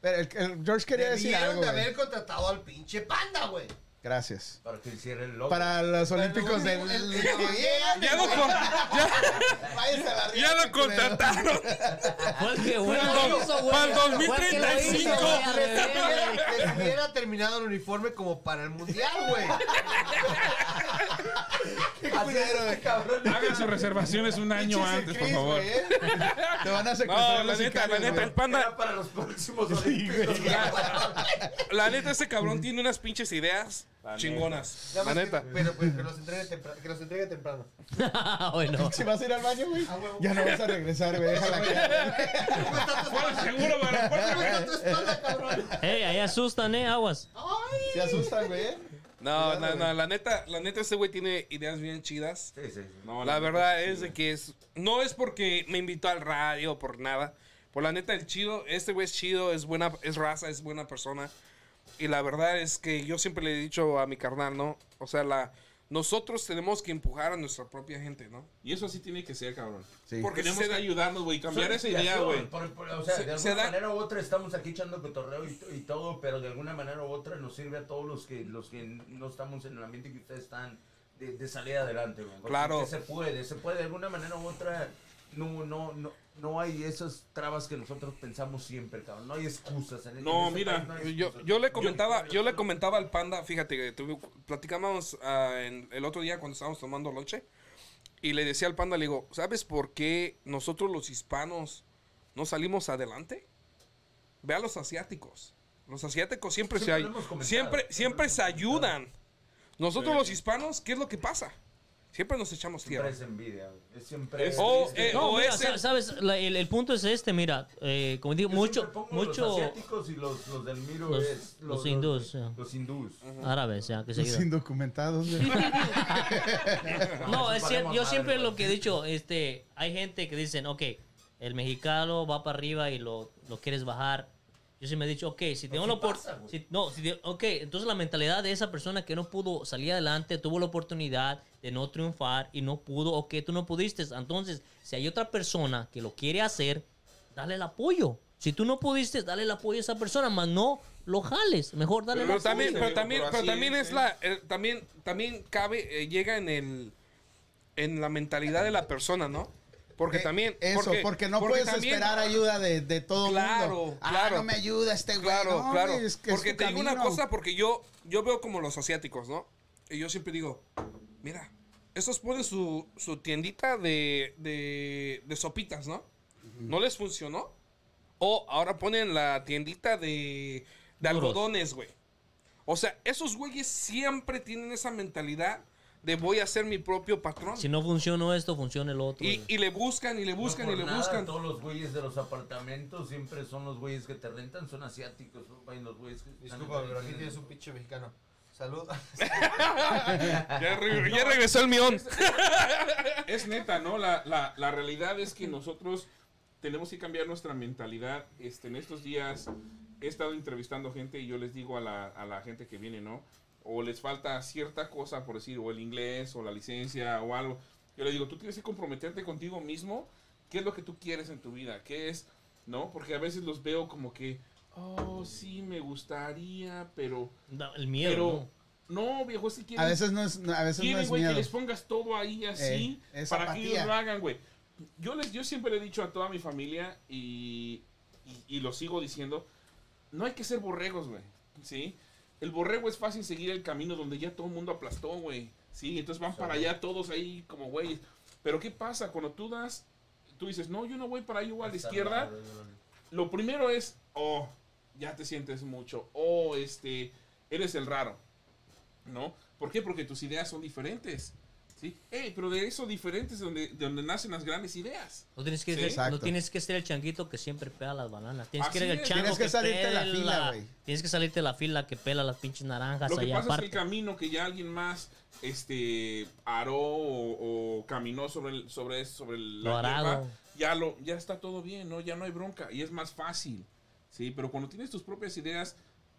Speaker 1: Pero el, el George quería decir
Speaker 7: Debieron
Speaker 1: algo.
Speaker 7: de
Speaker 1: güey.
Speaker 7: haber contratado al pinche panda, güey.
Speaker 1: Gracias.
Speaker 5: Para que hiciera el logo.
Speaker 1: Para los olímpicos
Speaker 7: Pero,
Speaker 1: del.
Speaker 7: güey, el- el- el-
Speaker 6: Ya lo, con- ya,
Speaker 1: Váyanse a la
Speaker 6: ya
Speaker 1: riata,
Speaker 6: lo contrataron.
Speaker 3: Fue el que, güey,
Speaker 6: Para el
Speaker 3: lo
Speaker 6: dos-
Speaker 3: hizo, güey.
Speaker 6: para el
Speaker 3: Fue el que lo hizo,
Speaker 6: 2035.
Speaker 3: güey, al revés, [laughs] güey.
Speaker 7: Les hubiera terminado el uniforme como para el mundial, güey. este cabrón.
Speaker 6: Ah,
Speaker 4: Hagan sus reservaciones un año
Speaker 7: Pinches
Speaker 4: antes, por
Speaker 7: Chris,
Speaker 4: favor.
Speaker 7: güey, ¿eh?
Speaker 1: [laughs] Te van a secuestrar
Speaker 6: No, la
Speaker 1: los
Speaker 6: neta, la
Speaker 1: sicarios,
Speaker 6: neta,
Speaker 1: güey.
Speaker 6: el panda.
Speaker 5: Era para los próximos Olímpicos.
Speaker 6: La neta, este cabrón tiene unas pinches ideas
Speaker 4: La
Speaker 6: chingonas. La
Speaker 7: Nada más que-
Speaker 6: neta.
Speaker 7: Pero, pero que los entregue temprano. Que los entregue temprano.
Speaker 3: Ah, bueno.
Speaker 1: Si vas a ir al baño, güey,
Speaker 7: Ah, huevo.
Speaker 1: ya no vas a regresar, güey. Déjala que...
Speaker 7: ¿Cómo está tu
Speaker 4: ¿Cuál
Speaker 7: espalda?
Speaker 4: seguro para
Speaker 7: ¿Cómo está tu espalda, cabrón?
Speaker 3: Hey, ahí asustan, ¿eh? Aguas.
Speaker 1: Se asustan, güey.
Speaker 6: No, no, no, la neta, la neta, este güey tiene ideas bien chidas.
Speaker 5: Sí, sí, sí.
Speaker 6: La verdad es de que es. No es porque me invitó al radio, por nada. Por la neta, el chido, este güey es chido, es buena, es raza, es buena persona. Y la verdad es que yo siempre le he dicho a mi carnal, ¿no? O sea, la, nosotros tenemos que empujar a nuestra propia gente, ¿no?
Speaker 4: Y eso sí tiene que ser, cabrón.
Speaker 6: Porque
Speaker 4: Tenemos
Speaker 6: se
Speaker 4: que
Speaker 6: da-
Speaker 4: ayudarnos, güey. Cambiar esa idea,
Speaker 5: Inspiración,
Speaker 4: güey.
Speaker 5: por- por- o sea,
Speaker 6: Se-
Speaker 5: de
Speaker 6: se
Speaker 5: alguna
Speaker 6: da-
Speaker 5: manera u otra estamos aquí echando cotorreo y, y todo, pero de alguna manera u otra nos sirve a todos los que los que no estamos en el ambiente que ustedes están de, de salir adelante. güey. Porque
Speaker 6: Claro.
Speaker 5: que se puede, se puede de alguna manera u otra. No, no, no, no hay esas trabas que nosotros pensamos siempre, cabrón. No hay excusas. En en
Speaker 4: No,
Speaker 5: este
Speaker 4: mira,
Speaker 5: país no hay
Speaker 6: Yo,
Speaker 5: excusas.
Speaker 6: yo le comentaba, yo le comentaba al panda, fíjate que tuve- platicábamos ah, en- el otro día cuando estábamos tomando lonche y le decía al panda, le digo, ¿sabes por qué nosotros los hispanos no salimos adelante? Ve a los asiáticos. Los asiáticos siempre,
Speaker 5: Siempre
Speaker 6: se
Speaker 5: lo hemos
Speaker 6: ay-
Speaker 5: comentado,
Speaker 6: siempre,
Speaker 5: siempre
Speaker 6: siempre
Speaker 5: lo hemos
Speaker 6: se
Speaker 5: comentado.
Speaker 6: ayudan. Nosotros los hispanos, ¿qué es lo que pasa? Siempre nos echamos
Speaker 5: Siempre
Speaker 6: tierra.
Speaker 5: es envidia, güey. Es siempre.
Speaker 4: Es-
Speaker 6: O, eh,
Speaker 3: No,
Speaker 6: o
Speaker 3: mira,
Speaker 6: ese-
Speaker 3: sa- sabes, la- el, el punto es este, mira, eh, como digo,
Speaker 5: Yo
Speaker 3: mucho,
Speaker 5: siempre pongo Los
Speaker 3: mucho
Speaker 5: asiáticos y los, los del Miro
Speaker 3: Los-
Speaker 5: es-
Speaker 3: los eh. hindús,
Speaker 5: Los,
Speaker 3: sí.
Speaker 5: hindús.
Speaker 3: árabes, ya, que se
Speaker 1: Los
Speaker 3: ayudan.
Speaker 1: indocumentados, güey.
Speaker 3: No,
Speaker 5: Eso
Speaker 3: es
Speaker 5: valemos
Speaker 3: cierto, yo
Speaker 5: madre,
Speaker 3: siempre
Speaker 5: güey.
Speaker 3: lo que he dicho, este, hay gente que dicen, ok, el mexicano va para arriba y lo, lo quieres bajar. Yo siempre he dicho, ok, si tengo la
Speaker 5: pasa,
Speaker 3: oportunidad,
Speaker 5: güey.
Speaker 3: no, si te- ok, entonces la mentalidad de esa persona que no pudo salir adelante, tuvo la oportunidad de no triunfar y no pudo, ok, tú no pudiste. Entonces, si hay otra persona que lo quiere hacer, dale el apoyo. Si tú no pudiste, dale el apoyo a esa persona, más no lo jales, mejor dale el
Speaker 6: Pero
Speaker 3: apoyo.
Speaker 6: también, pero
Speaker 4: Pero
Speaker 6: también, pero
Speaker 4: así
Speaker 6: también
Speaker 4: es,
Speaker 6: es
Speaker 4: ¿eh?
Speaker 6: la, eh, también, también cabe, eh, llega en el, en la mentalidad de la persona, ¿no? Porque
Speaker 1: Eh,
Speaker 6: también,
Speaker 1: Eso, porque, no puedes
Speaker 6: también-
Speaker 1: esperar ayuda de, de todo el
Speaker 6: Claro,
Speaker 1: mundo. Ah,
Speaker 6: claro.
Speaker 1: no me ayuda este güey.
Speaker 6: Claro,
Speaker 1: No,
Speaker 6: claro.
Speaker 1: güey, es que es
Speaker 6: porque
Speaker 1: tu
Speaker 6: te digo una
Speaker 1: camino.
Speaker 6: cosa, porque yo, yo veo como los asiáticos, ¿no? Y yo siempre digo, mira, estos ponen su, su tiendita de, de, de sopitas, ¿no? No les funcionó. O ahora ponen la tiendita de, de
Speaker 3: Duros.
Speaker 6: algodones, güey. O sea, esos güeyes siempre tienen esa mentalidad de voy a ser mi propio patrón.
Speaker 3: Si no funcionó esto, funciona el otro.
Speaker 6: y, y le buscan y le buscan
Speaker 5: No
Speaker 6: y
Speaker 5: por
Speaker 6: le
Speaker 5: nada,
Speaker 6: buscan.
Speaker 5: Todos los güeyes de los apartamentos siempre son los güeyes que te rentan, son asiáticos, son güey, los güeyes que están
Speaker 7: Disculpa,
Speaker 5: en-
Speaker 7: pero aquí tienes un pinche mexicano. Salud.
Speaker 6: Ya, re- ya regresó el mión.
Speaker 4: Es neta, ¿no? La, la, la realidad es que nosotros tenemos que cambiar nuestra mentalidad. Este, en estos días he estado entrevistando gente y yo les digo a la, a la gente que viene, ¿no? O les falta cierta cosa, por decir, o el inglés, o la licencia, o algo. Yo les digo, tú tienes que comprometerte contigo mismo. ¿Qué es lo que tú quieres en tu vida? ¿Qué es, no? Porque a veces los veo como que, oh, sí, me gustaría, pero...
Speaker 3: Da- el miedo.
Speaker 4: Pero...
Speaker 3: ¿no?
Speaker 4: No, viejo, si quieres...
Speaker 1: A veces no es, no- a veces no
Speaker 4: Quieren,
Speaker 1: es
Speaker 4: güey, que
Speaker 1: miedo.
Speaker 4: les pongas todo ahí así
Speaker 1: Eh, es
Speaker 4: para que
Speaker 1: apatía.
Speaker 4: ellos lo hagan, güey. Yo, les, yo siempre le he dicho a toda mi familia y, y, y lo sigo diciendo, no hay que ser borregos, güey, ¿sí? El borrego es fácil seguir el camino donde ya todo el mundo aplastó, güey, ¿sí? Entonces van para allá todos ahí como güeyes. Pero ¿qué pasa? Cuando tú das, tú dices, no, yo no voy para allá, yo voy a la izquierda. Lo primero es, oh, ya te sientes mucho, oh, este, eres el raro, ¿no? ¿Por qué? Porque tus ideas son diferentes, ¿sí? Ey, pero de eso diferentes es donde, de donde nacen las grandes ideas.
Speaker 3: No tienes, que
Speaker 4: Sí.
Speaker 3: ser,
Speaker 1: Exacto.
Speaker 3: no tienes que ser el changuito que siempre pela las bananas. Tienes
Speaker 4: Así
Speaker 3: que ser el
Speaker 4: es.
Speaker 3: chango
Speaker 1: Tienes que salirte de la
Speaker 3: pela-
Speaker 1: fila, güey.
Speaker 3: Tienes que salirte de la fila que pela las pinches naranjas
Speaker 4: Lo que
Speaker 3: allá
Speaker 4: pasa
Speaker 3: aparte.
Speaker 4: es que el camino que ya alguien más, este, aró o, o caminó sobre, el, sobre, sobre el-
Speaker 3: Lo
Speaker 4: la hierba,
Speaker 3: arado.
Speaker 4: ya, lo, ya está todo bien, ¿no? Ya no hay bronca y es más fácil, ¿sí? Pero cuando tienes tus propias ideas,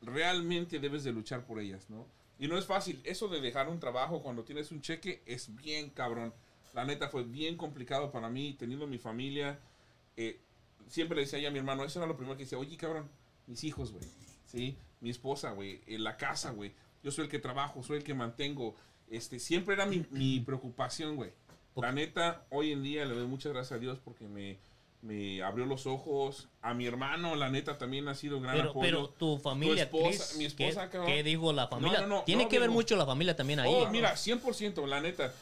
Speaker 4: realmente debes de luchar por ellas, ¿no? Y no es fácil. Eso de dejar un trabajo cuando tienes un cheque es bien cabrón. La neta fue bien complicado para mí, teniendo mi familia. eh, siempre le decía yo a mi hermano, eso era lo primero que decía, oye, cabrón, mis hijos, güey, ¿sí? Mi esposa, güey, eh, la casa, güey. Yo soy el que trabajo, soy el que mantengo. Este, siempre era mi, mi preocupación, güey. La neta, hoy en día le doy muchas gracias a Dios porque me, me abrió los ojos. A mi hermano, la neta, también ha sido gran
Speaker 3: Pero,
Speaker 4: apoyo.
Speaker 3: pero tu familia,
Speaker 4: esposa-
Speaker 3: Chris,
Speaker 4: mi esposa,
Speaker 3: ¿qué,
Speaker 4: cabrón.
Speaker 3: qué dijo la familia?
Speaker 4: No, no, no,
Speaker 3: Tiene
Speaker 4: no,
Speaker 3: que ver
Speaker 4: amigo.
Speaker 3: mucho la familia también ahí.
Speaker 4: Oh,
Speaker 3: ¿no?
Speaker 4: mira, 100%, la neta.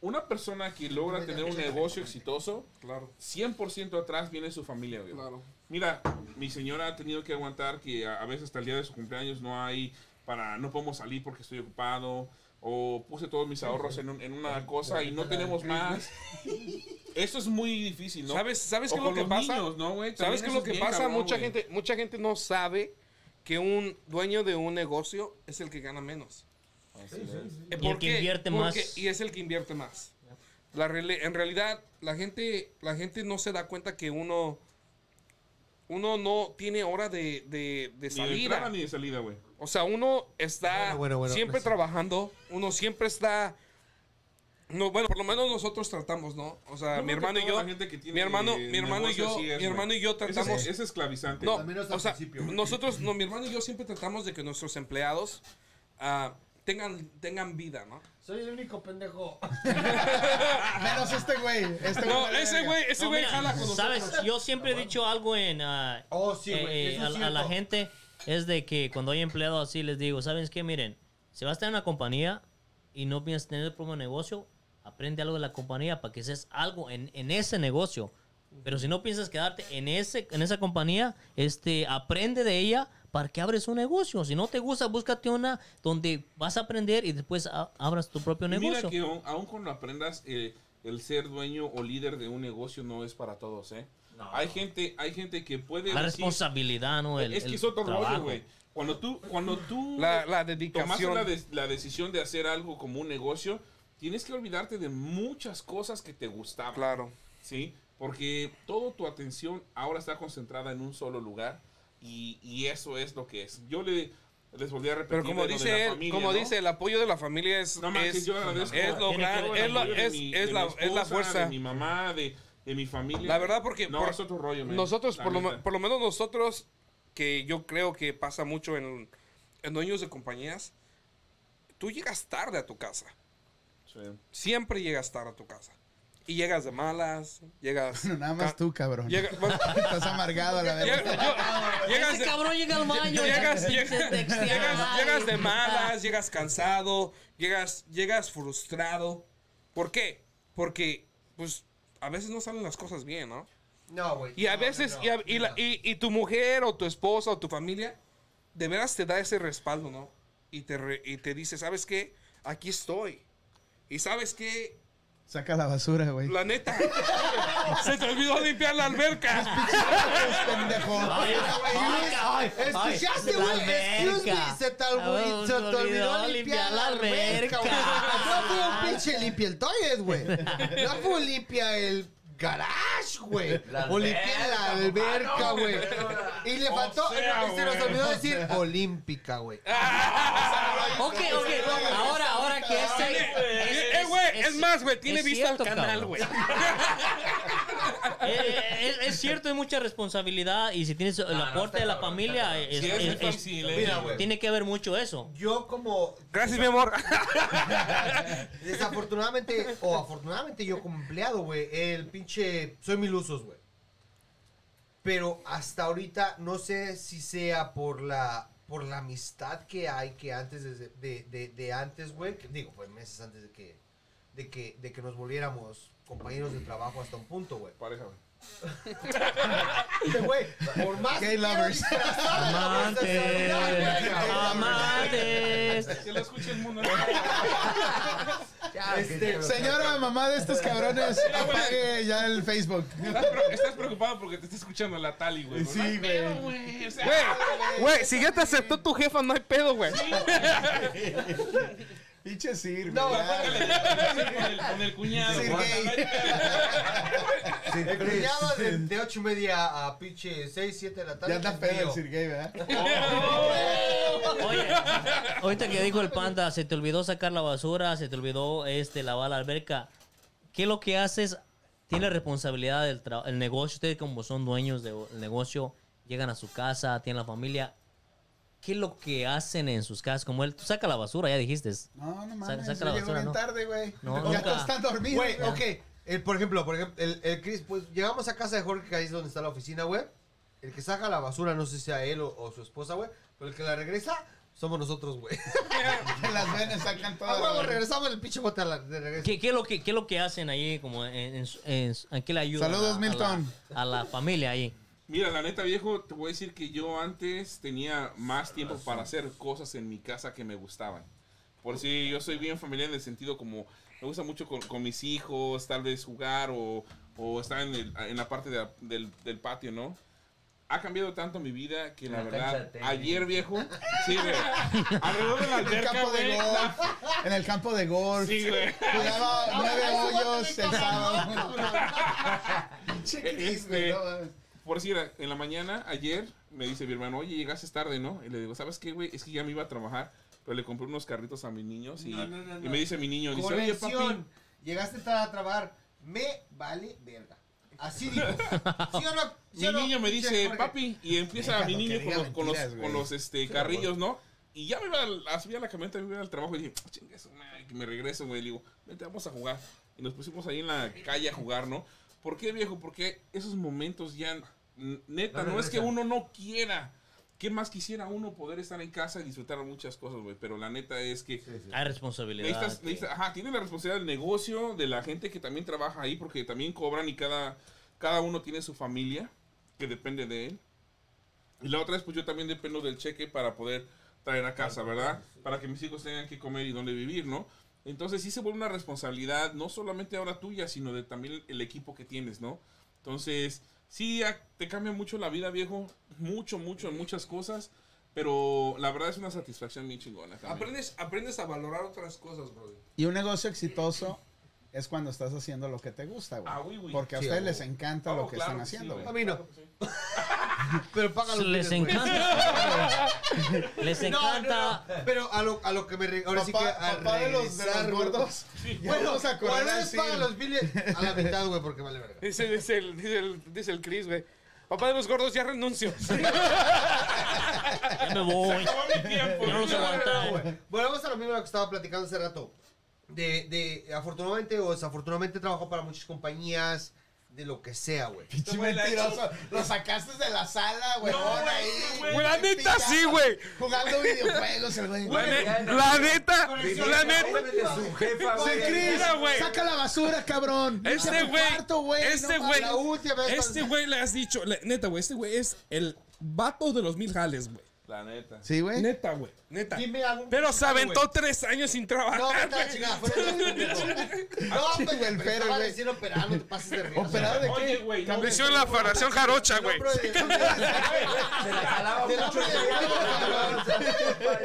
Speaker 4: Una persona que logra tener un negocio exitoso,
Speaker 6: Claro,
Speaker 4: 100% atrás viene su familia, güey.
Speaker 6: claro.
Speaker 4: Mira, mi señora ha tenido que aguantar que a, a veces hasta el día de su cumpleaños no hay para no podemos salir porque estoy ocupado o puse todos mis ahorros en, un- en una cosa y no tenemos más. Eso es muy difícil, ¿no?
Speaker 6: ¿Sabes, sabes
Speaker 4: O
Speaker 6: qué es
Speaker 4: con
Speaker 6: lo que
Speaker 4: los
Speaker 6: pasa?
Speaker 4: niños, ¿no, güey?
Speaker 6: ¿Sabes
Speaker 4: También
Speaker 6: qué es
Speaker 4: eso
Speaker 6: lo que
Speaker 4: bien
Speaker 6: pasa?
Speaker 4: cabrón,
Speaker 6: mucha,
Speaker 4: güey.
Speaker 6: gente, mucha gente no sabe que un dueño de un negocio es el que gana menos. Eh,
Speaker 3: el
Speaker 6: ¿por
Speaker 3: que
Speaker 6: qué?
Speaker 3: invierte
Speaker 6: Porque-
Speaker 3: más.
Speaker 6: Y es el que invierte más. La reali- en realidad, la gente, la gente no se da cuenta que uno, uno no tiene hora de, de- de
Speaker 4: Ni de
Speaker 6: salida.
Speaker 4: entrada ni de salida, güey.
Speaker 6: O sea, uno está
Speaker 9: Bueno, bueno, bueno,
Speaker 6: siempre
Speaker 9: gracias.
Speaker 6: trabajando, uno siempre está... No, bueno, por lo menos nosotros tratamos, ¿no? O sea,
Speaker 4: Yo
Speaker 6: Ah, mi
Speaker 4: creo que
Speaker 6: hermano y
Speaker 4: toda
Speaker 6: yo,
Speaker 4: la gente que tiene
Speaker 6: mi hermano, mi hermano y
Speaker 4: negocio
Speaker 6: yo,
Speaker 4: así es,
Speaker 6: mi hermano
Speaker 4: güey.
Speaker 6: y yo
Speaker 4: Ese es-
Speaker 6: tratamos,
Speaker 4: ese es esclavizante.
Speaker 6: no,
Speaker 7: Al menos al
Speaker 6: o sea,
Speaker 7: principio.
Speaker 6: nosotros, no, mi hermano y yo siempre tratamos de que nuestros empleados ah, tengan, tengan vida,
Speaker 3: [laughs]
Speaker 6: ¿no?
Speaker 9: Soy el único pendejo.
Speaker 1: Menos este güey. Este
Speaker 6: No,
Speaker 1: vale
Speaker 6: ese
Speaker 1: verga.
Speaker 6: güey, ese
Speaker 3: No,
Speaker 6: güey
Speaker 3: mira, [laughs]
Speaker 6: jala con
Speaker 3: Sabes,
Speaker 6: nosotros.
Speaker 3: yo siempre he dicho algo en ah,
Speaker 7: Oh, sí,
Speaker 3: eh,
Speaker 7: güey,
Speaker 3: eh,
Speaker 7: eso
Speaker 3: a,
Speaker 7: es
Speaker 3: a la
Speaker 7: cierto.
Speaker 3: gente es de que cuando hay empleado así les digo, ¿saben qué? Miren, si vas a tener una compañía y no piensas tener el propio negocio, aprende algo de la compañía para que seas algo en, en ese negocio. Pero si no piensas quedarte en ese en esa compañía, este aprende de ella para que abres un negocio. Si no te gusta, búscate una donde vas a aprender y después a- abras tu propio
Speaker 4: Y
Speaker 3: negocio.
Speaker 4: Mira que aun, aun cuando aprendas eh, el ser dueño o líder de un negocio no es para todos, ¿eh? hay gente, hay gente que puede
Speaker 3: la
Speaker 4: decir-
Speaker 3: responsabilidad, ¿no? El,
Speaker 4: es que
Speaker 3: el
Speaker 4: es otro rollo,
Speaker 3: trabajo.
Speaker 4: güey. Cuando tú, cuando tú
Speaker 6: La, la
Speaker 4: tomaste
Speaker 6: dedicación.
Speaker 4: la, des- la decisión de hacer algo como un negocio, tienes que olvidarte de muchas cosas que te gustaban,
Speaker 6: Claro.
Speaker 4: ¿sí? Porque toda tu atención ahora está concentrada en un solo lugar y, y eso es lo que es. Yo le, les volví a
Speaker 6: Pero
Speaker 4: repetir
Speaker 6: como
Speaker 4: de lo de la
Speaker 6: dice él,
Speaker 4: familia,
Speaker 6: como
Speaker 4: ¿no?
Speaker 6: dice, el apoyo de la familia es,
Speaker 4: No manches,
Speaker 6: es,
Speaker 4: yo agradezco.
Speaker 6: es lo
Speaker 3: Tiene que
Speaker 6: gran-
Speaker 3: ver
Speaker 6: es la-
Speaker 3: también
Speaker 6: es-
Speaker 4: mi-
Speaker 6: es
Speaker 4: de
Speaker 6: la,
Speaker 4: mi
Speaker 6: es la
Speaker 4: esposa,
Speaker 6: fuerza.
Speaker 4: De mi mamá, de, de mi familia.
Speaker 6: La verdad, porque
Speaker 4: No,
Speaker 6: por-
Speaker 4: es otro rollo, man.
Speaker 6: Nosotros,
Speaker 4: La
Speaker 6: por lo,
Speaker 4: neta.
Speaker 6: ma- por lo menos nosotros, que yo creo que pasa mucho en, en dueños de compañías, tú llegas tarde a tu casa.
Speaker 4: Sí.
Speaker 6: Siempre llegas tarde a tu casa. Y llegas de malas, llegas...
Speaker 1: Nada más
Speaker 6: ca-
Speaker 1: tú, cabrón.
Speaker 3: [laughs]
Speaker 6: llega- bueno,
Speaker 1: [laughs] Estás amargado a la
Speaker 6: llega-
Speaker 1: verga.
Speaker 6: yo- llegas
Speaker 3: Ese
Speaker 6: de-
Speaker 3: cabrón llega al baño.
Speaker 6: Llegas,
Speaker 3: ya
Speaker 6: llegas,
Speaker 3: se textea.
Speaker 6: llegas-
Speaker 3: Ay,
Speaker 6: llegas de
Speaker 3: puta.
Speaker 6: malas, llegas cansado, llegas, llegas frustrado. ¿Por qué? Porque, pues, a veces no salen las cosas bien, ¿no?
Speaker 7: No, güey.
Speaker 6: Y a
Speaker 7: no,
Speaker 6: veces,
Speaker 7: no,
Speaker 6: y, a-
Speaker 7: no,
Speaker 6: y la-
Speaker 7: no.
Speaker 6: y- y tu mujer o tu esposa o tu familia, de veras te da ese respaldo, ¿no? Y te, re- y te dice, ¿sabes qué? Aquí estoy. Y sabes qué,
Speaker 1: Saca la basura, güey.
Speaker 6: la neta, se te olvidó limpiar la alberca. [laughs]
Speaker 1: Pendejo.
Speaker 3: Ay, ay, ay, ay.
Speaker 7: Escuchaste,
Speaker 3: La
Speaker 7: güey. Excuse
Speaker 3: alberca.
Speaker 7: me. Se te olvidó,
Speaker 3: Ah,
Speaker 7: se te olvidó limpiar la alberca. güey. No fue un pinche limpia el toilet, güey. No fue un limpia el garage, güey.
Speaker 5: La
Speaker 7: O limpia
Speaker 5: alberca,
Speaker 7: la alberca,
Speaker 5: mano.
Speaker 7: güey. Y le
Speaker 4: O
Speaker 7: faltó,
Speaker 4: sea,
Speaker 7: se nos
Speaker 4: güey.
Speaker 7: olvidó decir olímpica, güey.
Speaker 3: Ok, ok. Ahora, ahora que este.
Speaker 6: Eh, güey, es, más, güey, tiene
Speaker 3: es
Speaker 6: vista
Speaker 3: cierto,
Speaker 6: al canal,
Speaker 3: cabrón.
Speaker 6: güey.
Speaker 3: Eh, es, es cierto, es mucha responsabilidad. Y si tienes el aporte de la familia, es-
Speaker 4: Sí, es muy
Speaker 3: es- es-
Speaker 4: fácil, eh.
Speaker 7: Mira, güey.
Speaker 3: tiene que haber mucho eso.
Speaker 7: Yo como
Speaker 6: Gracias, mi amor.
Speaker 7: Desafortunadamente, o afortunadamente, yo como empleado, güey, el pinche. Soy mil usos, güey. Pero hasta ahorita no sé si sea por la por la amistad que hay que antes desde- de, de, de antes, güey. que Digo, fue meses antes de que, de que de que nos volviéramos compañeros de trabajo hasta un punto, güey.
Speaker 4: Pareja, güey.
Speaker 7: Este, güey, por más
Speaker 1: Gay lovers.
Speaker 3: Amantes, amantes.
Speaker 4: Que lo escuche el mundo.
Speaker 7: Este,
Speaker 1: Señora mamá de estos
Speaker 6: [laughs]
Speaker 1: cabrones, apague ya el Facebook.
Speaker 4: Estás, pre- estás preocupado porque te está escuchando la Tali, güey. ¿no?
Speaker 1: Sí, güey.
Speaker 4: güey. o sea,
Speaker 6: Güey, güey, si ya te aceptó tu jefa, no hay pedo, güey.
Speaker 1: Pinche sir,
Speaker 7: No,
Speaker 1: güey.
Speaker 7: apágale.
Speaker 4: con, el, con el cuñado.
Speaker 1: Sí,
Speaker 4: güey.
Speaker 1: gay. [laughs]
Speaker 6: [laughs]
Speaker 7: el cuñado de, de ocho y media a pinche seis, siete de la tarde. pues,
Speaker 1: Ya anda
Speaker 7: es
Speaker 1: pedo el
Speaker 7: mío.
Speaker 1: sir gay, ¿verdad?
Speaker 3: Oye, ahorita que dijo el panda, se te olvidó sacar la basura, se te olvidó este lavar la alberca. ¿Qué es lo que haces? Tiene responsabilidad del tra- el negocio. Ustedes como son dueños del negocio, llegan a su casa, tienen la familia. ¿Qué es lo que hacen en sus casas? Como él, tú saca la basura, ya dijiste.
Speaker 1: No, no
Speaker 3: Saca-
Speaker 1: mames.
Speaker 3: saca
Speaker 1: yo
Speaker 3: la
Speaker 1: llego
Speaker 3: basura,
Speaker 1: bien
Speaker 3: no.
Speaker 1: tarde, güey.
Speaker 3: No,
Speaker 1: ya [laughs]
Speaker 3: nunca.
Speaker 1: todos están dormidos.
Speaker 7: Güey, ok. El, por ejemplo, por ejemplo, el, el Chris, pues llegamos a casa de Jorge, que ahí es donde está la oficina, güey. El que saca la basura, no sé si sea él o, o su esposa, güey. Pero el que la regresa, somos nosotros, güey.
Speaker 1: Las venas sacan
Speaker 7: [laughs] Ah, huevo,
Speaker 1: todo.
Speaker 7: regresamos el pinche bote a la- de regreso.
Speaker 3: ¿Qué, qué es lo que, qué es lo que hacen ahí? Como en, en, en- ¿a qué le ayudan?
Speaker 1: Saludos,
Speaker 3: a,
Speaker 1: Milton.
Speaker 3: A la, a la familia ahí.
Speaker 4: Mira, la neta, viejo, te voy a decir que yo antes tenía más tiempo para hacer cosas en mi casa que me gustaban. Por si yo soy bien familiar en el sentido como me gusta mucho con, con mis hijos, tal vez jugar o, o estar en, el- en la parte de la- del, del patio, ¿no? Ha cambiado tanto mi vida que la
Speaker 5: La cancha de
Speaker 4: verdad,
Speaker 5: tenis.
Speaker 4: ayer viejo, sí, güey, alrededor de la
Speaker 1: En el
Speaker 4: alberca,
Speaker 1: campo de
Speaker 4: güey,
Speaker 1: golf. En el campo de golf.
Speaker 4: sí, güey. Ah,
Speaker 7: Ah,
Speaker 1: Jugaba nueve hoyos el sábado.
Speaker 4: Este, por decir, en la mañana, ayer, me dice mi hermano, oye, llegaste tarde, ¿no? Y le digo, ¿sabes qué, güey? Es que ya me iba a trabajar, pero le compré unos carritos a mis niños y,
Speaker 7: No, no, no, no.
Speaker 4: y me dice mi
Speaker 7: [laughs]
Speaker 4: niño, dice, oye, papi,
Speaker 7: Corrección. Llegaste tarde a trabajar. Me vale verga. Así dijo. ¿Sí o no? ¿Sí
Speaker 4: mi
Speaker 7: o no,
Speaker 4: niño me
Speaker 7: pinche
Speaker 4: dice,
Speaker 7: Jorge?
Speaker 4: papi, y empieza
Speaker 1: Déjalo
Speaker 4: mi
Speaker 1: que
Speaker 4: niño con,
Speaker 1: diga
Speaker 4: los- con los,
Speaker 1: mentiras, güey.
Speaker 4: con los, este, carrillos, ¿no? Y ya me iba a, a subir a la camioneta, me iba al trabajo y dije, chingue su madre, que me regreso, güey. Le digo, vente, vamos a jugar. Y nos pusimos ahí en la calle a jugar, ¿no? ¿Por qué, viejo? Porque esos momentos ya, n- neta,
Speaker 5: No
Speaker 4: no, es que
Speaker 5: regresan.
Speaker 4: uno no quiera. ¿Qué más quisiera uno poder estar en casa y disfrutar muchas cosas, güey? Pero la neta es que
Speaker 3: Hay responsabilidad.
Speaker 4: Necesitas- necesitas- ajá, tiene la responsabilidad del negocio, de la gente que también trabaja ahí, porque también cobran y cada, cada uno tiene su familia, que depende de él. Y la otra es, pues yo también dependo del cheque para poder traer a casa, ¿verdad? Para que mis hijos tengan que comer y dónde vivir, ¿no? Entonces sí se vuelve una responsabilidad, no solamente ahora tuya, sino de también el equipo que tienes, ¿no? Entonces, sí, a- te cambia mucho la vida, viejo, mucho, mucho, en muchas cosas, pero la verdad es una satisfacción bien chingona. también.
Speaker 6: Aprendes, aprendes a valorar otras cosas, bro.
Speaker 1: Y un negocio exitoso es cuando estás haciendo lo que te gusta, güey.
Speaker 4: Ah, güey, güey.
Speaker 1: Porque a
Speaker 4: Sí,
Speaker 1: ustedes
Speaker 4: güey.
Speaker 1: les encanta
Speaker 4: Ah,
Speaker 1: lo que
Speaker 4: claro
Speaker 1: están
Speaker 4: que sí,
Speaker 1: haciendo,
Speaker 4: güey.
Speaker 1: güey.
Speaker 7: A mí no. [laughs] Pero pagan los
Speaker 3: les
Speaker 7: biles, güey.
Speaker 3: encanta. les
Speaker 7: No, no,
Speaker 3: encanta.
Speaker 7: no. Pero a lo, a lo que me. re- Ahora sí que.
Speaker 1: papá,
Speaker 7: a
Speaker 1: papá de los, de los
Speaker 7: regresar,
Speaker 1: gordos. ya
Speaker 7: Bueno,
Speaker 1: vamos a correr
Speaker 7: cuando
Speaker 1: al
Speaker 7: les pagan
Speaker 1: cine.
Speaker 7: los biles a la mitad, güey, porque vale verga.
Speaker 6: Dice, dice el, dice, el, dice el Chris, güey. Papá de los gordos, ya
Speaker 4: [laughs]
Speaker 6: renuncio.
Speaker 3: Ya me voy. Yo no sé aguantar.
Speaker 7: Bueno, Volvemos a lo mismo que estaba platicando hace rato. De, de afortunadamente o desafortunadamente trabajo para muchas compañías, de lo que sea, güey.
Speaker 1: Pinche mentiroso. Lo sacaste de la sala, güey. ahí.
Speaker 6: güey, la
Speaker 1: pinche
Speaker 6: neta sí,
Speaker 1: pijama,
Speaker 6: güey.
Speaker 1: Jugando videojuegos, el güey.
Speaker 6: La, ne-
Speaker 5: ya no.
Speaker 6: la neta,
Speaker 7: Conexión,
Speaker 6: la
Speaker 7: ya,
Speaker 6: neta.
Speaker 5: Vuelve de su jefa,
Speaker 1: Oye,
Speaker 5: güey.
Speaker 1: Chris,
Speaker 6: Mira, güey.
Speaker 1: saca la basura, cabrón. Limpia
Speaker 6: Este
Speaker 1: tu
Speaker 6: güey,
Speaker 1: cuarto, güey.
Speaker 6: este
Speaker 1: No
Speaker 6: güey,
Speaker 1: mames, la última vez
Speaker 6: este
Speaker 1: cuando-
Speaker 6: güey le has dicho, le- neta, güey, este güey es el vato de los mil jales, güey.
Speaker 4: La neta.
Speaker 1: Sí, güey.
Speaker 6: Neta, güey, neta.
Speaker 7: Dime algún
Speaker 6: Pero se
Speaker 7: chingado,
Speaker 6: aventó
Speaker 7: güey.
Speaker 6: tres años sin trabajar. [laughs]
Speaker 7: No, vete a
Speaker 1: [laughs]
Speaker 7: la
Speaker 6: güey.
Speaker 7: chingada, fuera de No,
Speaker 1: Sí,
Speaker 7: pero
Speaker 1: güey, el
Speaker 7: el
Speaker 1: Fer, güey.
Speaker 7: decir operar, ah, no te pases de risa.
Speaker 1: ¿Operado de
Speaker 4: Oye,
Speaker 1: qué?
Speaker 4: güey, no,
Speaker 6: Le hicieron la federación jarocha,
Speaker 7: No,
Speaker 6: güey.
Speaker 7: bro, de- de- de-
Speaker 5: Se la jalaba
Speaker 7: del
Speaker 5: mucho.
Speaker 7: hombre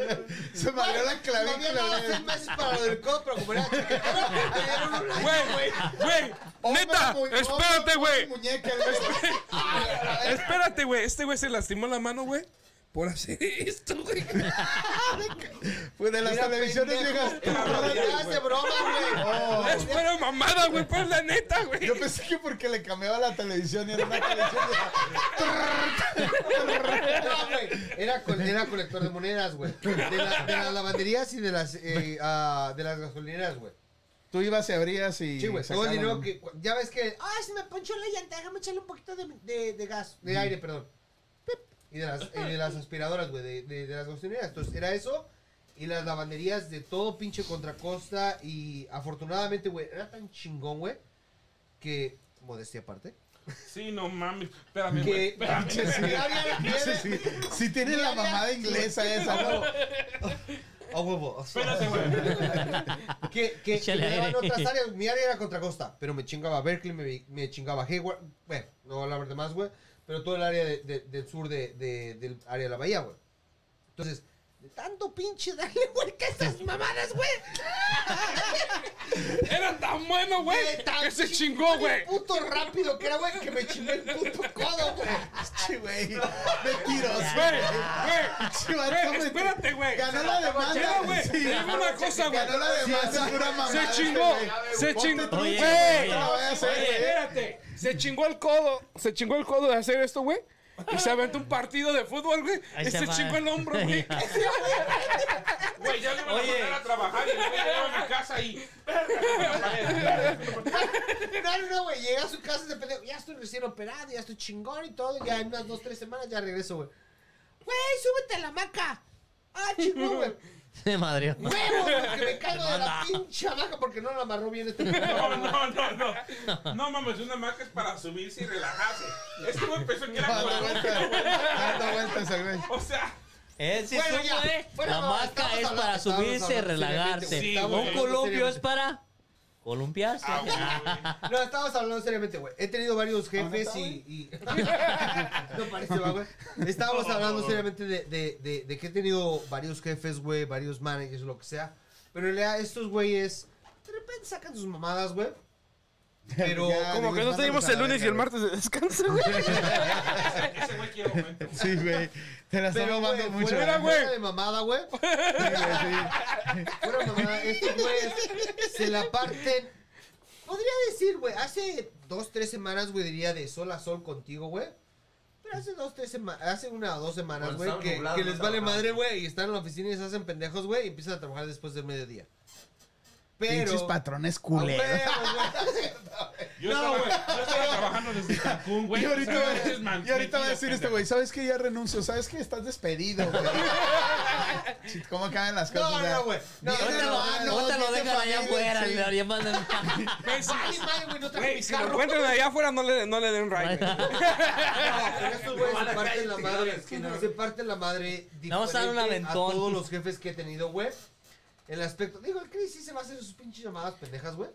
Speaker 7: de-
Speaker 1: Se me abrió la
Speaker 7: Me habían dado
Speaker 1: clavícula, güey.
Speaker 7: seis meses para lo del codo, pero como era chiquitero, me dieron un año,
Speaker 6: Güey, güey, neta,
Speaker 1: Hombre, mu-
Speaker 6: espérate,
Speaker 1: hombre,
Speaker 6: güey.
Speaker 1: Muñeca, güey.
Speaker 6: Espérate, güey. Este güey se lastimó la mano, güey. Por hacer esto, güey.
Speaker 1: Pues de las
Speaker 7: Mira,
Speaker 1: televisiones
Speaker 7: pendejo,
Speaker 1: llegas.
Speaker 7: cabrón,
Speaker 1: [laughs]
Speaker 7: ya hace broma, güey.
Speaker 6: Es pura mamada, güey. Pues la neta, güey.
Speaker 1: Yo pensé que porque le cambiaba la televisión y era una televisión de...
Speaker 7: No, güey, Era, col- era colector de monedas, güey. De, la- de las lavanderías y de las, eh, ah, de las gasolineras, güey.
Speaker 1: Tú ibas y abrías y...
Speaker 7: Sí, güey. Todo
Speaker 1: sacaban-
Speaker 7: el
Speaker 1: [laughs]
Speaker 7: dinero que. Ya ves que. Ah, se me ponchó la llanta. Déjame echarle un poquito de, de- de gas. De aire, perdón. Pip. Y de las, y de las aspiradoras, güey. De, de- de las gasolineras. Entonces, era eso. Y las lavanderías de todo pinche contracosta. Y afortunadamente, güey. Era tan chingón, güey. Que. Modestia aparte.
Speaker 4: Sí, no mames. Espérame, güey.
Speaker 7: Que.
Speaker 4: Espérame.
Speaker 1: Sí, sí. Sí, sí. Sí tiene la mamada inglesa esa, ¿no?
Speaker 7: A huevo.
Speaker 4: Espérate, güey.
Speaker 7: que que, que
Speaker 3: Échale
Speaker 7: me daban
Speaker 3: aire.
Speaker 6: [laughs]
Speaker 7: otras áreas. Mi área era Contracosta, pero me chingaba Berkeley, me, me chingaba Hayward. Bueno, no voy a hablar de más, güey. Pero todo el área de- de- del sur de, de- del área de la bahía, güey. Entonces, de tanto pinche darle vuelta a
Speaker 6: [laughs]
Speaker 7: esas mamadas, güey.
Speaker 6: Era tan bueno, güey.
Speaker 7: de tan
Speaker 6: Que se
Speaker 7: chingón
Speaker 6: chingó,
Speaker 7: y
Speaker 6: güey. [laughs]
Speaker 7: puto rápido que era, güey, que me chingó el puto codo, güey.
Speaker 1: Sí, [laughs] güey. Mentiroso.
Speaker 6: Güey, güey.
Speaker 1: Sí, vato,
Speaker 6: Güey,
Speaker 1: güey.
Speaker 6: espérate, güey.
Speaker 1: Ganó la
Speaker 6: Ya,
Speaker 1: demanda.
Speaker 6: güey.
Speaker 1: Sí.
Speaker 6: Dime una cosa, güey.
Speaker 1: Ganó la demanda. pura mamada
Speaker 6: Se
Speaker 1: este
Speaker 6: chingó.
Speaker 1: güey.
Speaker 6: Se
Speaker 1: Ponte
Speaker 6: chingó.
Speaker 1: trucha,
Speaker 3: Oye,
Speaker 1: güey,
Speaker 3: oye.
Speaker 1: no lo vayas a hacer,
Speaker 6: Oye,
Speaker 1: güey.
Speaker 6: espérate. Se chingó el codo. Se chingó el codo de hacer esto, güey. Y se aventó un partido de fútbol, güey.
Speaker 3: Ahí
Speaker 6: Y
Speaker 3: se
Speaker 6: se
Speaker 3: va.
Speaker 6: chingó el hombro, güey.
Speaker 4: Güey, ya le van a
Speaker 5: Oye.
Speaker 4: mandar a trabajar y le voy a llevar a mi casa y.
Speaker 7: No, no, güey. Llega a su casa y se pelea. Ya estoy recién operado, ya estoy chingón y todo. Ya en unas dos, tres semanas ya regreso, güey. Güey, súbete a la maca. Ah,
Speaker 6: [laughs]
Speaker 7: chingón, güey.
Speaker 3: [laughs] De madre.
Speaker 7: Huevo, porque me cago de la pinche maca porque no la amarró bien este.
Speaker 4: No, no, no, no. No mames, una maca es para subirse y relajarse. Este güey pensó que era
Speaker 1: Dando vueltas.
Speaker 4: como.
Speaker 1: Dando vueltas el güey.
Speaker 4: O sea,
Speaker 3: Él sí
Speaker 7: Bueno,
Speaker 3: supo,
Speaker 7: ya.
Speaker 3: eh.
Speaker 7: Bueno,
Speaker 3: la
Speaker 7: estamos
Speaker 3: marca es
Speaker 7: hablando-
Speaker 3: para
Speaker 7: estamos
Speaker 3: subirse y
Speaker 7: hablando
Speaker 3: relajarse.
Speaker 4: seriamente, güey. Sí,
Speaker 3: un
Speaker 4: güey.
Speaker 3: columpio es
Speaker 7: Seriamente.
Speaker 3: para columpiarse.
Speaker 4: ah, güey.
Speaker 7: No, estábamos hablando seriamente, güey. He tenido varios jefes
Speaker 1: ¿Dónde
Speaker 7: y,
Speaker 1: [laughs]
Speaker 7: y- No parece, va, güey. Estábamos hablando seriamente de, de- de- de que he tenido varios jefes, güey, varios managers, lo que sea. Pero en realidad estos güeyes de repente sacan sus
Speaker 1: [laughs]
Speaker 7: mamadas, güey. Pero
Speaker 1: Ya, digo,
Speaker 6: Como que no
Speaker 1: mándalos
Speaker 6: tenemos
Speaker 1: a la
Speaker 6: el lunes y
Speaker 1: verga,
Speaker 6: el martes de descanso, güey.
Speaker 4: Ese güey quiere aumento.
Speaker 1: Sí, güey. Te la están
Speaker 7: Pero, güey,
Speaker 1: mamando mucho.
Speaker 7: fuera,
Speaker 1: güey.
Speaker 7: fuera de mamada, güey.
Speaker 1: Sí, güey, sí.
Speaker 7: Fuera mamada, estos güeyes este se la parten. Podría decir, güey, hace dos, tres semanas, güey, diría de sol a sol contigo, güey. Pero hace dos, tres semanas, hace una o dos semanas,
Speaker 5: Cuando
Speaker 7: güey,
Speaker 5: estaba
Speaker 7: que,
Speaker 5: nublado,
Speaker 7: que
Speaker 5: no
Speaker 7: les vale
Speaker 5: trabajaba.
Speaker 7: madre, güey, y están en la oficina y se hacen pendejos, güey, y empiezan a trabajar después del mediodía. Pero.
Speaker 1: Pinches patrones
Speaker 7: Ah,
Speaker 1: culeros.
Speaker 7: pero, güey,
Speaker 4: Yo, estaba, yo estaba trabajando desde Cancún, güey.
Speaker 1: Y ahorita,
Speaker 4: O sea,
Speaker 1: va,
Speaker 4: eres man-
Speaker 1: y ahorita va a decir
Speaker 4: mentira,
Speaker 1: este güey, ¿sabes qué? Ya renuncio, ¿sabes qué? Estás despedido,
Speaker 7: [laughs]
Speaker 1: güey. Sí, ¿Cómo caen las cosas? [laughs]
Speaker 7: No,
Speaker 1: ya?
Speaker 7: no, güey. No,
Speaker 1: Bien,
Speaker 7: ahorita lo-
Speaker 1: hermanos,
Speaker 3: Ahorita lo
Speaker 1: bien de
Speaker 3: dejan allá
Speaker 1: familia,
Speaker 3: afuera.
Speaker 1: sí.
Speaker 3: le harían mandar-
Speaker 7: Vale, madre, güey, no traje mi
Speaker 6: Güey, si lo
Speaker 7: carro.
Speaker 6: encuentran allá afuera, no le, no le den ride, güey.
Speaker 7: No, pero estos güeyes se parten la madre.
Speaker 5: Es que no.
Speaker 7: Se parten la madre
Speaker 3: Vamos a dar un
Speaker 7: diferente a
Speaker 3: aventón.
Speaker 7: todos los jefes que he tenido, güey. El aspecto. Digo, el Chris sí se va a hacer sus pinches llamadas
Speaker 3: [laughs]
Speaker 7: pendejas, güey.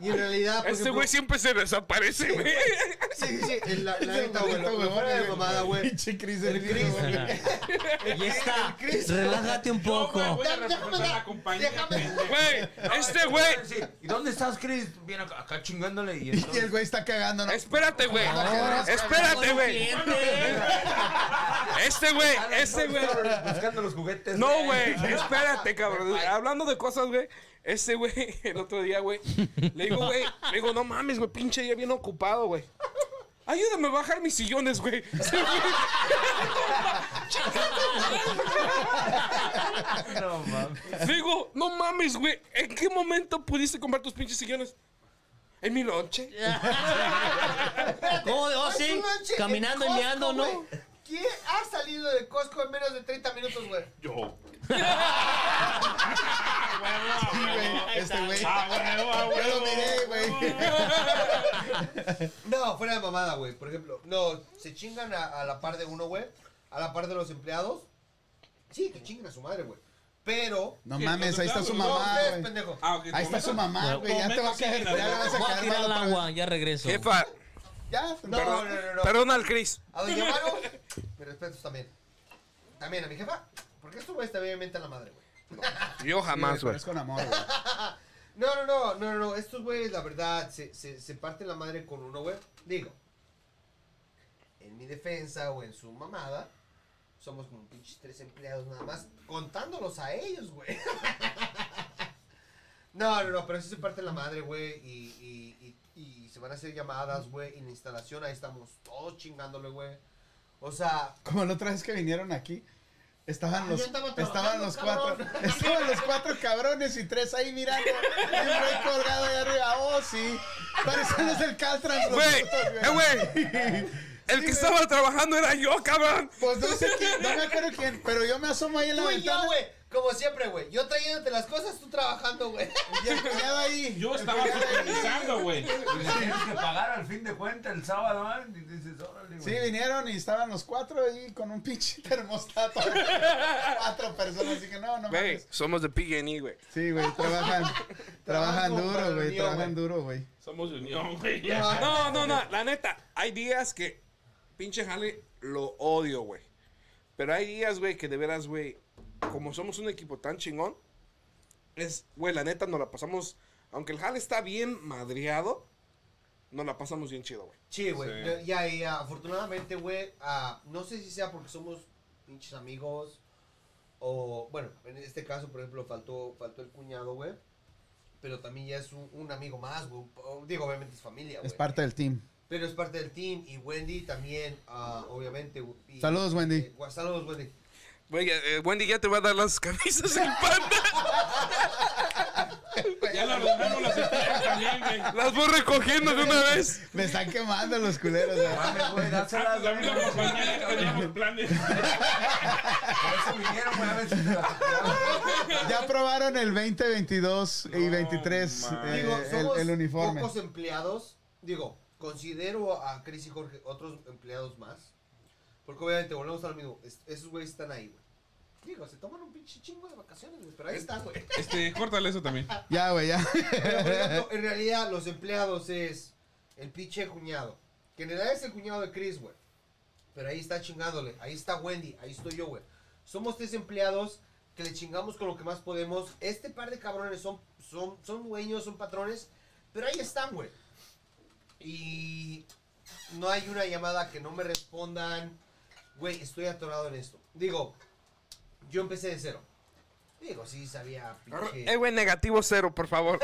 Speaker 7: y en realidad. por
Speaker 6: Este
Speaker 7: ejemplo,
Speaker 6: güey siempre se desaparece, güey.
Speaker 7: Sí, sí, sí. La la neta, güey.
Speaker 1: Maldito
Speaker 7: lo- lo
Speaker 1: huevón,
Speaker 7: fuera de
Speaker 1: güey.
Speaker 7: mamada, güey.
Speaker 1: Pinche Cris
Speaker 7: El
Speaker 1: del
Speaker 7: Cris,
Speaker 1: Cris.
Speaker 7: güey.
Speaker 3: Y está.
Speaker 7: Cristo.
Speaker 3: Relájate un
Speaker 4: No,
Speaker 3: poco.
Speaker 4: güey, voy a
Speaker 7: Déjame
Speaker 4: representar
Speaker 7: dar-
Speaker 4: la compañía.
Speaker 7: déjame-
Speaker 6: Güey, este güey.
Speaker 5: Sí, ¿Y dónde estás, Chris? Viene acá, acá chingándole. [laughs] Y
Speaker 1: Y el
Speaker 5: entonces,
Speaker 1: güey está cagando, ¿no?
Speaker 6: Espérate, güey. Espérate, güey. Este güey, este güey.
Speaker 5: buscando los juguetes.
Speaker 6: No, [laughs] güey, espérate, cabrón. Hablando de cosas, güey. Este güey, [laughs] el otro día, güey. Le digo, güey, le digo, no mames, güey, pinche día bien ocupado, güey. Ayúdame a bajar mis sillones, [laughs] güey.
Speaker 5: No, mames.
Speaker 6: Le digo, no mames, güey. ¿En qué momento pudiste comprar tus pinches sillones? En mi lonche.
Speaker 3: ¿Cómo? Oh,
Speaker 7: Haz
Speaker 3: sí.
Speaker 7: un lonche en
Speaker 3: Caminando y
Speaker 7: Costco,
Speaker 3: meando, ¿no?
Speaker 7: güey. ¿Quién ha salido de Costco en menos de 30 minutos, güey? [laughs]
Speaker 4: Yo.
Speaker 1: Sí, güey, Este güey.
Speaker 4: Ah, güey, ah, güey.
Speaker 1: Yo lo miré, güey.
Speaker 7: No, fuera de mamada, güey. Por ejemplo, no, se chingan a, a la par de uno, güey. A la par de los empleados. Sí, que chingan a su madre, güey. Pero.
Speaker 1: No
Speaker 4: ¿Qué?
Speaker 1: mames, ahí está su
Speaker 4: No,
Speaker 7: No,
Speaker 1: mamá,
Speaker 7: ustedes,
Speaker 1: güey.
Speaker 7: pendejo.
Speaker 4: Ah, ok,
Speaker 1: Ahí está su mamá, güey. Ya te va a caer, ya le vas a
Speaker 3: Voy a
Speaker 1: caer
Speaker 3: tirar
Speaker 1: mal
Speaker 3: el
Speaker 1: otra vez.
Speaker 3: agua, ya regreso.
Speaker 6: Jefa,
Speaker 1: Ya,
Speaker 7: No,
Speaker 1: perdón.
Speaker 7: no, no, no.
Speaker 6: perdona al Chris.
Speaker 7: A doña Varo, mis respetos también. También a mi jefa. Porque estos güeyes también me mientan la madre, güey.
Speaker 6: Yo jamás,
Speaker 1: Sí, pero
Speaker 6: güey.
Speaker 1: Es con amor, güey.
Speaker 7: No, no, no, no, no, no. Estos güeyes, la verdad, se, se, se parten la madre con uno, güey. Digo, en mi defensa o en su mamada, somos como pinches tres empleados nada más, contándolos a ellos, güey. [laughs] No, no, no, pero sí se parten la madre, güey, y, y, y, y se van a hacer llamadas, güey, y en la instalación ahí estamos todos chingándole, güey. O sea,
Speaker 1: Como la otra vez que vinieron aquí. Estaban
Speaker 7: Ah,
Speaker 1: los,
Speaker 7: yo estaba
Speaker 1: estaban
Speaker 7: trabajando,
Speaker 1: los cuatro, [laughs]
Speaker 7: cabrón.
Speaker 1: estaban los cuatro cabrones y tres ahí mirando, y un güey colgado ahí arriba, oh sí, parecemos el Caltrans los
Speaker 6: Güey,
Speaker 1: putos,
Speaker 6: eh, güey. El que estaba trabajando era yo, cabrón.
Speaker 1: Pues no sé quién, no me acuerdo quién, pero yo me asomo ahí en la
Speaker 7: tú y
Speaker 1: ventana
Speaker 7: yo, güey, como siempre, güey, yo trayéndote las cosas, tú trabajando, güey.
Speaker 1: y el cuñado ahí.
Speaker 4: [laughs] Yo estaba supervisando, güey.
Speaker 5: Tienes que pagar al fin de cuenta el sábado, ¿eh? Y dices, órale,
Speaker 1: Sí,
Speaker 5: güey.
Speaker 1: vinieron y estaban los cuatro ahí con un pinche
Speaker 7: [laughs]
Speaker 1: termostato. cuatro personas, así que no, no
Speaker 6: Güey,
Speaker 1: mames.
Speaker 6: somos de PG&E, güey.
Speaker 1: Sí, güey, trabajan, trabajan
Speaker 7: Trabajo para
Speaker 1: duro,
Speaker 7: el
Speaker 1: güey,
Speaker 7: mío,
Speaker 1: trabajan
Speaker 7: güey.
Speaker 1: duro, güey.
Speaker 4: Somos de unión, güey.
Speaker 6: No, no, no, la neta, hay días que pinche jale lo odio, güey. Pero hay días, güey, que de veras, güey, como somos un equipo tan chingón, es, güey, la neta nos la pasamos, aunque el jale está bien madreado, nos la pasamos bien chido, güey.
Speaker 7: Sí, güey. yo- Ya, ya, afortunadamente, güey, ah, no sé si sea porque somos pinches amigos o, bueno, en este caso, por ejemplo, faltó, faltó el cuñado, güey. Pero también ya es un, un amigo más, güey. o- Digo, obviamente es familia, güey.
Speaker 1: Es parte del team.
Speaker 7: pero es parte del team. Y Wendy también, ah, obviamente. y-
Speaker 1: Saludos, Wendy.
Speaker 7: eh, gua- saludos, Wendy.
Speaker 6: Güey, eh, Wendy ya te va a dar las camisas
Speaker 7: [laughs]
Speaker 6: el panda.
Speaker 4: Ya la romano las estrellas también, güey.
Speaker 6: [laughs] Las voy recogiendo de una vez.
Speaker 1: Me están quemando los culeros. güey.
Speaker 5: Mames, güey, dáselas,
Speaker 4: Antes de abrir
Speaker 5: güey.
Speaker 4: la compañía ya teníamos planes.
Speaker 5: Por eso vinieron, güey, a ver si te las regalamos.
Speaker 1: Ya probaron el 2022 y
Speaker 4: No,
Speaker 1: 23
Speaker 4: man.
Speaker 1: eh,
Speaker 7: Digo, somos
Speaker 1: el, el uniforme.
Speaker 7: pocos empleados. Digo, considero a Chris y Jorge otros empleados más. Porque obviamente volvemos a lo mismo. es- esos güeyes están ahí, güey. Digo, se toman un pinche chingo de vacaciones, güey.
Speaker 1: Eh,
Speaker 7: Pero ahí están, güey.
Speaker 4: Este, córtale eso también.
Speaker 1: Ya, güey, ya. [laughs]
Speaker 7: Pero, por ejemplo, en realidad, los empleados es el pinche cuñado. Que en realidad es el cuñado de Chris, güey. Pero ahí está chingándole. Ahí está Wendy. Ahí estoy yo, güey. Somos tres empleados que le chingamos con lo que más podemos. Este par de cabrones son, son, son dueños, son patrones. Pero ahí están, güey. Y no hay una llamada que no me respondan. Güey, estoy atorado en esto. Digo, yo empecé de cero. Digo, sí, sabía. pinche-
Speaker 6: Eh, güey, negativo cero, por favor.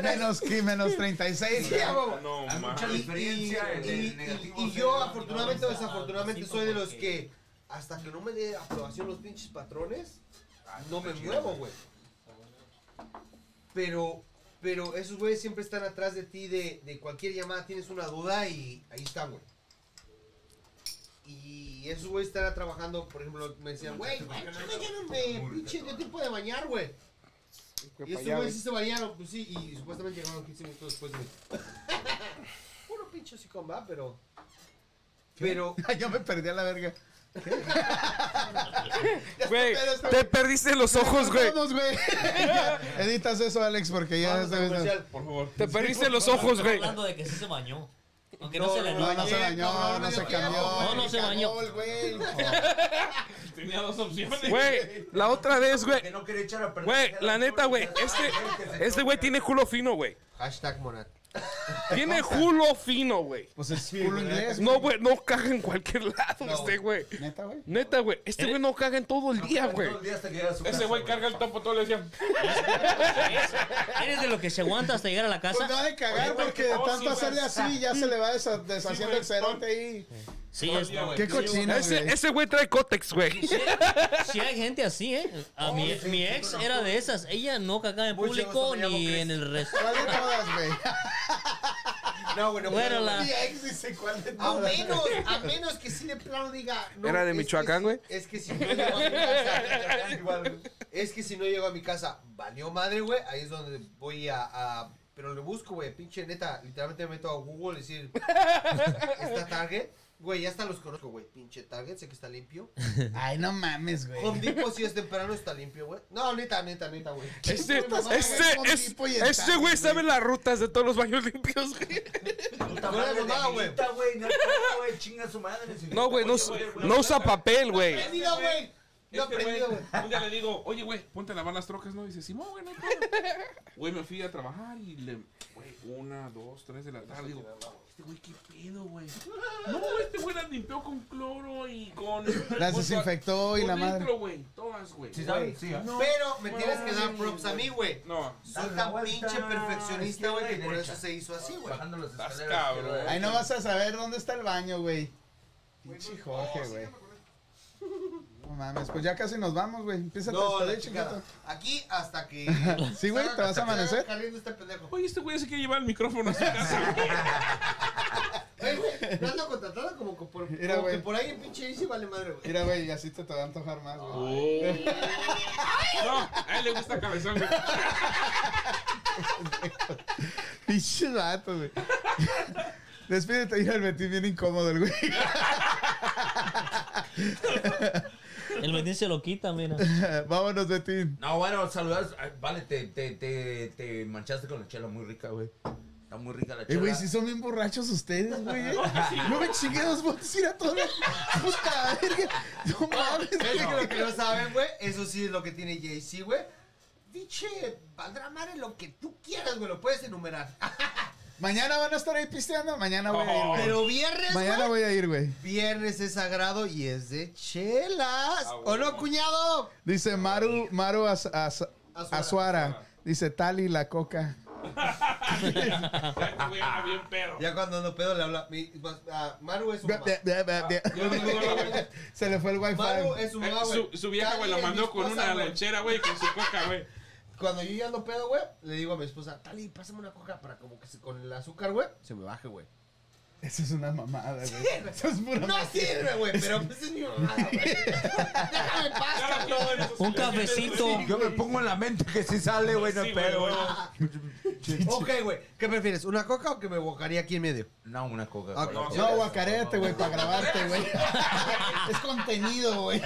Speaker 1: Menos que menos 36.
Speaker 7: Sí, a huevo.
Speaker 4: No,
Speaker 5: Hay
Speaker 4: man.
Speaker 5: mucha diferencia en
Speaker 7: y,
Speaker 5: el
Speaker 7: y-
Speaker 5: negativo.
Speaker 7: y
Speaker 5: cero.
Speaker 7: yo afortunadamente o desafortunadamente soy de los que hasta que no me dé aprobación los pinches patrones,
Speaker 5: Ah,
Speaker 7: no me muevo, güey. Pero, pero esos güeyes siempre están atrás de ti de, de cualquier llamada, tienes una duda y ahí están, güey. Y esos güeyes están trabajando, por ejemplo, me decían, güey, ¿por qué no me llaman de pinche de tiempo de bañar, güey? Y este estos güeyes sí se bañaron, pues sí, y supuestamente llegaron 15 minutos después de mí. [laughs] Puro pinche sicón, va, pero. Pero.
Speaker 1: [laughs] Yo me perdí a la verga.
Speaker 6: Güey, te perdiste los ojos, güey.
Speaker 1: Vamos, güey. [laughs] Editas eso, Alex, porque ya
Speaker 7: Vamos a
Speaker 1: esta vez no-
Speaker 7: comercial.
Speaker 4: Por favor.
Speaker 6: Te perdiste los ojos, güey.
Speaker 3: Hablando de que sí se bañó. Aunque no, se le
Speaker 1: No,
Speaker 3: nota.
Speaker 1: no se bañó, no se cambió.
Speaker 3: No, no se bañó.
Speaker 1: güey. [laughs]
Speaker 4: Tenía dos opciones.
Speaker 6: Güey, la otra vez, güey.
Speaker 5: Que no quería echar a perder.
Speaker 6: Güey, la neta, güey. Este, este güey tiene culo fino, güey.
Speaker 7: Hashtag Monat.
Speaker 6: Tiene culo fino, güey.
Speaker 1: Pues es culo inglés.
Speaker 6: No, güey, no caga en cualquier lado,
Speaker 7: No,
Speaker 6: este güey.
Speaker 1: Neta, güey.
Speaker 6: Neta, güey. Este güey no caga en todo el día, güey.
Speaker 5: Todo el día hasta que llega a su
Speaker 4: Ese
Speaker 5: casa,
Speaker 4: güey carga el topo todo le decía.
Speaker 3: Eres de los que se aguanta hasta llegar a la
Speaker 1: Pues no
Speaker 3: casa.
Speaker 1: ha de cagar
Speaker 4: Oye,
Speaker 1: porque
Speaker 4: güey,
Speaker 1: de
Speaker 4: no, sí,
Speaker 1: tanto
Speaker 4: güey.
Speaker 1: hacerle así ya se le va desa- deshaciendo
Speaker 4: güey,
Speaker 1: el cerote ahí.
Speaker 3: Sí,
Speaker 4: todo el
Speaker 3: es-
Speaker 4: día, güey.
Speaker 1: Qué cochino,
Speaker 6: Ese
Speaker 1: güey.
Speaker 6: ese güey trae cótex, güey.
Speaker 3: Sí hay gente así, ¿eh? A
Speaker 7: Oh,
Speaker 3: mi, mi ex era de esas. Ella no cagaba en
Speaker 7: Mucho gusto,
Speaker 3: público
Speaker 7: me llamo
Speaker 3: ni
Speaker 7: Chris.
Speaker 3: en el
Speaker 7: [laughs]
Speaker 3: restaurante.
Speaker 1: ¿Cuál de todas, güey?
Speaker 7: No, güey, no
Speaker 3: Bueno,
Speaker 7: puedo,
Speaker 3: la-
Speaker 7: güey.
Speaker 1: Mi ex dice cuál de
Speaker 7: A
Speaker 1: todas.
Speaker 7: menos, a menos que si de plano diga. no,
Speaker 6: Era de
Speaker 7: es que
Speaker 6: Michoacán,
Speaker 7: si-
Speaker 6: güey.
Speaker 7: Es que si no llego a mi casa. Es que si no llego a mi casa, valió madre, güey. Ahí es donde voy a. a- pero le busco, güey, pinche neta. Literalmente me meto a Google y decir. [laughs] Está Target. Güey, ya hasta los conozco, güey. Pinche Target, sé que está limpio.
Speaker 1: Ay, no mames, güey.
Speaker 7: Home Depot si es temprano está limpio, güey. No, neta, neta, neta, güey.
Speaker 6: Este,
Speaker 1: mamá,
Speaker 6: este,
Speaker 1: güey,
Speaker 6: es-
Speaker 1: tipo y el
Speaker 6: este güey
Speaker 1: Target,
Speaker 6: sabe
Speaker 1: güey.
Speaker 6: las rutas de todos los baños limpios, güey.
Speaker 5: Puta
Speaker 7: No era
Speaker 5: madre,
Speaker 7: mamá,
Speaker 5: de amiguita, güey. No, no, güey, chinga su madre. si-
Speaker 6: No, güey, no,
Speaker 5: Oye, güey, güey,
Speaker 6: no usa papel, güey.
Speaker 7: Aprendido, güey. No
Speaker 4: Este güey,
Speaker 7: aprendido, güey.
Speaker 4: un día le digo, oye, güey, ponte a lavar las trocas, ¿no? Y dice, Simón, güey, no hay pedo". Güey, me fui a trabajar y le, güey, una, dos, tres de la tarde. Digo, este güey, qué pedo, güey. No, este güey las limpió con cloro y con.
Speaker 1: Las desinfectó y la madre.
Speaker 4: Dentro, güey, todas, güey.
Speaker 5: Sí, sabe, sí, ¿eh?
Speaker 7: Pero me
Speaker 4: no,
Speaker 7: tienes que dar
Speaker 4: sí,
Speaker 7: props a
Speaker 4: güey.
Speaker 7: mí, güey.
Speaker 4: No,
Speaker 7: Soy
Speaker 5: Dale la
Speaker 7: tan
Speaker 5: vuelta,
Speaker 7: pinche perfeccionista, güey,
Speaker 5: izquierda
Speaker 7: que
Speaker 5: y
Speaker 7: por
Speaker 5: derecha.
Speaker 7: eso se hizo así, güey.
Speaker 5: Bajando las
Speaker 4: Estás
Speaker 5: escaleras.
Speaker 4: cabrón.
Speaker 5: quiero ver.
Speaker 1: Ahí no vas a saber dónde está el baño, güey. Pinche Jorge, güey. No mames, pues ya casi nos vamos, güey. Empieza a
Speaker 7: No,
Speaker 1: trastornar,
Speaker 7: la
Speaker 1: chiquito.
Speaker 7: chingada. Aquí hasta que.
Speaker 1: [laughs] Sí, güey, ¿te vas a amanecer?
Speaker 7: Corriendo este pendejo.
Speaker 4: oye, este güey se quiere llevar el micrófono a su casa, güey.
Speaker 7: Oye, güey, no ando contratado como que por,
Speaker 1: Mira,
Speaker 7: como que
Speaker 1: güey.
Speaker 7: por ahí en pinche Easy vale madre,
Speaker 1: [laughs]
Speaker 7: güey.
Speaker 1: Mira, güey, y así te, te va a antojar más, güey.
Speaker 4: No, a él le gusta cabezón, güey.
Speaker 1: Pinches vatos, güey. [laughs] Despídete, ir al Betín bien incómodo, el güey. [laughs]
Speaker 3: El Betín se lo quita, mira.
Speaker 1: Vámonos, Betín.
Speaker 5: No, bueno, saludas. Ay, Vale, te, te, te, te manchaste con la chela muy rica, güey. Está muy rica la
Speaker 1: Eh,
Speaker 5: chela.
Speaker 1: güey, si son bien borrachos ustedes, güey.
Speaker 7: [laughs]
Speaker 1: eh. Yo me chingué dos botes y era todo. Puta verga.
Speaker 7: [laughs]
Speaker 1: No mames,
Speaker 7: Es que
Speaker 1: güey.
Speaker 7: lo que no saben, güey, eso sí es lo que tiene Jay-Z, güey. Pinche, valdrá madre lo que tú quieras, güey, lo puedes enumerar.
Speaker 1: Mañana van a estar ahí pisteando. Mañana voy a ir, güey.
Speaker 7: Pero viernes,
Speaker 1: Mañana voy
Speaker 7: güey.
Speaker 1: a ir, güey.
Speaker 7: Viernes es sagrado y es de chelas. ¿O no, cuñado?
Speaker 1: Dice Maru, Maru As- As-
Speaker 7: Azuara.
Speaker 1: Azuara. Dice Tali la coca.
Speaker 4: Ya te voy a ah, bien pedo.
Speaker 7: Ya cuando ando pedo le habla. Mi, ah, Maru es un mamá.
Speaker 4: Yo no digo nada, güey.
Speaker 1: Se le fue el wifi.
Speaker 7: Maru es un
Speaker 4: Eh,
Speaker 7: mamá, güey.
Speaker 4: su, su vieja, güey, la
Speaker 7: Tali es mi
Speaker 4: mandó con
Speaker 7: esposa,
Speaker 4: una
Speaker 7: güey.
Speaker 4: lonchera, güey, con su coca, [laughs] güey.
Speaker 7: Cuando yo ya ando pedo, güey, le digo a mi esposa, Tali, pásame una coca para como que se- con el azúcar, güey, se me baje, güey.
Speaker 1: Eso es una mamada, güey.
Speaker 7: güey.
Speaker 1: Eso es pura
Speaker 7: [laughs] No sirve, güey, pero pues es mi [laughs] mamada, güey. Déjame en paz,
Speaker 4: Ya la
Speaker 7: cabrón.
Speaker 4: tienen esos
Speaker 7: [laughs]
Speaker 3: Un
Speaker 4: clientes,
Speaker 3: cafecito.
Speaker 4: güey.
Speaker 5: Yo me pongo en la mente que si sale, güey, no
Speaker 4: Sí,
Speaker 5: hay
Speaker 4: güey,
Speaker 5: pedo, güey.
Speaker 4: güey.
Speaker 7: Ok, güey, ¿qué prefieres? ¿Una coca o que me bocaría aquí en medio?
Speaker 5: No, una coca.
Speaker 4: Ah,
Speaker 7: Ok.
Speaker 5: Ah, güey.
Speaker 1: No, guacarete, güey, para grabarte, güey. es contenido, güey.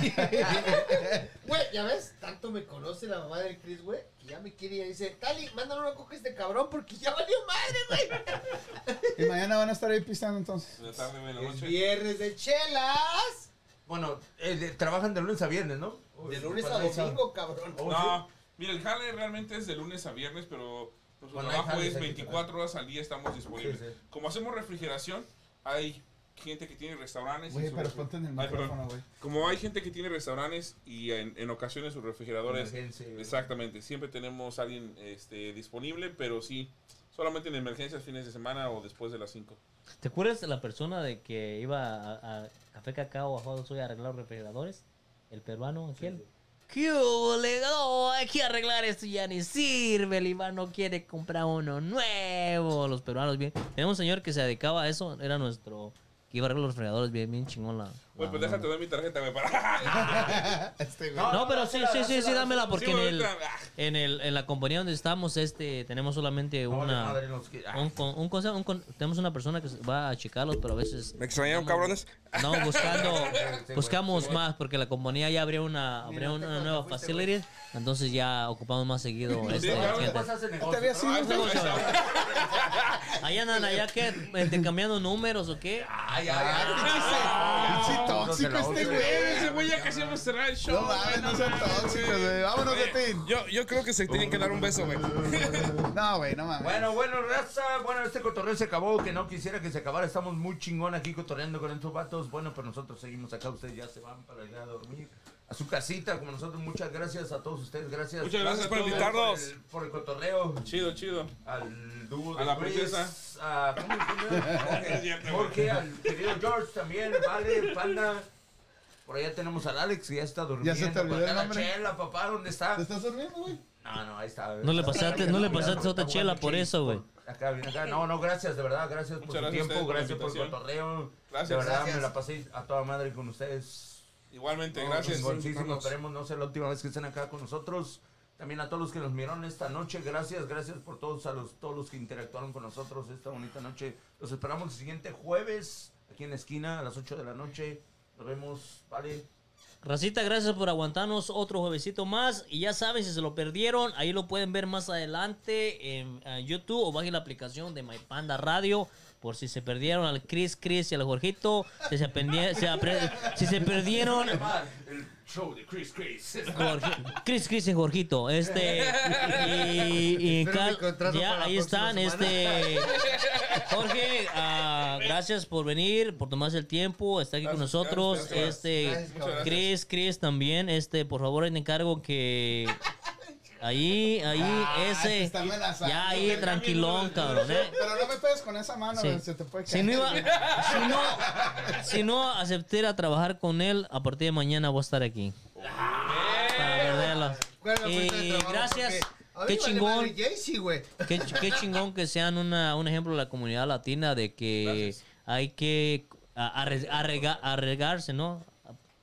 Speaker 7: Güey, ya ves, tanto me conoce la mamá del Chris, güey, que ya me quiere y ya dice, Tali, mándale una coca a este cabrón porque ya valió madre, güey.
Speaker 1: Y mañana van a estar ahí pisteando entonces.
Speaker 4: En la tarde, güey, en la
Speaker 7: Es
Speaker 4: noche.
Speaker 7: viernes de chelas.
Speaker 5: Bueno, eh, de- trabajan de lunes a viernes, ¿no?
Speaker 7: De lunes a domingo, cabrón.
Speaker 4: No, mira, el jale realmente es de lunes a viernes, pero pues,
Speaker 5: Bueno, hay
Speaker 4: trabajo
Speaker 5: jales
Speaker 4: es
Speaker 5: aquí
Speaker 4: 24 horas al día estamos disponibles.
Speaker 5: Sí, sí.
Speaker 4: Como hacemos refrigeración, hay gente que tiene restaurantes. y
Speaker 1: Güey,
Speaker 4: su
Speaker 1: pero
Speaker 4: refri-
Speaker 1: ponte en el
Speaker 4: Ay, perdón.
Speaker 1: micrófono, güey.
Speaker 4: Como hay gente que tiene restaurantes y en, en ocasiones sus refrigeradores.
Speaker 5: Emergencia, güey.
Speaker 4: Exactamente, siempre tenemos a alguien este, disponible, pero sí, solamente en emergencias, fines de semana o después de las 5.
Speaker 3: ¿Te acuerdas de la persona de que iba a, a Café Cacao a Juan Soy a arreglar refrigeradores? El peruano, aquel. ¿Qué hubo, le? No, hay que arreglar esto ya ni sirve. El Iván no quiere comprar uno nuevo. Los peruanos, bien. Era un señor que se dedicaba a eso. Era nuestro. Que iba a arreglar los refrigeradores, bien, bien chingón la.
Speaker 4: Güey,
Speaker 3: la
Speaker 4: pues
Speaker 3: onda.
Speaker 4: déjate dar mi tarjeta, güey, para. [laughs]
Speaker 1: Este, güey.
Speaker 5: No,
Speaker 3: No, pero sí,
Speaker 5: dásela,
Speaker 3: sí, sí, sí,
Speaker 5: dásela,
Speaker 3: dámela porque
Speaker 4: Sí,
Speaker 3: en,
Speaker 4: güey,
Speaker 3: el,
Speaker 4: ahorita, ah.
Speaker 3: en, el, en la compañía donde estamos, este, tenemos solamente
Speaker 5: No,
Speaker 3: una,
Speaker 5: madre, nos que- ah.
Speaker 3: un, con- un consejo, un con- tenemos una persona que va a checarlos, pero a veces
Speaker 6: Me extrañaron,
Speaker 3: andamos-
Speaker 6: cabrones.
Speaker 3: No,
Speaker 6: [laughs]
Speaker 3: buscando,
Speaker 5: sí,
Speaker 3: buscamos más porque la compañía ya abrió una,
Speaker 7: Mira,
Speaker 3: abrió una
Speaker 7: te
Speaker 3: nueva
Speaker 7: fuiste,
Speaker 3: facility, entonces ya ocupamos más seguido
Speaker 4: Sí,
Speaker 3: esta
Speaker 4: claro,
Speaker 3: gente.
Speaker 5: Pues hace negocio.
Speaker 1: Te había
Speaker 4: Ah,
Speaker 1: sido,
Speaker 4: está,
Speaker 1: güey.
Speaker 4: está.
Speaker 3: Ahí andan allá que cambiando números o qué.
Speaker 5: Ay, ay, ay.
Speaker 1: Pinche tóxico este, güey.
Speaker 4: Ese güey ya casi vamos a cerrar el show.
Speaker 1: No
Speaker 4: güey,
Speaker 1: mames, no sean
Speaker 4: mames,
Speaker 1: tóxicos,
Speaker 4: güey.
Speaker 1: güey. Vámonos,
Speaker 4: Oye,
Speaker 6: [laughs]
Speaker 1: Betín.
Speaker 6: Yo, yo creo que se tienen que dar un beso, güey.
Speaker 1: No, güey, no mames.
Speaker 5: Bueno, bueno, raza. Bueno, este cotorreo se acabó. Que no quisiera que se acabara. Estamos muy chingón aquí cotorreando con estos vatos. Bueno, pero nosotros seguimos acá. Ustedes ya se van para ir a dormir. A su casita, como nosotros. Muchas gracias a todos ustedes. Gracias.
Speaker 4: Muchas gracias por
Speaker 5: a todos
Speaker 4: invitarnos.
Speaker 5: Por el, por el cotorreo.
Speaker 4: Chido, chido.
Speaker 5: Al dúo
Speaker 4: A
Speaker 5: de
Speaker 4: la
Speaker 5: Luis,
Speaker 4: princesa.
Speaker 5: A, ¿cómo se llama?
Speaker 4: [laughs] Es cierto, güey.
Speaker 5: Jorge, al querido George también. Vale, panda. Por allá tenemos al Alex que ya está durmiendo.
Speaker 1: olvidó
Speaker 5: Por acá
Speaker 1: el
Speaker 5: la
Speaker 1: nombre.
Speaker 5: chela, papá, ¿dónde está?
Speaker 1: ¿Te estás durmiendo, güey?
Speaker 5: No, no, ahí está.
Speaker 3: No le pasaste- no le pasaste otra chela por eso, güey.
Speaker 5: Acá, bien acá. No, no, gracias, de verdad, gracias por
Speaker 4: Muchas
Speaker 5: su
Speaker 4: gracias a ustedes
Speaker 5: tiempo,
Speaker 4: por la
Speaker 5: gracias por el
Speaker 4: invitación.
Speaker 5: cotorreo.
Speaker 4: Gracias.
Speaker 5: De verdad,
Speaker 7: Gracias.
Speaker 5: me la pasé a toda madre con ustedes.
Speaker 4: Igualmente,
Speaker 5: No,
Speaker 4: gracias.
Speaker 5: chingoncísimo, esperemos no sea la última vez que estén acá con nosotros. También a todos los que nos miraron esta noche, gracias, gracias por todos a los todos los que interactuaron con nosotros esta bonita noche. Los esperamos el siguiente jueves aquí en la esquina a las 8 de la noche. Nos vemos, vale.
Speaker 3: Racita, gracias por aguantarnos otro juevesito más. Y ya saben, si se lo perdieron, ahí lo pueden ver más adelante en, eh, YouTube o bajen la aplicación de My Panda Radio. Por si se perdieron al Chris, Chris y al Jorgito. Si se, pendie- se apre- si se perdieron
Speaker 5: El show de Chris Chris.
Speaker 3: Jorge- Chris, Chris y Jorgito. Este. Y, y en
Speaker 7: Espero mi
Speaker 3: ca-
Speaker 7: contrato para
Speaker 3: ya,
Speaker 7: la
Speaker 3: ahí
Speaker 7: próxima
Speaker 3: están.
Speaker 7: semana. [laughs]
Speaker 3: Este. Jorge, ah, gracias por venir, por tomarse el tiempo, estar aquí con
Speaker 4: Gracias,
Speaker 3: nosotros.
Speaker 4: gracias, gracias.
Speaker 3: Este.
Speaker 7: Gracias, cabrón.
Speaker 3: Chris, Chris también. Este, por favor, ahí te encargo que. Ahí, ahí,
Speaker 7: Ah, este
Speaker 1: se
Speaker 3: ese.
Speaker 1: está amenazando,
Speaker 3: Ya
Speaker 1: güey.
Speaker 3: ahí, tranquilón, cabrón, eh.
Speaker 1: Pero no me pegues con esa mano,
Speaker 3: Sí.
Speaker 1: güey, se te puede caer.
Speaker 3: Si no, iba- si, no, si no acepté a trabajar con él, a partir de mañana voy a estar aquí. Para perderlas.
Speaker 7: Cuelga Ah, la
Speaker 3: Y
Speaker 7: fuerza de trabajo,
Speaker 3: Eh, gracias.
Speaker 7: porque a mí
Speaker 3: Qué
Speaker 7: vale madre
Speaker 3: chingón.
Speaker 7: Jay-Z, güey.
Speaker 3: Qué, ch- qué chingón que sean una- un ejemplo de la comunidad latina de que
Speaker 4: Gracias.
Speaker 3: hay que a- arre- arrega- arregarse, ¿no?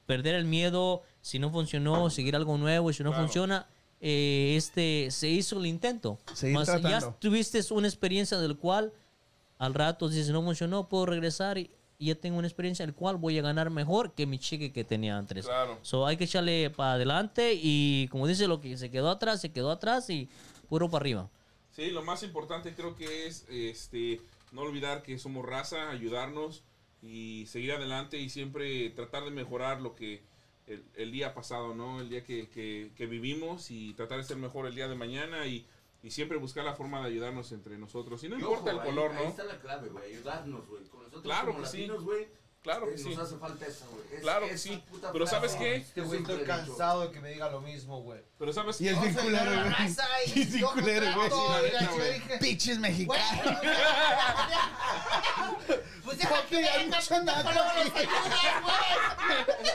Speaker 3: Perder el miedo, si no funcionó, seguir algo nuevo y si no
Speaker 4: Claro.
Speaker 3: funciona, eh, este se hizo el intento.
Speaker 1: Seguir
Speaker 3: ya
Speaker 1: tratando.
Speaker 3: tuviste una experiencia del cual al rato dices, no funcionó, puedo regresar y, y ya tengo una experiencia del cual voy a ganar mejor que mi cheque que tenía antes.
Speaker 4: Claro.
Speaker 3: So, hay que echarle para adelante y como dice, lo que se quedó atrás, se quedó atrás y puro para arriba.
Speaker 4: Sí, lo más importante creo que es este no olvidar que somos raza, ayudarnos y seguir adelante y siempre tratar de mejorar lo que el, el día pasado, ¿no? El día que, que- que vivimos y tratar de ser mejor el día de mañana y, y siempre buscar la forma de ayudarnos entre nosotros. Y no importa el color,
Speaker 5: Ahí
Speaker 4: ¿no?
Speaker 5: está la clave, güey, ayudarnos, güey. Con nosotros
Speaker 4: Claro
Speaker 5: como
Speaker 4: que sí.
Speaker 5: latinos, güey, eh,
Speaker 6: Claro que sí.
Speaker 5: Nos hace falta eso, güey. Es-
Speaker 6: Claro que
Speaker 5: esa
Speaker 6: sí.
Speaker 5: puta
Speaker 6: Pero
Speaker 5: frase,
Speaker 6: ¿sabes qué?
Speaker 5: este
Speaker 7: Yo
Speaker 5: güey
Speaker 7: estoy
Speaker 5: te lo he dicho.
Speaker 7: cansado de que me diga lo mismo, güey.
Speaker 6: Pero
Speaker 1: [laughs]
Speaker 6: sabes
Speaker 1: Y es bien
Speaker 7: Vamos a ayudar
Speaker 1: culero,
Speaker 7: a la
Speaker 1: güey. [laughs]
Speaker 7: raza
Speaker 1: Y
Speaker 7: y
Speaker 1: es bien
Speaker 7: yo
Speaker 1: culero, güey.
Speaker 7: contrato,
Speaker 6: Sí,
Speaker 7: y
Speaker 6: la
Speaker 7: la
Speaker 6: neta,
Speaker 7: chingada
Speaker 6: güey.
Speaker 7: dije,
Speaker 1: Pinches
Speaker 7: güey,
Speaker 1: mexicanos.
Speaker 7: [laughs] Pues deja que vengan,
Speaker 1: mucho nada,
Speaker 7: para los ayudas, güey.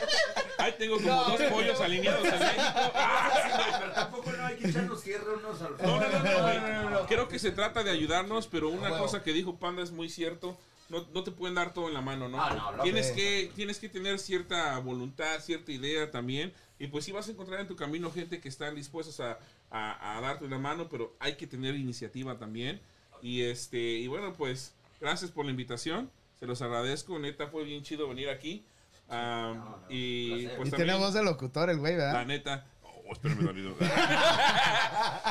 Speaker 4: Ahí tengo como dos pollos alineados en México.
Speaker 5: Ah, Pero tampoco no hay que echarnos tierra unos al
Speaker 4: No, no, no,
Speaker 5: [laughs]
Speaker 4: no, güey.
Speaker 5: no, no,
Speaker 4: Creo que se trata de ayudarnos, pero una
Speaker 7: huevo.
Speaker 4: cosa que dijo Panda es muy cierto. No, no te pueden dar todo en la mano, ¿no?
Speaker 5: Ah, no, lo
Speaker 4: tienes,
Speaker 7: sé.
Speaker 4: que, tienes que tener cierta voluntad, cierta idea también. Y pues sí vas a encontrar en tu camino gente que están dispuestas a, a- a darte la mano, pero hay que tener iniciativa también. Y este y bueno, pues gracias por la invitación. Se los agradezco. Neta, fue bien chido venir aquí. Ah, y
Speaker 5: placer.
Speaker 4: pues
Speaker 1: Y
Speaker 4: también,
Speaker 1: tiene voz de locutor el güey,
Speaker 4: la
Speaker 1: ¿verdad?
Speaker 4: neta. Oh, espérame tantito.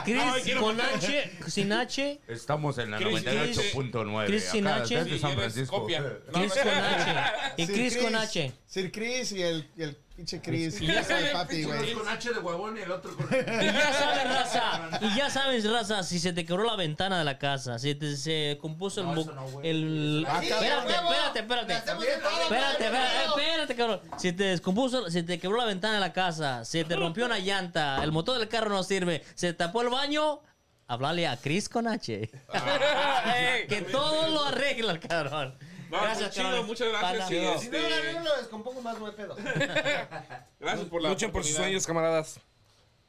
Speaker 3: Chris
Speaker 4: Ay, quiero
Speaker 3: con
Speaker 4: matar.
Speaker 3: H, sin H,
Speaker 5: Estamos en la
Speaker 4: Chris,
Speaker 5: 98.9.
Speaker 3: Chris
Speaker 5: acá,
Speaker 3: Sinache.
Speaker 5: desde
Speaker 4: Y
Speaker 5: San
Speaker 4: eres
Speaker 5: Francisco.
Speaker 4: copia. No,
Speaker 3: Chris con H y
Speaker 1: Sir
Speaker 3: Chris con H.
Speaker 1: Sir Chris y el, y el pinche Chris. Y eso el
Speaker 4: [laughs]
Speaker 1: papi,
Speaker 5: Uno es
Speaker 1: güey.
Speaker 5: con H de huevón y el otro con...
Speaker 3: Y [laughs] ya sabes, raza. Y ya sabes, raza, si se te quebró la ventana de la casa, si te, se compuso
Speaker 5: No,
Speaker 3: el,
Speaker 5: eso
Speaker 3: bo-
Speaker 5: no, güey.
Speaker 3: el...
Speaker 5: Ah,
Speaker 7: Sí,
Speaker 3: Espérate,
Speaker 7: huevo.
Speaker 3: espérate, espérate.
Speaker 7: Le hacemos de
Speaker 3: Espérate,
Speaker 7: todo, güey,
Speaker 3: espérate, eh,
Speaker 7: huevo.
Speaker 3: espérate, cabrón. Se te descompuso, se te quebró la ventana de la casa, se te rompió una llanta, el motor del carro no sirve, se tapó el baño, hablale a Chris con H. Ah. [laughs] que todo lo arregla el cabrón.
Speaker 4: No, muy chido,
Speaker 3: cabrón.
Speaker 4: muchas gracias, este,
Speaker 3: Pana.
Speaker 4: sí, es-
Speaker 7: Si no, no, no, no, lo descompongo más, no hay pedo.
Speaker 4: Gracias por la
Speaker 6: Luchen por sus
Speaker 4: oportunidad.
Speaker 6: sueños, camaradas.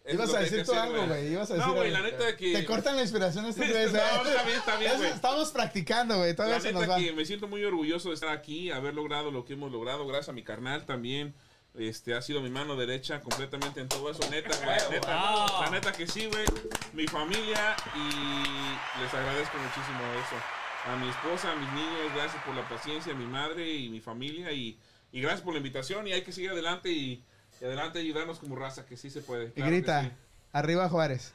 Speaker 4: Eso
Speaker 1: Ibas
Speaker 4: es lo
Speaker 1: a
Speaker 4: que hay
Speaker 1: decir
Speaker 4: que
Speaker 1: tú
Speaker 4: hacer,
Speaker 1: algo, güey, ibas a
Speaker 4: No,
Speaker 1: decir
Speaker 4: güey, la
Speaker 1: algo.
Speaker 4: neta que.
Speaker 1: Te cortan la inspiración estos
Speaker 4: Sí,
Speaker 1: tres.
Speaker 4: [laughs] no, está bien, está bien,
Speaker 1: Es-
Speaker 4: güey.
Speaker 1: Estamos practicando, güey.
Speaker 4: La
Speaker 1: Todavía se nos
Speaker 4: neta
Speaker 1: va.
Speaker 4: que me siento muy orgulloso de estar aquí, haber logrado lo que hemos logrado, gracias a mi carnal también. Este, ha sido mi mano derecha completamente en todo eso, neta, güey, neta,
Speaker 3: Wow.
Speaker 4: la neta que sí, güey, mi familia y les agradezco muchísimo eso. A mi esposa, a mis niños, gracias por la paciencia, a mi madre y mi familia y, y gracias por la invitación y hay que seguir adelante y, y adelante ayudarnos como raza, que sí se puede.
Speaker 1: Y
Speaker 4: claro que sí.
Speaker 1: grita, arriba Juárez.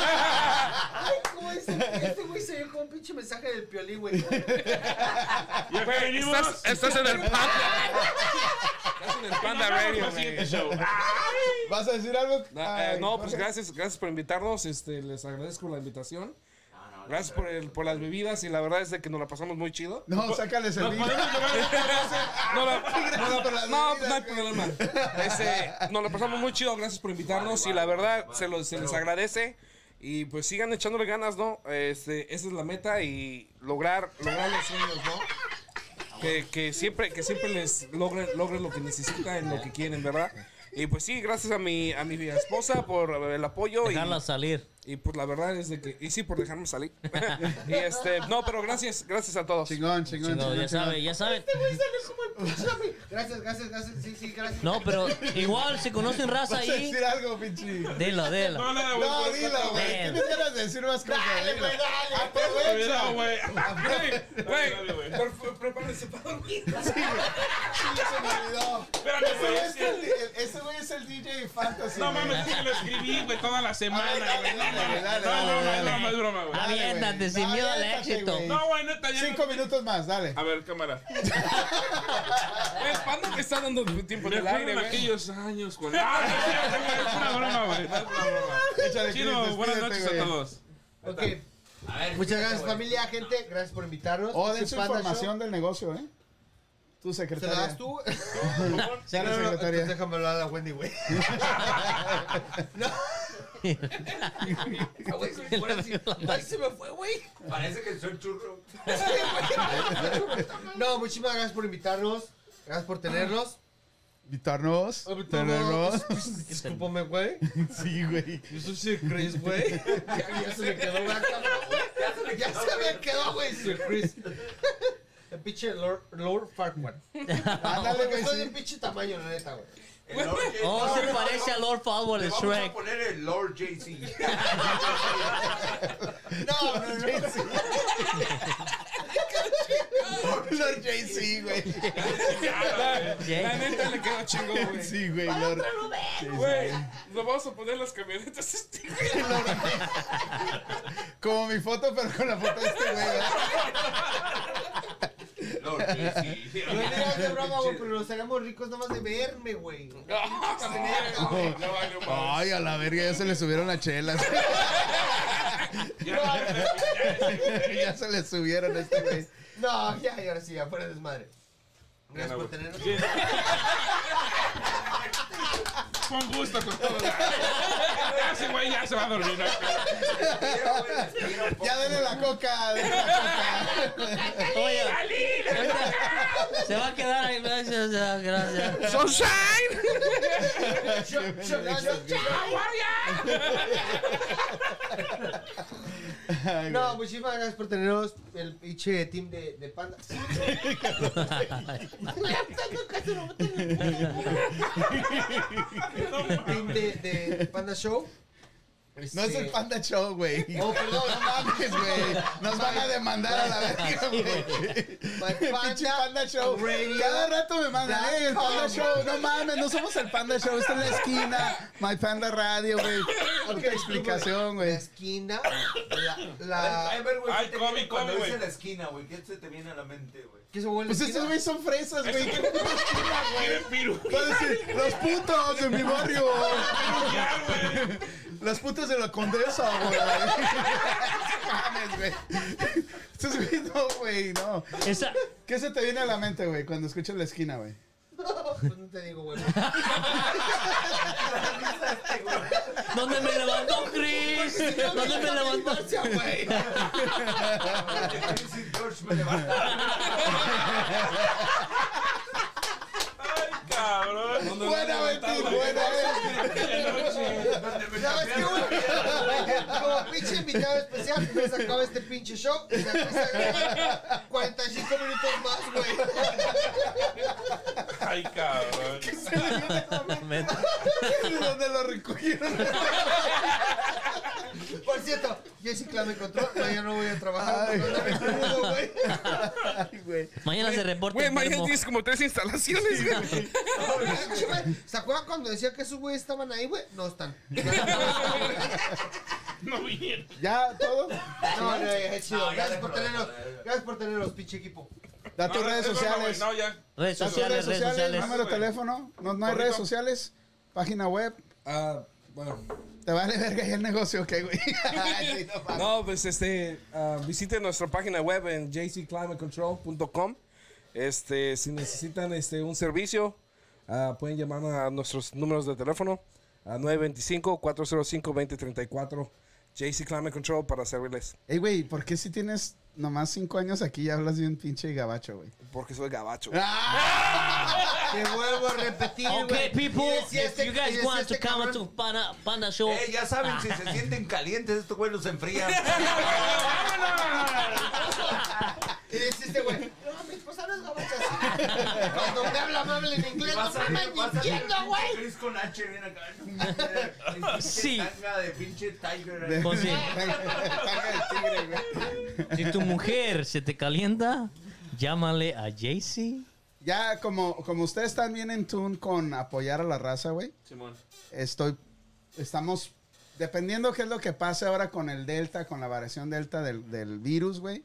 Speaker 7: Ay, ¿cómo es? Este güey se vio como un pinche mensaje del piolín, [laughs] güey.
Speaker 4: Y acá venimos.
Speaker 6: Estás, estás en el panda. Estás en el panda radio,
Speaker 4: Al
Speaker 6: güey.
Speaker 4: siguiente show.
Speaker 1: ¿Vas a decir algo?
Speaker 6: No,
Speaker 4: Ah,
Speaker 1: Ay,
Speaker 6: eh, no, pues
Speaker 1: Jorge.
Speaker 6: gracias, gracias por invitarnos. Este, les agradezco la invitación. Gracias por, el, por las bebidas y la verdad es de que nos la pasamos muy chido.
Speaker 1: No, sácales el vino.
Speaker 6: No, la-
Speaker 1: Gracias por las
Speaker 6: no,
Speaker 1: bebidas,
Speaker 6: no hay
Speaker 1: güey.
Speaker 6: problema. Este, nos la pasamos muy chido. Gracias por invitarnos y la verdad se, los, se les agradece. Y pues sigan echándole ganas, ¿no? Este, esa es la meta y lograr, lograr los sueños, ¿no? Que, que siempre, que siempre les logren, logren lo que necesitan, lo que quieren, ¿verdad? Y pues sí, gracias a mi, a mi esposa por el apoyo. y-
Speaker 3: Dejarla salir.
Speaker 6: y pues la verdad es de que. Y sí, por dejarme salir. [laughs] y este. No, pero gracias, gracias a todos.
Speaker 1: Chingón, chingón,
Speaker 3: Chingado,
Speaker 1: chingón,
Speaker 3: ya
Speaker 1: chingón.
Speaker 3: saben, ya saben.
Speaker 7: Este güey sale como el pinche amigo. Gracias, gracias, gracias. Sí, sí, gracias.
Speaker 3: No, pero igual si conocen raza
Speaker 1: ¿Vas a
Speaker 3: ahí,
Speaker 1: decir algo, pinche?
Speaker 3: dela,
Speaker 4: No,
Speaker 3: dela.
Speaker 4: nada, güey.
Speaker 1: No, dilo, güey.
Speaker 3: Damn.
Speaker 1: Tienes ganas de decir más cosas.
Speaker 7: Dale,
Speaker 1: dilo.
Speaker 7: güey, dale.
Speaker 4: Cuidado,
Speaker 1: Aprovecha.
Speaker 4: güey.
Speaker 6: Güey, güey,
Speaker 4: Dale, güey.
Speaker 6: por favor, prepárense para dormir.
Speaker 1: Sí, se me olvidó.
Speaker 4: Espérate,
Speaker 1: Ese
Speaker 4: güey.
Speaker 1: güey
Speaker 4: es
Speaker 1: es el
Speaker 4: que-
Speaker 1: di- Ese güey es el DJ Fantasy.
Speaker 4: No
Speaker 1: güey.
Speaker 4: mames, es que lo escribí, güey, toda la semana,
Speaker 1: Ay, dale,
Speaker 4: güey. No,
Speaker 1: dale,
Speaker 4: mames.
Speaker 1: dale,
Speaker 4: No,
Speaker 1: dale,
Speaker 4: no, no, es
Speaker 1: dale.
Speaker 4: broma, es broma, güey.
Speaker 1: Dale, güey.
Speaker 3: Aviéntate, sin
Speaker 1: No,
Speaker 3: miedo al
Speaker 1: aviéntate,
Speaker 3: éxito.
Speaker 1: güey.
Speaker 4: No, güey, Ah, neta, ya.
Speaker 1: Cinco
Speaker 4: no-
Speaker 1: minutos más, dale.
Speaker 4: A ver, cámara.
Speaker 6: Es panda te está dando tiempo
Speaker 4: Me
Speaker 6: en el
Speaker 4: acuerdo
Speaker 6: aire,
Speaker 4: en
Speaker 6: güey.
Speaker 4: aquellos años cuando. Ah, no es cierto, güey, es una broma, güey. Es una broma.
Speaker 1: Échale,
Speaker 4: Chido,
Speaker 1: Chris,
Speaker 4: buenas
Speaker 1: despídete,
Speaker 4: noches a
Speaker 1: güey.
Speaker 4: todos.
Speaker 7: Ok. Muchas gracias, familia, gente. Gracias por invitarnos.
Speaker 1: O Oh, den su
Speaker 7: Este Panda
Speaker 1: información del negocio, ¿eh? Tu
Speaker 7: Show, ¿Te la das
Speaker 1: secretaria.
Speaker 7: tú? [laughs]
Speaker 1: Sea la
Speaker 7: No, no, no,
Speaker 1: secretaria.
Speaker 7: entonces déjame hablar a
Speaker 1: [laughs]
Speaker 7: Wendy, güey. Ay, se me fue, güey.
Speaker 5: Parece que soy churro.
Speaker 7: No, muchísimas gracias por invitarnos. Gracias por tenernos.
Speaker 1: Invitarnos.
Speaker 7: Ah, pues,
Speaker 1: Tenernos.
Speaker 7: Discúlpame, güey.
Speaker 1: [laughs] Sí, güey.
Speaker 7: Yo soy Sir Chris, güey. [laughs] Ya, ya se me quedó, güey. cabrón, güey. Ya se me quedó, güey, Sir Chris. El pinche Lord, Lord Farquaad.
Speaker 1: Ándale,
Speaker 7: Porque
Speaker 1: güey.
Speaker 7: soy de
Speaker 1: sí.
Speaker 7: pinche tamaño, la neta, güey.
Speaker 3: [laughs] Oh, se parece a Lord Falwell de
Speaker 5: Le vamos a
Speaker 3: Shrek.
Speaker 5: poner el Lord JC.
Speaker 4: [laughs]
Speaker 7: No, no, no.
Speaker 1: Lord JC, güey.
Speaker 6: La neta le quedó chingón, güey.
Speaker 1: Sí, güey, Lord.
Speaker 6: Güey, nos vamos a poner las camionetas este, güey.
Speaker 1: Como mi foto, pero con la foto de este güey. ¿verdad?
Speaker 5: Lord JC.
Speaker 7: No le digas de broma, güey, pero nos haremos ricos nomás de verme, güey.
Speaker 6: No valió madre.
Speaker 1: Ay, a la verga, ya se le subieron las chelas. [laughs] ya se le este subieron a este güey.
Speaker 7: No, ya, y ahora sí, ya fuera de desmadre. Gracias por tenernos.
Speaker 4: Sí. Con gusto, con todo. Ya [laughs] ese güey ya se va a dormir. ¿no?
Speaker 1: Ya denle la coca. denle la
Speaker 3: Oye, se va a quedar ahí. Gracias, ya, gracias.
Speaker 6: ¡Sunshine!
Speaker 1: coca. Ay,
Speaker 7: No, muchísimas gracias por tenernos el pinche team de, de panda. team de, de Panda Show. Este,
Speaker 1: No es el Panda Show, güey.
Speaker 7: Oh, perdón.
Speaker 1: No mames, [laughs] güey. Nos van a demandar a la verga, güey. Pinche Panda Show.
Speaker 7: Radio.
Speaker 1: Cada rato me mandan,
Speaker 7: Dot
Speaker 1: "Ey, el Panda
Speaker 7: com."
Speaker 1: Show. No mames, no somos el Panda Show. Está en la esquina. My Panda Radio, güey. Otra explicación,
Speaker 7: La
Speaker 1: güey.
Speaker 7: esquina. La.
Speaker 5: Ay,
Speaker 7: la
Speaker 5: ver, güey,
Speaker 4: Ay,
Speaker 5: ¿qué te
Speaker 4: come,
Speaker 5: viene cuando
Speaker 4: come,
Speaker 5: ves
Speaker 4: güey.
Speaker 5: en la esquina, güey? ¿Qué se te viene a la mente,
Speaker 4: [laughs]
Speaker 5: güey?
Speaker 7: ¿Qué se vuelve?
Speaker 1: Pues estos güeyes son fresas, güey. ¿Qué puto esquina, güey?
Speaker 4: Quiere piru.
Speaker 1: Puedes decir, los putos de mi barrio. [laughs]
Speaker 4: Ya, güey.
Speaker 1: Las putas de la condesa, güey. [laughs] Mames, güey. Estos güeyes, no, güey, no.
Speaker 3: Esa,
Speaker 1: ¿Qué se te viene a la mente, güey, cuando escuchas la esquina, güey?
Speaker 7: [laughs]
Speaker 1: [laughs]
Speaker 7: Pues no te digo, güey.
Speaker 1: Ah,
Speaker 3: ¿Dónde me levantó Chris? ¿Dónde me
Speaker 1: [laughs]
Speaker 3: levantó?
Speaker 5: Vincent George me levanta.
Speaker 4: Ay, cabrón. ¿Dónde
Speaker 1: Buena, Betty, buena, eh.
Speaker 7: Ya ves que uno, como pinche invitado especial, se acaba este pinche show y de aquí se 45 minutos más, güey.
Speaker 4: Ay, [laughs] cabrón.
Speaker 1: Se le viene a la
Speaker 3: Mente.
Speaker 1: mente de donde lo recogieron. [laughs]
Speaker 7: Por cierto, Jessica me encontró, no, yo no voy a trabajar.
Speaker 1: Ay.
Speaker 7: no, no, me saludo, güey.
Speaker 1: Ay, güey.
Speaker 3: Mañana se reporta
Speaker 6: Güey, mañana
Speaker 3: enfermo.
Speaker 6: tienes como tres instalaciones, güey.
Speaker 4: [laughs]
Speaker 7: [laughs] ¿Se acuerdan cuando decía que esos güeyes estaban ahí, güey? No están. No,
Speaker 4: No vinieron.
Speaker 1: ¿Ya todo?
Speaker 7: no, es chido.
Speaker 5: No, ya
Speaker 7: Gracias
Speaker 5: dejó,
Speaker 7: por tenernos. Gracias por tenernos, pinche equipo.
Speaker 1: Da tus
Speaker 4: No,
Speaker 1: redes
Speaker 4: es broma, güey.
Speaker 1: sociales.
Speaker 4: No, ya.
Speaker 3: Redes
Speaker 1: Da tus
Speaker 3: sociales, redes sociales.
Speaker 1: número de
Speaker 4: güey.
Speaker 1: teléfono. No, no hay redes
Speaker 4: Correcto.
Speaker 1: sociales. Página web.
Speaker 6: Ah, bueno.
Speaker 1: Te vale verga y el negocio, ok, güey. [laughs] Ay, no mames.
Speaker 6: No, pues este, ah, visiten nuestra página web en jcclimatecontrol.com. Este, si necesitan este, un servicio, ah, pueden llamar a nuestros números de teléfono a 925-405-2034. JC Climate Control para servirles.
Speaker 1: Ey, güey, ¿por qué si tienes nomás cinco años aquí ya hablas bien pinche gabacho, güey? [laughs]
Speaker 6: Porque soy gabacho.
Speaker 7: Te vuelvo a repetir, güey.
Speaker 3: Okay,
Speaker 7: Y
Speaker 3: people,
Speaker 7: decía
Speaker 3: if
Speaker 7: este-
Speaker 3: you
Speaker 7: y
Speaker 3: guys
Speaker 7: decía
Speaker 3: want
Speaker 7: este
Speaker 3: to come
Speaker 7: cabrón,
Speaker 3: to Panda, Panda Show,
Speaker 5: Eh, ya saben, si se sienten calientes, estos güey los
Speaker 7: [laughs]
Speaker 5: enfrían.
Speaker 7: Y dice este güey, no, mi esposa no es gabacha. Cuando me habla, me habla en inglés, no me entiendo, güey.
Speaker 5: Chris con H bien acá. [laughs] Pinche
Speaker 3: Sí.
Speaker 5: Tanga de pinche Tiger.
Speaker 1: De-
Speaker 3: Pues sí.
Speaker 1: Tanga de tigre, güey.
Speaker 3: si tu mujer se te calienta, llámale a JC.
Speaker 1: Ya, como, como ustedes están bien en tune con apoyar a la raza, güey,
Speaker 4: Simón.
Speaker 1: estoy, estamos, dependiendo qué es lo que pase ahora con el Delta, con la variación Delta del, del virus, güey.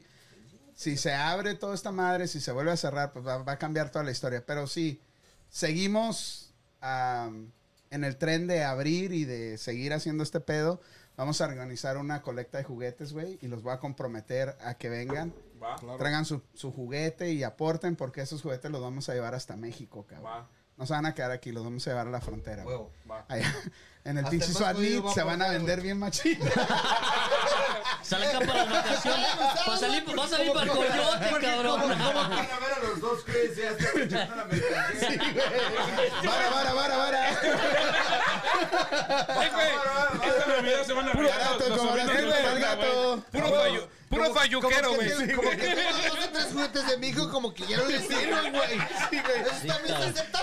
Speaker 1: Si se abre toda esta madre, si se vuelve a cerrar, pues va, va a cambiar toda la historia. Pero sí, seguimos am, en el tren de abrir y de seguir haciendo este pedo. Vamos a organizar una colecta de juguetes, güey, y los voy a comprometer a que vengan.
Speaker 4: Va,
Speaker 1: Traigan su, su juguete y aporten porque esos juguetes los vamos a llevar hasta México, cabrón.
Speaker 4: va,
Speaker 1: No se van a quedar aquí, los vamos a llevar a la frontera. güey.
Speaker 7: Huevo.
Speaker 4: va.
Speaker 1: Allá, [laughs] en el
Speaker 7: Hasta
Speaker 1: pinche
Speaker 7: el más
Speaker 1: Swat
Speaker 7: jodido
Speaker 1: Meet
Speaker 7: va a
Speaker 1: se van a
Speaker 7: aportar,
Speaker 1: vender bien
Speaker 7: [laughs]
Speaker 1: machín.
Speaker 3: Sale acá para las vacaciones. Va a salir, va a salir para el coyote, cabrón.
Speaker 5: Van a ver a los dos Chris, ya están echando la mercancía.
Speaker 1: vara, vara, vara, vara.
Speaker 7: [laughs]
Speaker 6: Ay, güey,
Speaker 4: Estas bebidas se van a regalar.
Speaker 1: Gato,
Speaker 4: los
Speaker 1: como las
Speaker 4: sobrinos
Speaker 1: tripas
Speaker 4: de la
Speaker 1: del
Speaker 4: güey.
Speaker 1: gato.
Speaker 6: Puro, fallu- puro falluquero,
Speaker 7: Como que
Speaker 6: güey.
Speaker 7: te- Como
Speaker 6: [laughs]
Speaker 7: que tengo dos o tres juguetes de mi hijo, como que ya no les sirven, güey. ¿Esos también se aceptan?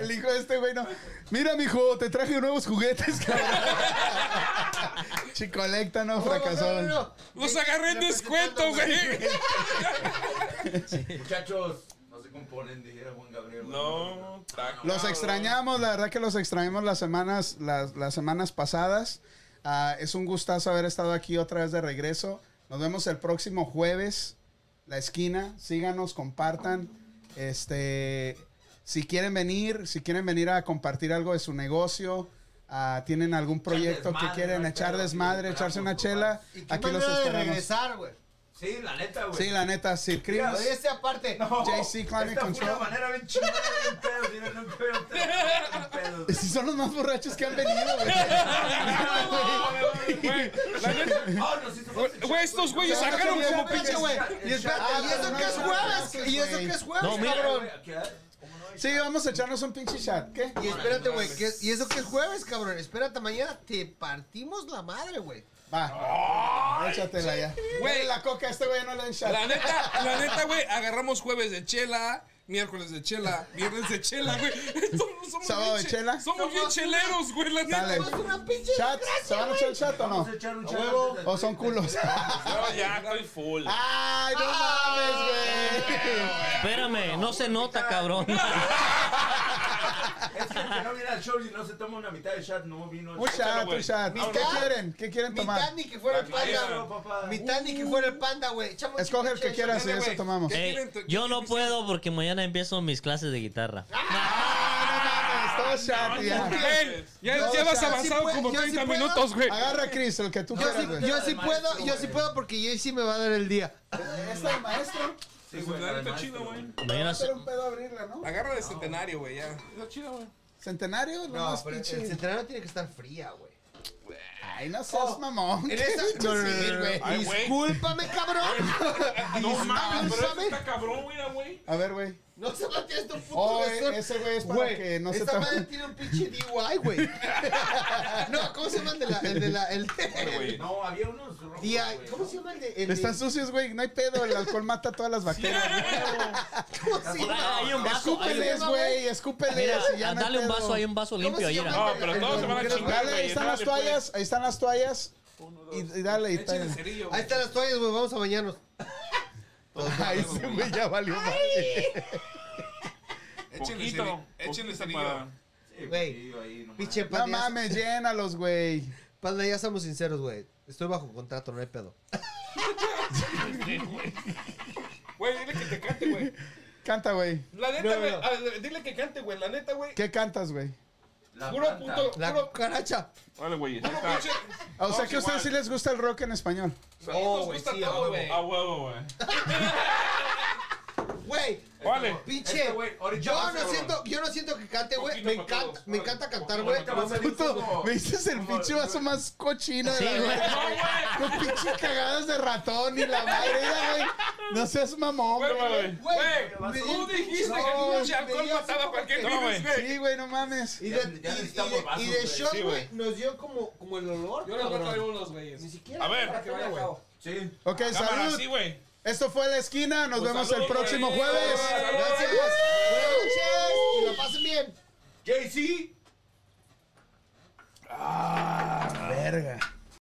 Speaker 1: El hijo de este güey no. Mira, mijo, te traje nuevos juguetes, cabrón. [laughs] Chicolecta no fracasó.
Speaker 7: No, no, no.
Speaker 6: Los agarré en descuento, güey.
Speaker 5: Muchachos, no se componen, dijera Juan Gabriel.
Speaker 4: No, taco.
Speaker 5: Ah,
Speaker 1: Los extrañamos, la verdad que los extrañamos las semanas, las, las semanas pasadas. Ah, es un gustazo haber estado aquí otra vez de regreso. Nos vemos el próximo jueves, la esquina. Síganos, compartan. Este, si quieren venir, si quieren venir a compartir algo de su negocio, ah, tienen algún proyecto que
Speaker 5: desmadre,
Speaker 1: quieren
Speaker 5: no hay
Speaker 1: echar
Speaker 5: pedo,
Speaker 1: desmadre,
Speaker 5: aquí
Speaker 1: echarse una
Speaker 5: esperamos,
Speaker 1: chela,
Speaker 7: ¿Y qué
Speaker 1: aquí los
Speaker 7: manera de
Speaker 1: esperamos.
Speaker 7: regresar, güey?
Speaker 5: Sí, la neta, güey.
Speaker 1: Sí, la neta, Sid
Speaker 7: Pero
Speaker 1: Creams.
Speaker 7: ese aparte.
Speaker 1: JC Climate
Speaker 5: Esta fue una
Speaker 1: Control.
Speaker 5: manera bien chingona, bien pedo, tienen un pedo, un pedo.
Speaker 7: [laughs]
Speaker 1: [laughs] Si son los más borrachos que han venido, güey.
Speaker 6: Güey, la neta-
Speaker 5: Ah, nos hizo falta el
Speaker 6: Güey, estos güeyes sacaron como pinches.
Speaker 1: güey.
Speaker 5: el
Speaker 1: Y espérate,
Speaker 5: chat,
Speaker 7: Ah, ¿Y eso
Speaker 1: no,
Speaker 7: qué es
Speaker 1: no,
Speaker 7: jueves?
Speaker 1: gracias,
Speaker 7: ¿Y eso
Speaker 1: güey.
Speaker 7: qué es jueves,
Speaker 3: No, mira,
Speaker 7: cabrón?
Speaker 5: güey, aquí, ah, ¿cómo no hay?
Speaker 1: Sí, vamos a echarnos un pinche chat. ¿Qué?
Speaker 7: Y espérate, güey. que- ¿Y eso qué es jueves, cabrón? Espérate, mañana te partimos la madre, güey.
Speaker 1: Va. Échatela ya. Güey, la coca, este güey no le den
Speaker 6: La
Speaker 1: chat.
Speaker 6: neta, la neta, güey, agarramos jueves de chela, miércoles de chela, viernes de chela, güey. [laughs] Somos, somos
Speaker 1: Sábado
Speaker 6: bien
Speaker 1: de
Speaker 6: che-
Speaker 1: chela.
Speaker 6: Somos bien cheleros, güey, la neta.
Speaker 1: Dale.
Speaker 7: Es una pinche
Speaker 1: ¿Chat? ¿Se van a echar el chat o no?
Speaker 5: Vamos a echar un
Speaker 1: ¿A
Speaker 5: chat
Speaker 1: huevo?
Speaker 5: antes de-
Speaker 1: ¿O son culos?
Speaker 4: No, ya estoy full.
Speaker 1: ¡Ay, no mames,
Speaker 3: Espérame, no se nota, cabrón.
Speaker 5: Es que el que no viene al show y no se toma una mitad de chat, no vino. al
Speaker 1: güey! Un
Speaker 5: show.
Speaker 1: chat, un chat.
Speaker 7: Mitad.
Speaker 1: ¿Qué quieren? ¿Qué quieren
Speaker 7: Mitad
Speaker 1: tomar?
Speaker 7: ni que fuera el panda,
Speaker 5: Claro,
Speaker 7: güey.
Speaker 5: papá.
Speaker 7: Mitad ni que fuera el panda, güey. Echamos
Speaker 1: Escoge el que
Speaker 7: chicha,
Speaker 1: quieras y
Speaker 7: chicha,
Speaker 1: eso
Speaker 3: [laughs]
Speaker 7: güey.
Speaker 1: tomamos.
Speaker 6: ¿Qué
Speaker 3: Ey,
Speaker 6: quieren t-
Speaker 3: Eh, yo
Speaker 6: qué
Speaker 3: no
Speaker 6: quieren
Speaker 3: puedo porque mañana empiezo mis clases de guitarra.
Speaker 1: ¡Ah, no mames! Todo chat, ya.
Speaker 6: Ey, ya
Speaker 1: Yo,
Speaker 6: llevas
Speaker 1: o sea,
Speaker 6: avanzado
Speaker 7: sí puedo-
Speaker 6: como
Speaker 7: yo sí
Speaker 6: 30
Speaker 7: puedo.
Speaker 6: minutos, güey.
Speaker 1: Agarra, Chris, el que tú
Speaker 7: Yo
Speaker 1: quieras,
Speaker 7: sí,
Speaker 1: güey.
Speaker 7: yo sí puedo, yo sí puedo porque yo sí me va a dar el día.
Speaker 1: ¿Esta el maestro?
Speaker 5: Sí,
Speaker 4: Pues
Speaker 5: güey,
Speaker 4: la neta
Speaker 5: además,
Speaker 4: chido, güey.
Speaker 7: Ah,
Speaker 3: Mañana se-
Speaker 1: Era un pedo abrirla, ¿no?
Speaker 6: Agarra de centenario, güey, ya.
Speaker 4: Está chido, güey.
Speaker 1: ¿Centenario? No,
Speaker 7: No,
Speaker 1: más
Speaker 7: pero el
Speaker 1: pinche.
Speaker 7: centenario tiene que estar fría, güey.
Speaker 1: Ay, no seas mamón.
Speaker 7: En
Speaker 1: [laughs]
Speaker 7: esa... No, no, no, no, no.
Speaker 4: Ay, güey. Ah,
Speaker 7: Discúlpame, cabrón.
Speaker 4: No mames, pero eso
Speaker 7: ¿sabe?
Speaker 4: está cabrón, mira, güey.
Speaker 1: A ver, güey.
Speaker 7: No se va a tirar esto un puto
Speaker 1: Oh,
Speaker 7: besón.
Speaker 1: ese güey es para que no se [laughs]
Speaker 7: esta
Speaker 1: te-
Speaker 7: madre tiene un pinche DUI, güey.
Speaker 1: [laughs]
Speaker 7: [laughs] no, ¿cómo se llama el de la... El de la el de-
Speaker 4: güey.
Speaker 5: No, había unos rojos,
Speaker 7: DI,
Speaker 5: güey.
Speaker 7: ¿Cómo se llama el de...? el de-
Speaker 1: Están sucios, güey. No hay pedo. El alcohol mata todas las bacterias.
Speaker 7: ¿Cómo se llama?
Speaker 3: Hay un vaso, hay
Speaker 1: Escúpeles,
Speaker 3: un-
Speaker 1: güey. Escúpeles. y ya
Speaker 3: Mira,
Speaker 1: no hay
Speaker 3: dale un
Speaker 1: pedo.
Speaker 3: vaso, hay un vaso limpio
Speaker 7: se
Speaker 3: ahí.
Speaker 7: llama?
Speaker 4: No, pero todos se van a chingar,
Speaker 1: Dale,
Speaker 4: güey.
Speaker 1: ahí están las
Speaker 4: Dale, pues.
Speaker 1: toallas. Ahí están las toallas. Y, y dale, y
Speaker 6: Echen el
Speaker 1: dale.
Speaker 6: cerillo,
Speaker 7: Ahí
Speaker 6: güey.
Speaker 7: están las toallas, güey. Vamos a bañarnos.
Speaker 1: Ay, ese Pues, güey ya valió madre.
Speaker 6: Échenle
Speaker 4: Poquito,
Speaker 6: ceri- échenle
Speaker 4: poquito
Speaker 6: cerillo.
Speaker 4: para-
Speaker 5: Sí,
Speaker 7: Güey.
Speaker 5: güey, ahí nomás.
Speaker 7: Pinche
Speaker 1: No
Speaker 7: panda. ya-
Speaker 1: mames, llénalos, güey.
Speaker 7: Panda, ya estamos sinceros, güey. Estoy bajo contrato, no hay pedo.
Speaker 6: Güey, dile que te cante, güey.
Speaker 1: Canta, güey.
Speaker 6: La neta,
Speaker 7: No,
Speaker 6: güey.
Speaker 7: no.
Speaker 6: a ver, Dile que cante, güey. La neta, güey.
Speaker 1: ¿Qué cantas, güey?
Speaker 5: La
Speaker 6: Puro
Speaker 5: planta.
Speaker 6: puto.
Speaker 7: La
Speaker 6: Puro.
Speaker 7: cucaracha.
Speaker 4: Dale, güey. ahí
Speaker 6: Puro
Speaker 4: está.
Speaker 6: pinche.
Speaker 1: Ah, O sea
Speaker 4: Vamos
Speaker 1: que a ustedes
Speaker 4: igual.
Speaker 1: sí les gusta el rock en español.
Speaker 6: Oh, nos
Speaker 7: güey,
Speaker 6: gusta
Speaker 7: sí, a
Speaker 6: todo,
Speaker 7: huevo.
Speaker 6: güey.
Speaker 4: A huevo, güey.
Speaker 7: Güey,
Speaker 4: Vale.
Speaker 7: pinche.
Speaker 5: Este güey, ahorita va a
Speaker 1: Ah,
Speaker 7: yo,
Speaker 5: ser,
Speaker 7: no siento, yo no siento que cante, güey.
Speaker 4: Poquito
Speaker 7: Me
Speaker 4: pa'
Speaker 7: encanta,
Speaker 4: todos.
Speaker 7: me encanta cantar, güey.
Speaker 5: Ahorita va a salir
Speaker 1: Puto,
Speaker 5: como-
Speaker 1: me dices el
Speaker 5: como-
Speaker 1: pinche vaso más cochino de la
Speaker 3: güey.
Speaker 1: vida, güey. Con pinches cagadas de ratón y la madre, ya, güey. No seas mamón,
Speaker 4: Güey,
Speaker 1: güey.
Speaker 4: güey.
Speaker 7: me
Speaker 6: Güey,
Speaker 7: dio
Speaker 6: tú
Speaker 7: un
Speaker 6: dijiste que
Speaker 1: chingón,
Speaker 6: el pinche
Speaker 1: me
Speaker 6: alcohol
Speaker 7: dio así
Speaker 6: mataba a
Speaker 7: como
Speaker 6: cualquier
Speaker 7: que-
Speaker 6: virus, güey.
Speaker 1: Sí, güey, no mames.
Speaker 7: Y de,
Speaker 5: Ya-
Speaker 7: y,
Speaker 5: ya
Speaker 7: y
Speaker 5: necesitamos
Speaker 7: de,
Speaker 5: vasos,
Speaker 7: y de
Speaker 5: güey.
Speaker 7: shot,
Speaker 4: Sí,
Speaker 7: güey,
Speaker 4: güey.
Speaker 7: nos dio como, como el olor.
Speaker 6: Yo les voy a
Speaker 7: cabrón.
Speaker 6: traer unos, güeyes.
Speaker 7: Ni siquiera.
Speaker 4: A ver.
Speaker 7: para que vaya a cabo.
Speaker 5: Sí.
Speaker 1: Ok,
Speaker 4: Cámara,
Speaker 1: salud.
Speaker 4: sí, güey.
Speaker 1: Esto fue La Esquina. Nos
Speaker 4: Pues
Speaker 1: vemos
Speaker 4: salud,
Speaker 1: el próximo
Speaker 4: güey.
Speaker 1: jueves.
Speaker 4: Salud.
Speaker 7: Gracias. Buenas noches. Que lo pasen bien.
Speaker 5: JC.
Speaker 1: Verga.